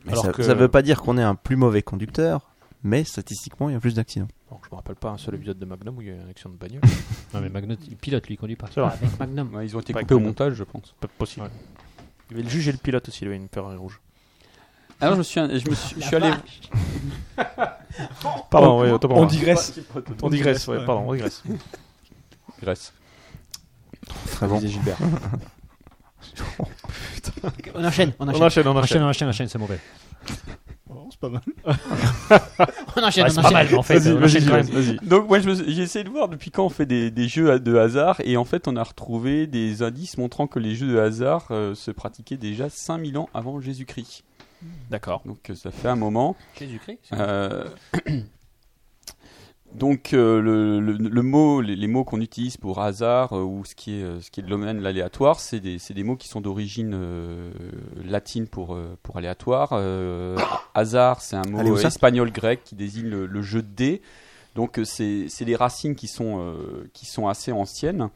Speaker 3: Mais
Speaker 4: Alors
Speaker 3: ça
Speaker 4: que-
Speaker 3: ne veut pas dire qu'on est un plus mauvais conducteur, mais statistiquement, il y a plus d'accidents.
Speaker 4: Bon, je me rappelle pas un seul épisode de Magnum où il y a eu une action de bagnole.
Speaker 5: (laughs) Non, mais Magnum, il pilote, lui, il conduit pas.
Speaker 4: C'est vrai.
Speaker 5: Avec Magnum.
Speaker 8: Ouais, ils ont été
Speaker 4: Pas
Speaker 8: coupés au
Speaker 4: que-
Speaker 8: montage, je pense.
Speaker 4: Pas possible. Il y avait le juge et le pilote aussi, il avait une Ferrari rouge.
Speaker 8: Alors, je me suis, je me suis, je suis allé.
Speaker 4: Pardon, oui, autant pour
Speaker 1: on
Speaker 4: moi.
Speaker 1: digresse.
Speaker 4: On digresse, ouais, pardon, on digresse.
Speaker 8: Grèce.
Speaker 3: Très bon.
Speaker 4: (laughs)
Speaker 9: On enchaîne, on
Speaker 4: On
Speaker 9: enchaîne.
Speaker 4: enchaîne,
Speaker 5: Enchaîne,
Speaker 4: on enchaîne.
Speaker 5: enchaîne, enchaîne, c'est mauvais.
Speaker 1: Oh, c'est pas
Speaker 4: (laughs)
Speaker 1: mal.
Speaker 9: On enchaîne,
Speaker 5: Ouais,
Speaker 9: on
Speaker 5: c'est pas
Speaker 9: enchaîne.
Speaker 5: mal, en fait.
Speaker 4: Vas-y,
Speaker 5: on enchaîne
Speaker 4: vas-y,
Speaker 5: quand même.
Speaker 4: Johan, vas-y.
Speaker 8: Donc, moi, je me suis- j'ai essayé de voir depuis quand on fait des, des jeux à- de hasard, et en fait, on a retrouvé des indices montrant que les jeux de hasard euh, se pratiquaient déjà 5000 ans avant Jésus-Christ.
Speaker 4: D'accord.
Speaker 8: Donc, euh, ça fait un moment.
Speaker 5: Jésus-Christ
Speaker 8: Euh, (coughs) Donc euh, le, le- le mot, les, les mots qu'on utilise pour hasard euh, ou ce qui est euh, ce qui est de domaine de l'aléatoire, c'est des, c'est des mots qui sont d'origine euh, latine pour euh, pour aléatoire. Euh, (coughs) hasard, c'est un mot
Speaker 3: Allez, où ça
Speaker 8: espagnol grec qui désigne le, le jeu de dés. Donc euh, c'est c'est des racines qui sont euh, qui sont assez anciennes.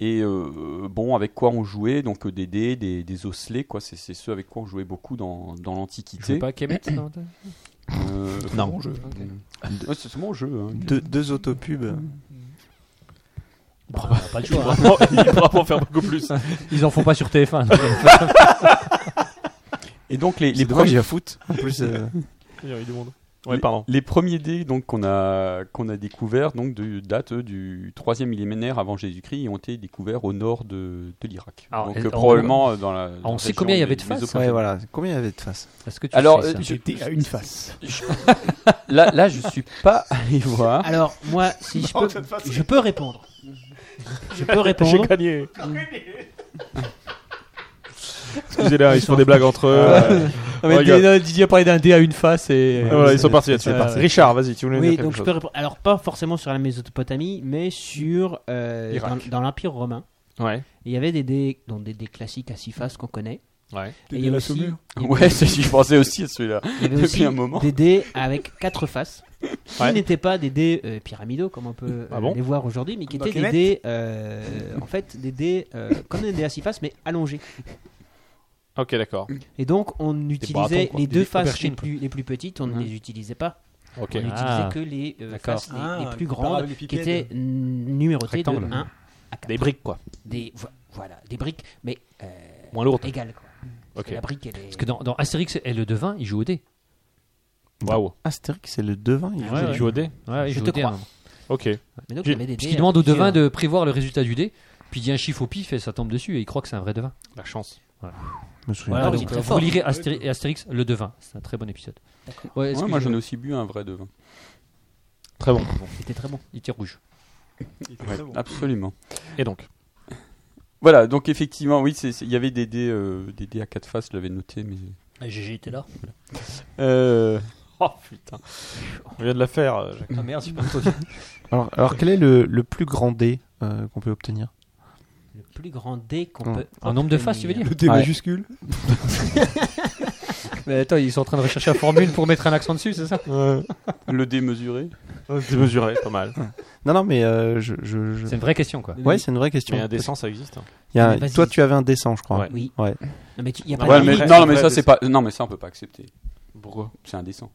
Speaker 8: Et euh, bon, avec quoi on jouait Donc euh, des dés, des, des osselets, quoi. C'est c'est ce avec quoi on jouait beaucoup dans, dans
Speaker 5: Je veux
Speaker 8: l'Antiquité.
Speaker 5: pas
Speaker 8: (coughs)
Speaker 5: Kemet, non
Speaker 8: Euh,
Speaker 3: Non.
Speaker 8: bon jeu.
Speaker 5: Ah,
Speaker 8: Ouais, c'est c'est mon jeu. hein.
Speaker 3: Deux, deux autopubs.
Speaker 5: Bah, Pas le choix. hein.
Speaker 4: Il pourra pas en faire beaucoup plus.
Speaker 5: (laughs) Ils en font pas sur
Speaker 4: (laughs)
Speaker 5: TF1.
Speaker 8: Et donc les, les
Speaker 3: Les proches,
Speaker 8: premiers,
Speaker 3: il y a foot. En plus, euh,
Speaker 4: (laughs) Il y a eu du monde. Ouais,
Speaker 8: les-
Speaker 4: pardon.
Speaker 8: les premiers dés donc qu'on a qu'on a découverts donc de date du 3e millénaire avant Jésus-Christ et ont été découverts au nord de, de l'Irak.
Speaker 5: Alors,
Speaker 8: Donc
Speaker 5: et-
Speaker 8: euh,
Speaker 5: on-
Speaker 8: probablement euh, dans la.
Speaker 5: on
Speaker 8: la
Speaker 5: sait
Speaker 8: région
Speaker 5: combien il y
Speaker 8: de-
Speaker 5: avait de
Speaker 8: des
Speaker 5: faces
Speaker 8: Éthiopiens.
Speaker 3: ouais, voilà. Combien il y avait de face
Speaker 5: Est-ce que tu
Speaker 8: Alors,
Speaker 5: sais, ça
Speaker 8: euh, je-
Speaker 1: J'étais à une face.
Speaker 8: (laughs) Là là je suis pas allé voir.
Speaker 9: Alors, moi,
Speaker 4: (laughs)
Speaker 9: si je peux,
Speaker 1: cette face-
Speaker 9: je peux répondre. Je peux
Speaker 4: J'ai
Speaker 9: répondre.
Speaker 4: gagné. Excusez-les, ils se font des blagues entre eux. Euh,
Speaker 6: mais
Speaker 4: regarde.
Speaker 6: Didier a parlé d'un dé à une face et. euh,
Speaker 4: voilà, ils sont partis là-dessus.
Speaker 6: c'est
Speaker 4: c'est
Speaker 6: parti.
Speaker 4: parti. Richard, vas-y, tu voulais
Speaker 9: Oui,
Speaker 4: dire
Speaker 9: donc
Speaker 4: quelque
Speaker 9: je
Speaker 4: chose.
Speaker 9: peux répondre. Alors, pas forcément sur la Mésopotamie, mais sur euh, dans,
Speaker 4: Irak.
Speaker 9: dans l'Empire romain.
Speaker 4: Ouais.
Speaker 9: Il y avait des dés, donc des dés classiques à six faces qu'on connaît.
Speaker 4: Ouais.
Speaker 9: Et il y a
Speaker 1: la
Speaker 9: aussi,
Speaker 1: saumure.
Speaker 8: Ouais c'est- je pensais aussi à celui-là.
Speaker 9: il y avait
Speaker 8: Depuis
Speaker 9: aussi
Speaker 8: un moment.
Speaker 9: des dés avec quatre faces, qui
Speaker 4: Ouais.
Speaker 9: n'étaient pas des dés euh, pyramidaux comme on peut
Speaker 4: Ah
Speaker 9: euh,
Speaker 4: bon
Speaker 9: les voir aujourd'hui, mais qui
Speaker 1: Dans
Speaker 9: étaient des
Speaker 1: Kemet
Speaker 9: dés, euh, en fait, des dés euh, comme des dés à six faces, mais allongés.
Speaker 4: Ok, d'accord.
Speaker 9: Et donc, on utilisait
Speaker 4: bâtons, quoi.
Speaker 9: les
Speaker 4: Des
Speaker 9: deux faces les
Speaker 4: aubergines,
Speaker 9: plus, les plus petites, on ne
Speaker 8: Mhm.
Speaker 9: les utilisait pas.
Speaker 4: Ok.
Speaker 9: On n'utilisait
Speaker 5: Ah.
Speaker 9: que les euh,
Speaker 4: D'accord.
Speaker 9: faces les, les plus grandes, qui étaient n- numérotées de
Speaker 4: Rectangle.
Speaker 9: 1 à 4.
Speaker 4: Des briques, quoi.
Speaker 9: Des- vo- voilà, des briques, mais euh,
Speaker 4: Moins lourdes.
Speaker 9: égales. Quoi. Parce
Speaker 4: Ok.
Speaker 9: que la brique, elle est...
Speaker 5: Parce que dans, dans Astérix et le devin, il joue au dé.
Speaker 4: Waouh.
Speaker 3: Astérix, c'est le devin. il-
Speaker 5: Ouais,
Speaker 4: Il joue au dé
Speaker 5: Ouais, il
Speaker 9: Je
Speaker 5: joue
Speaker 9: te
Speaker 5: au dé,
Speaker 9: crois.
Speaker 5: hein.
Speaker 4: Ok.
Speaker 9: Mais donc, il
Speaker 4: J'ai-
Speaker 9: y avait
Speaker 5: Parce
Speaker 9: des dés
Speaker 5: qu'il
Speaker 9: à hein.
Speaker 5: demande au devin
Speaker 9: plusieurs.
Speaker 5: de prévoir le résultat du dé, puis il dit un chiffre au pif et ça tombe dessus et il croit que c'est un vrai devin.
Speaker 4: La chance.
Speaker 3: Je me souviens
Speaker 5: Voilà,
Speaker 3: pas.
Speaker 9: donc,
Speaker 5: donc,
Speaker 9: très
Speaker 5: vous
Speaker 9: fort.
Speaker 5: lirez Astéri- Astérix, le devin. C'est un très bon épisode. Ouais,
Speaker 8: Ouais,
Speaker 5: excuse-
Speaker 8: moi j'en ai aussi bu un vrai de vin.
Speaker 4: Très bon.
Speaker 5: C'était très bon. Il tire rouge.
Speaker 8: Absolument.
Speaker 4: Et donc
Speaker 8: Voilà donc effectivement oui c'est- c'est- il y avait des dés euh, des dés à quatre faces je l'avais noté mais.
Speaker 5: GG était là.
Speaker 8: (laughs) Euh...
Speaker 4: Oh putain. On vient de la faire, euh, Jacques.
Speaker 5: Ah merde, j'ai pas
Speaker 3: Alors, alors, quel est le, le plus grand dé euh, qu'on peut obtenir
Speaker 9: Le plus grand dé qu'on
Speaker 3: Oh.
Speaker 9: peut.
Speaker 5: En nombre de faces, tu veux dire
Speaker 9: obtenir.
Speaker 1: Le D
Speaker 3: Ouais.
Speaker 1: majuscule.
Speaker 5: (laughs) Mais attends, (laughs) ils sont en train de rechercher
Speaker 8: (laughs)
Speaker 5: la formule pour mettre un accent dessus, c'est ça
Speaker 8: Le démesuré.
Speaker 4: Démesuré, pas mal.
Speaker 3: Non, non, mais euh, je. je, je-
Speaker 5: C'est une vraie question, quoi.
Speaker 3: Ouais, c'est une vraie question.
Speaker 4: Mais indécent, ça existe. hein.
Speaker 3: Il y a-
Speaker 9: Mais vas-y.
Speaker 3: Toi, tu avais un dessin, je crois.
Speaker 4: Ouais.
Speaker 9: Oui.
Speaker 3: Ouais.
Speaker 9: Non, mais il y a
Speaker 4: Ouais,
Speaker 9: pas
Speaker 8: Ouais,
Speaker 9: de
Speaker 8: mais,
Speaker 9: limite.
Speaker 4: Après-
Speaker 8: non, mais
Speaker 4: après,
Speaker 8: ça, c'est
Speaker 4: décent.
Speaker 8: pas. Non, mais ça, on peut pas accepter. Pourquoi C'est indécent.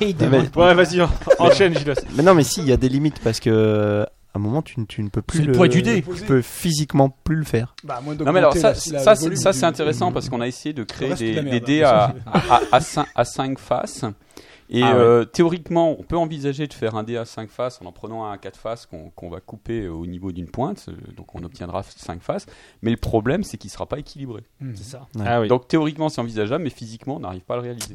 Speaker 9: Et il
Speaker 3: Mais-
Speaker 9: demande-
Speaker 4: Ouais, vas-y, enchaîne, Gilles.
Speaker 3: Mais non, mais si, il y a des limites parce que euh, à un moment, tu, ne- tu ne peux plus.
Speaker 5: C'est le poids du dé.
Speaker 3: Tu peux physiquement plus le faire.
Speaker 1: Bah, moins
Speaker 8: Non, mais alors,
Speaker 1: d'augmenter
Speaker 8: ça,
Speaker 1: la- la-
Speaker 8: ça,
Speaker 1: le
Speaker 8: c'est
Speaker 1: volume
Speaker 8: ça,
Speaker 1: du-
Speaker 8: c'est intéressant parce qu'on a essayé de créer
Speaker 1: reste, c'est de
Speaker 8: des,
Speaker 1: la
Speaker 8: des
Speaker 1: merde,
Speaker 8: dés à,
Speaker 1: hein.
Speaker 8: à, à, 5, faces. Et
Speaker 4: Ah ouais.
Speaker 8: euh, théoriquement, on peut envisager de faire un dé à 5 faces en en prenant un à 4 faces qu'on qu'on va couper au niveau d'une pointe. euh, Donc, on obtiendra 5 faces. Mais le problème, c'est qu'il sera pas équilibré.
Speaker 1: Hmm.
Speaker 4: Ah oui,
Speaker 8: Donc, théoriquement, c'est envisageable, mais physiquement, on n'arrive pas à le
Speaker 5: (coughs)
Speaker 8: réaliser.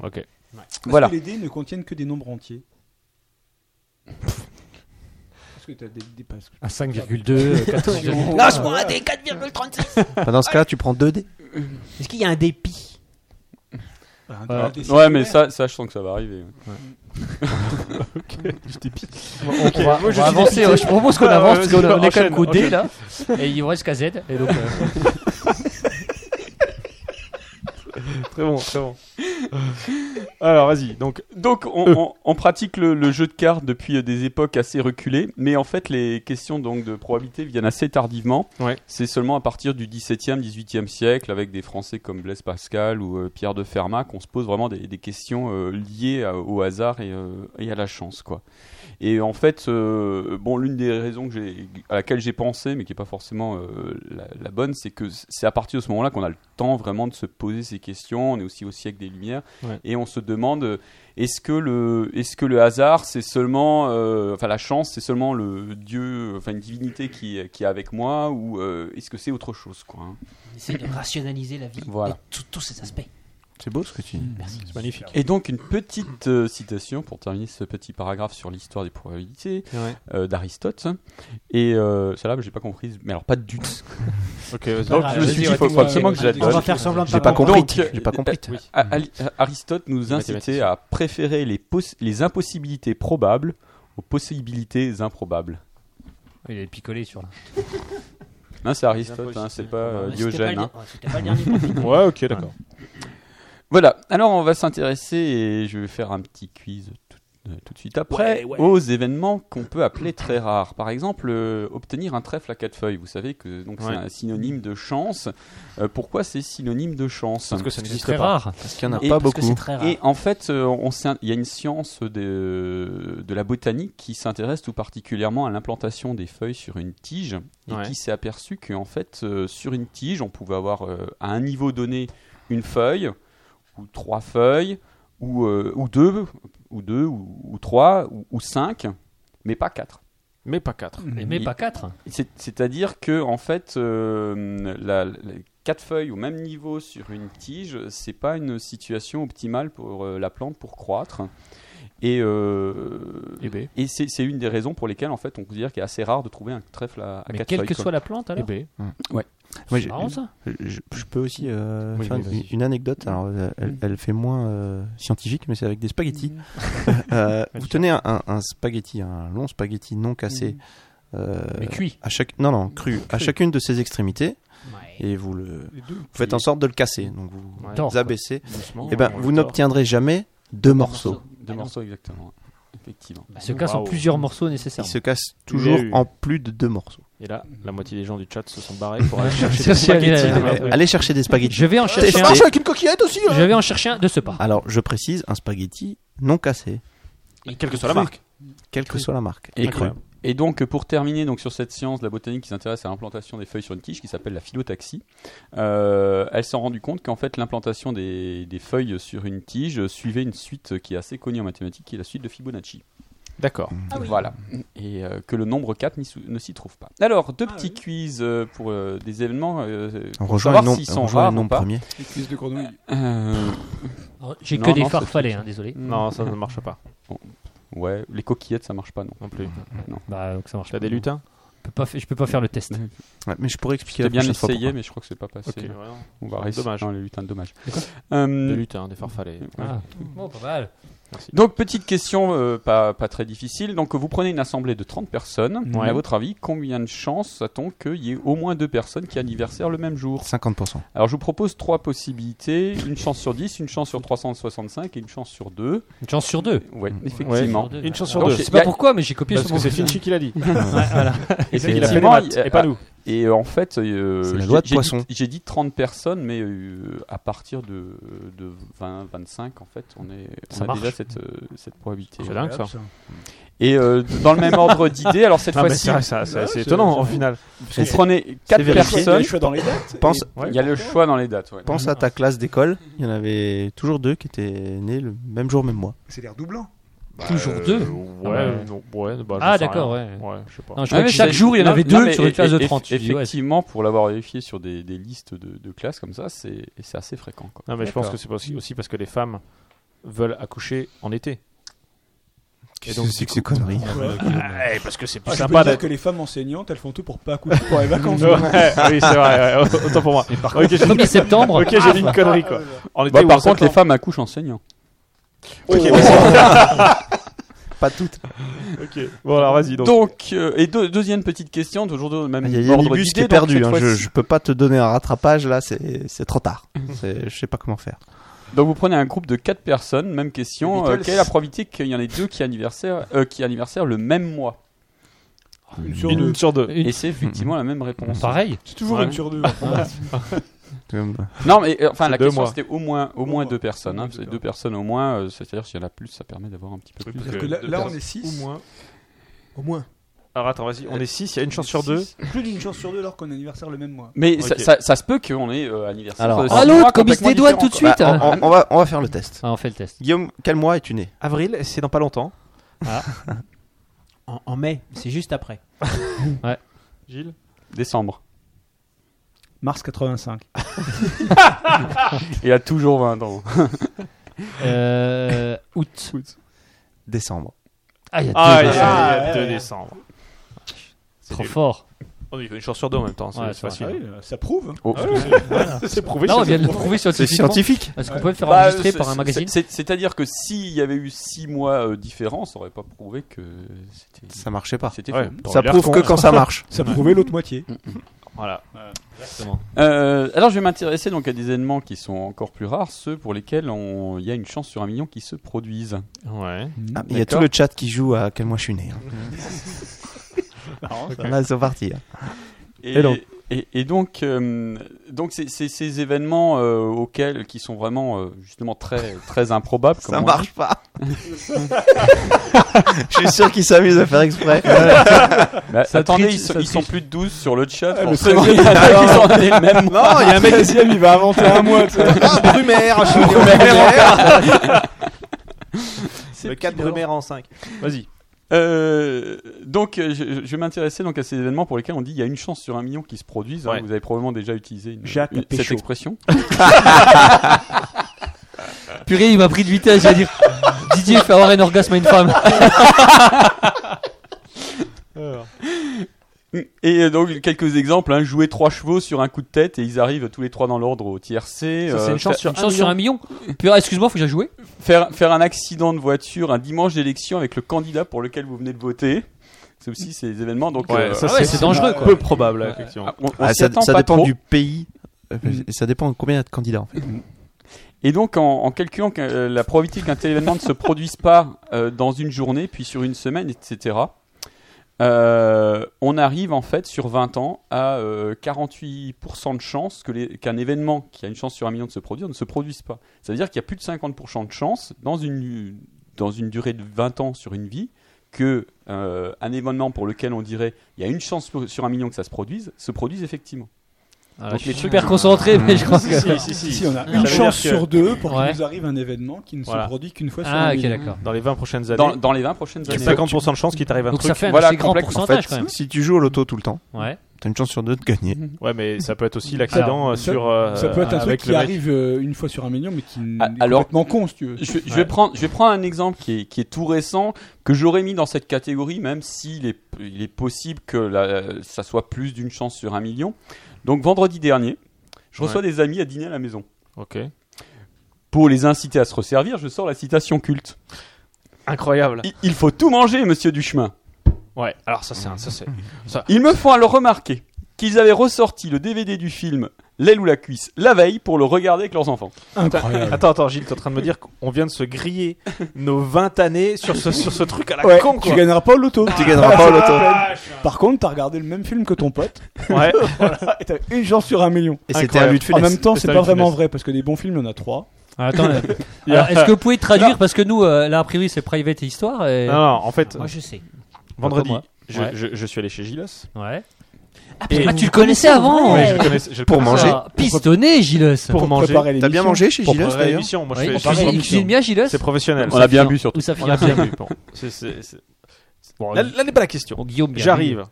Speaker 4: ok.
Speaker 1: Parce
Speaker 8: Voilà.
Speaker 1: que les dés ne contiennent que des nombres entiers. Parce que t'as des, des parce que-
Speaker 5: Un
Speaker 1: (laughs)
Speaker 5: 5,2, 14,2.
Speaker 9: Lance-moi un dé 4,36.
Speaker 3: (laughs) Enfin, Bah, dans ce cas, tu prends deux dés.
Speaker 9: Est-ce qu'il y a un dépit
Speaker 1: un-
Speaker 5: Ouais.
Speaker 1: un des-
Speaker 8: Ouais, mais ça, ça, je sens que ça va arriver.
Speaker 1: (laughs)
Speaker 5: (laughs) On va, on
Speaker 4: je
Speaker 5: va
Speaker 4: suis
Speaker 5: avancer, euh, je propose qu'on
Speaker 4: Ah,
Speaker 5: avance,
Speaker 4: ouais,
Speaker 5: parce qu'on
Speaker 4: vas-y,
Speaker 5: on
Speaker 8: bah,
Speaker 5: est quand
Speaker 4: enchaîne,
Speaker 5: même qu'au dé
Speaker 4: ok.
Speaker 5: là, et il vous reste qu'à Z, et donc euh,
Speaker 8: (laughs)
Speaker 4: Très bon, très bon. Alors, vas-y. Donc,
Speaker 8: Donc, on, on- on pratique le, le jeu de cartes depuis euh, des époques assez reculées, mais en fait, les questions donc, de probabilité viennent assez tardivement.
Speaker 4: Ouais.
Speaker 8: C'est seulement à partir du 17e, 18e siècle, avec des Français comme Blaise Pascal ou euh, Pierre de Fermat, qu'on se pose vraiment des, des questions euh, liées à- au hasard et, euh, et à la chance. Quoi. Et en fait, euh, bon, l'une des raisons que j'ai- à laquelle j'ai pensé, mais qui n'est pas forcément euh, la, la bonne, c'est que c'est à partir de ce moment-là qu'on a le temps vraiment de se poser ces questions. On est aussi au siècle des Lumières.
Speaker 4: Ouais.
Speaker 8: Et on se demande est-ce que le est-ce que le hasard c'est seulement euh, enfin la chance c'est seulement le dieu enfin une divinité qui qui est avec moi ou euh, est-ce que c'est autre chose quoi hein
Speaker 9: On essaie de rationaliser la vie.
Speaker 8: Voilà.
Speaker 9: et Tous tous ces aspects.
Speaker 3: C'est beau ce que tu dis.
Speaker 9: Merci.
Speaker 4: c'est magnifique.
Speaker 8: et donc une petite euh, citation pour terminer ce petit paragraphe sur l'histoire des probabilités euh, d'Aristote et euh, celle-là bah, j'ai pas comprise mais alors pas de doute
Speaker 4: Ok, vas-y.
Speaker 8: donc je me suis dit il faut faut absolument que je la
Speaker 1: On va
Speaker 8: donne
Speaker 1: faire semblant de
Speaker 3: J'ai pas
Speaker 1: comprendre.
Speaker 3: compris.
Speaker 8: Donc, euh,
Speaker 3: J'ai pas compris.
Speaker 8: euh, A- Ali- Aristote nous
Speaker 4: Les
Speaker 8: incitait
Speaker 4: mathématiciens.
Speaker 8: à préférer les poss- les impossibilités probables aux possibilités improbables
Speaker 5: il est picolé sur là.
Speaker 8: Non, c'est Aristote, hein, c'est pas euh,
Speaker 9: C'était
Speaker 8: Diogène.
Speaker 9: pas le-
Speaker 8: hein.
Speaker 9: oh, C'était pas le dernier.
Speaker 8: (laughs)
Speaker 9: profil.
Speaker 4: Ouais, ok, d'accord.
Speaker 8: Voilà, alors on va s'intéresser et je vais faire un petit quiz tout, euh, tout de suite après aux événements qu'on peut appeler très rares. Par exemple, euh, obtenir un trèfle à quatre feuilles. Vous savez que donc c'est
Speaker 4: Ouais.
Speaker 8: un synonyme de chance. Euh, pourquoi c'est synonyme de chance
Speaker 4: Parce que ça
Speaker 5: C'est
Speaker 4: n'existe
Speaker 5: très
Speaker 4: pas.
Speaker 5: rare.
Speaker 3: Parce qu'il y en a
Speaker 8: Et
Speaker 3: pas
Speaker 9: Parce que
Speaker 3: beaucoup.
Speaker 9: c'est très rare.
Speaker 8: Et en fait, euh, on s'in- il y a une science de, de la botanique qui s'intéresse tout particulièrement à l'implantation des feuilles sur une tige et
Speaker 4: Ouais.
Speaker 8: qui s'est aperçue qu'en fait, euh, sur une tige, on pouvait avoir euh, à un niveau donné une feuille ou trois feuilles ou, euh, ou deux ou deux ou, ou trois ou, ou cinq, mais pas quatre.
Speaker 4: Mais pas 4.
Speaker 5: Mais, mais pas 4.
Speaker 8: C'est- C'est-à-dire que en fait, euh, la, la- quatre feuilles au même niveau sur une tige, c'est pas une situation optimale pour euh, la plante pour croître. Et, euh,
Speaker 4: Eh ben.
Speaker 8: et c'est c'est une des raisons pour lesquelles en fait on peut dire qu'il est assez rare de trouver un trèfle à, à
Speaker 5: Mais
Speaker 8: quatre Eh ben,
Speaker 5: quelle
Speaker 8: feuilles.
Speaker 5: que
Speaker 8: quoi.
Speaker 5: soit la plante, hein, alors.
Speaker 4: B.
Speaker 8: hmm.
Speaker 3: Moi,
Speaker 5: Mm. C'est
Speaker 3: j'ai-
Speaker 5: marrant ça.
Speaker 3: je, je peux aussi euh,
Speaker 4: Oui,
Speaker 3: faire
Speaker 4: vas-y.
Speaker 3: une, une anecdote. Alors, euh, elle, elle fait moins euh, scientifique, mais c'est avec des spaghettis. (laughs) Euh, vous tenez un, un- un spaghetti, un long spaghetti non cassé. euh,
Speaker 5: Mais cuit.
Speaker 3: à chaque non non cru à chacune de ses extrémités
Speaker 5: Ouais.
Speaker 3: et vous le
Speaker 1: Les deux.
Speaker 3: vous faites en sorte de le casser donc vous,
Speaker 4: Ouais.
Speaker 5: Tord,
Speaker 3: vous
Speaker 5: quoi.
Speaker 3: abaissez
Speaker 4: Doucement.
Speaker 3: et ben vous n'obtiendrez jamais deux morceaux
Speaker 8: Deux morceaux exactement, effectivement.
Speaker 5: Il se casse en
Speaker 4: Waouh.
Speaker 5: plusieurs morceaux
Speaker 3: il
Speaker 5: nécessairement.
Speaker 3: se casse
Speaker 4: Il
Speaker 3: toujours
Speaker 4: y a eu.
Speaker 3: en plus de deux morceaux
Speaker 4: Et là, la moitié des gens du chat se sont barrés
Speaker 5: (laughs)
Speaker 4: pour aller chercher
Speaker 5: C'est
Speaker 4: des
Speaker 5: aussi aller-
Speaker 4: spaghettis.
Speaker 5: Ouais.
Speaker 4: Ouais.
Speaker 3: allez chercher des spaghettis
Speaker 5: Je vais en chercher
Speaker 3: Testez.
Speaker 5: un.
Speaker 11: Marche avec une coquillette aussi hein.
Speaker 5: Je vais en chercher un de ce pas.
Speaker 3: alors je précise un spaghetti non cassé
Speaker 4: Et Quelle que soit la marque.
Speaker 3: quelle que soit la marque
Speaker 8: Et
Speaker 4: Incroyable.
Speaker 8: Et donc, pour terminer donc, sur cette science de la botanique qui s'intéresse à l'implantation des feuilles sur une tige, qui s'appelle la phyllotaxie, euh, elle s'est rendue compte qu'en fait, l'implantation des, des feuilles sur une tige suivait une suite qui est assez connue en mathématiques, qui est la suite de Fibonacci.
Speaker 4: D'accord.
Speaker 1: Ah
Speaker 8: Voilà. Et euh, que le nombre 4 n'y sou- ne s'y trouve pas. Alors, deux
Speaker 1: Ah
Speaker 8: petits quiz euh, pour euh, des événements. euh,
Speaker 3: on
Speaker 8: pour
Speaker 3: rejoint
Speaker 8: savoir
Speaker 3: les noms,
Speaker 8: s'ils
Speaker 3: on
Speaker 8: sont
Speaker 3: rejoint les
Speaker 8: rares
Speaker 3: noms
Speaker 8: ou pas.
Speaker 3: premiers
Speaker 1: Les cuisses de grenouille.
Speaker 8: Euh,
Speaker 5: Alors, Oh, J'ai
Speaker 8: Non,
Speaker 5: que des
Speaker 8: non, ça,
Speaker 5: farfalets, hein, désolé.
Speaker 4: Non, ça ne marche pas
Speaker 8: ouais, les coquillettes, ça marche pas, non.
Speaker 4: non plus.
Speaker 5: Bah, donc ça marche
Speaker 4: T'as
Speaker 5: pas.
Speaker 4: des lutins
Speaker 5: Je peux pas fa- Je peux pas faire le test.
Speaker 3: Ouais, mais je pourrais expliquer
Speaker 8: J'ai
Speaker 3: la
Speaker 8: bien
Speaker 3: prochaine fois
Speaker 8: essayé,
Speaker 3: pourquoi.
Speaker 8: mais je crois que c'est pas passé.
Speaker 4: vraiment.
Speaker 8: On va rester
Speaker 4: Dommage.
Speaker 8: dans les lutins, dommage.
Speaker 4: Des
Speaker 8: Euh,
Speaker 5: hein,
Speaker 4: lutins, des farfalets.
Speaker 8: ouais.
Speaker 5: Ah. Bon, pas mal.
Speaker 8: Donc, petite question, euh, pas, pas très difficile. Donc, vous prenez une assemblée de 30 personnes.
Speaker 6: Ouais.
Speaker 8: À votre avis, combien de chances a-t-on qu'il y ait au moins deux personnes qui anniversaire le même jour
Speaker 3: 50%.
Speaker 8: Alors, je vous propose trois possibilités une chance sur 10, une chance sur 365 et une chance sur 2.
Speaker 5: Une chance sur deux.
Speaker 8: Ouais,
Speaker 3: Mmh.
Speaker 5: Une
Speaker 8: effectivement.
Speaker 5: chance sur deux.
Speaker 4: Une chance sur
Speaker 8: Alors,
Speaker 4: deux.
Speaker 5: Je sais
Speaker 8: y
Speaker 5: pas
Speaker 8: a-
Speaker 5: pourquoi, mais j'ai copié
Speaker 4: Parce
Speaker 5: sur
Speaker 4: que
Speaker 5: mon
Speaker 4: c'est
Speaker 5: bouquin.
Speaker 4: Finchi qui
Speaker 5: (laughs)
Speaker 4: l'a dit.
Speaker 8: Et
Speaker 4: C'est
Speaker 8: il a
Speaker 4: les
Speaker 8: fait
Speaker 4: maths,
Speaker 8: les maths.
Speaker 4: et pas nous.
Speaker 8: Et euh, en fait, euh,
Speaker 3: C'est la
Speaker 8: j'ai-
Speaker 3: loi de
Speaker 8: j'ai dit-
Speaker 3: Poisson.
Speaker 8: J'ai dit 30 personnes, mais euh, à partir de, de 20, 25, en fait, on, est, on
Speaker 4: Ça
Speaker 8: a
Speaker 4: marche.
Speaker 8: déjà cette, euh, cette probabilité.
Speaker 4: C'est dingue ça.
Speaker 8: Et euh, dans le même ordre d'idée, alors cette
Speaker 4: Ah, mais
Speaker 8: fois-ci,
Speaker 4: c'est vrai, ça- ça- c'est étonnant en final.
Speaker 8: vous prenez 4
Speaker 3: vérifié,
Speaker 8: personnes.
Speaker 1: Je suis dans les dates.
Speaker 3: Pense,
Speaker 8: Il y a le choix dans les dates. ouais.
Speaker 3: pense à ta classe d'école. Il y en avait toujours deux qui étaient nés le même jour, même mois.
Speaker 1: C'est l'air doublant.
Speaker 5: Bah, Toujours deux
Speaker 4: Euh,
Speaker 8: euh,
Speaker 4: Ouais, non, ouais, bah, j'en
Speaker 5: Ah,
Speaker 4: sais
Speaker 5: d'accord,
Speaker 4: rien.
Speaker 5: ouais.
Speaker 4: Ouais, je sais pas.
Speaker 5: Non,
Speaker 8: Ah,
Speaker 5: je crois
Speaker 8: mais
Speaker 5: que chaque
Speaker 8: c'est-
Speaker 5: jour, il y en
Speaker 8: non,
Speaker 5: avait
Speaker 8: non,
Speaker 5: deux
Speaker 8: mais
Speaker 5: sur une
Speaker 8: eff-
Speaker 5: classe de
Speaker 8: eff-
Speaker 5: 30. Tu dis, ouais,
Speaker 8: Effectivement, pour l'avoir vérifié sur des, des listes de, de classes comme ça, c'est et c'est assez fréquent. quoi.
Speaker 4: Non, mais je pense que c'est aussi, aussi parce
Speaker 5: (laughs)
Speaker 4: que les femmes veulent accoucher en été.
Speaker 3: Qu'est-ce que c'est que ces conneries
Speaker 4: Ouais, eh, parce que c'est plus
Speaker 1: Ah, je peux
Speaker 4: sympa
Speaker 1: dire
Speaker 4: d'être.
Speaker 1: que les femmes enseignantes, elles font tout pour pas accoucher pour les vacances.
Speaker 4: Ouais, (laughs) oui, c'est vrai, ouais, autant pour moi. Ok, j'ai
Speaker 5: c'est 1er septembre.
Speaker 4: ok, j'ai dit une connerie quoi. En
Speaker 8: Bah,
Speaker 4: été ou en
Speaker 8: par contre, les
Speaker 4: septembre.
Speaker 8: femmes accouchent enseignant.
Speaker 5: Oh. (laughs)
Speaker 3: Pas toutes.
Speaker 4: Ok, bon alors vas-y. Donc,
Speaker 8: Donc, euh, et deux- deuxième petite question, toujours dans le même
Speaker 3: Ah, Il y a
Speaker 8: ordre
Speaker 3: Yannibus qui
Speaker 8: d'idée,
Speaker 3: est
Speaker 8: donc
Speaker 3: perdu.
Speaker 8: cette
Speaker 3: hein. Je,
Speaker 8: fois-ci-
Speaker 3: je peux pas te donner un rattrapage là, c'est c'est trop tard. C'est- Je sais pas comment faire.
Speaker 8: Donc vous prenez un groupe de 4 personnes, même question.
Speaker 1: Les
Speaker 8: euh,
Speaker 1: Beatles.
Speaker 8: quelle est la probabilité qu'il y en ait deux qui anniversaire, euh, qui anniversaire le même mois
Speaker 1: Une sur deux.
Speaker 4: une sur deux.
Speaker 8: Et c'est effectivement la même réponse.
Speaker 5: Pareil.
Speaker 1: C'est toujours
Speaker 4: Ouais.
Speaker 1: une sur deux.
Speaker 8: Non, mais euh, enfin
Speaker 4: C'est
Speaker 8: la
Speaker 4: deux
Speaker 8: question
Speaker 4: mois.
Speaker 8: c'était au moins au
Speaker 1: Au
Speaker 8: moins
Speaker 1: moins.
Speaker 8: deux personnes. hein.
Speaker 1: Deux
Speaker 8: C'est deux
Speaker 1: personnes.
Speaker 8: personnes au moins. euh, C'est-à-dire s'il y en a plus, ça permet d'avoir un petit peu plus.
Speaker 1: Parce que là, là, on est 6.
Speaker 4: moins.
Speaker 1: Au moins.
Speaker 4: Alors attends, vas-y, on est 6, il y a une chance sur deux.
Speaker 1: Plus d'une chance sur deux alors qu'on a anniversaire le même mois.
Speaker 8: Mais ça,
Speaker 4: Ok.
Speaker 8: ça- ça se peut qu'on ait euh, anniversaire.
Speaker 3: Alors,
Speaker 8: euh,
Speaker 3: Ah,
Speaker 8: six
Speaker 5: l'autre,
Speaker 8: mois
Speaker 5: comme il se
Speaker 8: complètement
Speaker 5: dédouane tout de
Speaker 8: différents,
Speaker 5: suite. hein.
Speaker 8: quoi.
Speaker 3: On, Bah, on- on va, on va faire le test.
Speaker 5: Ah, on fait le test.
Speaker 3: Guillaume, quel mois es-tu né
Speaker 4: Avril, c'est dans pas longtemps.
Speaker 5: Ah.
Speaker 4: (laughs)
Speaker 9: En, en mai, c'est juste après.
Speaker 4: Gilles
Speaker 8: Bah, décembre.
Speaker 1: Mars
Speaker 4: (laughs)
Speaker 1: 85.
Speaker 8: Il y a toujours 20 ans.
Speaker 3: (laughs)
Speaker 5: Euh, août.
Speaker 3: Décembre.
Speaker 5: Ah, il y a deux.
Speaker 4: Ah, il y
Speaker 5: dates.
Speaker 1: Ah,
Speaker 4: a
Speaker 1: ouais,
Speaker 4: 2
Speaker 1: ouais.
Speaker 4: décembre.
Speaker 5: Trop fort.
Speaker 4: On Oh, il fait une chance sur deux en même temps, c'est
Speaker 5: Ouais,
Speaker 4: c'est
Speaker 5: c'est
Speaker 4: facile.
Speaker 1: ça prouve.
Speaker 8: Oh.
Speaker 4: C'est prouvé.
Speaker 5: Là, on
Speaker 4: ça.
Speaker 5: vient de le prouver sur le
Speaker 3: C'est scientifique.
Speaker 5: Est-ce qu'on peut le faire
Speaker 8: Bah,
Speaker 5: enregistrer
Speaker 8: c'est-
Speaker 5: par un
Speaker 8: c'est-
Speaker 5: magazine
Speaker 8: c'est- C'est-à-dire que s'il y avait eu 6 mois euh, différents, ça aurait pas prouvé que c'était.
Speaker 3: Ça marchait pas.
Speaker 8: C'était
Speaker 4: Ouais,
Speaker 8: faux.
Speaker 4: t'aurais
Speaker 3: Ça
Speaker 4: l'air
Speaker 3: prouve
Speaker 4: con.
Speaker 3: que quand (laughs) ça marche.
Speaker 1: Ça prouvait l'autre moitié.
Speaker 4: Mm, Voilà.
Speaker 8: Euh, alors je vais m'intéresser donc à des événements qui sont encore plus rares, ceux pour lesquels on- il y a une chance sur un million qui se produisent. Hmm.
Speaker 4: Ouais.
Speaker 3: Ah, Il y a tout
Speaker 8: D'accord.
Speaker 3: le chat qui joue à quel mois je suis né. hein.
Speaker 4: (laughs)
Speaker 3: Là, ils sont partis. hein.
Speaker 8: Et,
Speaker 4: Et donc
Speaker 8: et- et donc, euh, donc c'est c'est ces événements euh, auxquels qui sont vraiment euh, justement très très improbables. comme
Speaker 3: Ça
Speaker 8: on dit.
Speaker 3: marche pas. (laughs) Je suis sûr qu'ils s'amusent à faire exprès. (laughs)
Speaker 8: Bah,
Speaker 5: Ça
Speaker 8: attendez,
Speaker 5: triche,
Speaker 8: ils, sont,
Speaker 5: ça
Speaker 8: ils sont
Speaker 5: triche.
Speaker 8: plus de 12 sur le chat.
Speaker 1: le
Speaker 8: forcément, (laughs)
Speaker 1: treizième,
Speaker 8: il y en a qui sont nés le même mois.
Speaker 3: Non, il y a un mec
Speaker 1: deuxième, il va inventer un mois.
Speaker 3: Ah, Brumaire, je suis né au Brumaire. C'est 4 Brumaire en 5.
Speaker 4: Vas-y.
Speaker 8: Euh, donc, euh, je, je vais m'intéresser donc à ces événements pour lesquels on dit il y a une chance sur un million qui se produisent. hein.
Speaker 4: Ouais.
Speaker 8: Vous avez probablement déjà utilisé une-
Speaker 1: Jacques
Speaker 8: une- cette
Speaker 1: Péchaud.
Speaker 4: (laughs)
Speaker 8: expression.
Speaker 5: Purée, il m'a pris de vitesse. J'allais dire Didier fait avoir un orgasme à une femme.
Speaker 8: Et euh, donc quelques exemples hein. jouer trois chevaux sur un coup de tête et ils arrivent tous les trois dans l'ordre au euh, tiercé.
Speaker 4: Ça, c'est une chance sur
Speaker 5: euh, Une chance sur un million. Purée, excuse-moi, faut que j'aille jouer.
Speaker 8: Faire, faire un accident de voiture un dimanche d'élection avec le candidat pour lequel vous venez de voter. C'est aussi ces événements. Donc, euh,
Speaker 4: ça,
Speaker 5: Ah ouais, c'est dangereux, quoi.
Speaker 4: Peu probable, effectivement.
Speaker 8: on, on s'y
Speaker 3: ah, ça
Speaker 8: attend
Speaker 3: ça
Speaker 8: pas
Speaker 3: dépend
Speaker 8: trop.
Speaker 3: du pays.
Speaker 4: Mm.
Speaker 3: Euh, Ça dépend de combien il y a de candidats en fait.
Speaker 8: Et donc, en, en calculant que, euh, la probabilité qu'un tel événement ne se produise pas euh, dans une journée, puis sur une semaine, etc., euh, on arrive en fait sur 20 ans à euh, 48% de chance que les- qu'un événement qui a une chance sur un million de se produire ne se produise pas. Ça veut dire qu'il y a plus de 50% de chance dans une, dans une durée de 20 ans sur une vie que euh, un événement pour lequel on dirait il y a une chance pour- sur un million que ça se produise, se produise effectivement.
Speaker 5: Alors, je
Speaker 8: les
Speaker 5: suis
Speaker 8: trucs-
Speaker 5: super concentré, mais
Speaker 8: Mmh.
Speaker 5: je crois que.
Speaker 4: si,
Speaker 1: Mmh. Si on a
Speaker 4: Ça veut
Speaker 1: une
Speaker 4: dire
Speaker 1: chance
Speaker 4: que
Speaker 1: sur deux pour
Speaker 5: Ouais.
Speaker 1: qu'il nous arrive un événement qui ne
Speaker 4: Voilà.
Speaker 1: se produit qu'une fois sur
Speaker 5: Ah,
Speaker 1: un
Speaker 5: ok,
Speaker 1: million.
Speaker 5: d'accord.
Speaker 4: Dans les 20 prochaines
Speaker 8: Dans,
Speaker 4: années,
Speaker 8: dans les 20 prochaines
Speaker 4: il y
Speaker 8: années.
Speaker 4: a 50% de chance qu'il t'arrive un
Speaker 5: Donc
Speaker 4: truc.
Speaker 5: ça fait un
Speaker 8: voilà,
Speaker 5: assez grand
Speaker 8: complexe, en
Speaker 5: pourcentage quand même.
Speaker 3: si tu joues au loto tout le temps,
Speaker 5: Ouais.
Speaker 3: t'as une chance sur deux de gagner.
Speaker 4: Ouais, mais ça peut être aussi l'accident
Speaker 1: Alors,
Speaker 4: euh,
Speaker 1: ça-
Speaker 4: sur. euh,
Speaker 1: Ça peut être un truc
Speaker 4: avec
Speaker 1: qui
Speaker 4: le mec.
Speaker 1: arrive euh, une fois sur un million, mais qui n-
Speaker 8: Ah,
Speaker 1: est
Speaker 8: alors-
Speaker 1: complètement con, si tu veux.
Speaker 8: Je, je vais prendre, je vais prendre un exemple qui est, qui est tout récent, que j'aurais mis dans cette catégorie, même s'il est, il est possible que la- ça soit plus d'une chance sur un million. Donc vendredi dernier, je reçois des amis à dîner à la maison.
Speaker 4: Ok.
Speaker 8: Pour les inciter à se resservir, je sors la citation culte.
Speaker 4: Incroyable.
Speaker 8: Il, il faut tout manger, monsieur Duchemin.
Speaker 4: Ouais, alors ça c'est un- ça c'est
Speaker 8: Ils me font alors remarquer qu'ils avaient ressorti le DVD du film L'aile ou la cuisse la veille pour le regarder avec leurs enfants.
Speaker 1: Incroyable.
Speaker 4: Attends attends Gilles, t'es en train de me dire qu'on vient de se griller nos 20 années sur ce sur ce truc à la
Speaker 1: Ouais,
Speaker 4: con
Speaker 1: tu
Speaker 4: quoi.
Speaker 1: gagneras pas au loto. Ah,
Speaker 3: Tu gagneras pas
Speaker 1: (laughs)
Speaker 3: au loto.
Speaker 1: Par contre, t'as regardé le même film que ton pote.
Speaker 4: Ouais.
Speaker 1: (laughs) Voilà, et t'as une chance sur un million.
Speaker 3: Et c'était un but de
Speaker 1: En
Speaker 3: funeste.
Speaker 1: même temps,
Speaker 4: C'est
Speaker 1: c'est
Speaker 4: un
Speaker 1: pas
Speaker 4: Luc Funès.
Speaker 1: vraiment vrai parce que des bons films, il y en a trois.
Speaker 5: Ah,
Speaker 1: (laughs)
Speaker 5: Attends, euh, alors, est-ce que vous pouvez traduire Parce que nous, euh, là, a priori, c'est private et histoire. Et...
Speaker 4: Non, non, en fait,
Speaker 5: Moi, je sais.
Speaker 4: vendredi,
Speaker 5: Pas moi.
Speaker 4: je,
Speaker 5: Ouais.
Speaker 4: je- je suis allé chez Gilles.
Speaker 5: Ouais. Ah,
Speaker 4: Et-
Speaker 5: tu le connaissais avant hein.
Speaker 4: Ouais, je le connaissais- je le
Speaker 3: Pour
Speaker 4: connaissais.
Speaker 3: manger.
Speaker 5: Ah, Pistonné, Gilles.
Speaker 4: Pour manger.
Speaker 1: Préparer
Speaker 3: T'as bien
Speaker 1: l'émission.
Speaker 3: mangé chez
Speaker 4: Pour
Speaker 3: Gilles
Speaker 4: préparer
Speaker 3: d'ailleurs
Speaker 4: l'émission, moi
Speaker 5: Oui,
Speaker 4: je fais-
Speaker 5: tu
Speaker 4: je fais-
Speaker 5: cuisines- tu cuisines bien, Gilles
Speaker 4: C'est professionnel.
Speaker 8: On a bien bu
Speaker 5: Ou
Speaker 8: surtout.
Speaker 5: ça fait
Speaker 4: On a
Speaker 5: un
Speaker 4: bien
Speaker 5: peu.
Speaker 4: vu. Bon, c'est- c'est- c'est-
Speaker 5: Bon,
Speaker 4: Là, là n'est pas la question.
Speaker 5: bon, Guillaume, bien vu.
Speaker 4: J'arrive.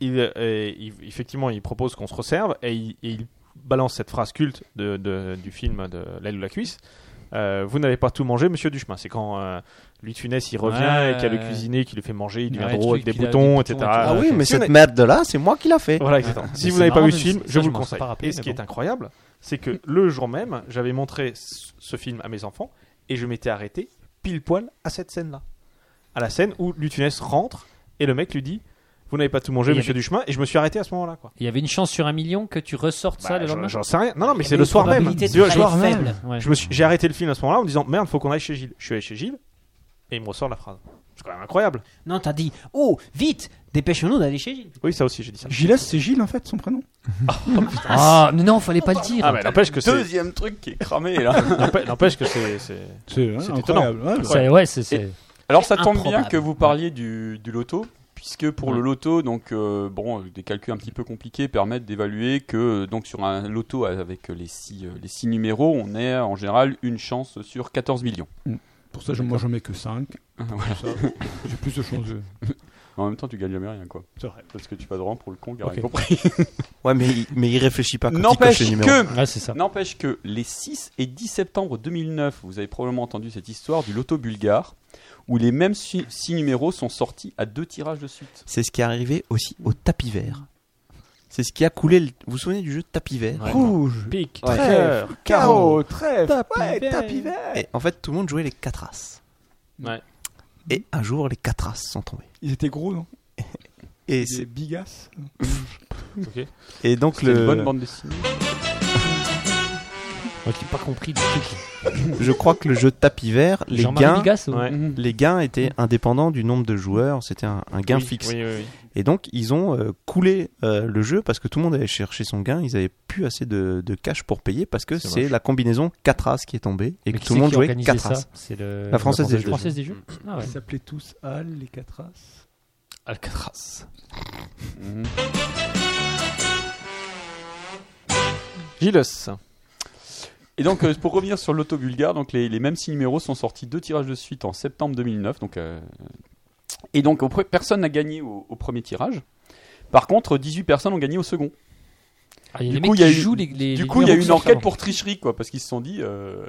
Speaker 4: Il, euh, il- effectivement, il propose qu'on se resserve et il, et il balance cette phrase culte de, de- du film de L'aile ou la cuisse. Euh, vous n'avez pas tout mangé, monsieur Duchemin. C'est quand euh, lui de Funès il revient
Speaker 5: Ouais.
Speaker 4: et qu'il a le cuisinier qui lui fait manger, il devient
Speaker 5: Ouais,
Speaker 4: drôle
Speaker 5: le
Speaker 4: avec des
Speaker 5: truc qu'il a
Speaker 4: boutons,
Speaker 5: des
Speaker 4: etc.
Speaker 5: boutons et tout.
Speaker 3: Ah oui,
Speaker 4: Euh,
Speaker 3: mais
Speaker 4: si vous
Speaker 3: cette
Speaker 4: n'avez-
Speaker 3: merde là, c'est moi qui l'a fait.
Speaker 4: Voilà, exactement. Si
Speaker 5: Mais
Speaker 4: vous
Speaker 5: c'est
Speaker 4: n'avez pas
Speaker 5: marrant,
Speaker 4: vu ce
Speaker 5: mais
Speaker 4: film,
Speaker 5: ça,
Speaker 4: je
Speaker 5: je
Speaker 4: vous le
Speaker 5: m'en serais
Speaker 4: conseille.
Speaker 5: pas rappelé,
Speaker 4: Et ce
Speaker 5: mais
Speaker 4: qui
Speaker 5: bon.
Speaker 4: est incroyable, c'est que le jour même, j'avais montré ce ce film à mes enfants et je m'étais arrêté pile poil à cette scène-là. À la scène où Lutunès rentre et le mec lui dit Vous n'avez pas tout mangé,
Speaker 5: Et il y
Speaker 4: monsieur Duchemin, et je me suis arrêté à ce moment-là. quoi.
Speaker 5: Il y avait une chance sur un million que tu ressortes ça
Speaker 4: Bah,
Speaker 5: le
Speaker 4: j'en-
Speaker 5: lendemain
Speaker 4: J'en sais rien. Non, non, mais
Speaker 9: y
Speaker 4: c'est
Speaker 9: avait
Speaker 4: le
Speaker 9: une
Speaker 4: soir même.
Speaker 9: probabilité de
Speaker 4: Tu vois, je-
Speaker 9: travailler. faible.
Speaker 5: Ouais.
Speaker 4: je me suis- J'ai arrêté le film à ce moment-là en me disant Merde, faut qu'on aille chez Gilles. Je suis allé chez Gilles et il me ressort la phrase. C'est quand même incroyable.
Speaker 9: Non, t'as dit, oh, vite, dépêchons-nous d'aller chez Gilles.
Speaker 4: Oui, ça aussi, j'ai dit ça.
Speaker 1: Gilles, c'est Gilles en fait, son prénom.
Speaker 5: Ah, mais non, fallait pas le dire.
Speaker 4: Ah, mais n'empêche que c'est.
Speaker 8: Deuxième truc qui est cramé là.
Speaker 4: n'empêche- N'empêche que c'est. c'est-
Speaker 1: C'est hein,
Speaker 4: C'est
Speaker 1: incroyable. Ouais,
Speaker 5: C'est- ouais, c'est. c'est-
Speaker 8: Alors ça tombe bien
Speaker 5: Improbable.
Speaker 8: que vous parliez du, du loto, puisque pour le loto, donc euh, bon, des calculs un petit peu compliqués permettent d'évaluer que euh, donc sur un loto avec les six, euh, les six numéros, on est en général une chance sur 14 millions.
Speaker 1: Pour ça, je- moi, j'en mets que 5.
Speaker 8: Ah, Voilà.
Speaker 1: J'ai plus de chance. de-
Speaker 8: En même temps, tu gagnes jamais rien quoi,
Speaker 1: C'est vrai.
Speaker 8: parce que tu passes vraiment pour le con, qui a rien
Speaker 1: Ok.
Speaker 8: compris. (laughs)
Speaker 3: Ouais, mais il, mais il réfléchit pas quand il coche
Speaker 8: N'empêche
Speaker 3: les numéros.
Speaker 8: que
Speaker 5: Ouais, c'est ça.
Speaker 8: N'empêche que les 6 et 10 septembre 2009, vous avez probablement entendu cette histoire du loto bulgare, où les mêmes 6 numéros sont sortis à deux tirages de suite.
Speaker 3: C'est ce qui est arrivé aussi au tapis vert. C'est ce qui a coulé. le- Vous vous souvenez du jeu tapis vert
Speaker 1: Rouge,
Speaker 5: Pique.
Speaker 1: trèfle, carreau, trèfle, ouais, tapis vert.
Speaker 3: Et en fait, tout le monde jouait les quatre as.
Speaker 4: Ouais.
Speaker 3: Et un jour, les quatre as sont tombés.
Speaker 1: (laughs) Ils étaient gros, non
Speaker 3: Et,
Speaker 1: Des
Speaker 8: (laughs)
Speaker 3: c'est-
Speaker 1: bigasses.
Speaker 3: et donc
Speaker 8: C'était une
Speaker 3: le,
Speaker 8: bonne bande dessinée.
Speaker 5: Moi, j'ai pas compris du tout.
Speaker 3: (coughs) je crois que le jeu tapis vert, les
Speaker 5: Jean-Marie
Speaker 3: gains, Mm-hmm.
Speaker 5: Bigas Mm-hmm. ou-
Speaker 4: Ouais.
Speaker 3: les gains étaient indépendants du nombre de joueurs. C'était un, un gain
Speaker 4: Oui,
Speaker 3: fixe.
Speaker 4: oui, oui, oui.
Speaker 3: Et donc ils ont euh, coulé euh, le jeu parce que tout le monde allait chercher son gain. Ils avaient plus assez de, de cash pour payer parce que
Speaker 4: C'est
Speaker 3: c'est
Speaker 4: moche.
Speaker 3: la combinaison quatre as qui est tombée et
Speaker 5: Mais
Speaker 3: que
Speaker 5: qui
Speaker 3: tout le
Speaker 5: c'est
Speaker 3: monde
Speaker 5: qui
Speaker 3: jouait
Speaker 5: organisait
Speaker 3: quatre
Speaker 5: ça
Speaker 3: as.
Speaker 5: C'est le...
Speaker 3: La Française des Jeux.
Speaker 5: La Française des Jeux.
Speaker 8: Mm.
Speaker 5: Ah ouais.
Speaker 1: Ils s'appelaient tous Al, les 4 as.
Speaker 5: Alcatraz.
Speaker 8: Mhm.
Speaker 4: Gilles.
Speaker 8: Et donc, euh, pour revenir sur l'auto bulgare, donc les, les mêmes six numéros sont sortis deux tirages de suite en septembre 2009. Donc, euh, et donc, au pre- personne n'a gagné au, au premier tirage. Par contre, 18 personnes ont gagné au second.
Speaker 5: Ah, il y a
Speaker 8: Du
Speaker 5: les
Speaker 8: coup,
Speaker 5: mecs
Speaker 8: il y a
Speaker 5: qui
Speaker 8: eu-
Speaker 5: jouent les- les- hein.
Speaker 8: du
Speaker 5: les
Speaker 8: coup, il y a eu une
Speaker 5: numéros qui
Speaker 8: enquête
Speaker 5: sortent
Speaker 8: pour tricherie, quoi, parce qu'ils se sont dit, euh,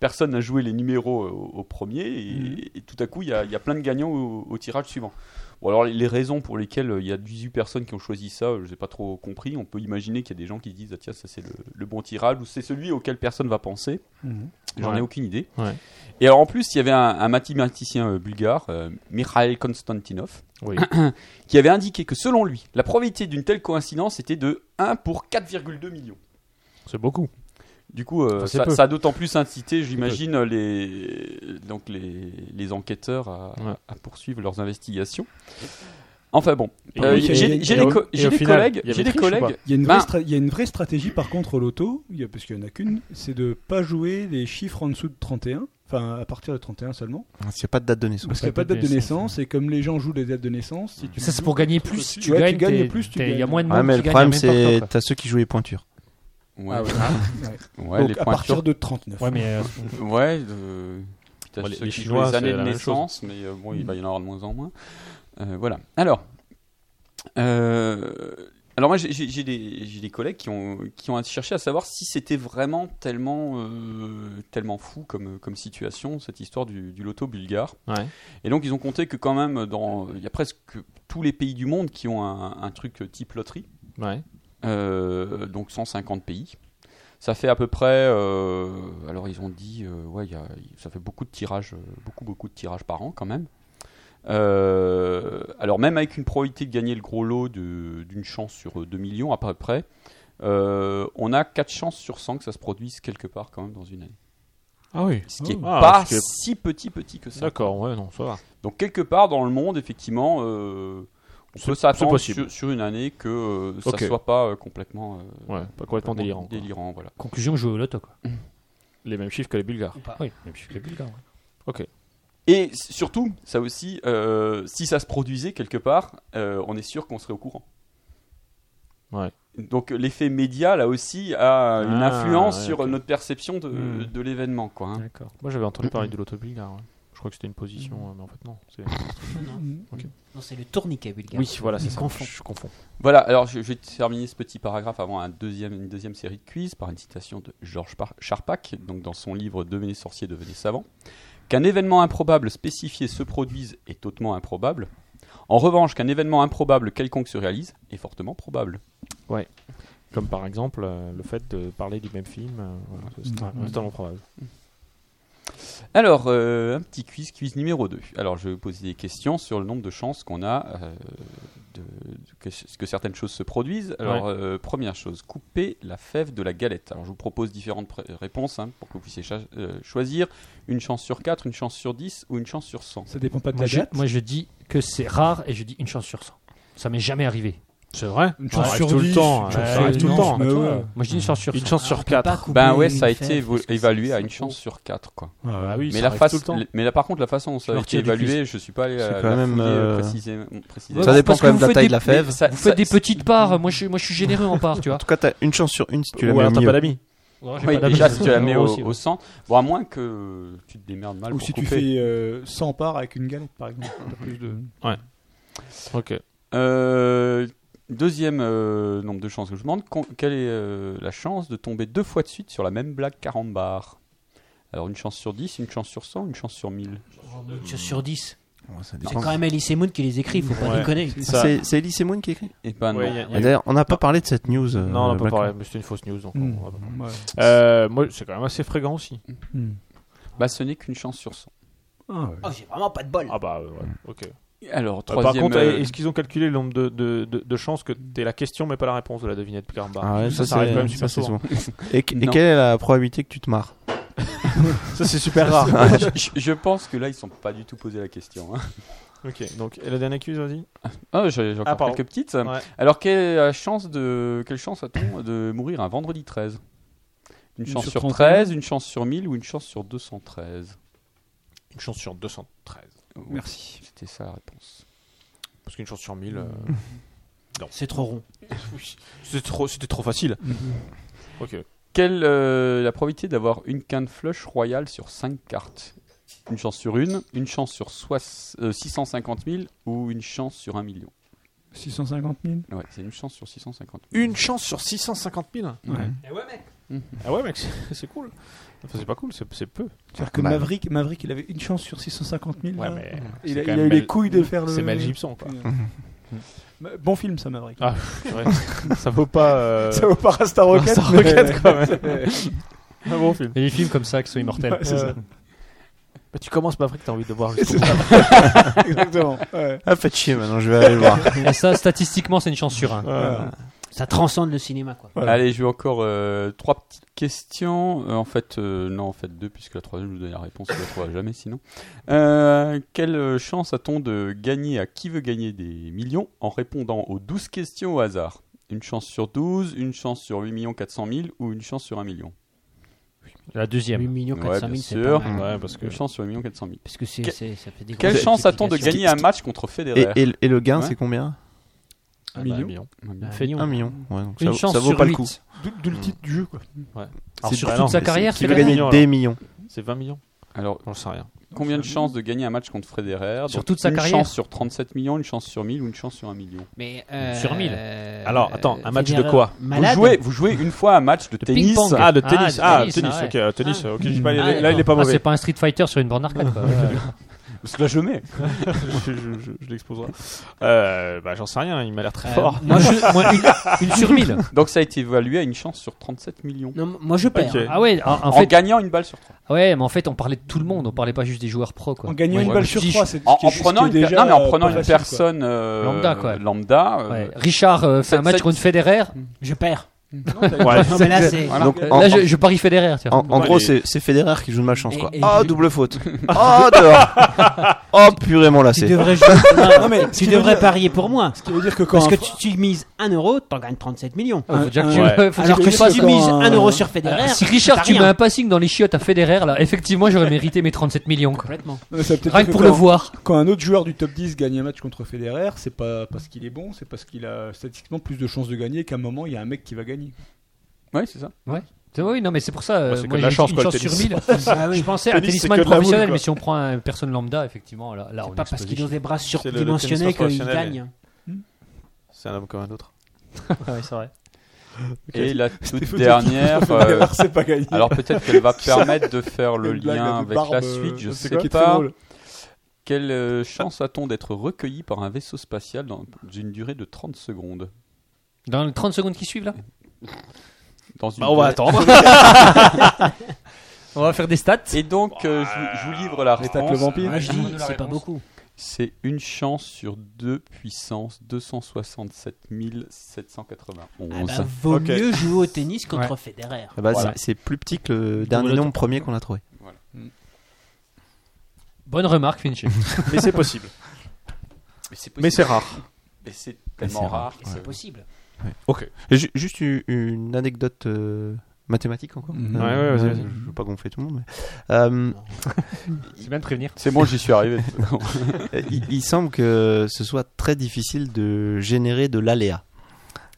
Speaker 8: personne n'a joué les numéros euh, au, au premier, et,
Speaker 5: Mm.
Speaker 8: et tout à coup, il y a, il y a plein de gagnants au, au tirage suivant. Bon, alors, les, les raisons pour lesquelles euh, il y a 18 personnes qui ont choisi ça, euh, je n'ai pas trop compris. On peut imaginer qu'il y a des gens qui se disent, ah, tiens, ça c'est le, le bon tirage, ou c'est celui auquel personne va penser.
Speaker 5: Mm.
Speaker 8: J'en ai
Speaker 4: Ouais.
Speaker 8: aucune idée.
Speaker 4: Ouais.
Speaker 8: Et alors, en plus, il y avait un, un mathématicien euh, bulgare, euh, Mikhail Konstantinov,
Speaker 4: Oui.
Speaker 8: (coughs) qui avait indiqué que selon lui, la probabilité d'une telle coïncidence était de 1 pour 4,2 millions.
Speaker 4: C'est beaucoup.
Speaker 8: Du coup, euh,
Speaker 4: Enfin, c'est
Speaker 8: ça,
Speaker 4: peu.
Speaker 8: ça a d'autant plus incité, j'imagine, euh, les, donc les, les enquêteurs à,
Speaker 4: Ouais.
Speaker 8: à poursuivre leurs investigations. Enfin bon,
Speaker 4: Et
Speaker 8: Euh,
Speaker 4: oui,
Speaker 8: j'ai
Speaker 4: et-
Speaker 8: j'ai- j'ai
Speaker 4: et
Speaker 8: des,
Speaker 4: au-
Speaker 8: co-
Speaker 4: et
Speaker 8: j'ai
Speaker 4: au
Speaker 8: des
Speaker 4: final,
Speaker 8: collègues,
Speaker 4: il y avait
Speaker 8: j'ai des
Speaker 4: triche ou pas
Speaker 8: collègues.
Speaker 1: Il y, a une vraie
Speaker 8: Ben-
Speaker 1: stra- il y a une vraie stratégie par contre au loto, il y a- parce qu'il n'y en a qu'une, c'est de pas jouer les chiffres en dessous de 31, enfin à partir de 31 seulement,
Speaker 3: Il n'y a pas de date de naissance.
Speaker 1: parce qu'il n'y a pas de date de naissance, et comme les gens jouent les dates de naissance, si tu
Speaker 5: Ça, c'est pour gagner plus. Si tu
Speaker 1: Ouais,
Speaker 5: gagnes,
Speaker 1: tu gagnes
Speaker 5: t'es-
Speaker 1: plus, tu
Speaker 5: t'es- Il y a
Speaker 1: gagnes.
Speaker 5: moins de monde
Speaker 3: Ouais, Ah, mais
Speaker 5: qui
Speaker 3: le
Speaker 5: gagne
Speaker 3: problème,
Speaker 5: en même temps que
Speaker 3: c'est
Speaker 5: toi,
Speaker 3: t'as ceux qui jouent les pointures.
Speaker 8: Ouais,
Speaker 1: Ah ouais.
Speaker 8: (laughs) ouais,
Speaker 1: Donc
Speaker 8: les pointures.
Speaker 1: à partir de 39.
Speaker 5: quoi. Ouais, mais euh,
Speaker 8: Ouais, de- putain,
Speaker 4: Ouais, les-
Speaker 8: ceux
Speaker 4: les
Speaker 8: qui jouent
Speaker 4: Chinois,
Speaker 8: les années
Speaker 4: c'est
Speaker 8: de
Speaker 4: la même chose.
Speaker 8: naissance, mais euh, bon, il va y en avoir de moins en moins. Euh, voilà. Alors, euh, alors moi, j'ai- j'ai j'ai des, j'ai des collègues qui ont, qui ont cherché à savoir si c'était vraiment tellement, euh, tellement fou comme, comme situation, cette histoire du, du loto bulgare.
Speaker 4: Ouais.
Speaker 8: Et donc, ils ont compté que quand même, dans, il y a presque tous les pays du monde qui ont un, un truc type loterie.
Speaker 4: Ouais.
Speaker 8: Euh, donc 150 pays. Ça fait à peu près. euh, alors, ils ont dit. euh, ouais, il y a- ça fait beaucoup de tirages, euh, beaucoup, beaucoup de tirages par an quand même. Euh, alors, même avec une probabilité de gagner le gros lot de- d'une chance sur euh, 2 millions à peu près, euh, on a 4 chances sur 100 que ça se produise quelque part quand même dans une année.
Speaker 4: Ah oui.
Speaker 8: Ce qui n'est
Speaker 4: Ah,
Speaker 8: pas
Speaker 4: ce qui est-
Speaker 8: si petit, petit que ça.
Speaker 4: D'accord, ouais, non, ça va.
Speaker 8: Donc quelque part dans le monde, effectivement, euh, on peut s'attendre
Speaker 4: possible.
Speaker 8: sur, sur une année que euh, ça
Speaker 4: Ok.
Speaker 8: soit pas euh, complètement, euh,
Speaker 4: Ouais, pas complètement délirant. quoi.
Speaker 8: délirant, voilà.
Speaker 5: Conclusion, jouer au loto,
Speaker 4: Mm.
Speaker 5: quoi.
Speaker 4: Les mêmes chiffres que les Bulgares.
Speaker 5: Oui, même si je l'ai plus, là, ouais.
Speaker 8: Et s- surtout, ça aussi, euh, si ça se produisait quelque part, euh, on est sûr qu'on serait au courant.
Speaker 4: Ouais.
Speaker 8: Donc l'effet média là aussi a une
Speaker 4: Ah,
Speaker 8: influence
Speaker 4: ouais,
Speaker 8: sur
Speaker 4: ok.
Speaker 8: notre perception de,
Speaker 4: Hmm.
Speaker 8: de l'événement, quoi. hein.
Speaker 5: D'accord. Hmm.
Speaker 4: Moi, j'avais entendu parler de l'auto bulgare. ouais. Je crois que c'était une position, euh, mais en fait, non. c'est-
Speaker 5: (laughs)
Speaker 9: Non, c'est le tourniquet bulgare.
Speaker 4: Oui, voilà, c'est ça.
Speaker 5: confond.
Speaker 4: Je confonds.
Speaker 8: Voilà, alors je, je vais terminer ce petit paragraphe avant un deuxième, une deuxième série de quiz par une citation de Georges Par- Charpak, donc dans son livre Devenez sorcier, devenez savant. Qu'un événement improbable spécifié se produise est hautement improbable. En revanche, qu'un événement improbable quelconque se réalise est fortement probable.
Speaker 4: Comme par exemple euh, le fait de parler du même film. euh, voilà, c'est
Speaker 1: Mhm.
Speaker 4: totalement probable.
Speaker 8: Alors, euh, un petit quiz, quiz numéro 2. Alors, je vais vous poser des questions sur le nombre de chances qu'on a euh, de, de- que, que certaines choses se produisent. Alors, euh, première chose, couper la fève de la galette. Alors, je vous propose différentes pré- réponses hein, pour que vous puissiez cha- euh, choisir une chance sur 4, une chance sur 10 ou une chance sur 100.
Speaker 1: Ça dépend pas de
Speaker 5: Moi
Speaker 1: la
Speaker 5: je,
Speaker 1: date.
Speaker 5: moi, je dis que c'est rare et je dis une chance sur 100. Ça m'est jamais arrivé.
Speaker 4: C'est vrai
Speaker 1: Une
Speaker 4: Ça
Speaker 1: chance
Speaker 4: arrive
Speaker 1: sur
Speaker 4: tout le
Speaker 1: dix,
Speaker 4: temps.
Speaker 1: une
Speaker 4: hein.
Speaker 1: chance
Speaker 4: Ça
Speaker 1: sur
Speaker 4: arrive
Speaker 1: dix,
Speaker 4: tout le
Speaker 1: non,
Speaker 4: temps.
Speaker 1: mais ouais.
Speaker 5: Moi, je dis une chance sur
Speaker 4: Une
Speaker 5: 100.
Speaker 4: chance sur 4.
Speaker 8: Ben ouais, ça a été évo- évalué à une chance sur 4. Quoi.
Speaker 4: Ah oui,
Speaker 8: mais,
Speaker 4: ça
Speaker 8: la
Speaker 4: arrive
Speaker 8: face-
Speaker 4: tout le temps.
Speaker 8: l- mais là, par contre, la façon dont ça
Speaker 5: Je
Speaker 8: a
Speaker 5: me
Speaker 8: été
Speaker 5: retire du quiz.
Speaker 8: évalué, je suis pas allé
Speaker 3: C'est
Speaker 8: à
Speaker 3: quand
Speaker 8: la
Speaker 3: même,
Speaker 8: fouiller, euh,
Speaker 3: euh,
Speaker 8: précisément- précisément.
Speaker 5: Ouais,
Speaker 3: Ça dépend
Speaker 5: parce que
Speaker 3: quand même de
Speaker 5: vous
Speaker 3: la
Speaker 5: faites
Speaker 3: taille
Speaker 5: des-
Speaker 3: de la fève.
Speaker 8: Ça-
Speaker 5: Vous
Speaker 8: ça-
Speaker 5: faites des petites parts. Moi, je, suis- moi, je suis généreux en parts, tu vois.
Speaker 3: En tout cas, t'as une chance sur une si tu la
Speaker 4: Ou
Speaker 3: mets au
Speaker 4: alors t'as
Speaker 3: milieu.
Speaker 4: pas d'amis.
Speaker 5: Ouais, j'ai
Speaker 8: Oui,
Speaker 5: pas d'amis.
Speaker 8: déjà, si tu la mets au,
Speaker 5: Aussi,
Speaker 8: au
Speaker 5: ouais.
Speaker 8: centre, bon, à moins que tu te démerdes mal
Speaker 1: Ou
Speaker 8: pour
Speaker 1: si tu
Speaker 8: couper.
Speaker 1: fais euh, 100 parts avec une galette, par exemple. T'as plus de-
Speaker 4: Ok.
Speaker 8: Euh, deuxième euh, nombre de chances que je vous demande, con- quelle est euh, la chance de tomber deux fois de suite sur la même blague carambar Alors, une chance sur 10, une chance sur 100, une chance sur 1000
Speaker 9: Une chance sur 10.
Speaker 3: Ouais, ça
Speaker 9: C'est
Speaker 3: dépend.
Speaker 9: quand même Elise Moon qui les écrit, faut pas
Speaker 4: Ouais.
Speaker 9: déconner.
Speaker 4: Ça-
Speaker 3: C'est c'est Elise Moon qui écrit
Speaker 8: Eh ben non.
Speaker 4: Ouais, y a- y a-
Speaker 3: Et D'ailleurs, on n'a pas parlé de cette news. euh,
Speaker 4: Non, on peut
Speaker 3: Black-
Speaker 4: parler, mais c'était une fausse news. Donc
Speaker 1: Mm.
Speaker 4: on va pas parler.
Speaker 1: Ouais.
Speaker 4: Euh, moi, c'est quand même assez fréquent aussi.
Speaker 8: Bah, ce n'est qu'une chance sur 100.
Speaker 1: Ah ouais.
Speaker 9: Oh, j'ai vraiment pas de bol.
Speaker 4: Ah bah, ouais, ok.
Speaker 8: Alors,
Speaker 4: Euh, Par
Speaker 8: troisième.
Speaker 4: contre,
Speaker 8: euh,
Speaker 4: est-ce qu'ils ont calculé le nombre de, de, de, de chances que t'aies la question mais pas la réponse de la devinette Caramba
Speaker 3: Ah ouais, ça,
Speaker 4: ça arrive quand même
Speaker 3: c'est ça,
Speaker 4: super
Speaker 3: c'est
Speaker 4: souvent.
Speaker 3: souvent. (laughs)
Speaker 4: (laughs)
Speaker 3: Et, que- et
Speaker 8: Non.
Speaker 3: quelle est la probabilité que tu te (laughs) marres
Speaker 4: Ça, c'est super rare.
Speaker 8: (laughs)
Speaker 3: (laughs)
Speaker 8: je, je pense que là, ils ne sont pas du tout posé la question. hein.
Speaker 4: ok, donc, et la dernière accuse, vas-y
Speaker 8: Ah, j'ai j'ai encore
Speaker 4: Ah, pardon.
Speaker 8: quelques petites.
Speaker 4: Ouais.
Speaker 8: Alors, quelle, est la chance de... quelle chance a-t-on de mourir un vendredi 13 Une chance
Speaker 1: sur
Speaker 8: sur
Speaker 1: 31.
Speaker 8: 13, une chance sur 1000 ou une chance sur 213
Speaker 4: Une chance sur 213.
Speaker 8: Merci. C'était ça la réponse.
Speaker 4: Parce qu'une chance sur 1000,
Speaker 9: C'est
Speaker 4: (laughs)
Speaker 9: trop rond.
Speaker 4: c'était trop, c'était trop facile. ok.
Speaker 8: Quelle euh, la probabilité d'avoir une quinte flush royale sur 5 cartes Une chance sur une, une chance sur sois- euh, 650 000 ou une chance sur 1 million
Speaker 1: 650 000
Speaker 8: Ouais, c'est une chance sur 650 000.
Speaker 4: Une chance sur 650 000
Speaker 5: Eh
Speaker 4: Ah ouais, mec, c'est c'est cool. Enfin, c'est pas cool, c'est c'est peu.
Speaker 1: C'est-à-dire que
Speaker 3: Bah.
Speaker 1: Maverick, Maverick, il avait une chance sur 650 000.
Speaker 4: Ouais,
Speaker 1: là.
Speaker 4: mais. c'est
Speaker 1: Il a,
Speaker 4: quand
Speaker 1: il
Speaker 4: même
Speaker 1: a eu les
Speaker 4: Mel-
Speaker 1: couilles de faire le.
Speaker 4: C'est Mel Gibson, quoi. Mm.
Speaker 1: Mais Bon film, ça, Maverick.
Speaker 4: Ah, ouais. (laughs) ça vaut pas. euh,
Speaker 1: Ça vaut pas Rasta Rocket,
Speaker 4: Star
Speaker 1: mais-
Speaker 4: Rocket, quand
Speaker 1: (laughs)
Speaker 4: même. Un bon film.
Speaker 5: Et les films comme ça qui sont immortels.
Speaker 1: Ouais, c'est ça.
Speaker 4: Bah, tu commences pas après que t'as envie de (laughs) voir
Speaker 1: C'est
Speaker 4: jusqu'au bout.
Speaker 1: ça. Exactement. ouais.
Speaker 3: (laughs) Ah, faites chier maintenant, je vais aller le voir.
Speaker 5: Et ça, statistiquement, c'est une chance sur 1.
Speaker 1: Voilà.
Speaker 9: Ça transcende le cinéma, quoi.
Speaker 1: Voilà.
Speaker 8: Allez, je vais encore euh, trois petites questions. Euh, en fait, euh, non, en fait deux, puisque la troisième, je vous donne la réponse, vous la trouverez jamais sinon. Euh, quelle euh, chance a-t-on de gagner à qui veut gagner des millions en répondant aux 12 questions au hasard Une chance sur 12, une chance sur 8 400 000 ou une chance sur 1 million
Speaker 5: La
Speaker 9: 8
Speaker 5: deuxième.
Speaker 9: millions
Speaker 8: Ouais,
Speaker 9: 400 000,
Speaker 8: bien
Speaker 9: c'est
Speaker 8: sûr.
Speaker 9: pas mal.
Speaker 4: Ouais, parce que.
Speaker 8: Une chance sur 1 400 000.
Speaker 9: Parce que c'est,
Speaker 8: Que-
Speaker 9: c'est- ça fait des
Speaker 8: Quelle
Speaker 9: grosses
Speaker 8: chance a-t-on de
Speaker 9: multiplications.
Speaker 8: gagner un match contre
Speaker 3: Et,
Speaker 8: Federer
Speaker 3: et le- et le gain,
Speaker 8: Ouais.
Speaker 3: c'est combien
Speaker 4: Ah, bah,
Speaker 1: Un million.
Speaker 8: Ouais,
Speaker 5: Fait-
Speaker 3: Un million. Ouais, donc
Speaker 5: Une
Speaker 3: ça,
Speaker 5: chance
Speaker 3: ça vaut
Speaker 5: sur
Speaker 3: pas le
Speaker 5: huit.
Speaker 3: coup.
Speaker 1: D'où d'où le titre du jeu, quoi.
Speaker 5: Alors,
Speaker 4: C'est-
Speaker 5: sur
Speaker 4: bah
Speaker 5: toute
Speaker 4: non,
Speaker 5: sa
Speaker 4: mais
Speaker 5: carrière,
Speaker 3: Qui
Speaker 5: c'est
Speaker 3: veut
Speaker 5: la
Speaker 3: gagner
Speaker 5: dernière.
Speaker 3: des millions
Speaker 4: C'est 20 millions
Speaker 8: Alors,
Speaker 4: J'en sais rien.
Speaker 8: combien de chances de gagner un match contre Federer
Speaker 5: Sur
Speaker 8: Donc,
Speaker 5: toute sa
Speaker 8: une
Speaker 5: carrière
Speaker 8: chance sur 37 millions, une chance sur 1000 ou une chance sur 1 million
Speaker 9: Mais, euh,
Speaker 5: Sur 1000.
Speaker 9: euh,
Speaker 4: Alors, attends, un match de quoi
Speaker 8: vous
Speaker 9: Malade.
Speaker 8: jouez, vous jouez une fois un match de, tennis
Speaker 9: ping-pong.
Speaker 4: Ah, de
Speaker 5: Ah,
Speaker 4: tennis.
Speaker 5: de
Speaker 4: Ah,
Speaker 5: tennis,
Speaker 4: tennis,
Speaker 5: ah ouais.
Speaker 4: ok. Tennis, ok. je sais pas,
Speaker 1: Ah,
Speaker 4: il est- là, il est pas
Speaker 5: Ah, c'est
Speaker 4: mauvais. (laughs)
Speaker 5: pas un Street Fighter sur une borne arcade, quoi. Ouais.
Speaker 8: Parce que là, je le mets.
Speaker 4: je je- je- je l'exposerai. Euh, bah, J'en sais rien, il m'a l'air très fort.
Speaker 5: Euh, Moi, je- moi, une, une sur mille.
Speaker 8: (laughs) Donc ça a été évalué à une chance sur 37 millions.
Speaker 9: Non, moi je perds.
Speaker 4: Ok.
Speaker 5: Ah ouais, en, en
Speaker 8: En,
Speaker 5: fait,
Speaker 8: gagnant une balle sur 3.
Speaker 5: ouais, mais en fait, on parlait de tout le monde, on parlait pas juste des joueurs pro quoi.
Speaker 1: En gagnant
Speaker 8: Oui,
Speaker 1: une
Speaker 8: ouais,
Speaker 1: balle
Speaker 8: mais
Speaker 1: sur
Speaker 5: je dis-
Speaker 1: trois, c'est
Speaker 8: En,
Speaker 1: ce qui est
Speaker 8: en
Speaker 1: juste-
Speaker 8: prenant,
Speaker 1: qui est
Speaker 8: une, per-
Speaker 1: déjà,
Speaker 8: non, mais en
Speaker 1: euh,
Speaker 8: prenant
Speaker 1: pas
Speaker 8: une
Speaker 1: facile, quoi.
Speaker 8: personne euh,
Speaker 5: Lambda, quoi.
Speaker 8: lambda, euh,
Speaker 5: Ouais. Richard euh, fait
Speaker 8: Sept-
Speaker 5: un match
Speaker 8: sept-
Speaker 5: contre Federer.
Speaker 9: Je perds.
Speaker 3: (laughs)
Speaker 4: Ouais.
Speaker 9: Non, mais là, c'est.
Speaker 8: voilà.
Speaker 3: Donc, en,
Speaker 5: Là, je, je parie Federer. tu vois.
Speaker 3: en- en
Speaker 4: Ouais,
Speaker 3: gros,
Speaker 4: les-
Speaker 3: c'est c'est Federer qui joue de malchance.
Speaker 9: Et-
Speaker 3: Quoi.
Speaker 9: et-
Speaker 3: Ah,
Speaker 9: (laughs)
Speaker 3: double faute. Ah, dehors. Oh, purée, mon
Speaker 9: Tu
Speaker 3: lacet.
Speaker 9: devrais,
Speaker 3: (laughs)
Speaker 9: jouer-
Speaker 1: (laughs) Non, mais ce
Speaker 9: tu
Speaker 1: qui veut
Speaker 9: devrais
Speaker 1: dire-
Speaker 9: parier pour moi.
Speaker 1: Ce qui veut dire que quand
Speaker 9: Parce que
Speaker 1: un Fra-
Speaker 9: tu, tu mises 1 euro, t'en gagnes 37 millions.
Speaker 5: Ah, faut déjà que tu-
Speaker 4: Ouais.
Speaker 8: (laughs)
Speaker 5: faut déjà
Speaker 9: Alors
Speaker 5: que
Speaker 9: que
Speaker 5: tu
Speaker 9: si
Speaker 5: fasses,
Speaker 9: tu
Speaker 5: quoi.
Speaker 9: mises 1 euro
Speaker 1: euh,
Speaker 9: sur Federer,
Speaker 5: Alors, si Richard,
Speaker 9: t'as
Speaker 5: tu
Speaker 9: rien.
Speaker 5: mets un passing dans les chiottes à Federer, là, effectivement, j'aurais mérité mes 37 millions. Quoi.
Speaker 1: Non, mais ça peut-être
Speaker 5: Rien que
Speaker 1: que
Speaker 5: pour le
Speaker 1: quand-
Speaker 5: voir.
Speaker 1: Quand un autre joueur du top 10 gagne un match contre Federer, c'est pas parce qu'il est bon, c'est parce qu'il a statistiquement plus de chances de gagner qu'à un moment il y a un mec qui va gagner.
Speaker 8: ouais, c'est ça.
Speaker 5: C'est- Oui, non, mais c'est pour ça. euh,
Speaker 4: c'est que
Speaker 5: moi,
Speaker 4: de la
Speaker 5: j'ai
Speaker 4: chance,
Speaker 5: une
Speaker 4: quoi, le
Speaker 5: chance sur
Speaker 4: tennis. (laughs) Ah
Speaker 5: 1000. Je pensais à un
Speaker 4: Tennis, c'est
Speaker 5: tennisman
Speaker 4: que de la boule,
Speaker 5: professionnel,
Speaker 4: quoi.
Speaker 5: mais si on prend euh, une personne lambda, effectivement, là, là on
Speaker 9: C'est pas parce
Speaker 5: explose.
Speaker 9: qu'il a des bras
Speaker 4: le- le
Speaker 9: surdimensionnés
Speaker 4: tennis
Speaker 9: qu'il
Speaker 4: professionnel,
Speaker 9: gagne.
Speaker 4: C'est un homme comme un autre.
Speaker 5: Ah ouais, c'est vrai.
Speaker 8: Et la toute dernière.
Speaker 1: (laughs)
Speaker 8: euh,
Speaker 1: Federer, c'est pas gagné.
Speaker 8: alors peut-être qu'elle
Speaker 1: (laughs)
Speaker 8: va permettre de faire le
Speaker 1: Une blague,
Speaker 8: lien
Speaker 1: là, de
Speaker 8: avec
Speaker 1: barbe,
Speaker 8: la
Speaker 1: euh,
Speaker 8: suite. Je
Speaker 1: c'est
Speaker 8: sais
Speaker 1: quoi, qui est très
Speaker 8: pas.
Speaker 1: drôle.
Speaker 8: Quelle euh, chance a-t-on d'être recueilli par un vaisseau spatial dans une durée de 30 secondes
Speaker 5: Dans les 30 secondes qui suivent, là
Speaker 8: dans une
Speaker 4: Bah, on va
Speaker 8: durée-
Speaker 4: attendre.
Speaker 8: (laughs)
Speaker 5: On va faire des stats.
Speaker 8: Et donc, euh, je, vous- je vous livre la
Speaker 1: Tape le
Speaker 8: réponse.
Speaker 1: vampire.
Speaker 9: Moi Ah, je dis,
Speaker 5: Donne-nous la
Speaker 9: c'est pas
Speaker 5: réponse.
Speaker 9: beaucoup.
Speaker 8: C'est une chance sur 2 puissance 267
Speaker 9: Ah
Speaker 8: 791.
Speaker 9: bah, vaut
Speaker 4: Ok.
Speaker 9: mieux jouer au tennis contre Federer.
Speaker 3: Ah bah,
Speaker 8: Voilà.
Speaker 3: c'est- C'est plus petit que le dernier nombre premier qu'on a trouvé.
Speaker 4: Mm.
Speaker 8: Mm.
Speaker 5: Bonne remarque, Finch.
Speaker 4: Mais c'est possible.
Speaker 8: Mais c'est
Speaker 4: Mais c'est rare.
Speaker 8: Mais c'est
Speaker 3: Mais c'est
Speaker 8: tellement rare.
Speaker 9: Et C'est possible.
Speaker 3: Et ju- Juste u- une anecdote euh, mathématique encore.
Speaker 1: Mhm.
Speaker 3: Euh,
Speaker 4: Ouais, ouais, vas-y, vas-y.
Speaker 3: Je veux pas gonfler tout le monde. mais, euh,
Speaker 5: C'est bien de prévenir.
Speaker 8: C'est bon, j'y suis arrivé.
Speaker 3: Euh, (laughs) il, il semble que ce soit très difficile de générer de l'aléa.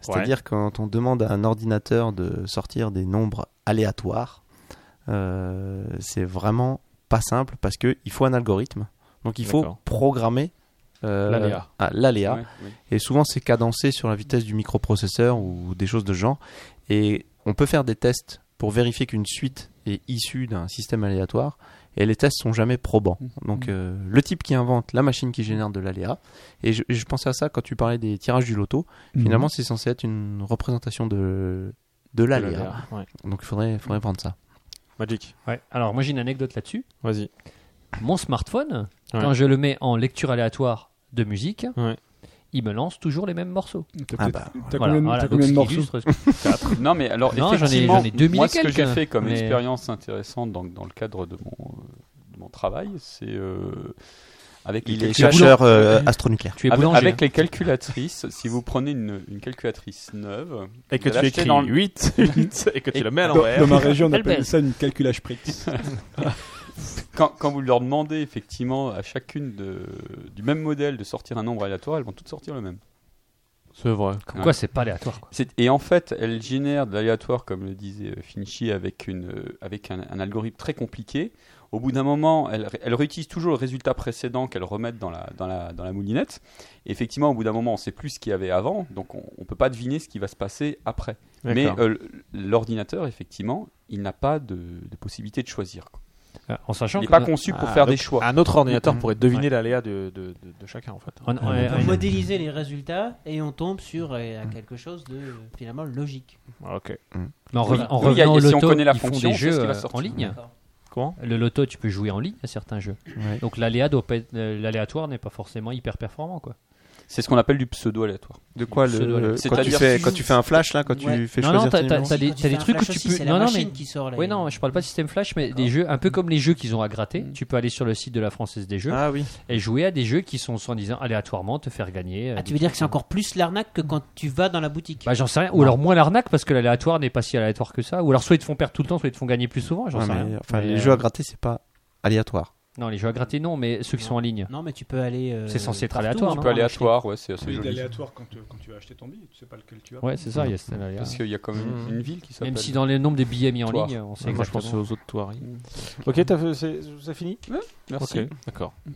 Speaker 3: C'est-à-dire quand on demande à un ordinateur de sortir des nombres aléatoires, euh, c'est vraiment pas simple parce qu'il faut un algorithme. Donc il faut
Speaker 4: D'accord.
Speaker 3: programmer euh,
Speaker 4: L'aléa.
Speaker 3: à l'aléa.
Speaker 8: Ouais, oui.
Speaker 3: Et souvent, c'est cadencé sur la vitesse du microprocesseur ou des choses de ce genre. Et on peut faire des tests pour vérifier qu'une suite est issue d'un système aléatoire. Et les tests sont jamais probants. Donc, euh, le type qui invente la machine qui génère de l'aléa. Et je, et je pensais à ça quand tu parlais des tirages du loto. Finalement, c'est censé être une représentation de, de l'aléa.
Speaker 4: Ouais.
Speaker 3: Donc, il faudrait, faudrait prendre ça.
Speaker 4: Magic,
Speaker 5: Ouais. Alors, moi, j'ai une anecdote là-dessus.
Speaker 4: vas-y.
Speaker 5: Mon smartphone,
Speaker 4: Ouais.
Speaker 5: quand je le mets en lecture aléatoire de musique,
Speaker 4: Ouais.
Speaker 5: il me lance toujours les mêmes morceaux.
Speaker 1: T'as
Speaker 3: Ah
Speaker 1: peut-être-
Speaker 3: bah,
Speaker 1: t'as
Speaker 5: Voilà,
Speaker 1: combien de-
Speaker 5: voilà,
Speaker 1: t'as
Speaker 5: donc
Speaker 1: combien de
Speaker 5: ce qui
Speaker 1: morceaux
Speaker 5: illustre-
Speaker 1: (laughs)
Speaker 8: Non, mais alors,
Speaker 5: Non, j'en ai-
Speaker 8: effectivement,
Speaker 5: j'en ai 2000
Speaker 8: moi, ce que
Speaker 5: quelques,
Speaker 8: j'ai fait comme
Speaker 5: mais-
Speaker 8: expérience intéressante dans, dans le cadre de mon, euh, de mon travail, c'est euh, avec les
Speaker 3: Il est
Speaker 8: calculateurs-
Speaker 3: chercheur euh, astronucléaire.
Speaker 5: Tu es
Speaker 8: Avec,
Speaker 5: boulanger.
Speaker 8: avec
Speaker 5: hein.
Speaker 8: les calculatrices, si vous prenez une, une calculatrice neuve,
Speaker 4: Et
Speaker 8: Vous
Speaker 4: que tu
Speaker 8: l'achetez
Speaker 4: écris
Speaker 8: dans le- (laughs)
Speaker 4: 8, 8 et que tu
Speaker 8: Et-
Speaker 4: le mets à
Speaker 1: dans, dans (laughs)
Speaker 4: l'envers.
Speaker 1: ma région, on
Speaker 5: Belle
Speaker 1: appelle
Speaker 5: belle.
Speaker 1: ça une calculage Pritz.
Speaker 8: (laughs) quand, quand vous leur demandez effectivement à chacune de, du même modèle de sortir un nombre aléatoire, elles vont toutes sortir le même.
Speaker 4: C'est vrai.
Speaker 5: Comme quoi, c'est pas aléatoire. Quoi.
Speaker 8: Hein C'est- Et en fait, elle génère de l'aléatoire, comme le disait euh, Finchy, avec, une, euh, avec un, un algorithme très compliqué. Au bout d'un moment, elle, ré- elle réutilise toujours le résultat précédent qu'elle remet dans la, dans, la, dans la moulinette. Et effectivement, au bout d'un moment, on ne sait plus ce qu'il y avait avant, donc on ne peut pas deviner ce qui va se passer après. Mais
Speaker 4: D'accord.
Speaker 8: euh, l'ordinateur, effectivement, il n'a pas de, de possibilité de choisir. quoi.
Speaker 5: Euh, En sachant
Speaker 8: Il n'est
Speaker 5: que-
Speaker 8: pas conçu pour
Speaker 4: Ah,
Speaker 8: faire
Speaker 4: donc,
Speaker 8: des choix.
Speaker 4: un autre ordinateur pourrait deviner l'aléa de, de, de, de chacun en fait.
Speaker 5: on- on-
Speaker 9: On
Speaker 5: on-
Speaker 9: peut modéliser les résultats et on tombe sur euh, quelque chose de euh, finalement logique.
Speaker 4: Ok.
Speaker 1: Mm.
Speaker 5: Mais en,
Speaker 8: Ah, Oui.
Speaker 5: revenant- en
Speaker 8: Oui, il y a-
Speaker 5: revenant au
Speaker 8: si on
Speaker 5: loto,
Speaker 8: connaît la
Speaker 5: ils font
Speaker 8: fonction,
Speaker 5: des
Speaker 8: on sait ce
Speaker 5: jeux
Speaker 8: qui va
Speaker 5: euh, en
Speaker 8: sortir. Ah,
Speaker 5: ligne.
Speaker 9: D'accord.
Speaker 4: Comment
Speaker 5: Le loto, tu peux jouer en ligne à certains jeux.
Speaker 3: Ouais.
Speaker 5: Donc l'aléa doit pas être- euh, l'aléatoire n'est pas forcément hyper performant quoi.
Speaker 8: C'est ce qu'on appelle du pseudo-aléatoire.
Speaker 3: De quoi
Speaker 5: le- Pseudo-aléa.
Speaker 3: le, quand, tu
Speaker 8: C'est-à-dire
Speaker 3: fais,
Speaker 8: si-
Speaker 3: quand tu fais un flash, là, quand tu
Speaker 9: Ouais.
Speaker 3: fais
Speaker 5: Non, non,
Speaker 3: choisir
Speaker 5: t'as-
Speaker 3: tes
Speaker 5: t'as-
Speaker 3: numéros.
Speaker 5: t'as des-
Speaker 9: Quand
Speaker 5: t'as
Speaker 9: fais
Speaker 5: des
Speaker 9: un
Speaker 5: trucs où
Speaker 9: flash
Speaker 5: tu
Speaker 9: aussi,
Speaker 5: peux-
Speaker 9: C'est
Speaker 5: non,
Speaker 9: la
Speaker 5: non,
Speaker 9: machine
Speaker 5: mais-
Speaker 9: qui sort. les-
Speaker 5: Oui non, je parle pas de système flash mais des jeux un peu comme les jeux qu'ils ont à gratter,
Speaker 9: Mm.
Speaker 5: tu peux aller sur le site de la Française des jeux
Speaker 3: Ah oui.
Speaker 5: et jouer à des jeux qui sont sans disant aléatoirement te faire gagner. euh,
Speaker 9: Ah,
Speaker 5: des
Speaker 9: tu veux
Speaker 5: trucs
Speaker 9: dire que c'est
Speaker 5: comme-
Speaker 9: encore plus l'arnaque que quand tu vas dans la boutique
Speaker 5: bah j'en sais rien ou alors moins l'arnaque parce que l'aléatoire n'est pas si aléatoire que ça ou alors soit ils te font perdre tout le temps soit ils te font gagner plus souvent, j'en
Speaker 3: Ouais,
Speaker 5: sais
Speaker 3: mais,
Speaker 5: rien.
Speaker 3: enfin,
Speaker 5: Mais,
Speaker 3: les
Speaker 5: euh,
Speaker 3: jeux à gratter, c'est pas aléatoire.
Speaker 5: Non, les jeux à gratter non mais ceux qui sont en ligne.
Speaker 9: Non, mais tu peux aller. euh,
Speaker 5: C'est censé être
Speaker 9: partout,
Speaker 5: aléatoire,
Speaker 9: hein,
Speaker 8: Un
Speaker 5: non
Speaker 8: peu
Speaker 9: en acheter.
Speaker 8: aléatoire, ouais, c'est assez
Speaker 1: Oui,
Speaker 8: joli.
Speaker 1: d'aléatoire quand, tu- quand tu vas acheter ton billet, tu sais pas lequel tu as.
Speaker 5: Ouais, c'est ça, il y a Mmh. cet aléa.
Speaker 8: Parce qu'il y a quand même une ville qui s'appelle.
Speaker 5: Même si dans le nombre des billets mis en
Speaker 8: Toi.
Speaker 5: ligne, on sait
Speaker 4: Moi je
Speaker 5: exactement.
Speaker 4: pense aux autres toiries. Ok, t'as fait- c'est c'est fini
Speaker 8: Merci.
Speaker 4: Ok, d'accord. Mm.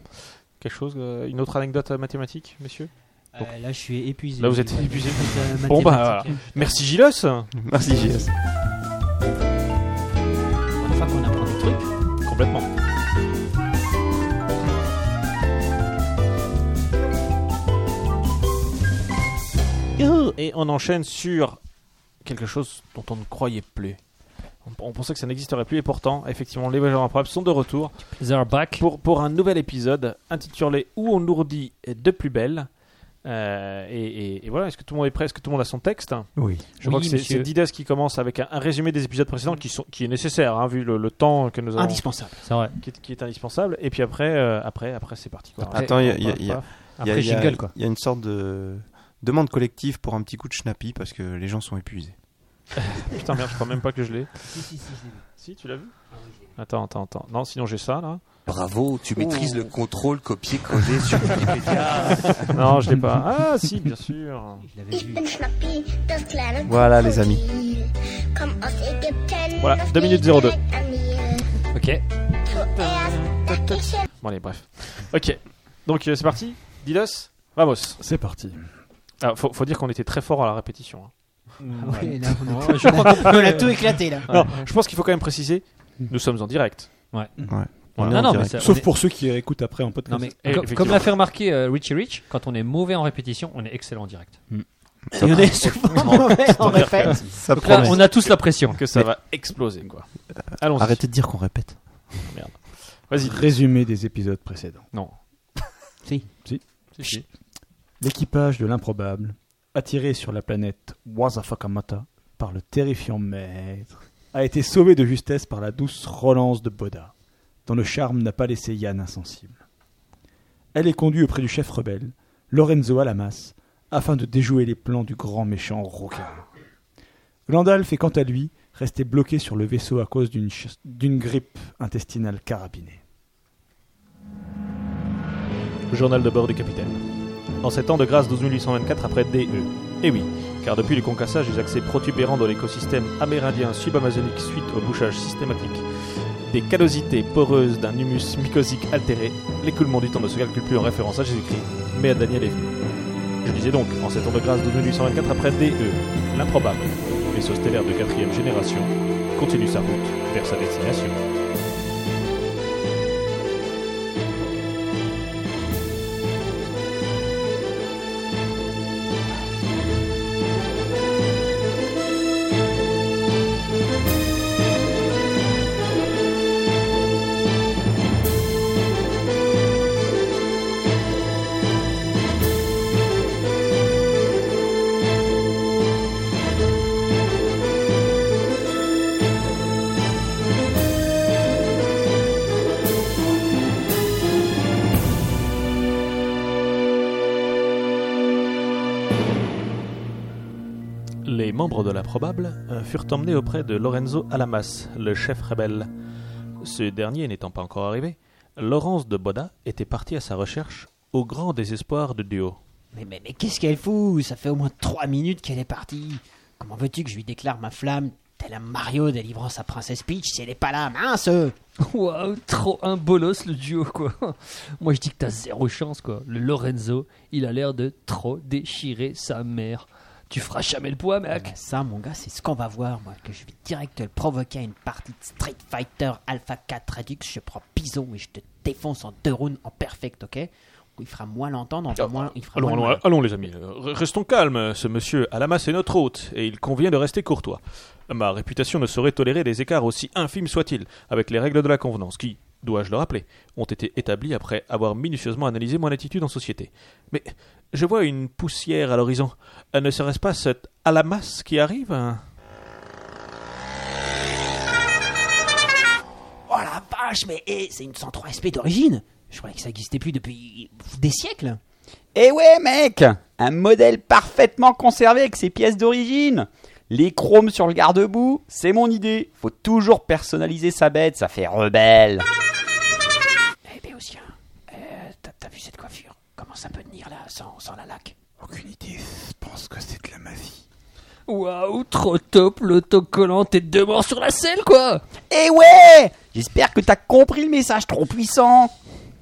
Speaker 4: Quelque chose, euh, une autre anecdote euh, mathématique, messieurs
Speaker 9: Euh, Là, je suis épuisé.
Speaker 4: Là, vous êtes
Speaker 9: Ouais,
Speaker 4: épuisé.
Speaker 9: euh,
Speaker 4: Bon, bah,
Speaker 9: mathématique.
Speaker 4: Merci Gilles
Speaker 3: Merci, JS.
Speaker 9: Pour une fois qu'on apprend des trucs.
Speaker 4: Complètement.
Speaker 9: Youhou
Speaker 4: Et on enchaîne sur quelque chose dont on ne croyait plus. On, on pensait que ça n'existerait plus et pourtant, effectivement, les voyageurs improbables sont de retour
Speaker 5: They are back.
Speaker 4: pour, pour un nouvel épisode intitulé Où on ourdit de plus belle. Euh, et, et- et voilà, est-ce que tout le monde est prêt Est-ce que tout le monde a son texte
Speaker 3: Oui.
Speaker 4: Je crois
Speaker 5: Oui,
Speaker 4: que c'est-
Speaker 5: monsieur.
Speaker 4: c'est Didas qui commence avec un, un résumé des épisodes précédents qui, sont, qui est nécessaire, hein, vu le, le temps que nous avons,
Speaker 9: Indispensable.
Speaker 5: C'est vrai.
Speaker 4: qui, est, qui est indispensable. Et puis après, euh, après, après c'est parti. Quoi.
Speaker 5: Après-
Speaker 3: Attends, il y a-
Speaker 4: Paf,
Speaker 3: il y a-
Speaker 4: paf,
Speaker 3: il y a-
Speaker 4: paf.
Speaker 3: Il y a-
Speaker 5: Après
Speaker 3: il y a-
Speaker 5: jingle, quoi.
Speaker 3: Il y a une sorte de demande collective pour un petit coup de schnappi parce que les gens sont épuisés.
Speaker 4: Putain, merde, je crois même pas que je l'ai. Si, tu l'as vu Attends, attends, attends. Non, sinon j'ai ça là.
Speaker 12: Bravo, tu maîtrises
Speaker 1: Oh.
Speaker 12: le
Speaker 4: (laughs)
Speaker 12: contrôle copier-coller sur Wikipédia.
Speaker 4: Non, je l'ai pas. Ah, si, bien sûr.
Speaker 3: Voilà, les amis.
Speaker 4: Voilà, 2 minutes 02.
Speaker 5: Ok.
Speaker 4: Bon, allez, bref. Ok, donc euh, c'est parti. Didas, vamos.
Speaker 6: C'est parti.
Speaker 4: Ah, faut, faut dire qu'on était très fort à la répétition. hein.
Speaker 9: Ouais, là, on est-
Speaker 5: Je crois qu'on
Speaker 9: on a tout éclaté là.
Speaker 4: Non, je pense qu'il faut quand même préciser nous sommes en direct.
Speaker 3: On est
Speaker 5: Non,
Speaker 3: en
Speaker 5: non, mais
Speaker 3: direct.
Speaker 5: ça- on
Speaker 1: Sauf
Speaker 5: est-
Speaker 1: pour ceux qui écoutent après en podcast.
Speaker 5: Non, mais
Speaker 4: Eh,
Speaker 5: comme-
Speaker 4: effectivement.
Speaker 5: comme l'a fait remarquer euh, Richie Rich, quand on est mauvais en répétition, on est excellent en direct.
Speaker 9: Il y en a
Speaker 5: (laughs)
Speaker 9: souvent mauvais en répète.
Speaker 3: Ça
Speaker 5: Donc là,
Speaker 3: promet.
Speaker 5: on a tous la pression.
Speaker 4: Que ça va exploser, quoi. Allons-y.
Speaker 3: Arrêtez de dire qu'on répète.
Speaker 4: Vas-y.
Speaker 1: Résumé des épisodes précédents.
Speaker 4: Non.
Speaker 5: Si, si.
Speaker 1: L'équipage de l'improbable, attiré sur la planète Wazafakamata par le terrifiant maître, a été sauvé de justesse par la douce relance de Boda, dont le charme n'a pas laissé Yann insensible. Elle est conduite auprès du chef rebelle, Lorenzo Alamas, afin de déjouer les plans du grand méchant Roca. Glandalf est quant à lui resté bloqué sur le vaisseau à cause d'une ch- d'une grippe intestinale carabinée.
Speaker 4: Journal de bord du capitaine. En ces temps de grâce 12824 après DE. Eh oui, car depuis le concassage des accès protubérants dans l'écosystème amérindien subamazonique suite au bouchage systématique des callosités poreuses d'un humus mycosique altéré, l'écoulement du temps ne se calcule plus en référence à Jésus-Christ, mais à Daniel est venu. Je disais donc, en ces temps de grâce 12824 après DE, l'improbable, vaisseau stellaire de quatrième génération, continue sa route vers sa destination. Les membres de l'improbable euh, furent emmenés auprès de Lorenzo Alamas, le chef rebelle. Ce dernier n'étant pas encore arrivé, Laurence de Boda était partie à sa recherche au grand désespoir de Duo.
Speaker 9: Mais, mais, mais qu'est-ce qu'elle fout Ça fait au moins 3 minutes qu'elle est partie. Comment veux-tu que je lui déclare ma flamme Tel un Mario délivrant sa princesse Peach si elle est pas là, hein mince
Speaker 1: euh.
Speaker 5: Waouh, trop un bolos le duo quoi. Moi je dis que t'as zéro chance quoi. Le Lorenzo, il a l'air de trop déchirer sa mère. Tu feras jamais le poids mec.
Speaker 9: Ah, Ça, mon gars, c'est ce qu'on va voir, moi. Que je vais direct le provoquer à une partie de Street Fighter Alpha 4 Redux. Je prends Pison et je te défonce en deux rounds en perfect, ok Il fera moins l'entendre, enfin, moins, il fera
Speaker 4: Allons,
Speaker 9: moins le
Speaker 4: allons,
Speaker 9: malin.
Speaker 4: allons, les amis, euh, re- restons calmes, ce monsieur Alamas est notre hôte, et il convient de rester courtois. Ma réputation ne saurait tolérer des écarts aussi infimes soient-ils, avec les règles de la convenance, qui, dois-je le rappeler, ont été établies après avoir minutieusement analysé mon attitude en société. Mais je vois une poussière à l'horizon. Euh, Ne serait-ce pas cet Alamas qui arrive hein
Speaker 9: Oh la vache, mais hé, c'est une 103 SP d'origine Je croyais que ça existait plus depuis des siècles
Speaker 8: Eh ouais, mec Un modèle parfaitement conservé avec ses pièces d'origine Les chromes sur le garde-boue, c'est mon idée Faut toujours personnaliser sa bête, ça fait rebelle
Speaker 9: Eh Béotien, euh, t'as, t'as vu cette coiffure Comment ça peut tenir là, sans, sans la laque
Speaker 1: Aucune idée, je pense que c'est de la magie.
Speaker 5: Waouh, trop top l'autocollant t'es deux morts sur la selle quoi.
Speaker 8: Eh ouais J'espère que t'as compris le message trop puissant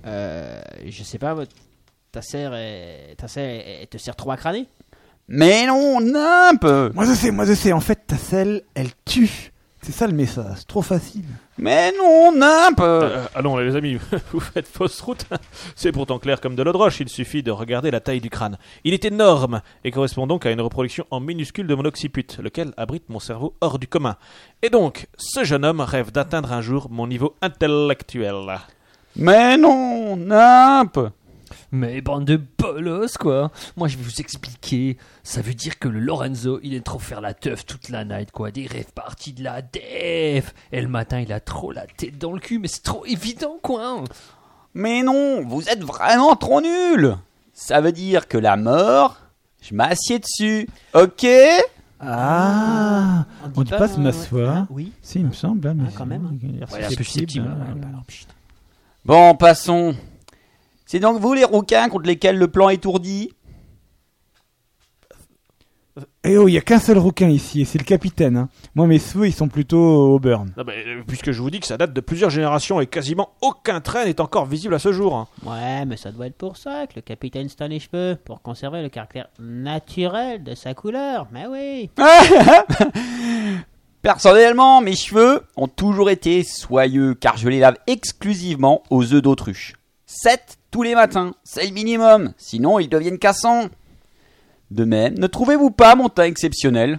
Speaker 9: Euh, je sais pas, votre- ta sœur, est- ta sœur, elle- elle te sert trop à crâner
Speaker 8: Mais non, nimpe
Speaker 1: Moi je sais, moi je sais, en fait ta selle, elle tue. C'est ça le message, c'est trop facile.
Speaker 8: Mais non, nimp
Speaker 4: Euh, allons les amis, (laughs) vous faites fausse route. C'est pourtant clair comme de l'eau de roche, il suffit de regarder la taille du crâne. Il est énorme et correspond donc à une reproduction en minuscule de mon occiput, lequel abrite mon cerveau hors du commun. Et donc, ce jeune homme rêve d'atteindre un jour mon niveau intellectuel.
Speaker 13: Mais non, nimp
Speaker 5: Mais bande de bolos, quoi Moi, je vais vous expliquer. Ça veut dire que le Lorenzo, il est trop faire la teuf toute la night, quoi. Des rêves partis de la def Et le matin, il a trop la tête dans le cul, mais c'est trop évident, quoi
Speaker 13: Mais non, vous êtes vraiment trop nul Ça veut dire que la mort, je m'assieds dessus, ok
Speaker 1: Ah, on ne
Speaker 9: dit
Speaker 1: dit
Speaker 9: pas,
Speaker 1: pas se m'asseoir.
Speaker 9: hein, oui.
Speaker 1: Si, il me semble. hein, mais
Speaker 9: quand même, hein.
Speaker 1: il est
Speaker 5: Ouais, un peu
Speaker 1: susceptible,
Speaker 5: susceptible,
Speaker 1: hein.
Speaker 5: ouais, bah alors, putain.
Speaker 13: Bon, passons. C'est donc vous les rouquins contre lesquels le plan étourdi
Speaker 1: Eh oh, il y a qu'un seul rouquin ici, et c'est le capitaine. hein. Moi, mes cheveux, ils sont plutôt au burn.
Speaker 4: Non, mais, euh, puisque je vous dis que ça date de plusieurs générations et quasiment aucun trait n'est encore visible à ce jour. hein.
Speaker 9: Ouais, mais ça doit être pour ça que le capitaine se teint les cheveux, pour conserver le caractère naturel de sa couleur. Mais
Speaker 1: (laughs)
Speaker 9: oui
Speaker 13: Personnellement, mes cheveux ont toujours été soyeux car je les lave exclusivement aux œufs d'autruche. 7 tous les matins, c'est le minimum, sinon ils deviennent cassants. De même, ne trouvez-vous pas mon teint exceptionnel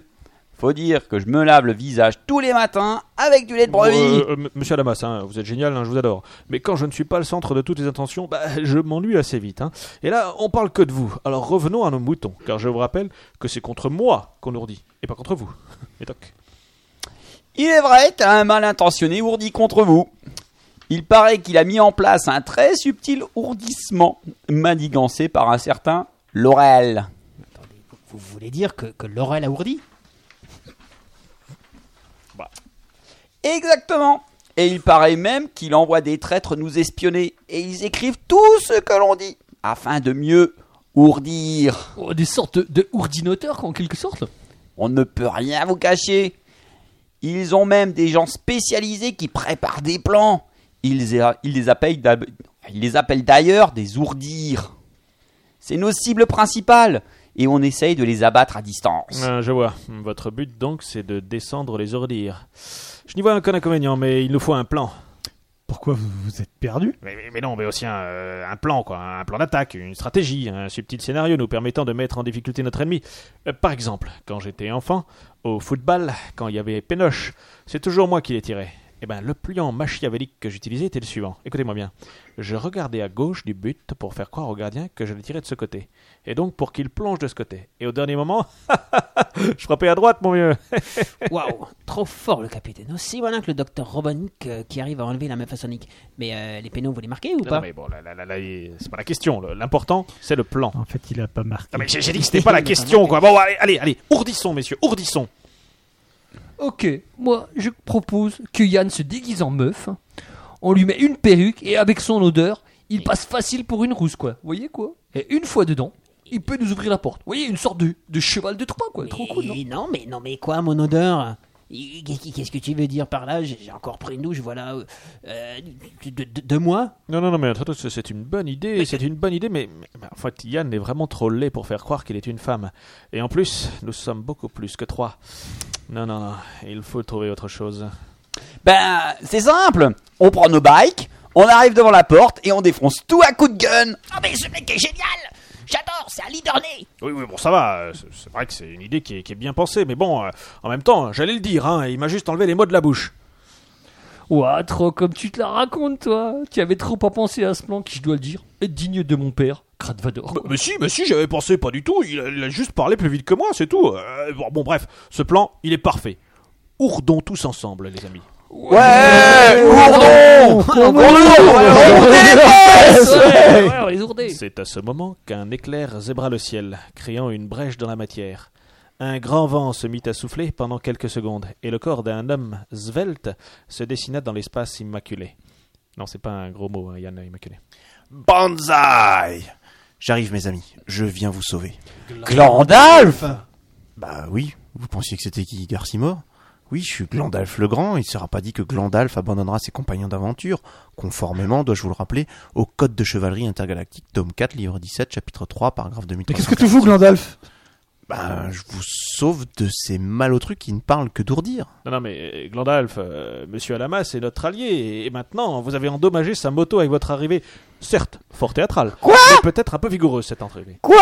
Speaker 13: Faut dire que je me lave le visage tous les matins avec du lait de brebis.
Speaker 4: Euh, euh, m- monsieur Alamas, hein, vous êtes génial, hein, je vous adore. Mais quand je ne suis pas le centre de toutes les intentions, bah, je m'ennuie assez vite. hein. Et là, on parle que de vous. Alors revenons à nos moutons, car je vous rappelle que c'est contre moi qu'on ourdit, et pas contre vous. (laughs) Et toc.
Speaker 13: Il est vrai qu'un mal intentionné ourdit contre vous. Il paraît qu'il a mis en place un très subtil ourdissement, manigancé par un certain Laurel.
Speaker 9: Vous voulez dire que, que Laurel a ourdi
Speaker 13: Exactement. Et il paraît même qu'il envoie des traîtres nous espionner, et ils écrivent tout ce que l'on dit, afin de mieux ourdir.
Speaker 5: Oh, des sortes de, de ourdinateurs, quoi, en quelque sorte
Speaker 13: On ne peut rien vous cacher. Ils ont même des gens spécialisés qui préparent des plans. Ils, a- ils les, appellent d'ab- ils les appellent d'ailleurs des ourdirs. C'est nos cibles principales, et on essaye de les abattre à distance.
Speaker 4: Euh, je vois. Votre but donc, c'est de descendre les ourdires. Je n'y vois aucun inconvénient, mais il nous faut un plan.
Speaker 1: Pourquoi vous vous êtes perdu
Speaker 4: Mais, mais- mais non, mais aussi un, euh, un plan, quoi. Un plan d'attaque, une stratégie, un subtil scénario nous permettant de mettre en difficulté notre ennemi. Euh, par exemple, quand j'étais enfant, au football, quand il y avait Pénoche, c'est toujours moi qui les tirais. Eh ben, le plan machiavélique que j'utilisais était le suivant. Écoutez-moi bien. Je regardais à gauche du but pour faire croire au gardien que je le tirais de ce côté. Et donc pour qu'il plonge de ce côté. Et au dernier moment, (laughs) je frappais à droite, mon vieux.
Speaker 9: (laughs) Waouh Trop fort le capitaine. Aussi malin que le docteur Robonic euh, qui arrive à enlever la meuf à Sonic. Mais euh, les pénaux, vous les marquez ou
Speaker 4: Non,
Speaker 9: pas
Speaker 4: mais bon, là, là, là, là, c'est pas la question. Le- L'important, c'est le plan.
Speaker 1: En fait, il a pas marqué.
Speaker 4: Non, Ah, mais j'ai j'ai
Speaker 1: (laughs)
Speaker 4: dit que c'était pas la question, quoi. Bon, allez, allez, allez, ourdissons, messieurs, ourdissons.
Speaker 5: Ok, moi je propose que Yann se déguise en meuf, on lui met une perruque et avec son odeur, il passe facile pour une rousse quoi. Vous voyez quoi Et une fois dedans, il peut nous ouvrir la porte. Vous voyez, une sorte de, de cheval de Troie quoi. Trop cool, non
Speaker 9: Mais non, mais non, mais quoi, mon odeur Et qu'est- Qu'est-ce que tu veux dire par là J'ai j'ai encore pris une douche, voilà, euh, euh, de, de- de moi
Speaker 4: Non, non, non, mais attends, c'est c'est une bonne idée, c'est une bonne idée, mais, mais- mais en fait, Yann est vraiment trop laid pour faire croire qu'il est une femme. Et en plus, nous sommes beaucoup plus que trois. Non, non, non, il faut trouver autre chose.
Speaker 13: Ben, c'est simple. On prend nos bikes, on arrive devant la porte et on défonce tout à coups de gun.
Speaker 14: Ah mais ce mec est génial J'adore, c'est un leader né
Speaker 4: Oui, oui, bon, ça va, euh, c'est c'est vrai que c'est une idée qui est, qui est bien pensée, mais bon, euh, en même temps, j'allais le dire, hein, il m'a juste enlevé les mots de la bouche.
Speaker 5: Ouah, trop comme tu te la racontes toi Tu avais trop à penser à ce plan qui, je dois le dire, est digne de mon père, Kratvador.
Speaker 4: Bah, mais si, mais si, j'avais pensé, pas du tout. Il a, il a juste parlé plus vite que moi, c'est tout. Euh, bon, bon, bref, ce plan, il est parfait. Ourdons tous ensemble, les amis.
Speaker 13: Ouais, ourdon
Speaker 5: Ouais, ouais, on les ourdait.
Speaker 4: C'est à ce moment qu'un éclair zébra le ciel, créant une brèche dans la matière. Un grand vent se mit à souffler pendant quelques secondes, et le corps d'un homme svelte se dessina dans l'espace immaculé. Non, c'est pas un gros mot, hein, Yann, immaculé.
Speaker 3: Banzai J'arrive, mes amis. Je viens vous sauver.
Speaker 13: Glandalf
Speaker 3: Bah oui, vous pensiez que c'était qui Garcimore Oui, je suis Glandalf le Grand, il ne sera pas dit que Glandalf abandonnera ses compagnons d'aventure, conformément, dois-je vous le rappeler, au Code de Chevalerie Intergalactique, tome 4, livre 17, chapitre 3, paragraphe 2000.
Speaker 1: Mais qu'est-ce que tu fous, Glandalf
Speaker 3: Bah, je vous sauf de ces malotrus qui ne parlent que d'ourdir.
Speaker 4: Non, non, mais euh, Glandalf, euh, monsieur Alamas est notre allié, et, et maintenant, vous avez endommagé sa moto avec votre arrivée, certes, fort théâtrale, mais peut-être un peu vigoureuse cette entrée.
Speaker 13: Quoi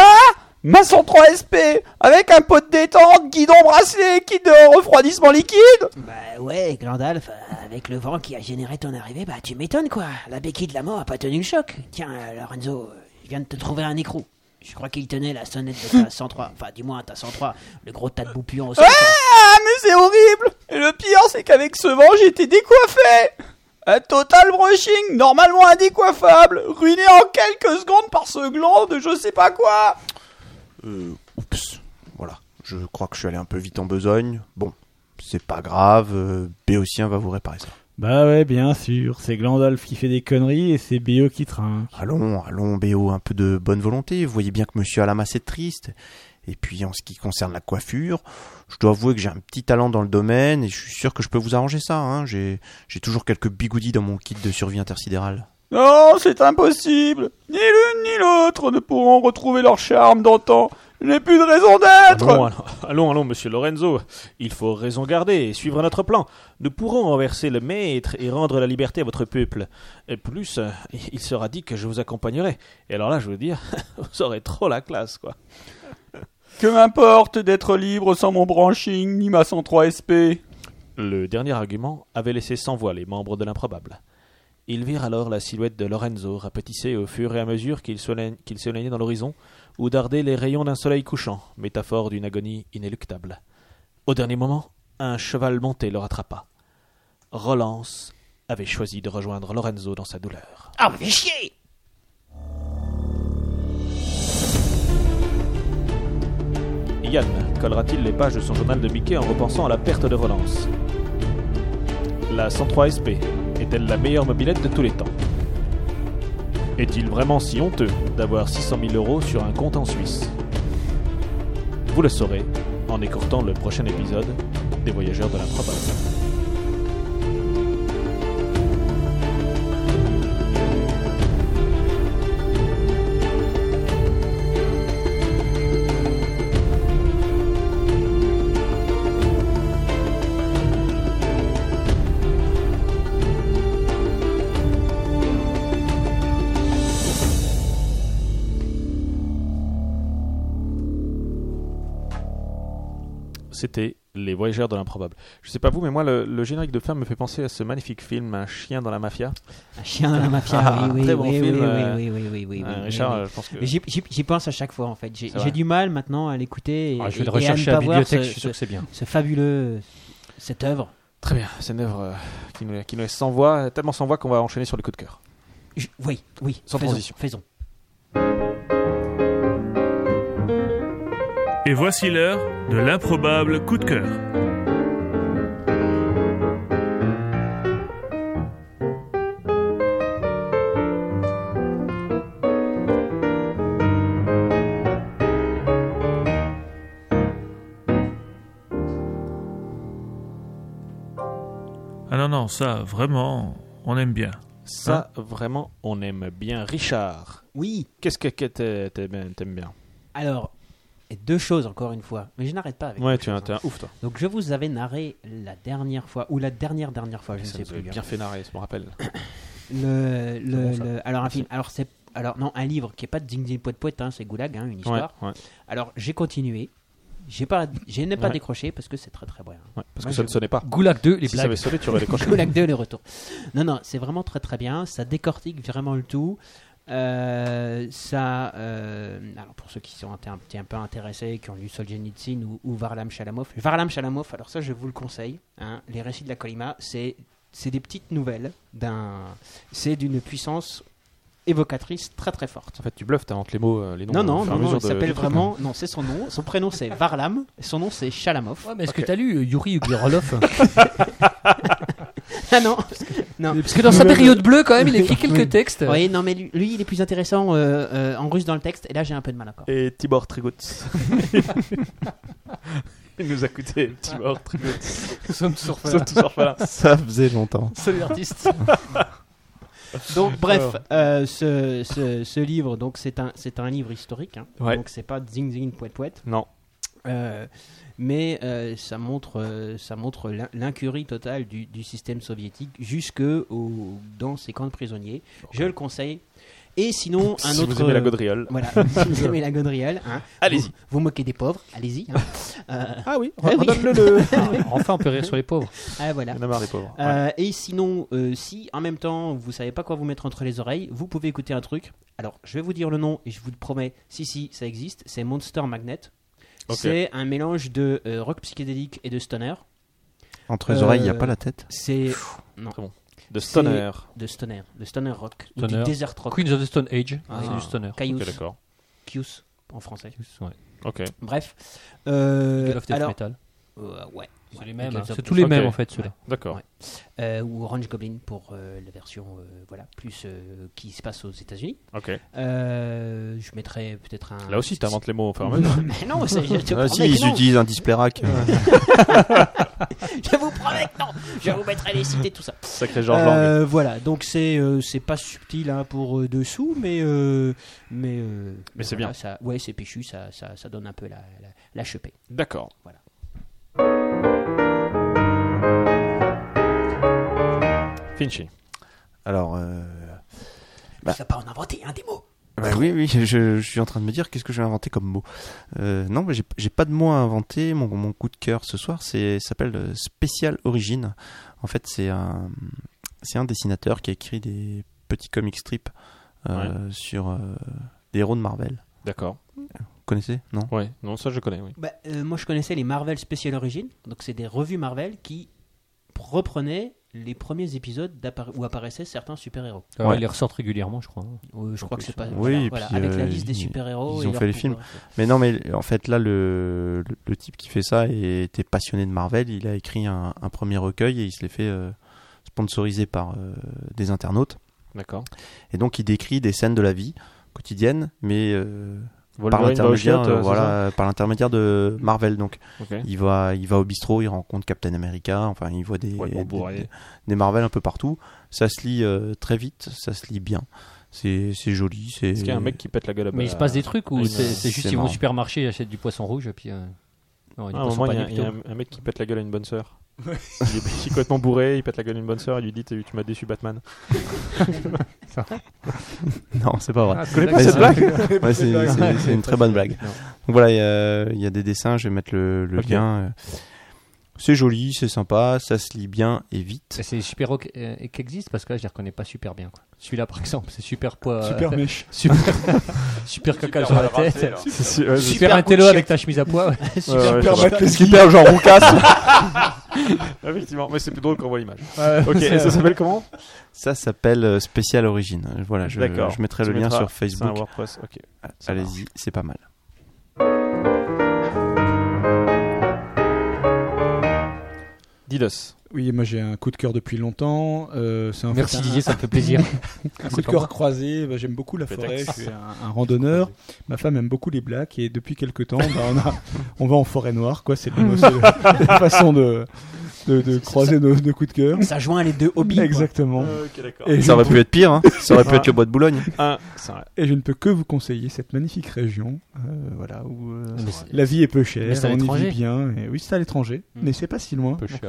Speaker 13: Ma 103 SP Avec un pot de détente, guidon bracelet, kit de refroidissement liquide
Speaker 11: Bah ouais, Glandalf, euh, avec le vent qui a généré ton arrivée, bah tu m'étonnes quoi. La béquille de la mort a pas tenu le choc. Tiens, euh, Lorenzo, euh, je viens de te trouver un écrou. Je crois qu'il tenait la sonnette de ta 103. Enfin, du moins, ta 103. Le gros tas de boupions
Speaker 14: Oh,
Speaker 11: au sol.
Speaker 13: Ah, mais c'est horrible Et le pire, c'est qu'avec ce vent, j'étais décoiffé Un total brushing, normalement indécoiffable, ruiné en quelques secondes par ce gland de je sais pas quoi
Speaker 3: Euh, oups, voilà. Je crois que je suis allé un peu vite en besogne. Bon, c'est pas grave, euh, Béotien va vous réparer ça.
Speaker 15: Bah ouais, bien sûr, c'est Glandalf qui fait des conneries et c'est Bio qui trinque.
Speaker 3: Allons, allons, Béo, un peu de bonne volonté. Vous voyez bien que monsieur Alamas est triste. Et puis, en ce qui concerne la coiffure, je dois avouer que j'ai un petit talent dans le domaine et je suis sûr que je peux vous arranger ça. hein. J'ai j'ai toujours quelques bigoudis dans mon kit de survie intersidérale.
Speaker 13: Non, c'est impossible Ni l'une ni l'autre ne pourront retrouver leur charme d'antan Je n'ai plus de raison d'être
Speaker 4: Allons, allons, (laughs) allons, allons, monsieur Lorenzo. Il faut raison garder et suivre notre plan. Nous pourrons renverser le maître et rendre la liberté à votre peuple. Et plus, euh, il sera dit que je vous accompagnerai. Et alors là, je veux dire, (laughs) vous aurez trop la classe, quoi.
Speaker 13: Que m'importe d'être libre sans mon branching ni ma 103 SP
Speaker 4: Le dernier argument avait laissé sans voix les membres de l'improbable. Ils virent alors la silhouette de Lorenzo rapetissée au fur et à mesure qu'il s'éloigne- qu'il s'éloignait dans l'horizon, où dardaient les rayons d'un soleil couchant, métaphore d'une agonie inéluctable. Au dernier moment, un cheval monté le rattrapa. Relance avait choisi de rejoindre Lorenzo dans sa douleur.
Speaker 11: Ah, mais fais chier
Speaker 4: Yann collera-t-il les pages de son journal de Mickey en repensant à la perte de relance La 103 SP est-elle la meilleure mobilette de tous les temps Est-il vraiment si honteux d'avoir 600 000 euros sur un compte en Suisse Vous le saurez en écourtant le prochain épisode des Voyageurs de l'improbable. C'était Les Voyageurs de l'improbable. Je sais pas vous, mais moi, le, le générique de fin me fait penser à ce magnifique film Un chien dans la mafia.
Speaker 9: Un chien dans la mafia,
Speaker 4: Ah,
Speaker 9: oui, oui,
Speaker 4: très bon
Speaker 9: oui,
Speaker 4: film.
Speaker 9: oui,
Speaker 4: euh,
Speaker 9: oui, oui, oui, oui, oui,
Speaker 4: euh,
Speaker 9: oui,
Speaker 4: Richard,
Speaker 9: oui.
Speaker 4: euh, je pense que.
Speaker 9: J'y- J'y j'y pense à chaque fois en fait. J'ai
Speaker 4: C'est vrai.
Speaker 9: j'ai du mal maintenant à l'écouter. et-
Speaker 4: Ah, je vais le
Speaker 9: et- et à ne
Speaker 4: rechercher à
Speaker 9: pas
Speaker 4: la
Speaker 9: voir
Speaker 4: bibliothèque,
Speaker 9: ce-
Speaker 4: je suis sûr que c'est bien.
Speaker 9: Ce fabuleux, cette œuvre.
Speaker 4: Très bien, c'est une œuvre euh, qui, nous, qui nous laisse sans voix, tellement sans voix qu'on va enchaîner sur les coups de cœur.
Speaker 9: Oui, oui.
Speaker 4: Sans
Speaker 9: faisons,
Speaker 4: transition.
Speaker 9: Faisons.
Speaker 16: Et voici l'heure de l'improbable coup de cœur. Ah non, non, ça, vraiment, on aime bien.
Speaker 4: Ça, vraiment, on aime bien. Richard.
Speaker 9: Oui.
Speaker 4: Qu'est-ce que que t'a- t'aimes t'aimes bien
Speaker 9: Alors, et deux choses encore une fois, mais je n'arrête pas avec.
Speaker 4: Ouais,
Speaker 9: deux
Speaker 4: tu es un-
Speaker 9: choses,
Speaker 4: t'es un
Speaker 9: hein.
Speaker 4: ouf, toi.
Speaker 9: Donc je vous avais narré la dernière fois ou la dernière dernière fois, je ne
Speaker 4: Ça
Speaker 9: sais
Speaker 4: nous
Speaker 9: plus.
Speaker 4: avait bien fait narrer, je me rappelle.
Speaker 9: Le, le-
Speaker 4: C'est bon, ça.
Speaker 9: le- alors un film, alors c'est alors non un livre qui est pas de Zing Zing Poit Poit, hein, c'est Goulag, hein, une histoire.
Speaker 4: ouais.
Speaker 9: Alors j'ai continué, j'ai pas, je n'ai pas
Speaker 4: Ouais.
Speaker 9: décroché parce que c'est très très bien.
Speaker 4: Ouais, parce
Speaker 9: Moi,
Speaker 4: que ça ne
Speaker 9: je-
Speaker 4: sonnait pas.
Speaker 5: Goulag 2, les
Speaker 4: Si ça
Speaker 5: blagues.
Speaker 4: avait
Speaker 9: (laughs)
Speaker 4: sonné, tu aurais décroché.
Speaker 9: Goulag 2, les retours. Non non, c'est vraiment très très bien. Ça décortique vraiment le tout. Euh, ça, euh, alors pour ceux qui sont un, t- un petit un peu intéressés, qui ont lu Solzhenitsyn ou, ou Varlam Shalamov, Varlam Shalamov, alors ça je vous le conseille. hein, les récits de la Colima, c'est c'est des petites nouvelles d'un, c'est d'une puissance évocatrice très très forte.
Speaker 4: En fait, tu bluffes, t'inventes les mots, euh, les noms.
Speaker 9: Non,
Speaker 4: au
Speaker 9: non,
Speaker 4: fur et à
Speaker 9: non, non,
Speaker 4: mesure
Speaker 9: il
Speaker 4: de-
Speaker 9: s'appelle
Speaker 4: du truc, hein.
Speaker 9: vraiment. Non, c'est son nom. Son prénom c'est Varlam. et Son nom c'est Shalamov.
Speaker 5: Ouais, mais est-ce
Speaker 4: Ok.
Speaker 5: que t'as lu euh, Yuri Ugurolov
Speaker 9: Ah non Non.
Speaker 5: Parce que dans sa période bleue, quand même, il a
Speaker 4: (laughs)
Speaker 5: écrit quelques textes.
Speaker 9: Oui, non, mais lui, lui, il est plus intéressant euh, euh, en russe dans le texte. Et là, j'ai un peu de mal encore.
Speaker 4: Et Tibor
Speaker 9: (laughs)
Speaker 4: Trigots. Il nous a coûté Tibor Trigots.
Speaker 5: Nous sommes tous orphelins.
Speaker 4: Sauf tous orphelins.
Speaker 3: Ça faisait longtemps.
Speaker 5: Salut l'artiste.
Speaker 9: Donc, bref, euh, ce, ce- ce livre, donc c'est un, c'est un livre historique. hein.
Speaker 4: Ouais.
Speaker 9: Donc, c'est pas zing zing poète poète.
Speaker 4: Non.
Speaker 9: Euh, mais euh, ça montre, euh, ça montre l'in- l'incurie totale du, du système soviétique jusque au- dans ces camps de prisonniers. Je le conseille. Et sinon, un
Speaker 4: (laughs) Si
Speaker 9: autre.
Speaker 4: vous aimez la
Speaker 9: euh,
Speaker 4: gaudriole. (laughs)
Speaker 9: Voilà, si vous aimez la gaudriole. hein,
Speaker 4: Allez-y.
Speaker 9: Vous, vous moquez des pauvres, allez-y. hein. Euh, (laughs)
Speaker 1: Ah oui,
Speaker 9: eh
Speaker 1: redonne-le-le.
Speaker 9: (laughs)
Speaker 5: Enfin, on peut rire sur les pauvres.
Speaker 9: Ah, voilà.
Speaker 5: Il y en a marre des pauvres, ouais.
Speaker 9: Euh, Et sinon, euh, si en même temps vous savez pas quoi vous mettre entre les oreilles, vous pouvez écouter un truc. Alors, je vais vous dire le nom et je vous le promets, si, si, ça existe, c'est Monster Magnet.
Speaker 3: Ok.
Speaker 9: C'est un mélange de euh, rock psychédélique et de stoner.
Speaker 3: Entre les oreilles, y
Speaker 4: euh,
Speaker 9: euh,
Speaker 3: a pas la tête
Speaker 9: C'est. Non.
Speaker 4: Très bon. De
Speaker 9: C'est
Speaker 4: stoner.
Speaker 9: De stoner. De stoner rock. Ou
Speaker 5: Stoner.
Speaker 9: du desert rock. Ah.
Speaker 5: Queens of the Stone Age, c'est du stoner.
Speaker 9: Caius.
Speaker 5: Ok, d'accord.
Speaker 9: Caius, en français.
Speaker 5: ouais.
Speaker 4: Ok.
Speaker 9: Bref. Euh,
Speaker 5: Girl of Death
Speaker 9: alors-
Speaker 5: Metal.
Speaker 9: Euh, ouais.
Speaker 5: C'est
Speaker 9: Ouais,
Speaker 5: les mêmes,
Speaker 9: Girl of
Speaker 5: hein. C'est
Speaker 9: Death
Speaker 5: tous les
Speaker 9: Metal.
Speaker 5: mêmes, en fait, ceux-là.
Speaker 4: D'accord.
Speaker 9: Ouais. Euh, ou Orange Goblin pour euh, la version euh, voilà plus euh, qui se passe aux États-Unis.
Speaker 4: Ok.
Speaker 9: Euh, je mettrais peut-être un.
Speaker 4: Là aussi, t'inventes les mots au fur et à mesure.
Speaker 9: Mais (laughs) non, c'est- je te
Speaker 3: Ah,
Speaker 9: promets
Speaker 3: si,
Speaker 9: que
Speaker 3: ils
Speaker 9: non.
Speaker 3: utilisent un display rack.
Speaker 9: (laughs) je vous promets que non. Je vous mettrai les cités, tout ça.
Speaker 4: Sacré Georges
Speaker 9: Euh, Voilà, donc c'est euh, (laughs) c'est pas subtil hein, pour euh, dessous, mais euh, mais euh,
Speaker 4: Mais c'est
Speaker 9: voilà,
Speaker 4: bien.
Speaker 9: Ça, ouais, c'est péchu, ça, ça, ça donne un peu la la, la chepée.
Speaker 4: D'accord.
Speaker 9: Voilà.
Speaker 4: Finchy.
Speaker 3: Alors. euh, bah,
Speaker 11: Tu vas pas en inventer un des mots.
Speaker 3: bah oui, oui, je, je suis en train de me dire qu'est-ce que je vais inventer comme mot. Euh, non, mais j'ai- j'ai pas de mot à inventer. Mon, mon coup de cœur ce soir, c'est ça s'appelle euh, Spécial Origine. En fait, c'est un, c'est un dessinateur qui a écrit des petits comic strips euh, sur euh, des héros de Marvel.
Speaker 4: D'accord.
Speaker 3: Vous connaissez Non
Speaker 4: Ouais, non, ça je connais, oui.
Speaker 9: Bah, euh, moi, je connaissais les Marvel Special Origin. Donc, c'est des revues Marvel qui reprenaient les premiers épisodes d'appar- où apparaissaient certains super-héros.
Speaker 5: Alors, Ils les ressortent régulièrement, je crois. hein.
Speaker 9: Euh, je crois que c'est pas.
Speaker 3: Oui,
Speaker 9: voilà,
Speaker 3: et
Speaker 9: voilà,
Speaker 3: puis,
Speaker 9: avec la
Speaker 3: euh,
Speaker 9: liste des
Speaker 3: ils-
Speaker 9: super-héros.
Speaker 3: Ils
Speaker 9: et
Speaker 3: ont
Speaker 9: leurs
Speaker 3: fait les films.
Speaker 9: pouvoirs.
Speaker 3: Mais non, mais en fait, là, le, le, le type qui fait ça et était passionné de Marvel. Il a écrit un, un premier recueil et il se l'est fait euh, sponsoriser par euh, des internautes.
Speaker 4: D'accord.
Speaker 3: Et donc, il décrit des scènes de la vie quotidienne, mais euh, par
Speaker 4: Wolverine va aux
Speaker 3: l'intermédiaire,
Speaker 4: chiottes,
Speaker 3: euh,
Speaker 4: c'est
Speaker 3: voilà, par l'intermédiaire de Marvel. Donc,
Speaker 4: Ok.
Speaker 3: il va, il va au bistrot, il rencontre Captain America. Enfin, il voit des,
Speaker 4: Ouais, bon, bourré.
Speaker 3: des, des Marvel un peu partout. Ça se lit euh, très vite, ça se lit bien. C'est c'est joli. c'est-
Speaker 4: Est-ce qu'il y a un mec qui pète la gueule à
Speaker 5: Mais il se passe des trucs
Speaker 4: à
Speaker 5: ou
Speaker 4: une-
Speaker 5: c'est c'est juste ils
Speaker 3: c'est
Speaker 5: vont au
Speaker 3: marrant.
Speaker 5: supermarché, ils achètent du poisson rouge et puis. euh, Non,
Speaker 4: Ah, à un moment, il y a, il y a un, un mec qui pète la gueule à une bonne sœur. il, est, il est (laughs) complètement bourré, il pète la gueule à une bonne sœur, il lui dit Tu tu m'as déçu, Batman.
Speaker 3: (laughs) Non, c'est pas vrai.
Speaker 4: Ah, tu connais pas
Speaker 3: Mais
Speaker 4: cette
Speaker 3: c'est-
Speaker 4: (laughs) blague
Speaker 3: (laughs) Ouais, c'est- c'est c'est une très bonne blague.
Speaker 4: Non.
Speaker 3: Donc voilà, il y a- il y, a des dessins, je vais mettre le, le
Speaker 4: Ok.
Speaker 3: lien. C'est joli, c'est sympa, ça se lit bien et vite.
Speaker 5: C'est super rock euh, qui existe parce que là, je les reconnais pas super bien. quoi. Celui-là, par exemple, c'est super poids. euh,
Speaker 1: Super mèche.
Speaker 5: (laughs) Super, super caca
Speaker 1: Super
Speaker 5: sur la
Speaker 1: mal rasé,
Speaker 5: tête.
Speaker 1: là.
Speaker 4: C'est- c'est- ouais,
Speaker 5: super
Speaker 4: c'est-
Speaker 1: Super
Speaker 5: intello
Speaker 1: coup de
Speaker 5: avec
Speaker 1: chiotte.
Speaker 5: ta chemise à poids. ouais.
Speaker 4: (laughs)
Speaker 1: Super Ouais, ouais, ça va. Batman.
Speaker 4: Super
Speaker 5: (laughs)
Speaker 4: Jean Roucas Ah, Effectivement, mais c'est plus drôle quand on voit l'image.
Speaker 3: Ouais,
Speaker 4: (laughs) ok, euh,
Speaker 3: c'est-
Speaker 4: et ça s'appelle comment
Speaker 3: Ça s'appelle euh, Spécial Origine. Euh, Voilà, je,
Speaker 4: D'accord.
Speaker 3: je mettrai
Speaker 4: Tu
Speaker 3: le lien
Speaker 4: mettras-
Speaker 3: sur
Speaker 4: C'est un
Speaker 3: Facebook.
Speaker 4: WordPress, ok. Ça marche.
Speaker 3: Allez-y, c'est pas mal.
Speaker 4: Didos.
Speaker 1: Oui, moi j'ai un coup de cœur depuis longtemps. euh, c'est en
Speaker 5: Merci
Speaker 1: fait (laughs) un-
Speaker 5: Didier, ça me fait plaisir.
Speaker 1: un
Speaker 5: C'est
Speaker 1: coup de
Speaker 5: pas moi.
Speaker 1: cœur croisé. bah, J'aime beaucoup la
Speaker 4: Peut-être.
Speaker 1: forêt. Je suis un, un randonneur. Ma femme aime beaucoup les blacks et depuis
Speaker 9: (laughs)
Speaker 1: quelques temps, bah, on, a- on va en forêt noire. Quoi, c'est le mot- c'est le- la façon de, de, de croiser nos, nos coups de cœur.
Speaker 9: Ça joint les deux hobbies. quoi.
Speaker 1: Exactement.
Speaker 9: Euh,
Speaker 4: d'accord.
Speaker 1: Et je
Speaker 3: Ça aurait
Speaker 1: ne
Speaker 3: pu
Speaker 1: peux-
Speaker 3: être
Speaker 1: (laughs)
Speaker 3: pire, hein. ça aurait pu
Speaker 1: Ouais.
Speaker 3: être le bois de Boulogne.
Speaker 9: Ah,
Speaker 4: Un, c'est vrai.
Speaker 1: Et je ne peux que vous conseiller cette magnifique région, euh, voilà où euh,
Speaker 5: Mais c'est-
Speaker 1: la vie est peu chère,
Speaker 5: Mais c'est à
Speaker 1: on y
Speaker 5: l'étranger. Mm.
Speaker 1: vit bien. Et... Oui, c'est à l'étranger, mais c'est pas si loin.
Speaker 4: peu cher.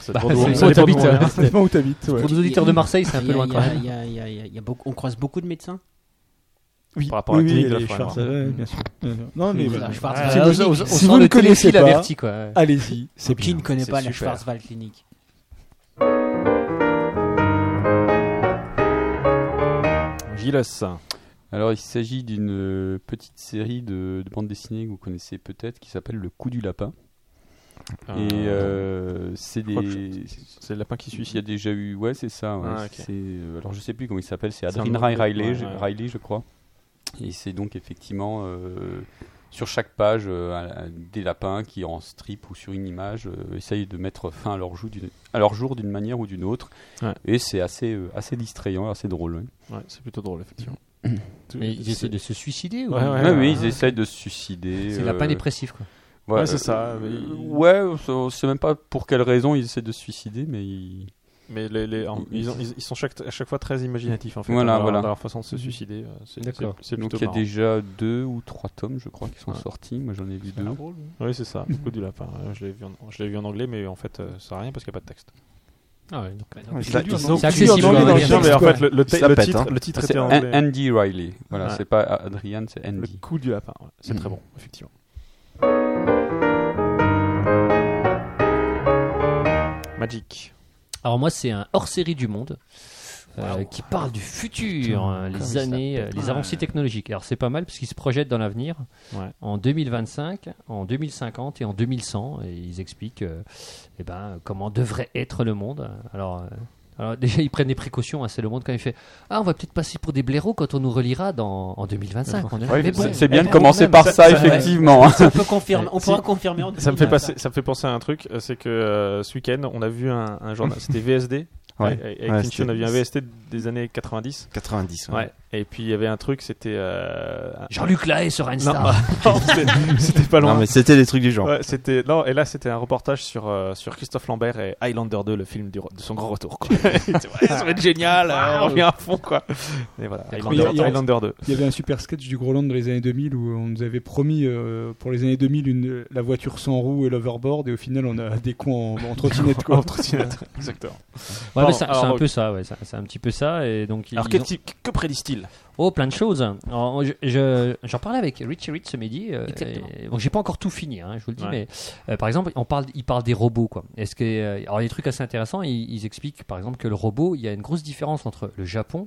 Speaker 4: Ça
Speaker 5: Bah,
Speaker 4: dépend d'où
Speaker 5: c'est-
Speaker 4: on-
Speaker 5: ça
Speaker 4: ça dépend
Speaker 5: dépend
Speaker 4: d'où on
Speaker 5: d'où (laughs)
Speaker 4: est.
Speaker 5: on
Speaker 1: Ça dépend hein. où t'habites. Ouais.
Speaker 5: Pour nos auditeurs de Marseille, c'est un
Speaker 9: Il
Speaker 5: peu
Speaker 9: y a-
Speaker 5: loin
Speaker 9: il y
Speaker 5: quand
Speaker 9: a-
Speaker 5: même.
Speaker 9: il y a- il y a- il y a- il y a beaucoup- on croise beaucoup de médecins.
Speaker 1: Oui,
Speaker 4: Par rapport à la
Speaker 1: oui,
Speaker 4: clinique
Speaker 1: oui,
Speaker 4: de la
Speaker 1: les
Speaker 4: forêt noire.
Speaker 1: Schwarzwald, bien sûr. Non, mais voilà.
Speaker 9: Je pars-
Speaker 5: Ah,
Speaker 1: C'est
Speaker 5: on-
Speaker 1: logique.
Speaker 5: on- on
Speaker 1: Si
Speaker 5: sent
Speaker 1: vous
Speaker 5: le
Speaker 1: ne connaissez
Speaker 5: téléphile
Speaker 1: pas,
Speaker 5: averti, quoi. ouais.
Speaker 1: Allez-y, c'est
Speaker 9: Qui ne connaît
Speaker 4: c'est
Speaker 9: pas la
Speaker 4: super.
Speaker 9: Schwarzwald Clinique
Speaker 4: Gilles.
Speaker 8: Alors, il s'agit d'une euh, petite série de, de bandes dessinées que vous connaissez peut-être qui s'appelle Le coup du lapin. Et euh, c'est
Speaker 4: Ah. crois que
Speaker 8: des.
Speaker 4: C'est le lapin qui
Speaker 8: Il y a
Speaker 4: suicide.
Speaker 8: déjà eu. Ouais, c'est ça. ouais.
Speaker 4: Ah, ok.
Speaker 8: C'est, euh, Alors, je sais plus comment il s'appelle. C'est
Speaker 4: C'est un
Speaker 8: Adrien
Speaker 4: autre-
Speaker 8: Riley,
Speaker 4: ouais,
Speaker 8: je-
Speaker 4: ouais.
Speaker 8: Riley, je crois. Et c'est donc effectivement euh, sur chaque page euh, un- un- des lapins qui, en strip ou sur une image, euh, essayent de mettre fin à leur, joue d'une- à leur jour d'une manière ou d'une autre.
Speaker 4: Ouais.
Speaker 8: Et c'est assez, euh, assez distrayant, assez drôle. ouais.
Speaker 4: Ouais, c'est plutôt drôle, effectivement.
Speaker 5: Mais ils essaient de se suicider ou euh,
Speaker 4: Ouais, ouais.
Speaker 8: Ouais, Ah oui, ils
Speaker 4: ouais.
Speaker 8: essayent de se suicider.
Speaker 5: C'est lapin
Speaker 8: euh,
Speaker 5: dépressif quoi.
Speaker 4: Ouais, c'est ça, mais-
Speaker 8: ouais, on sait- on sait même pas pour quelle raison ils essaient de se suicider, mais ils,
Speaker 4: Mais les, les- en- ils, ont- ils- ils sont chaque- à chaque fois très imaginatifs en fait,
Speaker 8: Voilà,
Speaker 4: dans leur,
Speaker 8: voilà.
Speaker 4: dans leur façon de
Speaker 5: Mhm.
Speaker 4: se suicider. euh, c'est- c'est- c'est
Speaker 8: Donc
Speaker 4: plutôt
Speaker 8: il y a
Speaker 4: marrant.
Speaker 8: déjà deux ou trois tomes, je crois, qui sont sortis. Moi j'en ai vu deux.
Speaker 4: Oui, c'est hein. ça, le coup du lapin. Euh, Je l'ai vu, en- je l'ai vu en anglais, mais en fait, euh, ça sert à rien parce qu'il n'y a pas de texte.
Speaker 5: Ah ouais, donc-
Speaker 4: donc
Speaker 5: C'est
Speaker 4: ils
Speaker 5: accessible,
Speaker 4: sont-
Speaker 5: c'est accessible, hein.
Speaker 4: ils sont-
Speaker 5: on va dire.
Speaker 4: Non, mais en fait, le, le
Speaker 8: Ça
Speaker 4: te- le
Speaker 8: pète,
Speaker 4: titre,
Speaker 8: hein.
Speaker 4: le titre
Speaker 8: C'est
Speaker 4: était en anglais.
Speaker 8: An- Andy Riley. Voilà,
Speaker 4: Ouais.
Speaker 8: c'est pas Adrian, c'est Andy. Mm.
Speaker 4: Le coup du lapin, ouais. c'est très bon, effectivement. Magic.
Speaker 5: Alors moi, c'est un hors-série du monde euh, qui parle du futur, hein,
Speaker 4: comme
Speaker 5: les
Speaker 4: ça
Speaker 5: années, euh,
Speaker 4: pète.
Speaker 5: les
Speaker 4: Ouais.
Speaker 5: avancées technologiques. Alors c'est pas mal parce qu'ils se projettent dans l'avenir,
Speaker 4: Ah. Ouais.
Speaker 5: en 2025, en 2050 et en 2100. Et ils expliquent euh, eh ben, comment devrait être le monde. Alors, euh, alors déjà, ils prennent des précautions. hein, c'est le monde quand il fait « Ah, on va peut-être passer pour des blaireaux quand on nous relira dans, en 2025. on est là,
Speaker 4: Ouais,
Speaker 5: mais
Speaker 4: c'est-
Speaker 5: bon,
Speaker 4: c'est
Speaker 5: eh
Speaker 4: bien de
Speaker 5: ben,
Speaker 4: commencer
Speaker 5: quand même,
Speaker 4: par ça,
Speaker 5: ouais.
Speaker 4: effectivement.
Speaker 5: Ça peut confirmer-
Speaker 9: on pourra confirmer en
Speaker 4: Ça me fait
Speaker 9: 2025.
Speaker 4: passer- ça me fait penser à un truc, euh, c'est que euh, ce week-end, on a vu un, un journal, c'était VSD.
Speaker 3: Ouais.
Speaker 4: Avec- Avec
Speaker 3: Ouais,
Speaker 4: Kinchi,
Speaker 3: c'était-
Speaker 4: on a vu un VST des années 90.
Speaker 3: 90, ouais.
Speaker 4: Et puis il y avait un truc, c'était. euh,
Speaker 5: Jean-Luc Lahaye sera une
Speaker 4: Non,
Speaker 5: star.
Speaker 4: non, (laughs) c'était- c'était pas loin.
Speaker 3: Non, mais c'était des trucs du genre.
Speaker 4: Ouais, c'était non et là c'était un reportage sur euh, sur Christophe Lambert et Highlander 2 le film du re- de son grand retour
Speaker 5: (laughs)
Speaker 4: quoi. (laughs) C'est vrai, ça va être génial, euh, on revient à fond quoi. Et voilà,
Speaker 5: Ah,
Speaker 1: Il y a-
Speaker 4: Highlander,
Speaker 1: il y a-
Speaker 4: Highlander 2.
Speaker 1: Il y avait un super sketch du Groland dans les années 2000 où on nous avait promis euh, pour les années 2000 une, la voiture sans roue et l'overboard et au final on a (laughs) des cons en, en trottinette quoi.
Speaker 5: (laughs)
Speaker 4: (laughs) En trottinette, exactement.
Speaker 5: Ouais,
Speaker 4: Bon,
Speaker 5: mais ça- c'est un
Speaker 4: alors-
Speaker 5: peu ça, ouais, ça- c'est un petit peu ça. Et donc,
Speaker 4: Alors,
Speaker 5: ils
Speaker 4: que- que prédisent-ils
Speaker 5: Oh, plein de choses. Alors, je- je- J'en parlais avec Richie Rich ce midi. euh,
Speaker 4: Exactement.
Speaker 5: et- bon, j'ai pas encore tout fini, hein, je vous le dis,
Speaker 4: Ouais.
Speaker 5: mais euh, par exemple, on parle, ils parlent des robots, quoi. Est-ce que, euh, alors, il y a des trucs assez intéressants. Ils, ils expliquent, par exemple, que le robot, il y a une grosse différence entre le Japon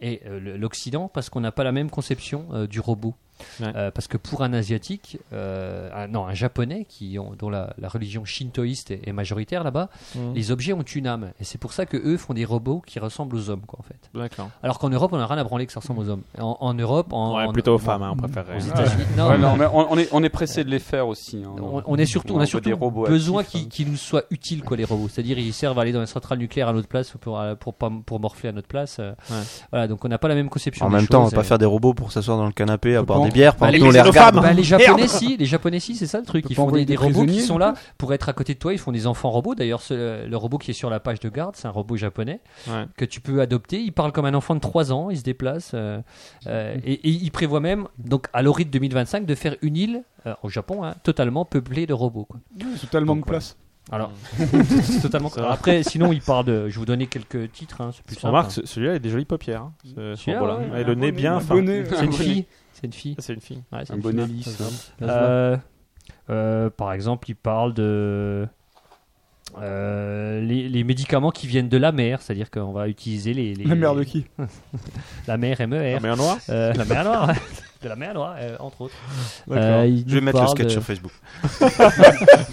Speaker 5: et euh, le- l'Occident parce qu'on n'a pas la même conception euh, du robot.
Speaker 4: Ouais.
Speaker 5: Euh, parce que pour un asiatique, euh, un- non, un japonais qui ont, dont la, la religion shintoïste est, est majoritaire là-bas,
Speaker 4: Mhm.
Speaker 5: les objets ont une âme et c'est pour ça que eux font des robots qui ressemblent aux hommes, quoi, en fait.
Speaker 4: D'accord.
Speaker 5: Alors qu'en Europe, on a rien à branler que ça ressemble aux hommes. En, en Europe, en,
Speaker 4: Ouais,
Speaker 5: en-
Speaker 4: plutôt aux
Speaker 5: en-
Speaker 4: femmes, hein, on préférerait.
Speaker 5: aux États-Unis.
Speaker 4: Ouais.
Speaker 5: Non,
Speaker 8: Ouais,
Speaker 5: non,
Speaker 8: non, mais on, on est, on est pressé de les faire aussi. hein.
Speaker 5: on, on est surtout, on
Speaker 8: veut
Speaker 5: a
Speaker 8: des
Speaker 5: surtout
Speaker 8: robots
Speaker 5: besoin
Speaker 8: actifs, hein.
Speaker 5: qu'ils qu'ils nous soient utiles, quoi, les robots. C'est-à-dire, ils servent à aller dans les centrales nucléaires à notre place pour euh, pour pas- pour morfler à notre place. euh. Voilà, donc on n'a pas la même conception.
Speaker 3: En
Speaker 5: des
Speaker 3: même temps, on va
Speaker 5: choses, euh,
Speaker 3: pas
Speaker 5: et-
Speaker 3: faire des robots pour s'asseoir dans le canapé à boire
Speaker 5: Bon.
Speaker 3: des bières
Speaker 5: Bah,
Speaker 3: pendant qu'on les
Speaker 5: Bah,
Speaker 3: regarde.
Speaker 5: les japonais si, les japonais si, c'est ça le truc.
Speaker 3: Peut
Speaker 5: Ils
Speaker 3: pas
Speaker 5: font des,
Speaker 3: envoyer
Speaker 5: des
Speaker 3: des
Speaker 5: robots qui
Speaker 3: prisonniers,
Speaker 5: sont là pour être à côté de toi. Ils font des enfants robots. D'ailleurs, ce- le robot qui est sur la page de garde, c'est un robot japonais
Speaker 4: Ouais.
Speaker 5: que tu peux adopter. Il parle comme un enfant de 3 ans. Il se déplace euh, euh, et, et il prévoit même, donc à l'horizon 2025, de faire une île euh, au Japon hein, totalement peuplée de robots. quoi.
Speaker 1: Totalement de
Speaker 5: Donc, voilà.
Speaker 1: place.
Speaker 5: Alors, (laughs) c'est totalement.
Speaker 4: (laughs) Ça va.
Speaker 5: Après, sinon, il parle de. Je vous donnais quelques titres. hein, c'est plus simple,
Speaker 4: Remarque,
Speaker 5: hein.
Speaker 4: ce- celui-là il a des jolies paupières. hein, ce- ce
Speaker 5: Celui-là,
Speaker 4: robot-là.
Speaker 5: ouais,
Speaker 4: Et
Speaker 5: un
Speaker 4: le nez
Speaker 5: bonnet,
Speaker 4: bien
Speaker 5: un
Speaker 4: fin.
Speaker 5: bonnet, C'est une
Speaker 4: bonnet.
Speaker 5: fille. C'est une fille.
Speaker 4: Ah, C'est une fille.
Speaker 5: Ouais, c'est
Speaker 8: Un
Speaker 5: une
Speaker 8: bonnet
Speaker 5: fille.
Speaker 8: lisse.
Speaker 1: hein.
Speaker 5: Euh, euh, par exemple, il parle de euh, les, les médicaments qui viennent de la mer, c'est-à-dire qu'on va utiliser les, les-
Speaker 1: La mer de qui
Speaker 5: (laughs) La mer MER.
Speaker 4: La mer Noire
Speaker 5: Euh, La mer (laughs) Noire. de la mer Noire, euh, entre autres. Euh,
Speaker 4: D'accord.
Speaker 5: il
Speaker 3: Je vais
Speaker 5: nous
Speaker 3: mettre le
Speaker 5: parle
Speaker 3: sketch
Speaker 5: de-
Speaker 3: sur
Speaker 4: (laughs)
Speaker 3: Facebook.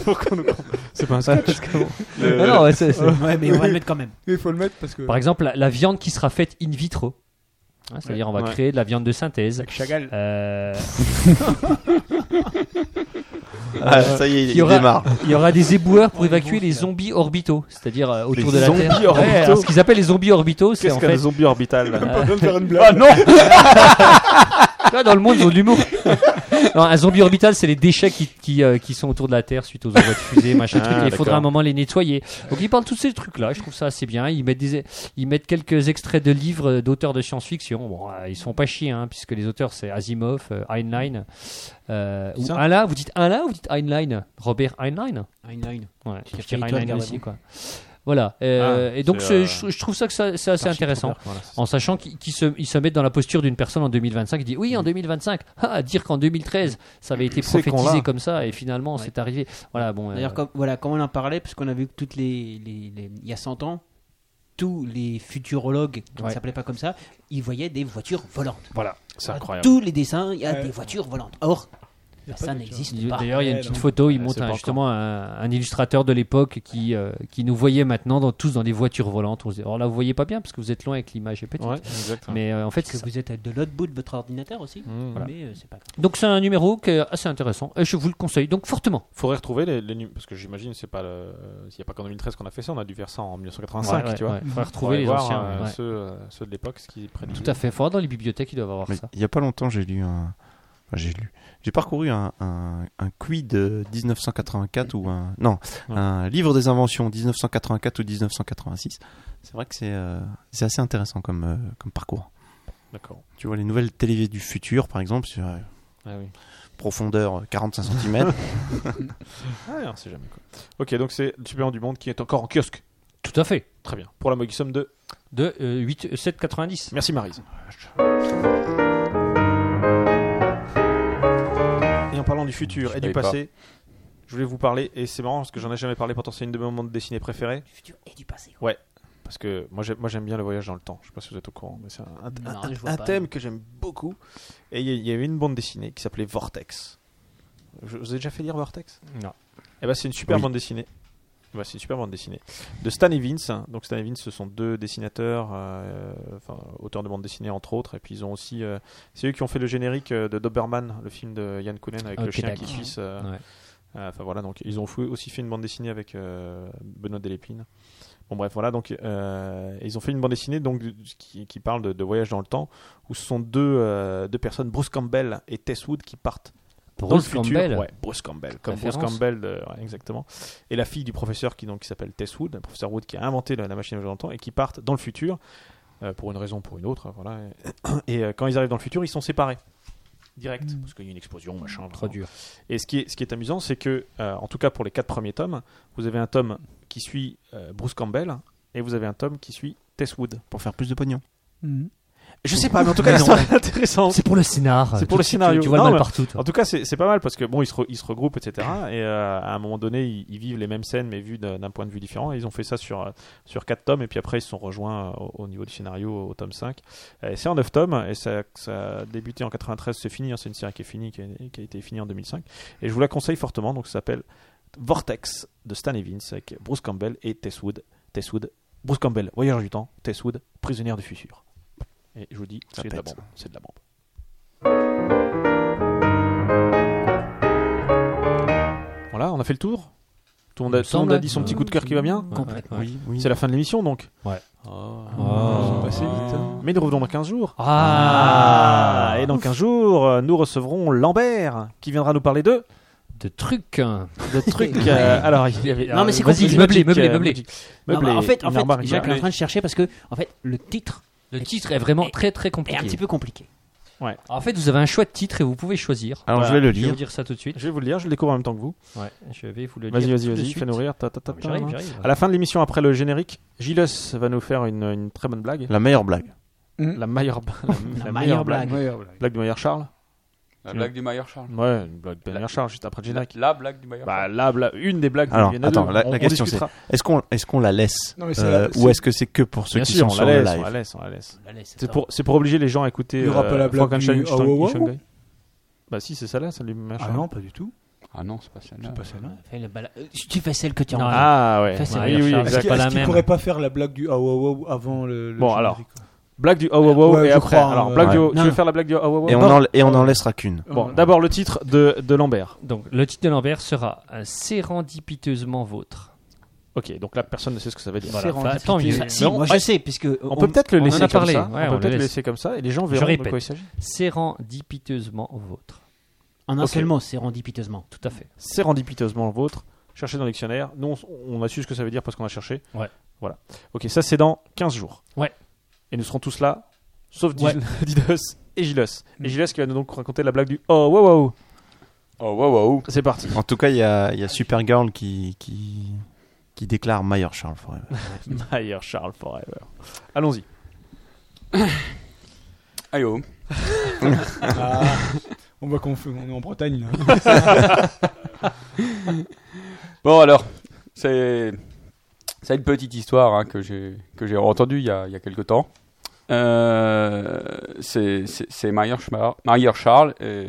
Speaker 4: Pourquoi on nous- C'est pas un
Speaker 5: Ouais,
Speaker 4: sketch.
Speaker 5: parce que bon. Ah non, ouais, c'est- c'est-
Speaker 9: Ouais, mais on va le mettre quand même.
Speaker 1: Il faut le mettre parce que.
Speaker 5: Par exemple, la, la viande qui sera faite in vitro. Hein, C'est-à-dire, on va
Speaker 4: Ouais.
Speaker 5: créer de la viande de synthèse.
Speaker 1: Chagall.
Speaker 5: Euh,
Speaker 3: Ah, ça y est, il-
Speaker 5: Euh, il y aura-
Speaker 3: il démarre.
Speaker 5: Il y aura des éboueurs pour évacuer les zombies orbitaux, c'est-à-dire euh, autour de
Speaker 4: Les
Speaker 5: la
Speaker 4: zombies
Speaker 5: Terre.
Speaker 4: orbitaux.
Speaker 5: Ouais, alors, ce qu'ils appellent les zombies orbitaux, c'est
Speaker 4: Qu'est-ce
Speaker 5: en
Speaker 4: qu'un
Speaker 5: fait.
Speaker 4: zombie orbital
Speaker 1: On vient de faire une blague.
Speaker 4: Ah non
Speaker 5: (laughs) Là, dans le monde, ils ont de l'humour. Non, un zombie orbital, c'est les déchets qui, qui, euh, qui sont autour de la Terre suite aux envois de fusées,
Speaker 4: (laughs)
Speaker 5: machin
Speaker 4: Ah,
Speaker 5: truc. et Il faudra
Speaker 4: d'accord.
Speaker 5: un moment les nettoyer. Donc, ils parlent de tous ces trucs-là. Je trouve ça assez bien. Ils mettent, des, ils mettent quelques extraits de livres euh, d'auteurs de science-fiction. Bon, euh, ils sont pas chiés, hein, puisque les auteurs, c'est Asimov, euh, Heinlein. Euh, ou
Speaker 4: Ça.
Speaker 5: Alain, vous dites Alain ou vous dites Heinlein Robert Heinlein
Speaker 9: Heinlein.
Speaker 5: Ouais,
Speaker 9: Tu
Speaker 5: je dirais
Speaker 9: t'es fait étoile,
Speaker 5: Heinlein
Speaker 9: garde
Speaker 5: aussi,
Speaker 9: avant.
Speaker 5: quoi. Voilà. Euh,
Speaker 4: Ah,
Speaker 5: et donc,
Speaker 4: c'est,
Speaker 5: je, je-
Speaker 4: euh,
Speaker 5: je trouve ça que ça- c'est assez intéressant.
Speaker 4: Voilà, c'est ça.
Speaker 5: En sachant qu'ils qu'ils se, ils se mettent dans la posture d'une personne en 2025 qui dit
Speaker 4: Mm-hmm.
Speaker 5: oui en 2025, ah, dire qu'en 2013 ça avait été
Speaker 4: Ces
Speaker 5: prophétisé
Speaker 4: cons-là.
Speaker 5: comme ça et finalement c'est arrivé. Voilà bon. euh,
Speaker 9: D'ailleurs, comme, voilà, comme on en parlait, parce qu'on a vu que toutes les, les- les- il y a 100 ans, tous les futurologues qui
Speaker 5: Ouais.
Speaker 9: ne s'appelaient pas comme ça, ils voyaient des voitures volantes.
Speaker 4: Voilà, c'est incroyable.
Speaker 9: Tous les dessins, il y a
Speaker 1: Ouais.
Speaker 9: des voitures volantes. Or,
Speaker 1: Il y a
Speaker 9: ça
Speaker 1: pas de
Speaker 9: n'existe
Speaker 5: il-
Speaker 9: pas.
Speaker 5: D'ailleurs, il y a une
Speaker 1: Ouais,
Speaker 5: petite
Speaker 1: non.
Speaker 5: photo. Il
Speaker 4: Ouais,
Speaker 5: montre
Speaker 4: c'est pas
Speaker 5: un-
Speaker 4: encore.
Speaker 5: justement un, un illustrateur de l'époque qui, euh, qui nous voyait maintenant dans, tous dans des voitures volantes. On se dit, Alors là, vous voyez pas bien parce que vous êtes loin avec l'image est petite.
Speaker 4: Ouais, exact.
Speaker 5: Mais euh, en fait,
Speaker 9: Parce
Speaker 5: c'est
Speaker 9: que vous êtes à de l'autre bout de votre ordinateur aussi.
Speaker 4: Mmh.
Speaker 9: Mais euh, c'est pas grave.
Speaker 5: Donc c'est un numéro qui est assez intéressant et je vous le conseille donc fortement.
Speaker 4: Faudrait retrouver les, les num- parce que j'imagine c'est pas le- il y a pas qu'en 2013 qu'on a fait ça, on a dû faire ça en 1985,
Speaker 5: Ouais, ouais,
Speaker 4: tu vois.
Speaker 5: ouais. Faudrait retrouver
Speaker 4: Faudrait
Speaker 5: les
Speaker 4: voir,
Speaker 5: anciens.
Speaker 4: euh,
Speaker 5: ouais.
Speaker 4: ceux, euh, ceux de l'époque ce qui prennent
Speaker 5: Tout à fait. Faudra dans les bibliothèques, ils doivent avoir
Speaker 3: Mais
Speaker 5: ça.
Speaker 3: il y a pas longtemps, j'ai lu un- Enfin, j'ai lu. J'ai parcouru un, un, un quid euh, 1984 ou un. Non, un livre des inventions 1984 ou 1986. C'est vrai que c'est euh, c'est assez intéressant comme, euh, comme parcours.
Speaker 4: D'accord.
Speaker 3: Tu vois, les nouvelles télévisées du futur, par exemple, sur euh,
Speaker 4: Ah oui.
Speaker 3: profondeur euh, 45
Speaker 4: (laughs)
Speaker 3: cm.
Speaker 4: Ah, ouais, on sait jamais quoi. Ok, donc c'est le Superman du monde qui est encore en kiosque.
Speaker 5: Tout à fait.
Speaker 4: Très bien. Pour la modique somme de
Speaker 5: De euh, 8 euh, 7,90.
Speaker 4: Merci Marise. Et en parlant du futur
Speaker 8: Je
Speaker 4: et du
Speaker 8: savais pas.
Speaker 4: passé, je voulais vous parler, et c'est marrant parce que j'en ai jamais parlé, pourtant c'est une de mes moments de dessinée préférés. Du futur et du passé. Ouais. Parce que moi j'aime moi, j'aime bien le voyage dans le temps. Je sais pas si vous êtes au courant, mais c'est un, un-
Speaker 5: Non,
Speaker 4: un-
Speaker 5: je vois
Speaker 4: un
Speaker 5: pas,
Speaker 4: thème
Speaker 5: non.
Speaker 4: que j'aime beaucoup. Et il y, a- il y avait une bande dessinée qui s'appelait Vortex. euh, Je vous ai déjà fait lire Vortex
Speaker 5: Non.
Speaker 4: Eh ben c'est une super
Speaker 5: Oui.
Speaker 4: bande dessinée. Ouais, c'est une super bande dessinée de Stan Evans. Donc Stan Evans, ce sont deux dessinateurs, euh, enfin auteurs de bande dessinée entre autres, et puis ils ont aussi, euh, c'est eux qui ont fait le générique euh, de Doberman, le film de Yann Kounen avec le
Speaker 5: Ah, Ok,
Speaker 4: chien qui
Speaker 5: d'accord.
Speaker 4: suisse. euh,
Speaker 5: Ouais.
Speaker 4: euh, Enfin voilà, donc ils ont fou- aussi fait une bande dessinée avec euh, Benoît Delépine. Bon bref, voilà, donc euh, ils ont fait une bande dessinée donc, qui, qui parle de, de voyage dans le temps, où ce sont deux, euh, deux personnes, Bruce Campbell et Tess Wood, qui partent dans le
Speaker 5: Bruce
Speaker 4: futur.
Speaker 5: Campbell
Speaker 4: Ouais, Bruce Campbell, comme Bruce
Speaker 5: Référence.
Speaker 4: Campbell, de- ouais, exactement. Et la fille du professeur qui, donc, qui s'appelle Tess Wood, le professeur Wood qui a inventé la, la machine à voyager dans le temps, et qui partent dans le futur, euh, pour une raison ou pour une autre, voilà. Et, et, euh, quand ils arrivent dans le futur, ils sont séparés. Direct, parce qu'il y a une explosion, machin.
Speaker 5: Trop
Speaker 4: vraiment.
Speaker 5: dur.
Speaker 4: Et ce qui est, ce qui est amusant, c'est que, euh, en tout cas pour les quatre premiers tomes, vous avez un tome qui suit euh, Bruce Campbell et vous avez un tome qui suit Tess Wood.
Speaker 3: pour faire plus de pognon.
Speaker 4: Je sais pas, mais en tout cas,
Speaker 5: Mais
Speaker 4: l'histoire
Speaker 5: non.
Speaker 4: est intéressante.
Speaker 5: Mm. C'est pour le scénar.
Speaker 4: C'est
Speaker 5: Tout
Speaker 4: pour le
Speaker 5: de suite,
Speaker 4: scénario.
Speaker 5: Tu vois le
Speaker 4: Non,
Speaker 5: mal
Speaker 4: mais
Speaker 5: partout. toi.
Speaker 4: En tout cas, c'est c'est pas mal parce que bon, ils se, re- ils se regroupent, etc. Et euh, à un moment donné, ils, ils vivent les mêmes scènes, mais vues d'un d'un point de vue différent. Et ils ont fait ça sur, euh, sur 4 tomes, et puis après, ils se sont rejoints euh, au, au niveau du scénario au, au tome 5. Et c'est en 9 tomes, et ça, ça a débuté en 93, c'est fini, hein, c'est une série qui est finie, qui a, qui a été finie en 2005. Et je vous la conseille fortement, donc ça s'appelle Vortex de Stan Evans avec Bruce Campbell et Tess Wood. Tess Wood, Bruce Campbell, voyageur du temps, Tess Wood, prisonnière du futur. Et je vous dis,
Speaker 3: Ça
Speaker 4: c'est de la
Speaker 3: pète.
Speaker 4: bombe, c'est de la bombe. Voilà, on a fait le tour. Tout le monde a,
Speaker 5: Il me
Speaker 4: tout le monde a
Speaker 5: semble,
Speaker 4: dit son
Speaker 5: ouais.
Speaker 4: petit coup de cœur qui va bien.
Speaker 5: Complètement.
Speaker 3: Oui, oui.
Speaker 4: C'est la fin de l'émission donc.
Speaker 5: Ouais.
Speaker 4: Ah, c'est passé vite. Mais nous revenons dans 15 jours.
Speaker 5: Ah.
Speaker 4: Et dans 15 jours, euh, nous recevrons Lambert qui viendra nous parler de.
Speaker 5: De trucs. hein.
Speaker 4: de
Speaker 5: (laughs)
Speaker 4: trucs. euh, alors, il y avait.
Speaker 5: Non, mais c'est
Speaker 4: vas-y,
Speaker 5: compliqué.
Speaker 4: Magic,
Speaker 5: Meublé,
Speaker 4: euh,
Speaker 5: meublé,
Speaker 4: Magic.
Speaker 11: Non, bah,
Speaker 4: Meublé,
Speaker 11: en fait, en
Speaker 4: une
Speaker 11: fait
Speaker 4: armoire, une
Speaker 11: Jacques est en
Speaker 4: armoire.
Speaker 11: train de chercher parce que en fait, le titre
Speaker 5: Le titre est vraiment très très
Speaker 11: est
Speaker 5: compliqué.
Speaker 11: un petit peu compliqué.
Speaker 5: En fait, vous avez un choix de titre et vous pouvez choisir.
Speaker 3: Alors
Speaker 4: Voilà,
Speaker 3: je vais le
Speaker 5: Je vais vous
Speaker 3: lire.
Speaker 5: dire ça tout de suite.
Speaker 4: Je vais vous le lire, je le découvre en même temps que vous.
Speaker 5: Ouais, je vais vous le
Speaker 4: Vas-y,
Speaker 5: lire.
Speaker 4: vas-y,
Speaker 5: tout de
Speaker 4: vas-y,
Speaker 5: suite.
Speaker 4: fais-nous rire. Ta, ta, ta,
Speaker 5: Ah, mais
Speaker 4: ta.
Speaker 5: J'arrive, j'arrive.
Speaker 4: À la fin de l'émission, après le générique, Gilles va nous faire une, une très bonne blague.
Speaker 3: La meilleure blague.
Speaker 4: La meilleure,
Speaker 11: (laughs)
Speaker 4: la, la meilleure blague. Blague de Maillard Charles
Speaker 8: La blague du Maillard Charles.
Speaker 4: Ouais, une blague de Maillard Charles, juste après le
Speaker 8: La,
Speaker 4: générique.
Speaker 8: la blague du Maillard
Speaker 4: Bah, la bla- une des blagues.
Speaker 3: Alors,
Speaker 4: il y en a
Speaker 3: attends,
Speaker 4: deux.
Speaker 3: la,
Speaker 4: On-
Speaker 3: la
Speaker 4: on
Speaker 3: question c'est
Speaker 4: discutera.
Speaker 3: est-ce qu'on est-ce qu'on la laisse
Speaker 1: Non, mais c'est
Speaker 3: euh,
Speaker 1: la- c'est-
Speaker 3: ou est-ce que c'est que pour ceux
Speaker 4: Bien
Speaker 3: qui
Speaker 4: sûr,
Speaker 3: sont
Speaker 4: on
Speaker 3: sur
Speaker 4: la
Speaker 3: le
Speaker 4: laisse, on
Speaker 3: live
Speaker 4: la laisse, on la laisse.
Speaker 5: Allez, c'est
Speaker 4: C'est
Speaker 5: ça.
Speaker 4: pour, c'est pour obliger les gens à écouter.
Speaker 1: Il y aura pas la blague
Speaker 4: euh, Frankenstein,
Speaker 1: du-
Speaker 4: Stein-
Speaker 1: Ah, ouais, ouais,
Speaker 4: Shanghai. Bah, si, c'est ça là, celle du Maillard
Speaker 1: Ah
Speaker 4: Charles.
Speaker 1: non, pas du tout.
Speaker 8: Charles. Ah non, c'est pas celle-là.
Speaker 1: Bah, C'est pas celle-là.
Speaker 11: Fais le bala- euh, Tu fais celle que tu as
Speaker 5: Non,
Speaker 11: envie.
Speaker 4: Ah ouais,
Speaker 11: Ça, c'est
Speaker 4: oui,
Speaker 5: Maillard
Speaker 4: oui,
Speaker 5: Charles.
Speaker 1: Est-ce
Speaker 5: C'est
Speaker 4: exact.
Speaker 5: pas
Speaker 1: qu'il
Speaker 5: la
Speaker 1: est-ce qu'il
Speaker 5: même.
Speaker 1: pourrait pas faire la blague du ah wow wow avant le. le
Speaker 4: Bon,
Speaker 1: générique,
Speaker 4: alors.
Speaker 1: quoi
Speaker 4: Blague du oh wow wow
Speaker 1: Ouais,
Speaker 4: et
Speaker 1: je
Speaker 4: après.
Speaker 1: crois,
Speaker 4: alors,
Speaker 1: euh,
Speaker 4: blague du
Speaker 3: ouais.
Speaker 4: oh- tu veux faire la blague du oh wow wow
Speaker 3: et on en et on en laissera qu'une.
Speaker 4: Bon, d'abord le titre de, de Lambert.
Speaker 5: Donc, le titre de Lambert sera euh, Sérendipiteusement vôtre.
Speaker 4: Ok, donc là personne ne sait ce que ça veut dire.
Speaker 5: Voilà, bah, tant mieux.
Speaker 11: Ah, si,
Speaker 4: Mais on-
Speaker 11: moi je sais, puisque
Speaker 4: On, peut peut-être le
Speaker 5: on en
Speaker 4: laisser
Speaker 5: a
Speaker 4: comme
Speaker 5: parlé,
Speaker 4: ça.
Speaker 5: ouais,
Speaker 4: on
Speaker 5: on le
Speaker 4: peut peut-être le
Speaker 5: laisse.
Speaker 4: laisser comme ça et les gens
Speaker 5: Je
Speaker 4: verront de
Speaker 5: répète.
Speaker 4: quoi il s'agit.
Speaker 5: Sérendipiteusement vôtre.
Speaker 11: en un
Speaker 4: Ok.
Speaker 11: seul mot, c'est rendu piteusement.
Speaker 5: Tout à fait.
Speaker 4: Sérendipiteusement le vôtre. Cherchez dans le dictionnaire. Nous, on, s- on a su ce que ça veut dire parce qu'on a cherché.
Speaker 5: Ouais.
Speaker 4: Voilà. Ok, ça c'est dans 15 jours.
Speaker 5: Ouais.
Speaker 4: Et nous serons tous là, sauf
Speaker 5: Ouais.
Speaker 4: (laughs)
Speaker 5: Mm.
Speaker 4: Dil- Didos et Gilos. Et Gilos qui va nous donc raconter la blague du oh wow wow.
Speaker 8: Oh wow wow.
Speaker 5: (laughs)
Speaker 4: C'est parti.
Speaker 3: En tout cas, il y a, il y a Supergirl qui, qui, qui déclare Meyer Charles Forever.
Speaker 4: Maillard Charles Forever. Allons-y.
Speaker 8: Allez,
Speaker 5: (laughs)
Speaker 8: oh.
Speaker 1: Ah, (laughs) on voit qu'on fait- on est en Bretagne là.
Speaker 4: (laughs)
Speaker 8: Bon alors, c'est c'est une petite histoire hein, que j'ai que j'ai entendue il y a il y a quelque temps. Euh, c'est c'est c'est Meyer Schma- Meyer Charles et,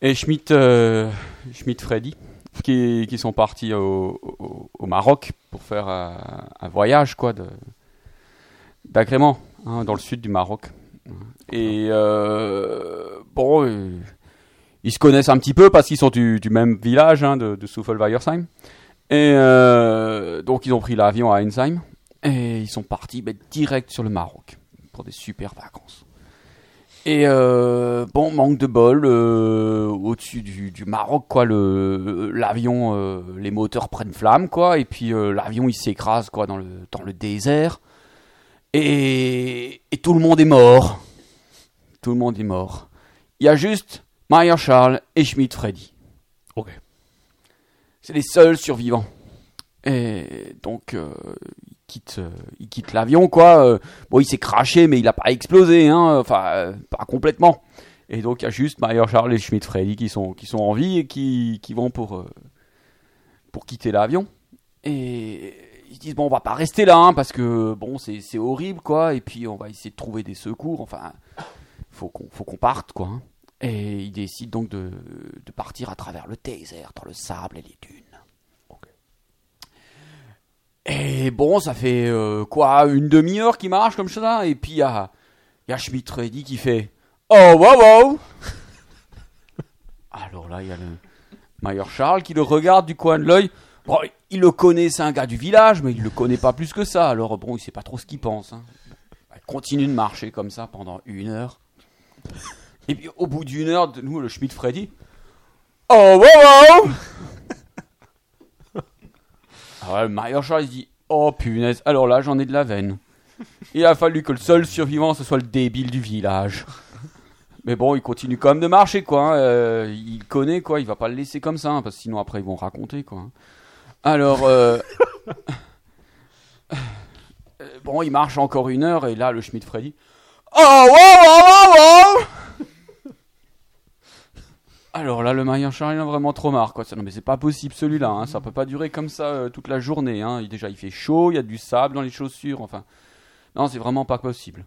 Speaker 8: et Schmidt euh, Schmidt Freddy qui qui sont partis au, au, au Maroc pour faire un, un voyage quoi de d'agrément hein, dans le sud du Maroc. Et euh, bon. euh, ils se connaissent un petit peu parce qu'ils sont du, du même village hein, de, de Suffolk-Weiersheim. Et euh, donc ils ont pris l'avion à Ensheim et ils sont partis ben, direct sur le Maroc pour des super vacances.
Speaker 12: Et euh, bon, manque de bol, euh, au-dessus du, du Maroc, quoi, le- l'avion, euh, les moteurs prennent flamme, quoi, et puis euh, l'avion, il s'écrase, quoi, dans le, dans le désert, et, et tout le monde est mort. Tout le monde est mort. Il y a juste Maria Charles et Schmidt Freddy. Ok. C'est les seuls survivants. Et donc, euh, il quitte, euh, il quitte l'avion, quoi. Euh, bon, il s'est craché, mais il n'a pas explosé, hein. Enfin, euh, pas complètement. Et donc, il y a juste Mayer Charles et Schmidt Freddy qui sont, qui sont en vie et qui, qui vont pour, euh, pour quitter l'avion. Et ils se disent, bon, on va pas rester là, hein, parce que, bon, c'est c'est horrible, quoi. Et puis, on va essayer de trouver des secours. Enfin, faut qu'on faut qu'on parte, quoi. hein. Et ils décident donc de, de partir à travers le désert, dans le sable et les dunes. Et bon, ça fait euh, quoi Une demi-heure qui marche comme ça Et puis il y a, il y a Schmitt Reddy qui fait Oh wow wow Alors là, il y a le Mayer Charles qui le regarde du coin de l'œil. Bon, il le connaît, c'est un gars du village, mais il le connaît pas plus que ça. Alors bon, il sait pas trop ce qu'il pense. hein. Il continue de marcher comme ça pendant une heure. Et puis au bout d'une heure, de nous, le Schmitt Freddy Oh wow wow ah ouais, le Mario Charles il dit Oh punaise, alors là j'en ai de la veine. Il a fallu que le seul survivant ce soit le débile du village. Mais bon, il continue quand même de marcher quoi. hein. Euh, il connaît quoi, il va pas le laisser comme ça hein, parce que sinon après ils vont raconter quoi. hein. Alors. euh, (laughs) euh, Bon, il marche encore une heure et là le Schmidt Freddy. Oh wow wow wow wow alors là, le Maillard Charles, il en a vraiment trop marre. Quoi. Ça, Non, mais c'est pas possible celui-là. hein. Ça peut pas durer comme ça euh, toute la journée. hein. Il- Déjà, il fait chaud, il y a du sable dans les chaussures. Enfin, non, c'est vraiment pas possible.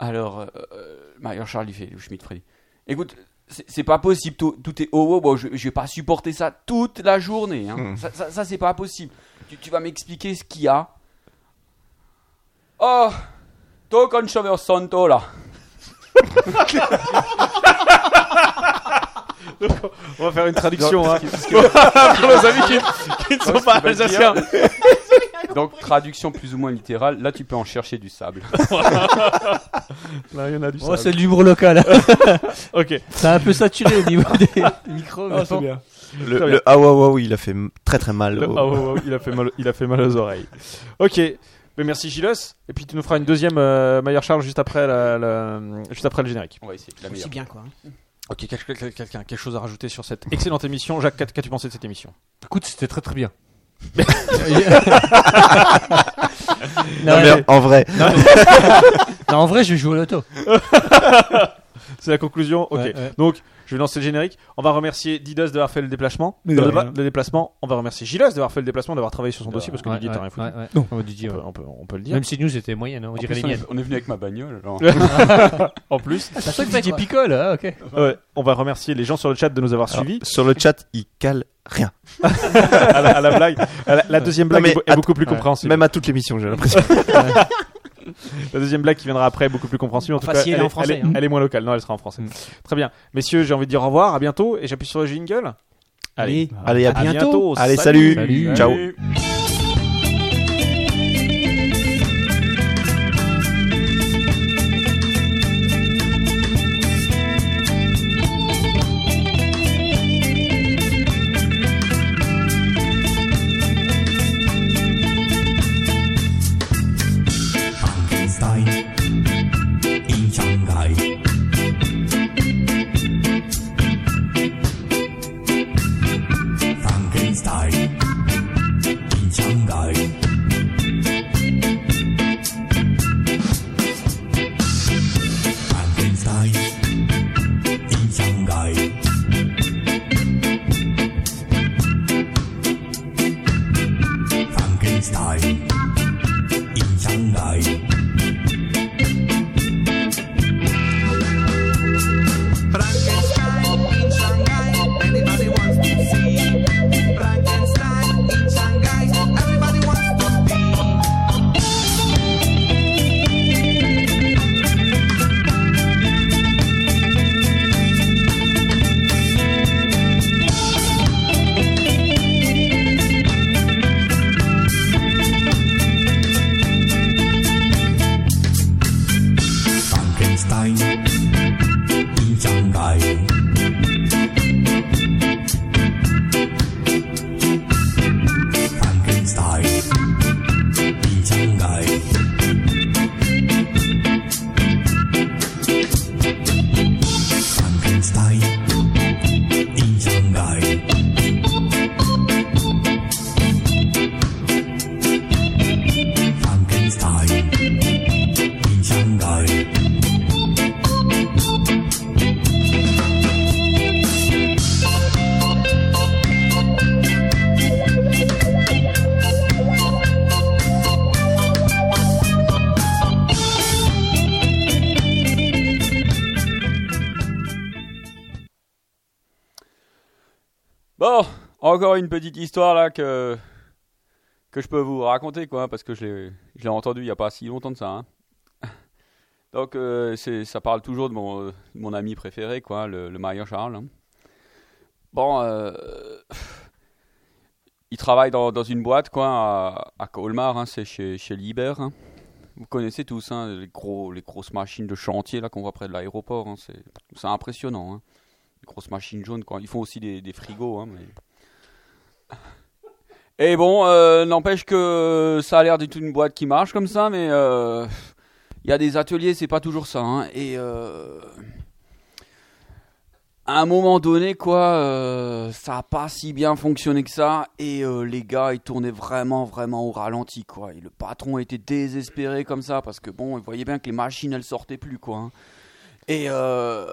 Speaker 12: Alors, euh, euh, Maillard Charles, il fait le Schmidt Freddy. Écoute, c'est c'est pas possible. Tout, tout est oh, oh, bon, je, je vais pas supporter ça toute la journée. hein.
Speaker 8: Hmm.
Speaker 12: Ça, ça, ça, c'est pas possible. Tu, tu vas m'expliquer ce qu'il y a. Oh, Tocon Shover Santo là.
Speaker 4: On va faire une traduction
Speaker 12: Non,
Speaker 4: hein.
Speaker 12: parce que-
Speaker 4: (laughs) pour nos amis qui,
Speaker 8: Oh,
Speaker 4: qui ne sont
Speaker 12: Ouais, ce
Speaker 4: pas
Speaker 12: qu'il va dire.
Speaker 4: (laughs) alsaciens.
Speaker 12: Donc traduction plus ou moins littérale, là tu peux en chercher du sable.
Speaker 4: (laughs) Là, il y en a du
Speaker 1: Oh,
Speaker 4: sable.
Speaker 1: c'est de l'humour local.
Speaker 4: (laughs) ok.
Speaker 1: C'est un peu saturé au niveau
Speaker 4: (laughs)
Speaker 1: des des micros. mais attends.
Speaker 3: Le, le ah waouh waouh, il a fait m- très très mal.
Speaker 4: Le-
Speaker 3: au-
Speaker 4: ah, ouais, ouais, il, a fait mal, il a fait mal aux oreilles. Ok. Mais merci Gilles. Et puis tu nous feras une deuxième euh, Maillard Charles juste après, la, la- juste après le générique.
Speaker 12: On va essayer de la
Speaker 9: Aussi
Speaker 12: meilleure.
Speaker 9: bien, quoi. hein.
Speaker 4: Ok, quel- quel- quel- quelqu'un, quelque chose à rajouter sur cette excellente émission. Jacques, qu'a- qu'as-tu pensé de cette émission
Speaker 5: Écoute, c'était très très
Speaker 4: (laughs)
Speaker 5: bien.
Speaker 3: Non, mais en vrai.
Speaker 5: Non, Non, en vrai, je vais jouer au loto.
Speaker 4: C'est la conclusion Ok.
Speaker 5: Ouais, ouais.
Speaker 4: Donc, je vais lancer le générique. On va remercier Didas d'avoir fait le déplacement.
Speaker 1: Mais
Speaker 4: le,
Speaker 1: de
Speaker 4: dépa-
Speaker 1: rien.
Speaker 4: le déplacement. On va remercier Gilles d'avoir fait le déplacement, d'avoir travaillé sur son dossier parce que
Speaker 5: Ouais,
Speaker 4: Didier
Speaker 5: ouais,
Speaker 4: t'as rien foutu.
Speaker 5: ouais, ouais.
Speaker 1: Non.
Speaker 5: On va Didier,
Speaker 4: On peut-
Speaker 5: ouais.
Speaker 4: on peut- on peut le dire.
Speaker 5: Même si nous étaient moyenne, hein, on
Speaker 12: En
Speaker 5: dirait
Speaker 12: plus,
Speaker 5: les
Speaker 12: on est-
Speaker 5: miennes.
Speaker 12: on est venu avec ma bagnole.
Speaker 5: (laughs)
Speaker 12: genre.
Speaker 3: (laughs)
Speaker 4: en plus,
Speaker 5: Ça que Didier picole, ah, ok.
Speaker 4: ouais, on va remercier les gens sur le chat de nous avoir
Speaker 3: Alors,
Speaker 4: suivis.
Speaker 3: sur le chat, il cale rien.
Speaker 4: (laughs) à, la, à la blague, à la, la deuxième
Speaker 3: Non,
Speaker 4: blague
Speaker 3: mais
Speaker 4: est, be- est
Speaker 3: att-
Speaker 4: beaucoup plus
Speaker 3: ouais.
Speaker 4: compréhensible.
Speaker 3: Même à toute l'émission, j'ai
Speaker 4: (laughs)
Speaker 3: l'impression.
Speaker 4: La deuxième blague qui viendra après est beaucoup plus compréhensible. En tout
Speaker 9: Enfin,
Speaker 4: cas,
Speaker 9: si elle est en français,
Speaker 4: elle
Speaker 9: hein.
Speaker 4: elle est moins locale. Non, elle sera en français.
Speaker 5: Mm.
Speaker 4: Très bien, messieurs, j'ai envie de dire au revoir, à bientôt, et j'appuie sur le jingle. Allez,
Speaker 3: Allez, à,
Speaker 4: à bientôt.
Speaker 3: Allez, salut.
Speaker 5: Salut.
Speaker 3: Ciao.
Speaker 17: Frankenstein in Shanghai. Frankenstein in Shanghai. Frankenstein in Shanghai. Frankenstein in Shanghai.
Speaker 6: Frankenstein in Shanghai, anybody wants to see. Frankenstein in Shanghai, everybody wants to be.
Speaker 12: Encore une petite histoire là que, que je peux vous raconter, quoi, parce que je l'ai- je l'ai entendu il n'y a pas si longtemps de ça. hein. (laughs) Donc, euh, c'est- ça parle toujours de mon, de mon ami préféré, quoi, le, le Mario Charles. hein. Bon, euh, il travaille dans, dans une boîte, quoi, à, à Colmar, hein, c'est chez, chez Liber. hein. Vous connaissez tous, hein, les, gros, les grosses machines de chantier là qu'on voit près de l'aéroport, hein, c'est c'est impressionnant. hein. Les grosses machines jaunes, quoi. Ils font aussi des, des frigos, hein, mais... Et bon, euh, n'empêche que ça a l'air d'être une boîte qui marche comme ça, mais euh, il y a des ateliers, c'est pas toujours ça. hein. et euh, à un moment donné, quoi, euh, ça a pas si bien fonctionné que ça. Et euh, les gars, ils tournaient vraiment, vraiment au ralenti, quoi. Et le patron était désespéré comme ça, parce que bon, il voyait bien que les machines, elles sortaient plus, quoi. hein. Et euh,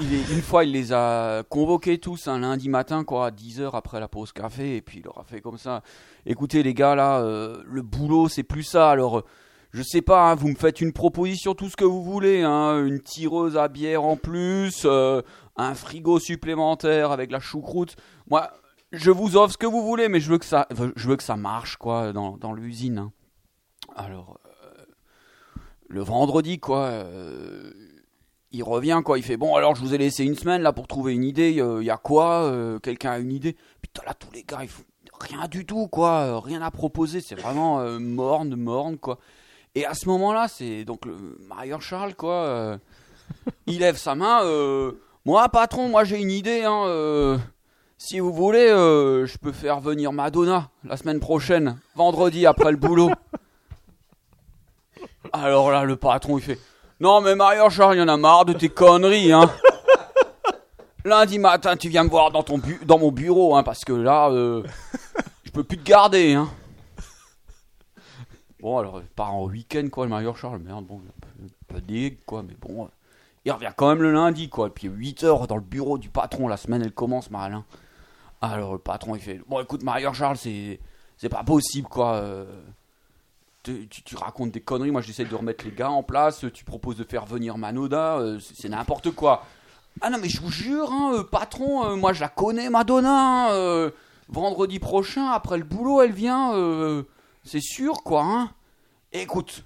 Speaker 12: il est- une fois, il les a convoqués tous un lundi matin, quoi, à 10h après la pause café. Et puis, il leur a fait comme ça Écoutez, les gars, là, euh, le boulot, c'est plus ça. Alors, euh, je sais pas, hein, vous me faites une proposition, tout ce que vous voulez. hein, une tireuse à bière en plus, euh, un frigo supplémentaire avec la choucroute. Moi, je vous offre ce que vous voulez, mais je veux que ça, je veux que ça marche, quoi, dans, dans l'usine. hein. Alors, euh, le vendredi, quoi, euh, il revient, quoi. Il fait Bon, alors je vous ai laissé une semaine là pour trouver une idée. Il y a quoi Euh, Quelqu'un a une idée Putain, là, tous les gars, ils font rien du tout, quoi. Euh, rien à proposer. C'est vraiment euh, morne, morne, quoi. Et à ce moment-là, c'est donc le Mario Charles, quoi. euh, il lève sa main. euh, moi, patron, moi j'ai une idée. hein, euh, si vous voulez, euh, je peux faire venir Madonna la semaine prochaine, vendredi après le boulot. Alors là, le patron, il fait Non, mais Mario Charles, il y en a marre de tes conneries, hein. Lundi matin, tu viens me voir dans, ton bu- dans mon bureau, hein, parce que là, euh, je peux plus te garder, hein. Bon, alors, il part en week-end, quoi, le Mario Charles. Merde, bon, un peu dégue, quoi, mais bon. euh, Il revient quand même le lundi, quoi. Et puis, 8 heures dans le bureau du patron, la semaine, elle commence, Marlin. Alors, le patron, il fait Bon, écoute, Mario Charles, c'est c'est pas possible, quoi. euh, tu, tu- tu racontes des conneries. Moi, j'essaie de remettre les gars en place. euh, Tu proposes de faire venir Manoda. euh, c'est c'est n'importe quoi. Ah non, mais je vous jure, hein, euh, patron, euh, moi je la connais, Madonna. hein, euh, vendredi prochain, après le boulot, elle vient. euh, c'est sûr, quoi. hein. Écoute,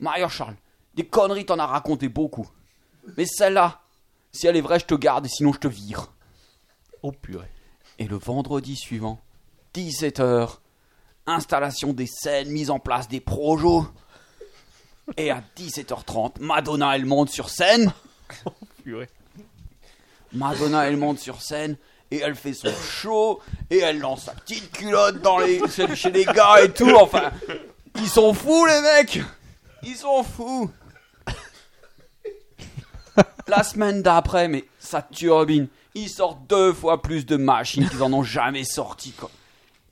Speaker 12: Mario Charles, des conneries, t'en as raconté beaucoup. Mais celle-là, si elle est vraie, je te garde et sinon je te vire. Oh purée. Et le vendredi suivant, 17h, installation des scènes, mise en place des projos. Et à 17h30, Madonna, elle monte sur scène. Madonna, elle monte sur scène et elle fait son show et elle lance sa petite culotte dans les, chez les gars et tout. Enfin, ils sont fous, les mecs Ils sont fous La semaine d'après, mais ça turbine. Ils sortent deux fois plus de machines qu'ils en ont jamais sorti, quoi.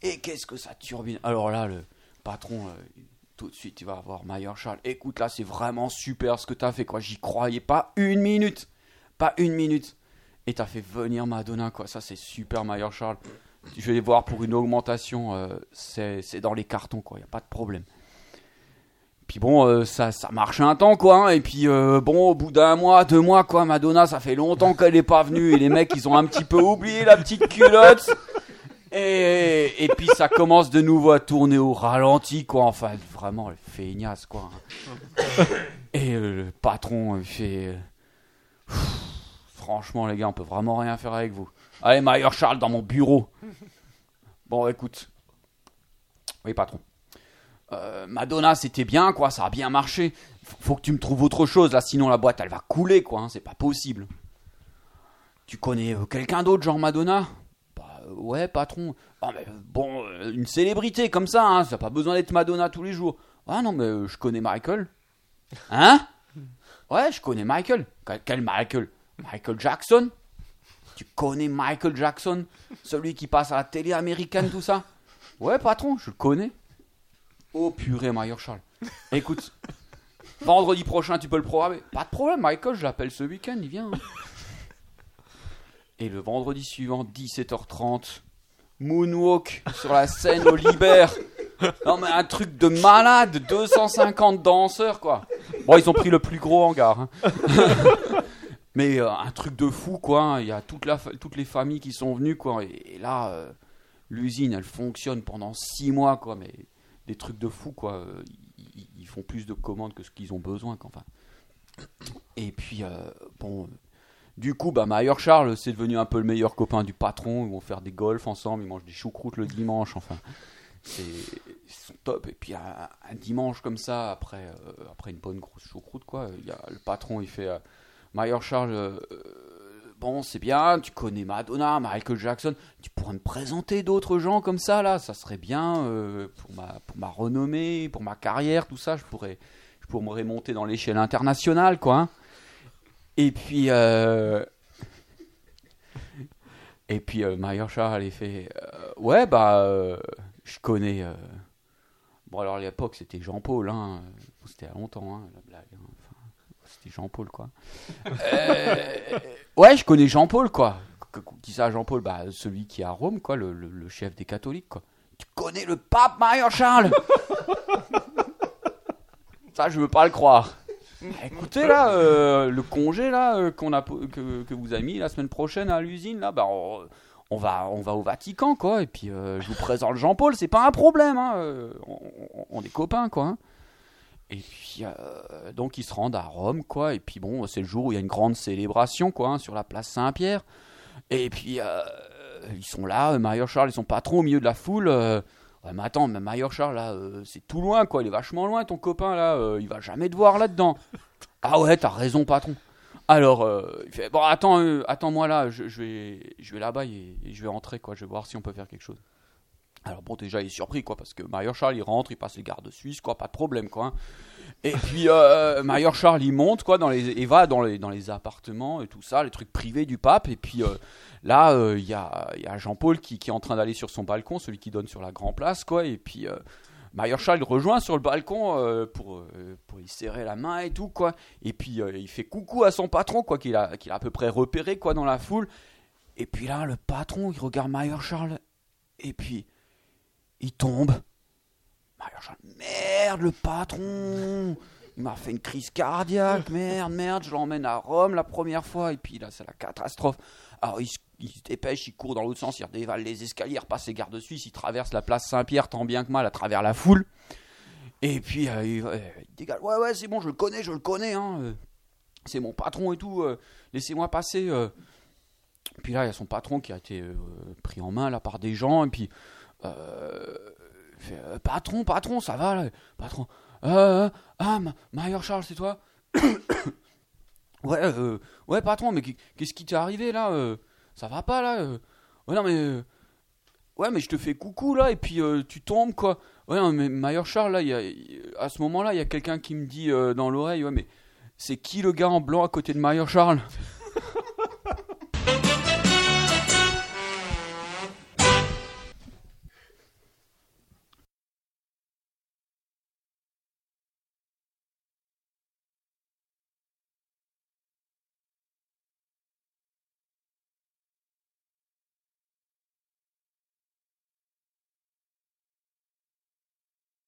Speaker 12: Et qu'est-ce que ça turbine Alors là, le patron, euh, tout de suite, il va voir Mayer Charles. Écoute, là, c'est vraiment super ce que t'as fait, quoi. J'y croyais pas une minute. Pas une minute. Et t'as fait venir Madonna, quoi. Ça, c'est super, Mayer Charles. Je vais les voir pour une augmentation. euh, c'est c'est dans les cartons, quoi. Y a pas de problème. Puis bon, euh, ça, ça marche un temps, quoi. hein. Et puis, euh, bon, au bout d'un mois, deux mois, quoi, Madonna, ça fait longtemps qu'elle n'est pas venue. Et les mecs, ils ont un petit peu oublié la petite culotte. Et, et puis, ça commence de nouveau à tourner au ralenti, quoi. Enfin, vraiment, elle fait ignace, quoi. hein. Et euh, le patron, il fait... euh, Pff, Franchement, les gars, on peut vraiment rien faire avec vous. Allez, Mayer Charles, dans mon bureau. Bon, écoute. Oui, patron. Euh, Madonna, c'était bien, quoi, ça a bien marché. F- Faut que tu me trouves autre chose, là, sinon la boîte, elle va couler, quoi, hein, c'est pas possible. Tu connais euh, quelqu'un d'autre, genre Madonna Bah, euh, Ouais, patron. Ah, mais euh, bon, euh, une célébrité comme ça, hein, ça a pas besoin d'être Madonna tous les jours. Ah non, mais euh, je connais Michael. Hein Ouais, je connais Michael. Quel- Quel Michael Michael Jackson Tu connais Michael Jackson Celui qui passe à la télé américaine, tout ça Ouais, patron, je le connais. Oh purée, Mayor Charles. Écoute, vendredi prochain, tu peux le programmer. Pas de problème, Michael, je l'appelle ce week-end, il vient. hein. Et le vendredi suivant, 17h30, Moonwalk sur la scène au Libère. Non mais un truc de malade, 250 danseurs quoi. Bon, ils ont pris le plus gros hangar. hein. mais euh, un truc de fou quoi, il y a toute la fa- toutes les familles qui sont venues quoi. Et, et là, euh, l'usine, elle fonctionne pendant six mois, quoi, mais des trucs de fou, quoi. Euh, Ils, ils- ils font plus de commandes que ce qu'ils ont besoin, quoi. Enfin. Et puis, euh, bon, euh, du coup, bah, Mayer Charles, c'est devenu un peu le meilleur copain du patron. Ils vont faire des golfs ensemble, ils mangent des choucroutes le dimanche, enfin. C'est, ils sont top. Et puis, un, un dimanche comme ça, après, euh, après une bonne grosse choucroute, quoi, il y a, le patron, il fait. euh, Mayer Charles, euh, euh, bon, c'est bien, tu connais Madonna, Michael Jackson, tu pourrais me présenter d'autres gens comme ça, là, ça serait bien euh, pour, ma, pour ma renommée, pour ma carrière, tout ça, je pourrais, je pourrais me remonter dans l'échelle internationale, quoi. hein. Et puis, euh, et puis euh, Mayer Charles, elle fait, euh, ouais, bah, euh, je connais. euh, Bon, alors à l'époque, c'était Jean-Paul, hein, euh, c'était à longtemps, hein, la blague. hein. Enfin, c'était Jean-Paul, quoi. Euh, ouais, je connais Jean-Paul, quoi. Qu- qu- Qui ça, Jean-Paul Bah, celui qui est à Rome, quoi, le, le- le chef des catholiques, quoi. Tu connais le pape Mayer
Speaker 13: (laughs)
Speaker 12: Charles Ça, je veux pas le croire. Bah, écoutez, là, euh, le congé, là, euh, qu'on a, po- que, que vous avez mis la semaine prochaine à l'usine, là, bah, on, on va, on va au Vatican, quoi. Et puis, euh, je vous présente Jean-Paul, c'est pas un problème, hein, euh, on, on- on est copains, quoi. hein. Et puis, euh, donc, ils se rendent à Rome, quoi. Et puis, bon, c'est le jour où il y a une grande célébration, quoi, hein, sur la place Saint-Pierre. Et puis, euh, ils sont là, euh, Mayer Charles, ils sont pas trop au milieu de la foule. euh, ouais, mais attends, mais Mayer Charles, là, euh, c'est tout loin, quoi. Il est vachement loin, ton copain, là. euh, il va jamais te voir là-dedans. Ah ouais, t'as raison, patron. Alors, euh, il fait, bon, attends, euh, attends-moi là, je, je vais, je vais là-bas et, et je vais rentrer, quoi. Je vais voir si on peut faire quelque chose. Alors bon, déjà, il est surpris, quoi, parce que Mayer Charles, il rentre, il passe les gardes suisses, quoi, pas de problème, quoi. hein. Et puis, euh, Mayer Charles, il monte, quoi, dans les, et va dans les, dans les appartements et tout ça, les trucs privés du pape. Et puis, euh, là, euh, il y a, il y a Jean-Paul qui, qui est en train d'aller sur son balcon, celui qui donne sur la Grand Place, quoi. Et puis, euh, Mayer Charles, il rejoint sur le balcon euh, pour, euh, pour y serrer la main et tout, quoi. Et puis, euh, il fait coucou à son patron, quoi, qu'il a, qu'il a à peu près repéré, quoi, dans la foule. Et puis là, le patron, il regarde Mayer Charles, et puis, il tombe. Mayer Charles, merde, le patron Il m'a fait une crise cardiaque, merde, merde, je l'emmène à Rome la première fois, et puis là, c'est la catastrophe. Alors, il se, il se dépêche, il court dans l'autre sens, il dévale les escaliers, il repasse les gardes suisses, il traverse la place Saint-Pierre tant bien que mal à travers la foule. Et puis, euh, il, va- il dégage, ouais, ouais, c'est bon, je le connais, je le connais, hein, euh, c'est mon patron et tout, euh, laissez-moi passer. euh. Puis là, il y a son patron qui a été euh, pris en main là par des gens, et puis euh, il fait, euh, patron, patron, ça va, là patron. Euh, euh, ah, Ma- Mayer Charles, c'est toi (coughs) Ouais, euh, ouais, patron, mais qu'est- qu'est-ce qui t'est arrivé là euh, Ça va pas là euh Ouais, non, mais. euh, ouais, mais je te fais coucou là, et puis euh, tu tombes quoi. Ouais, non, mais Mayer Charles, là, il y a- il- à ce moment-là, il y a quelqu'un qui me dit euh, dans l'oreille Ouais, mais c'est qui le gars en blanc à côté de Mayer Charles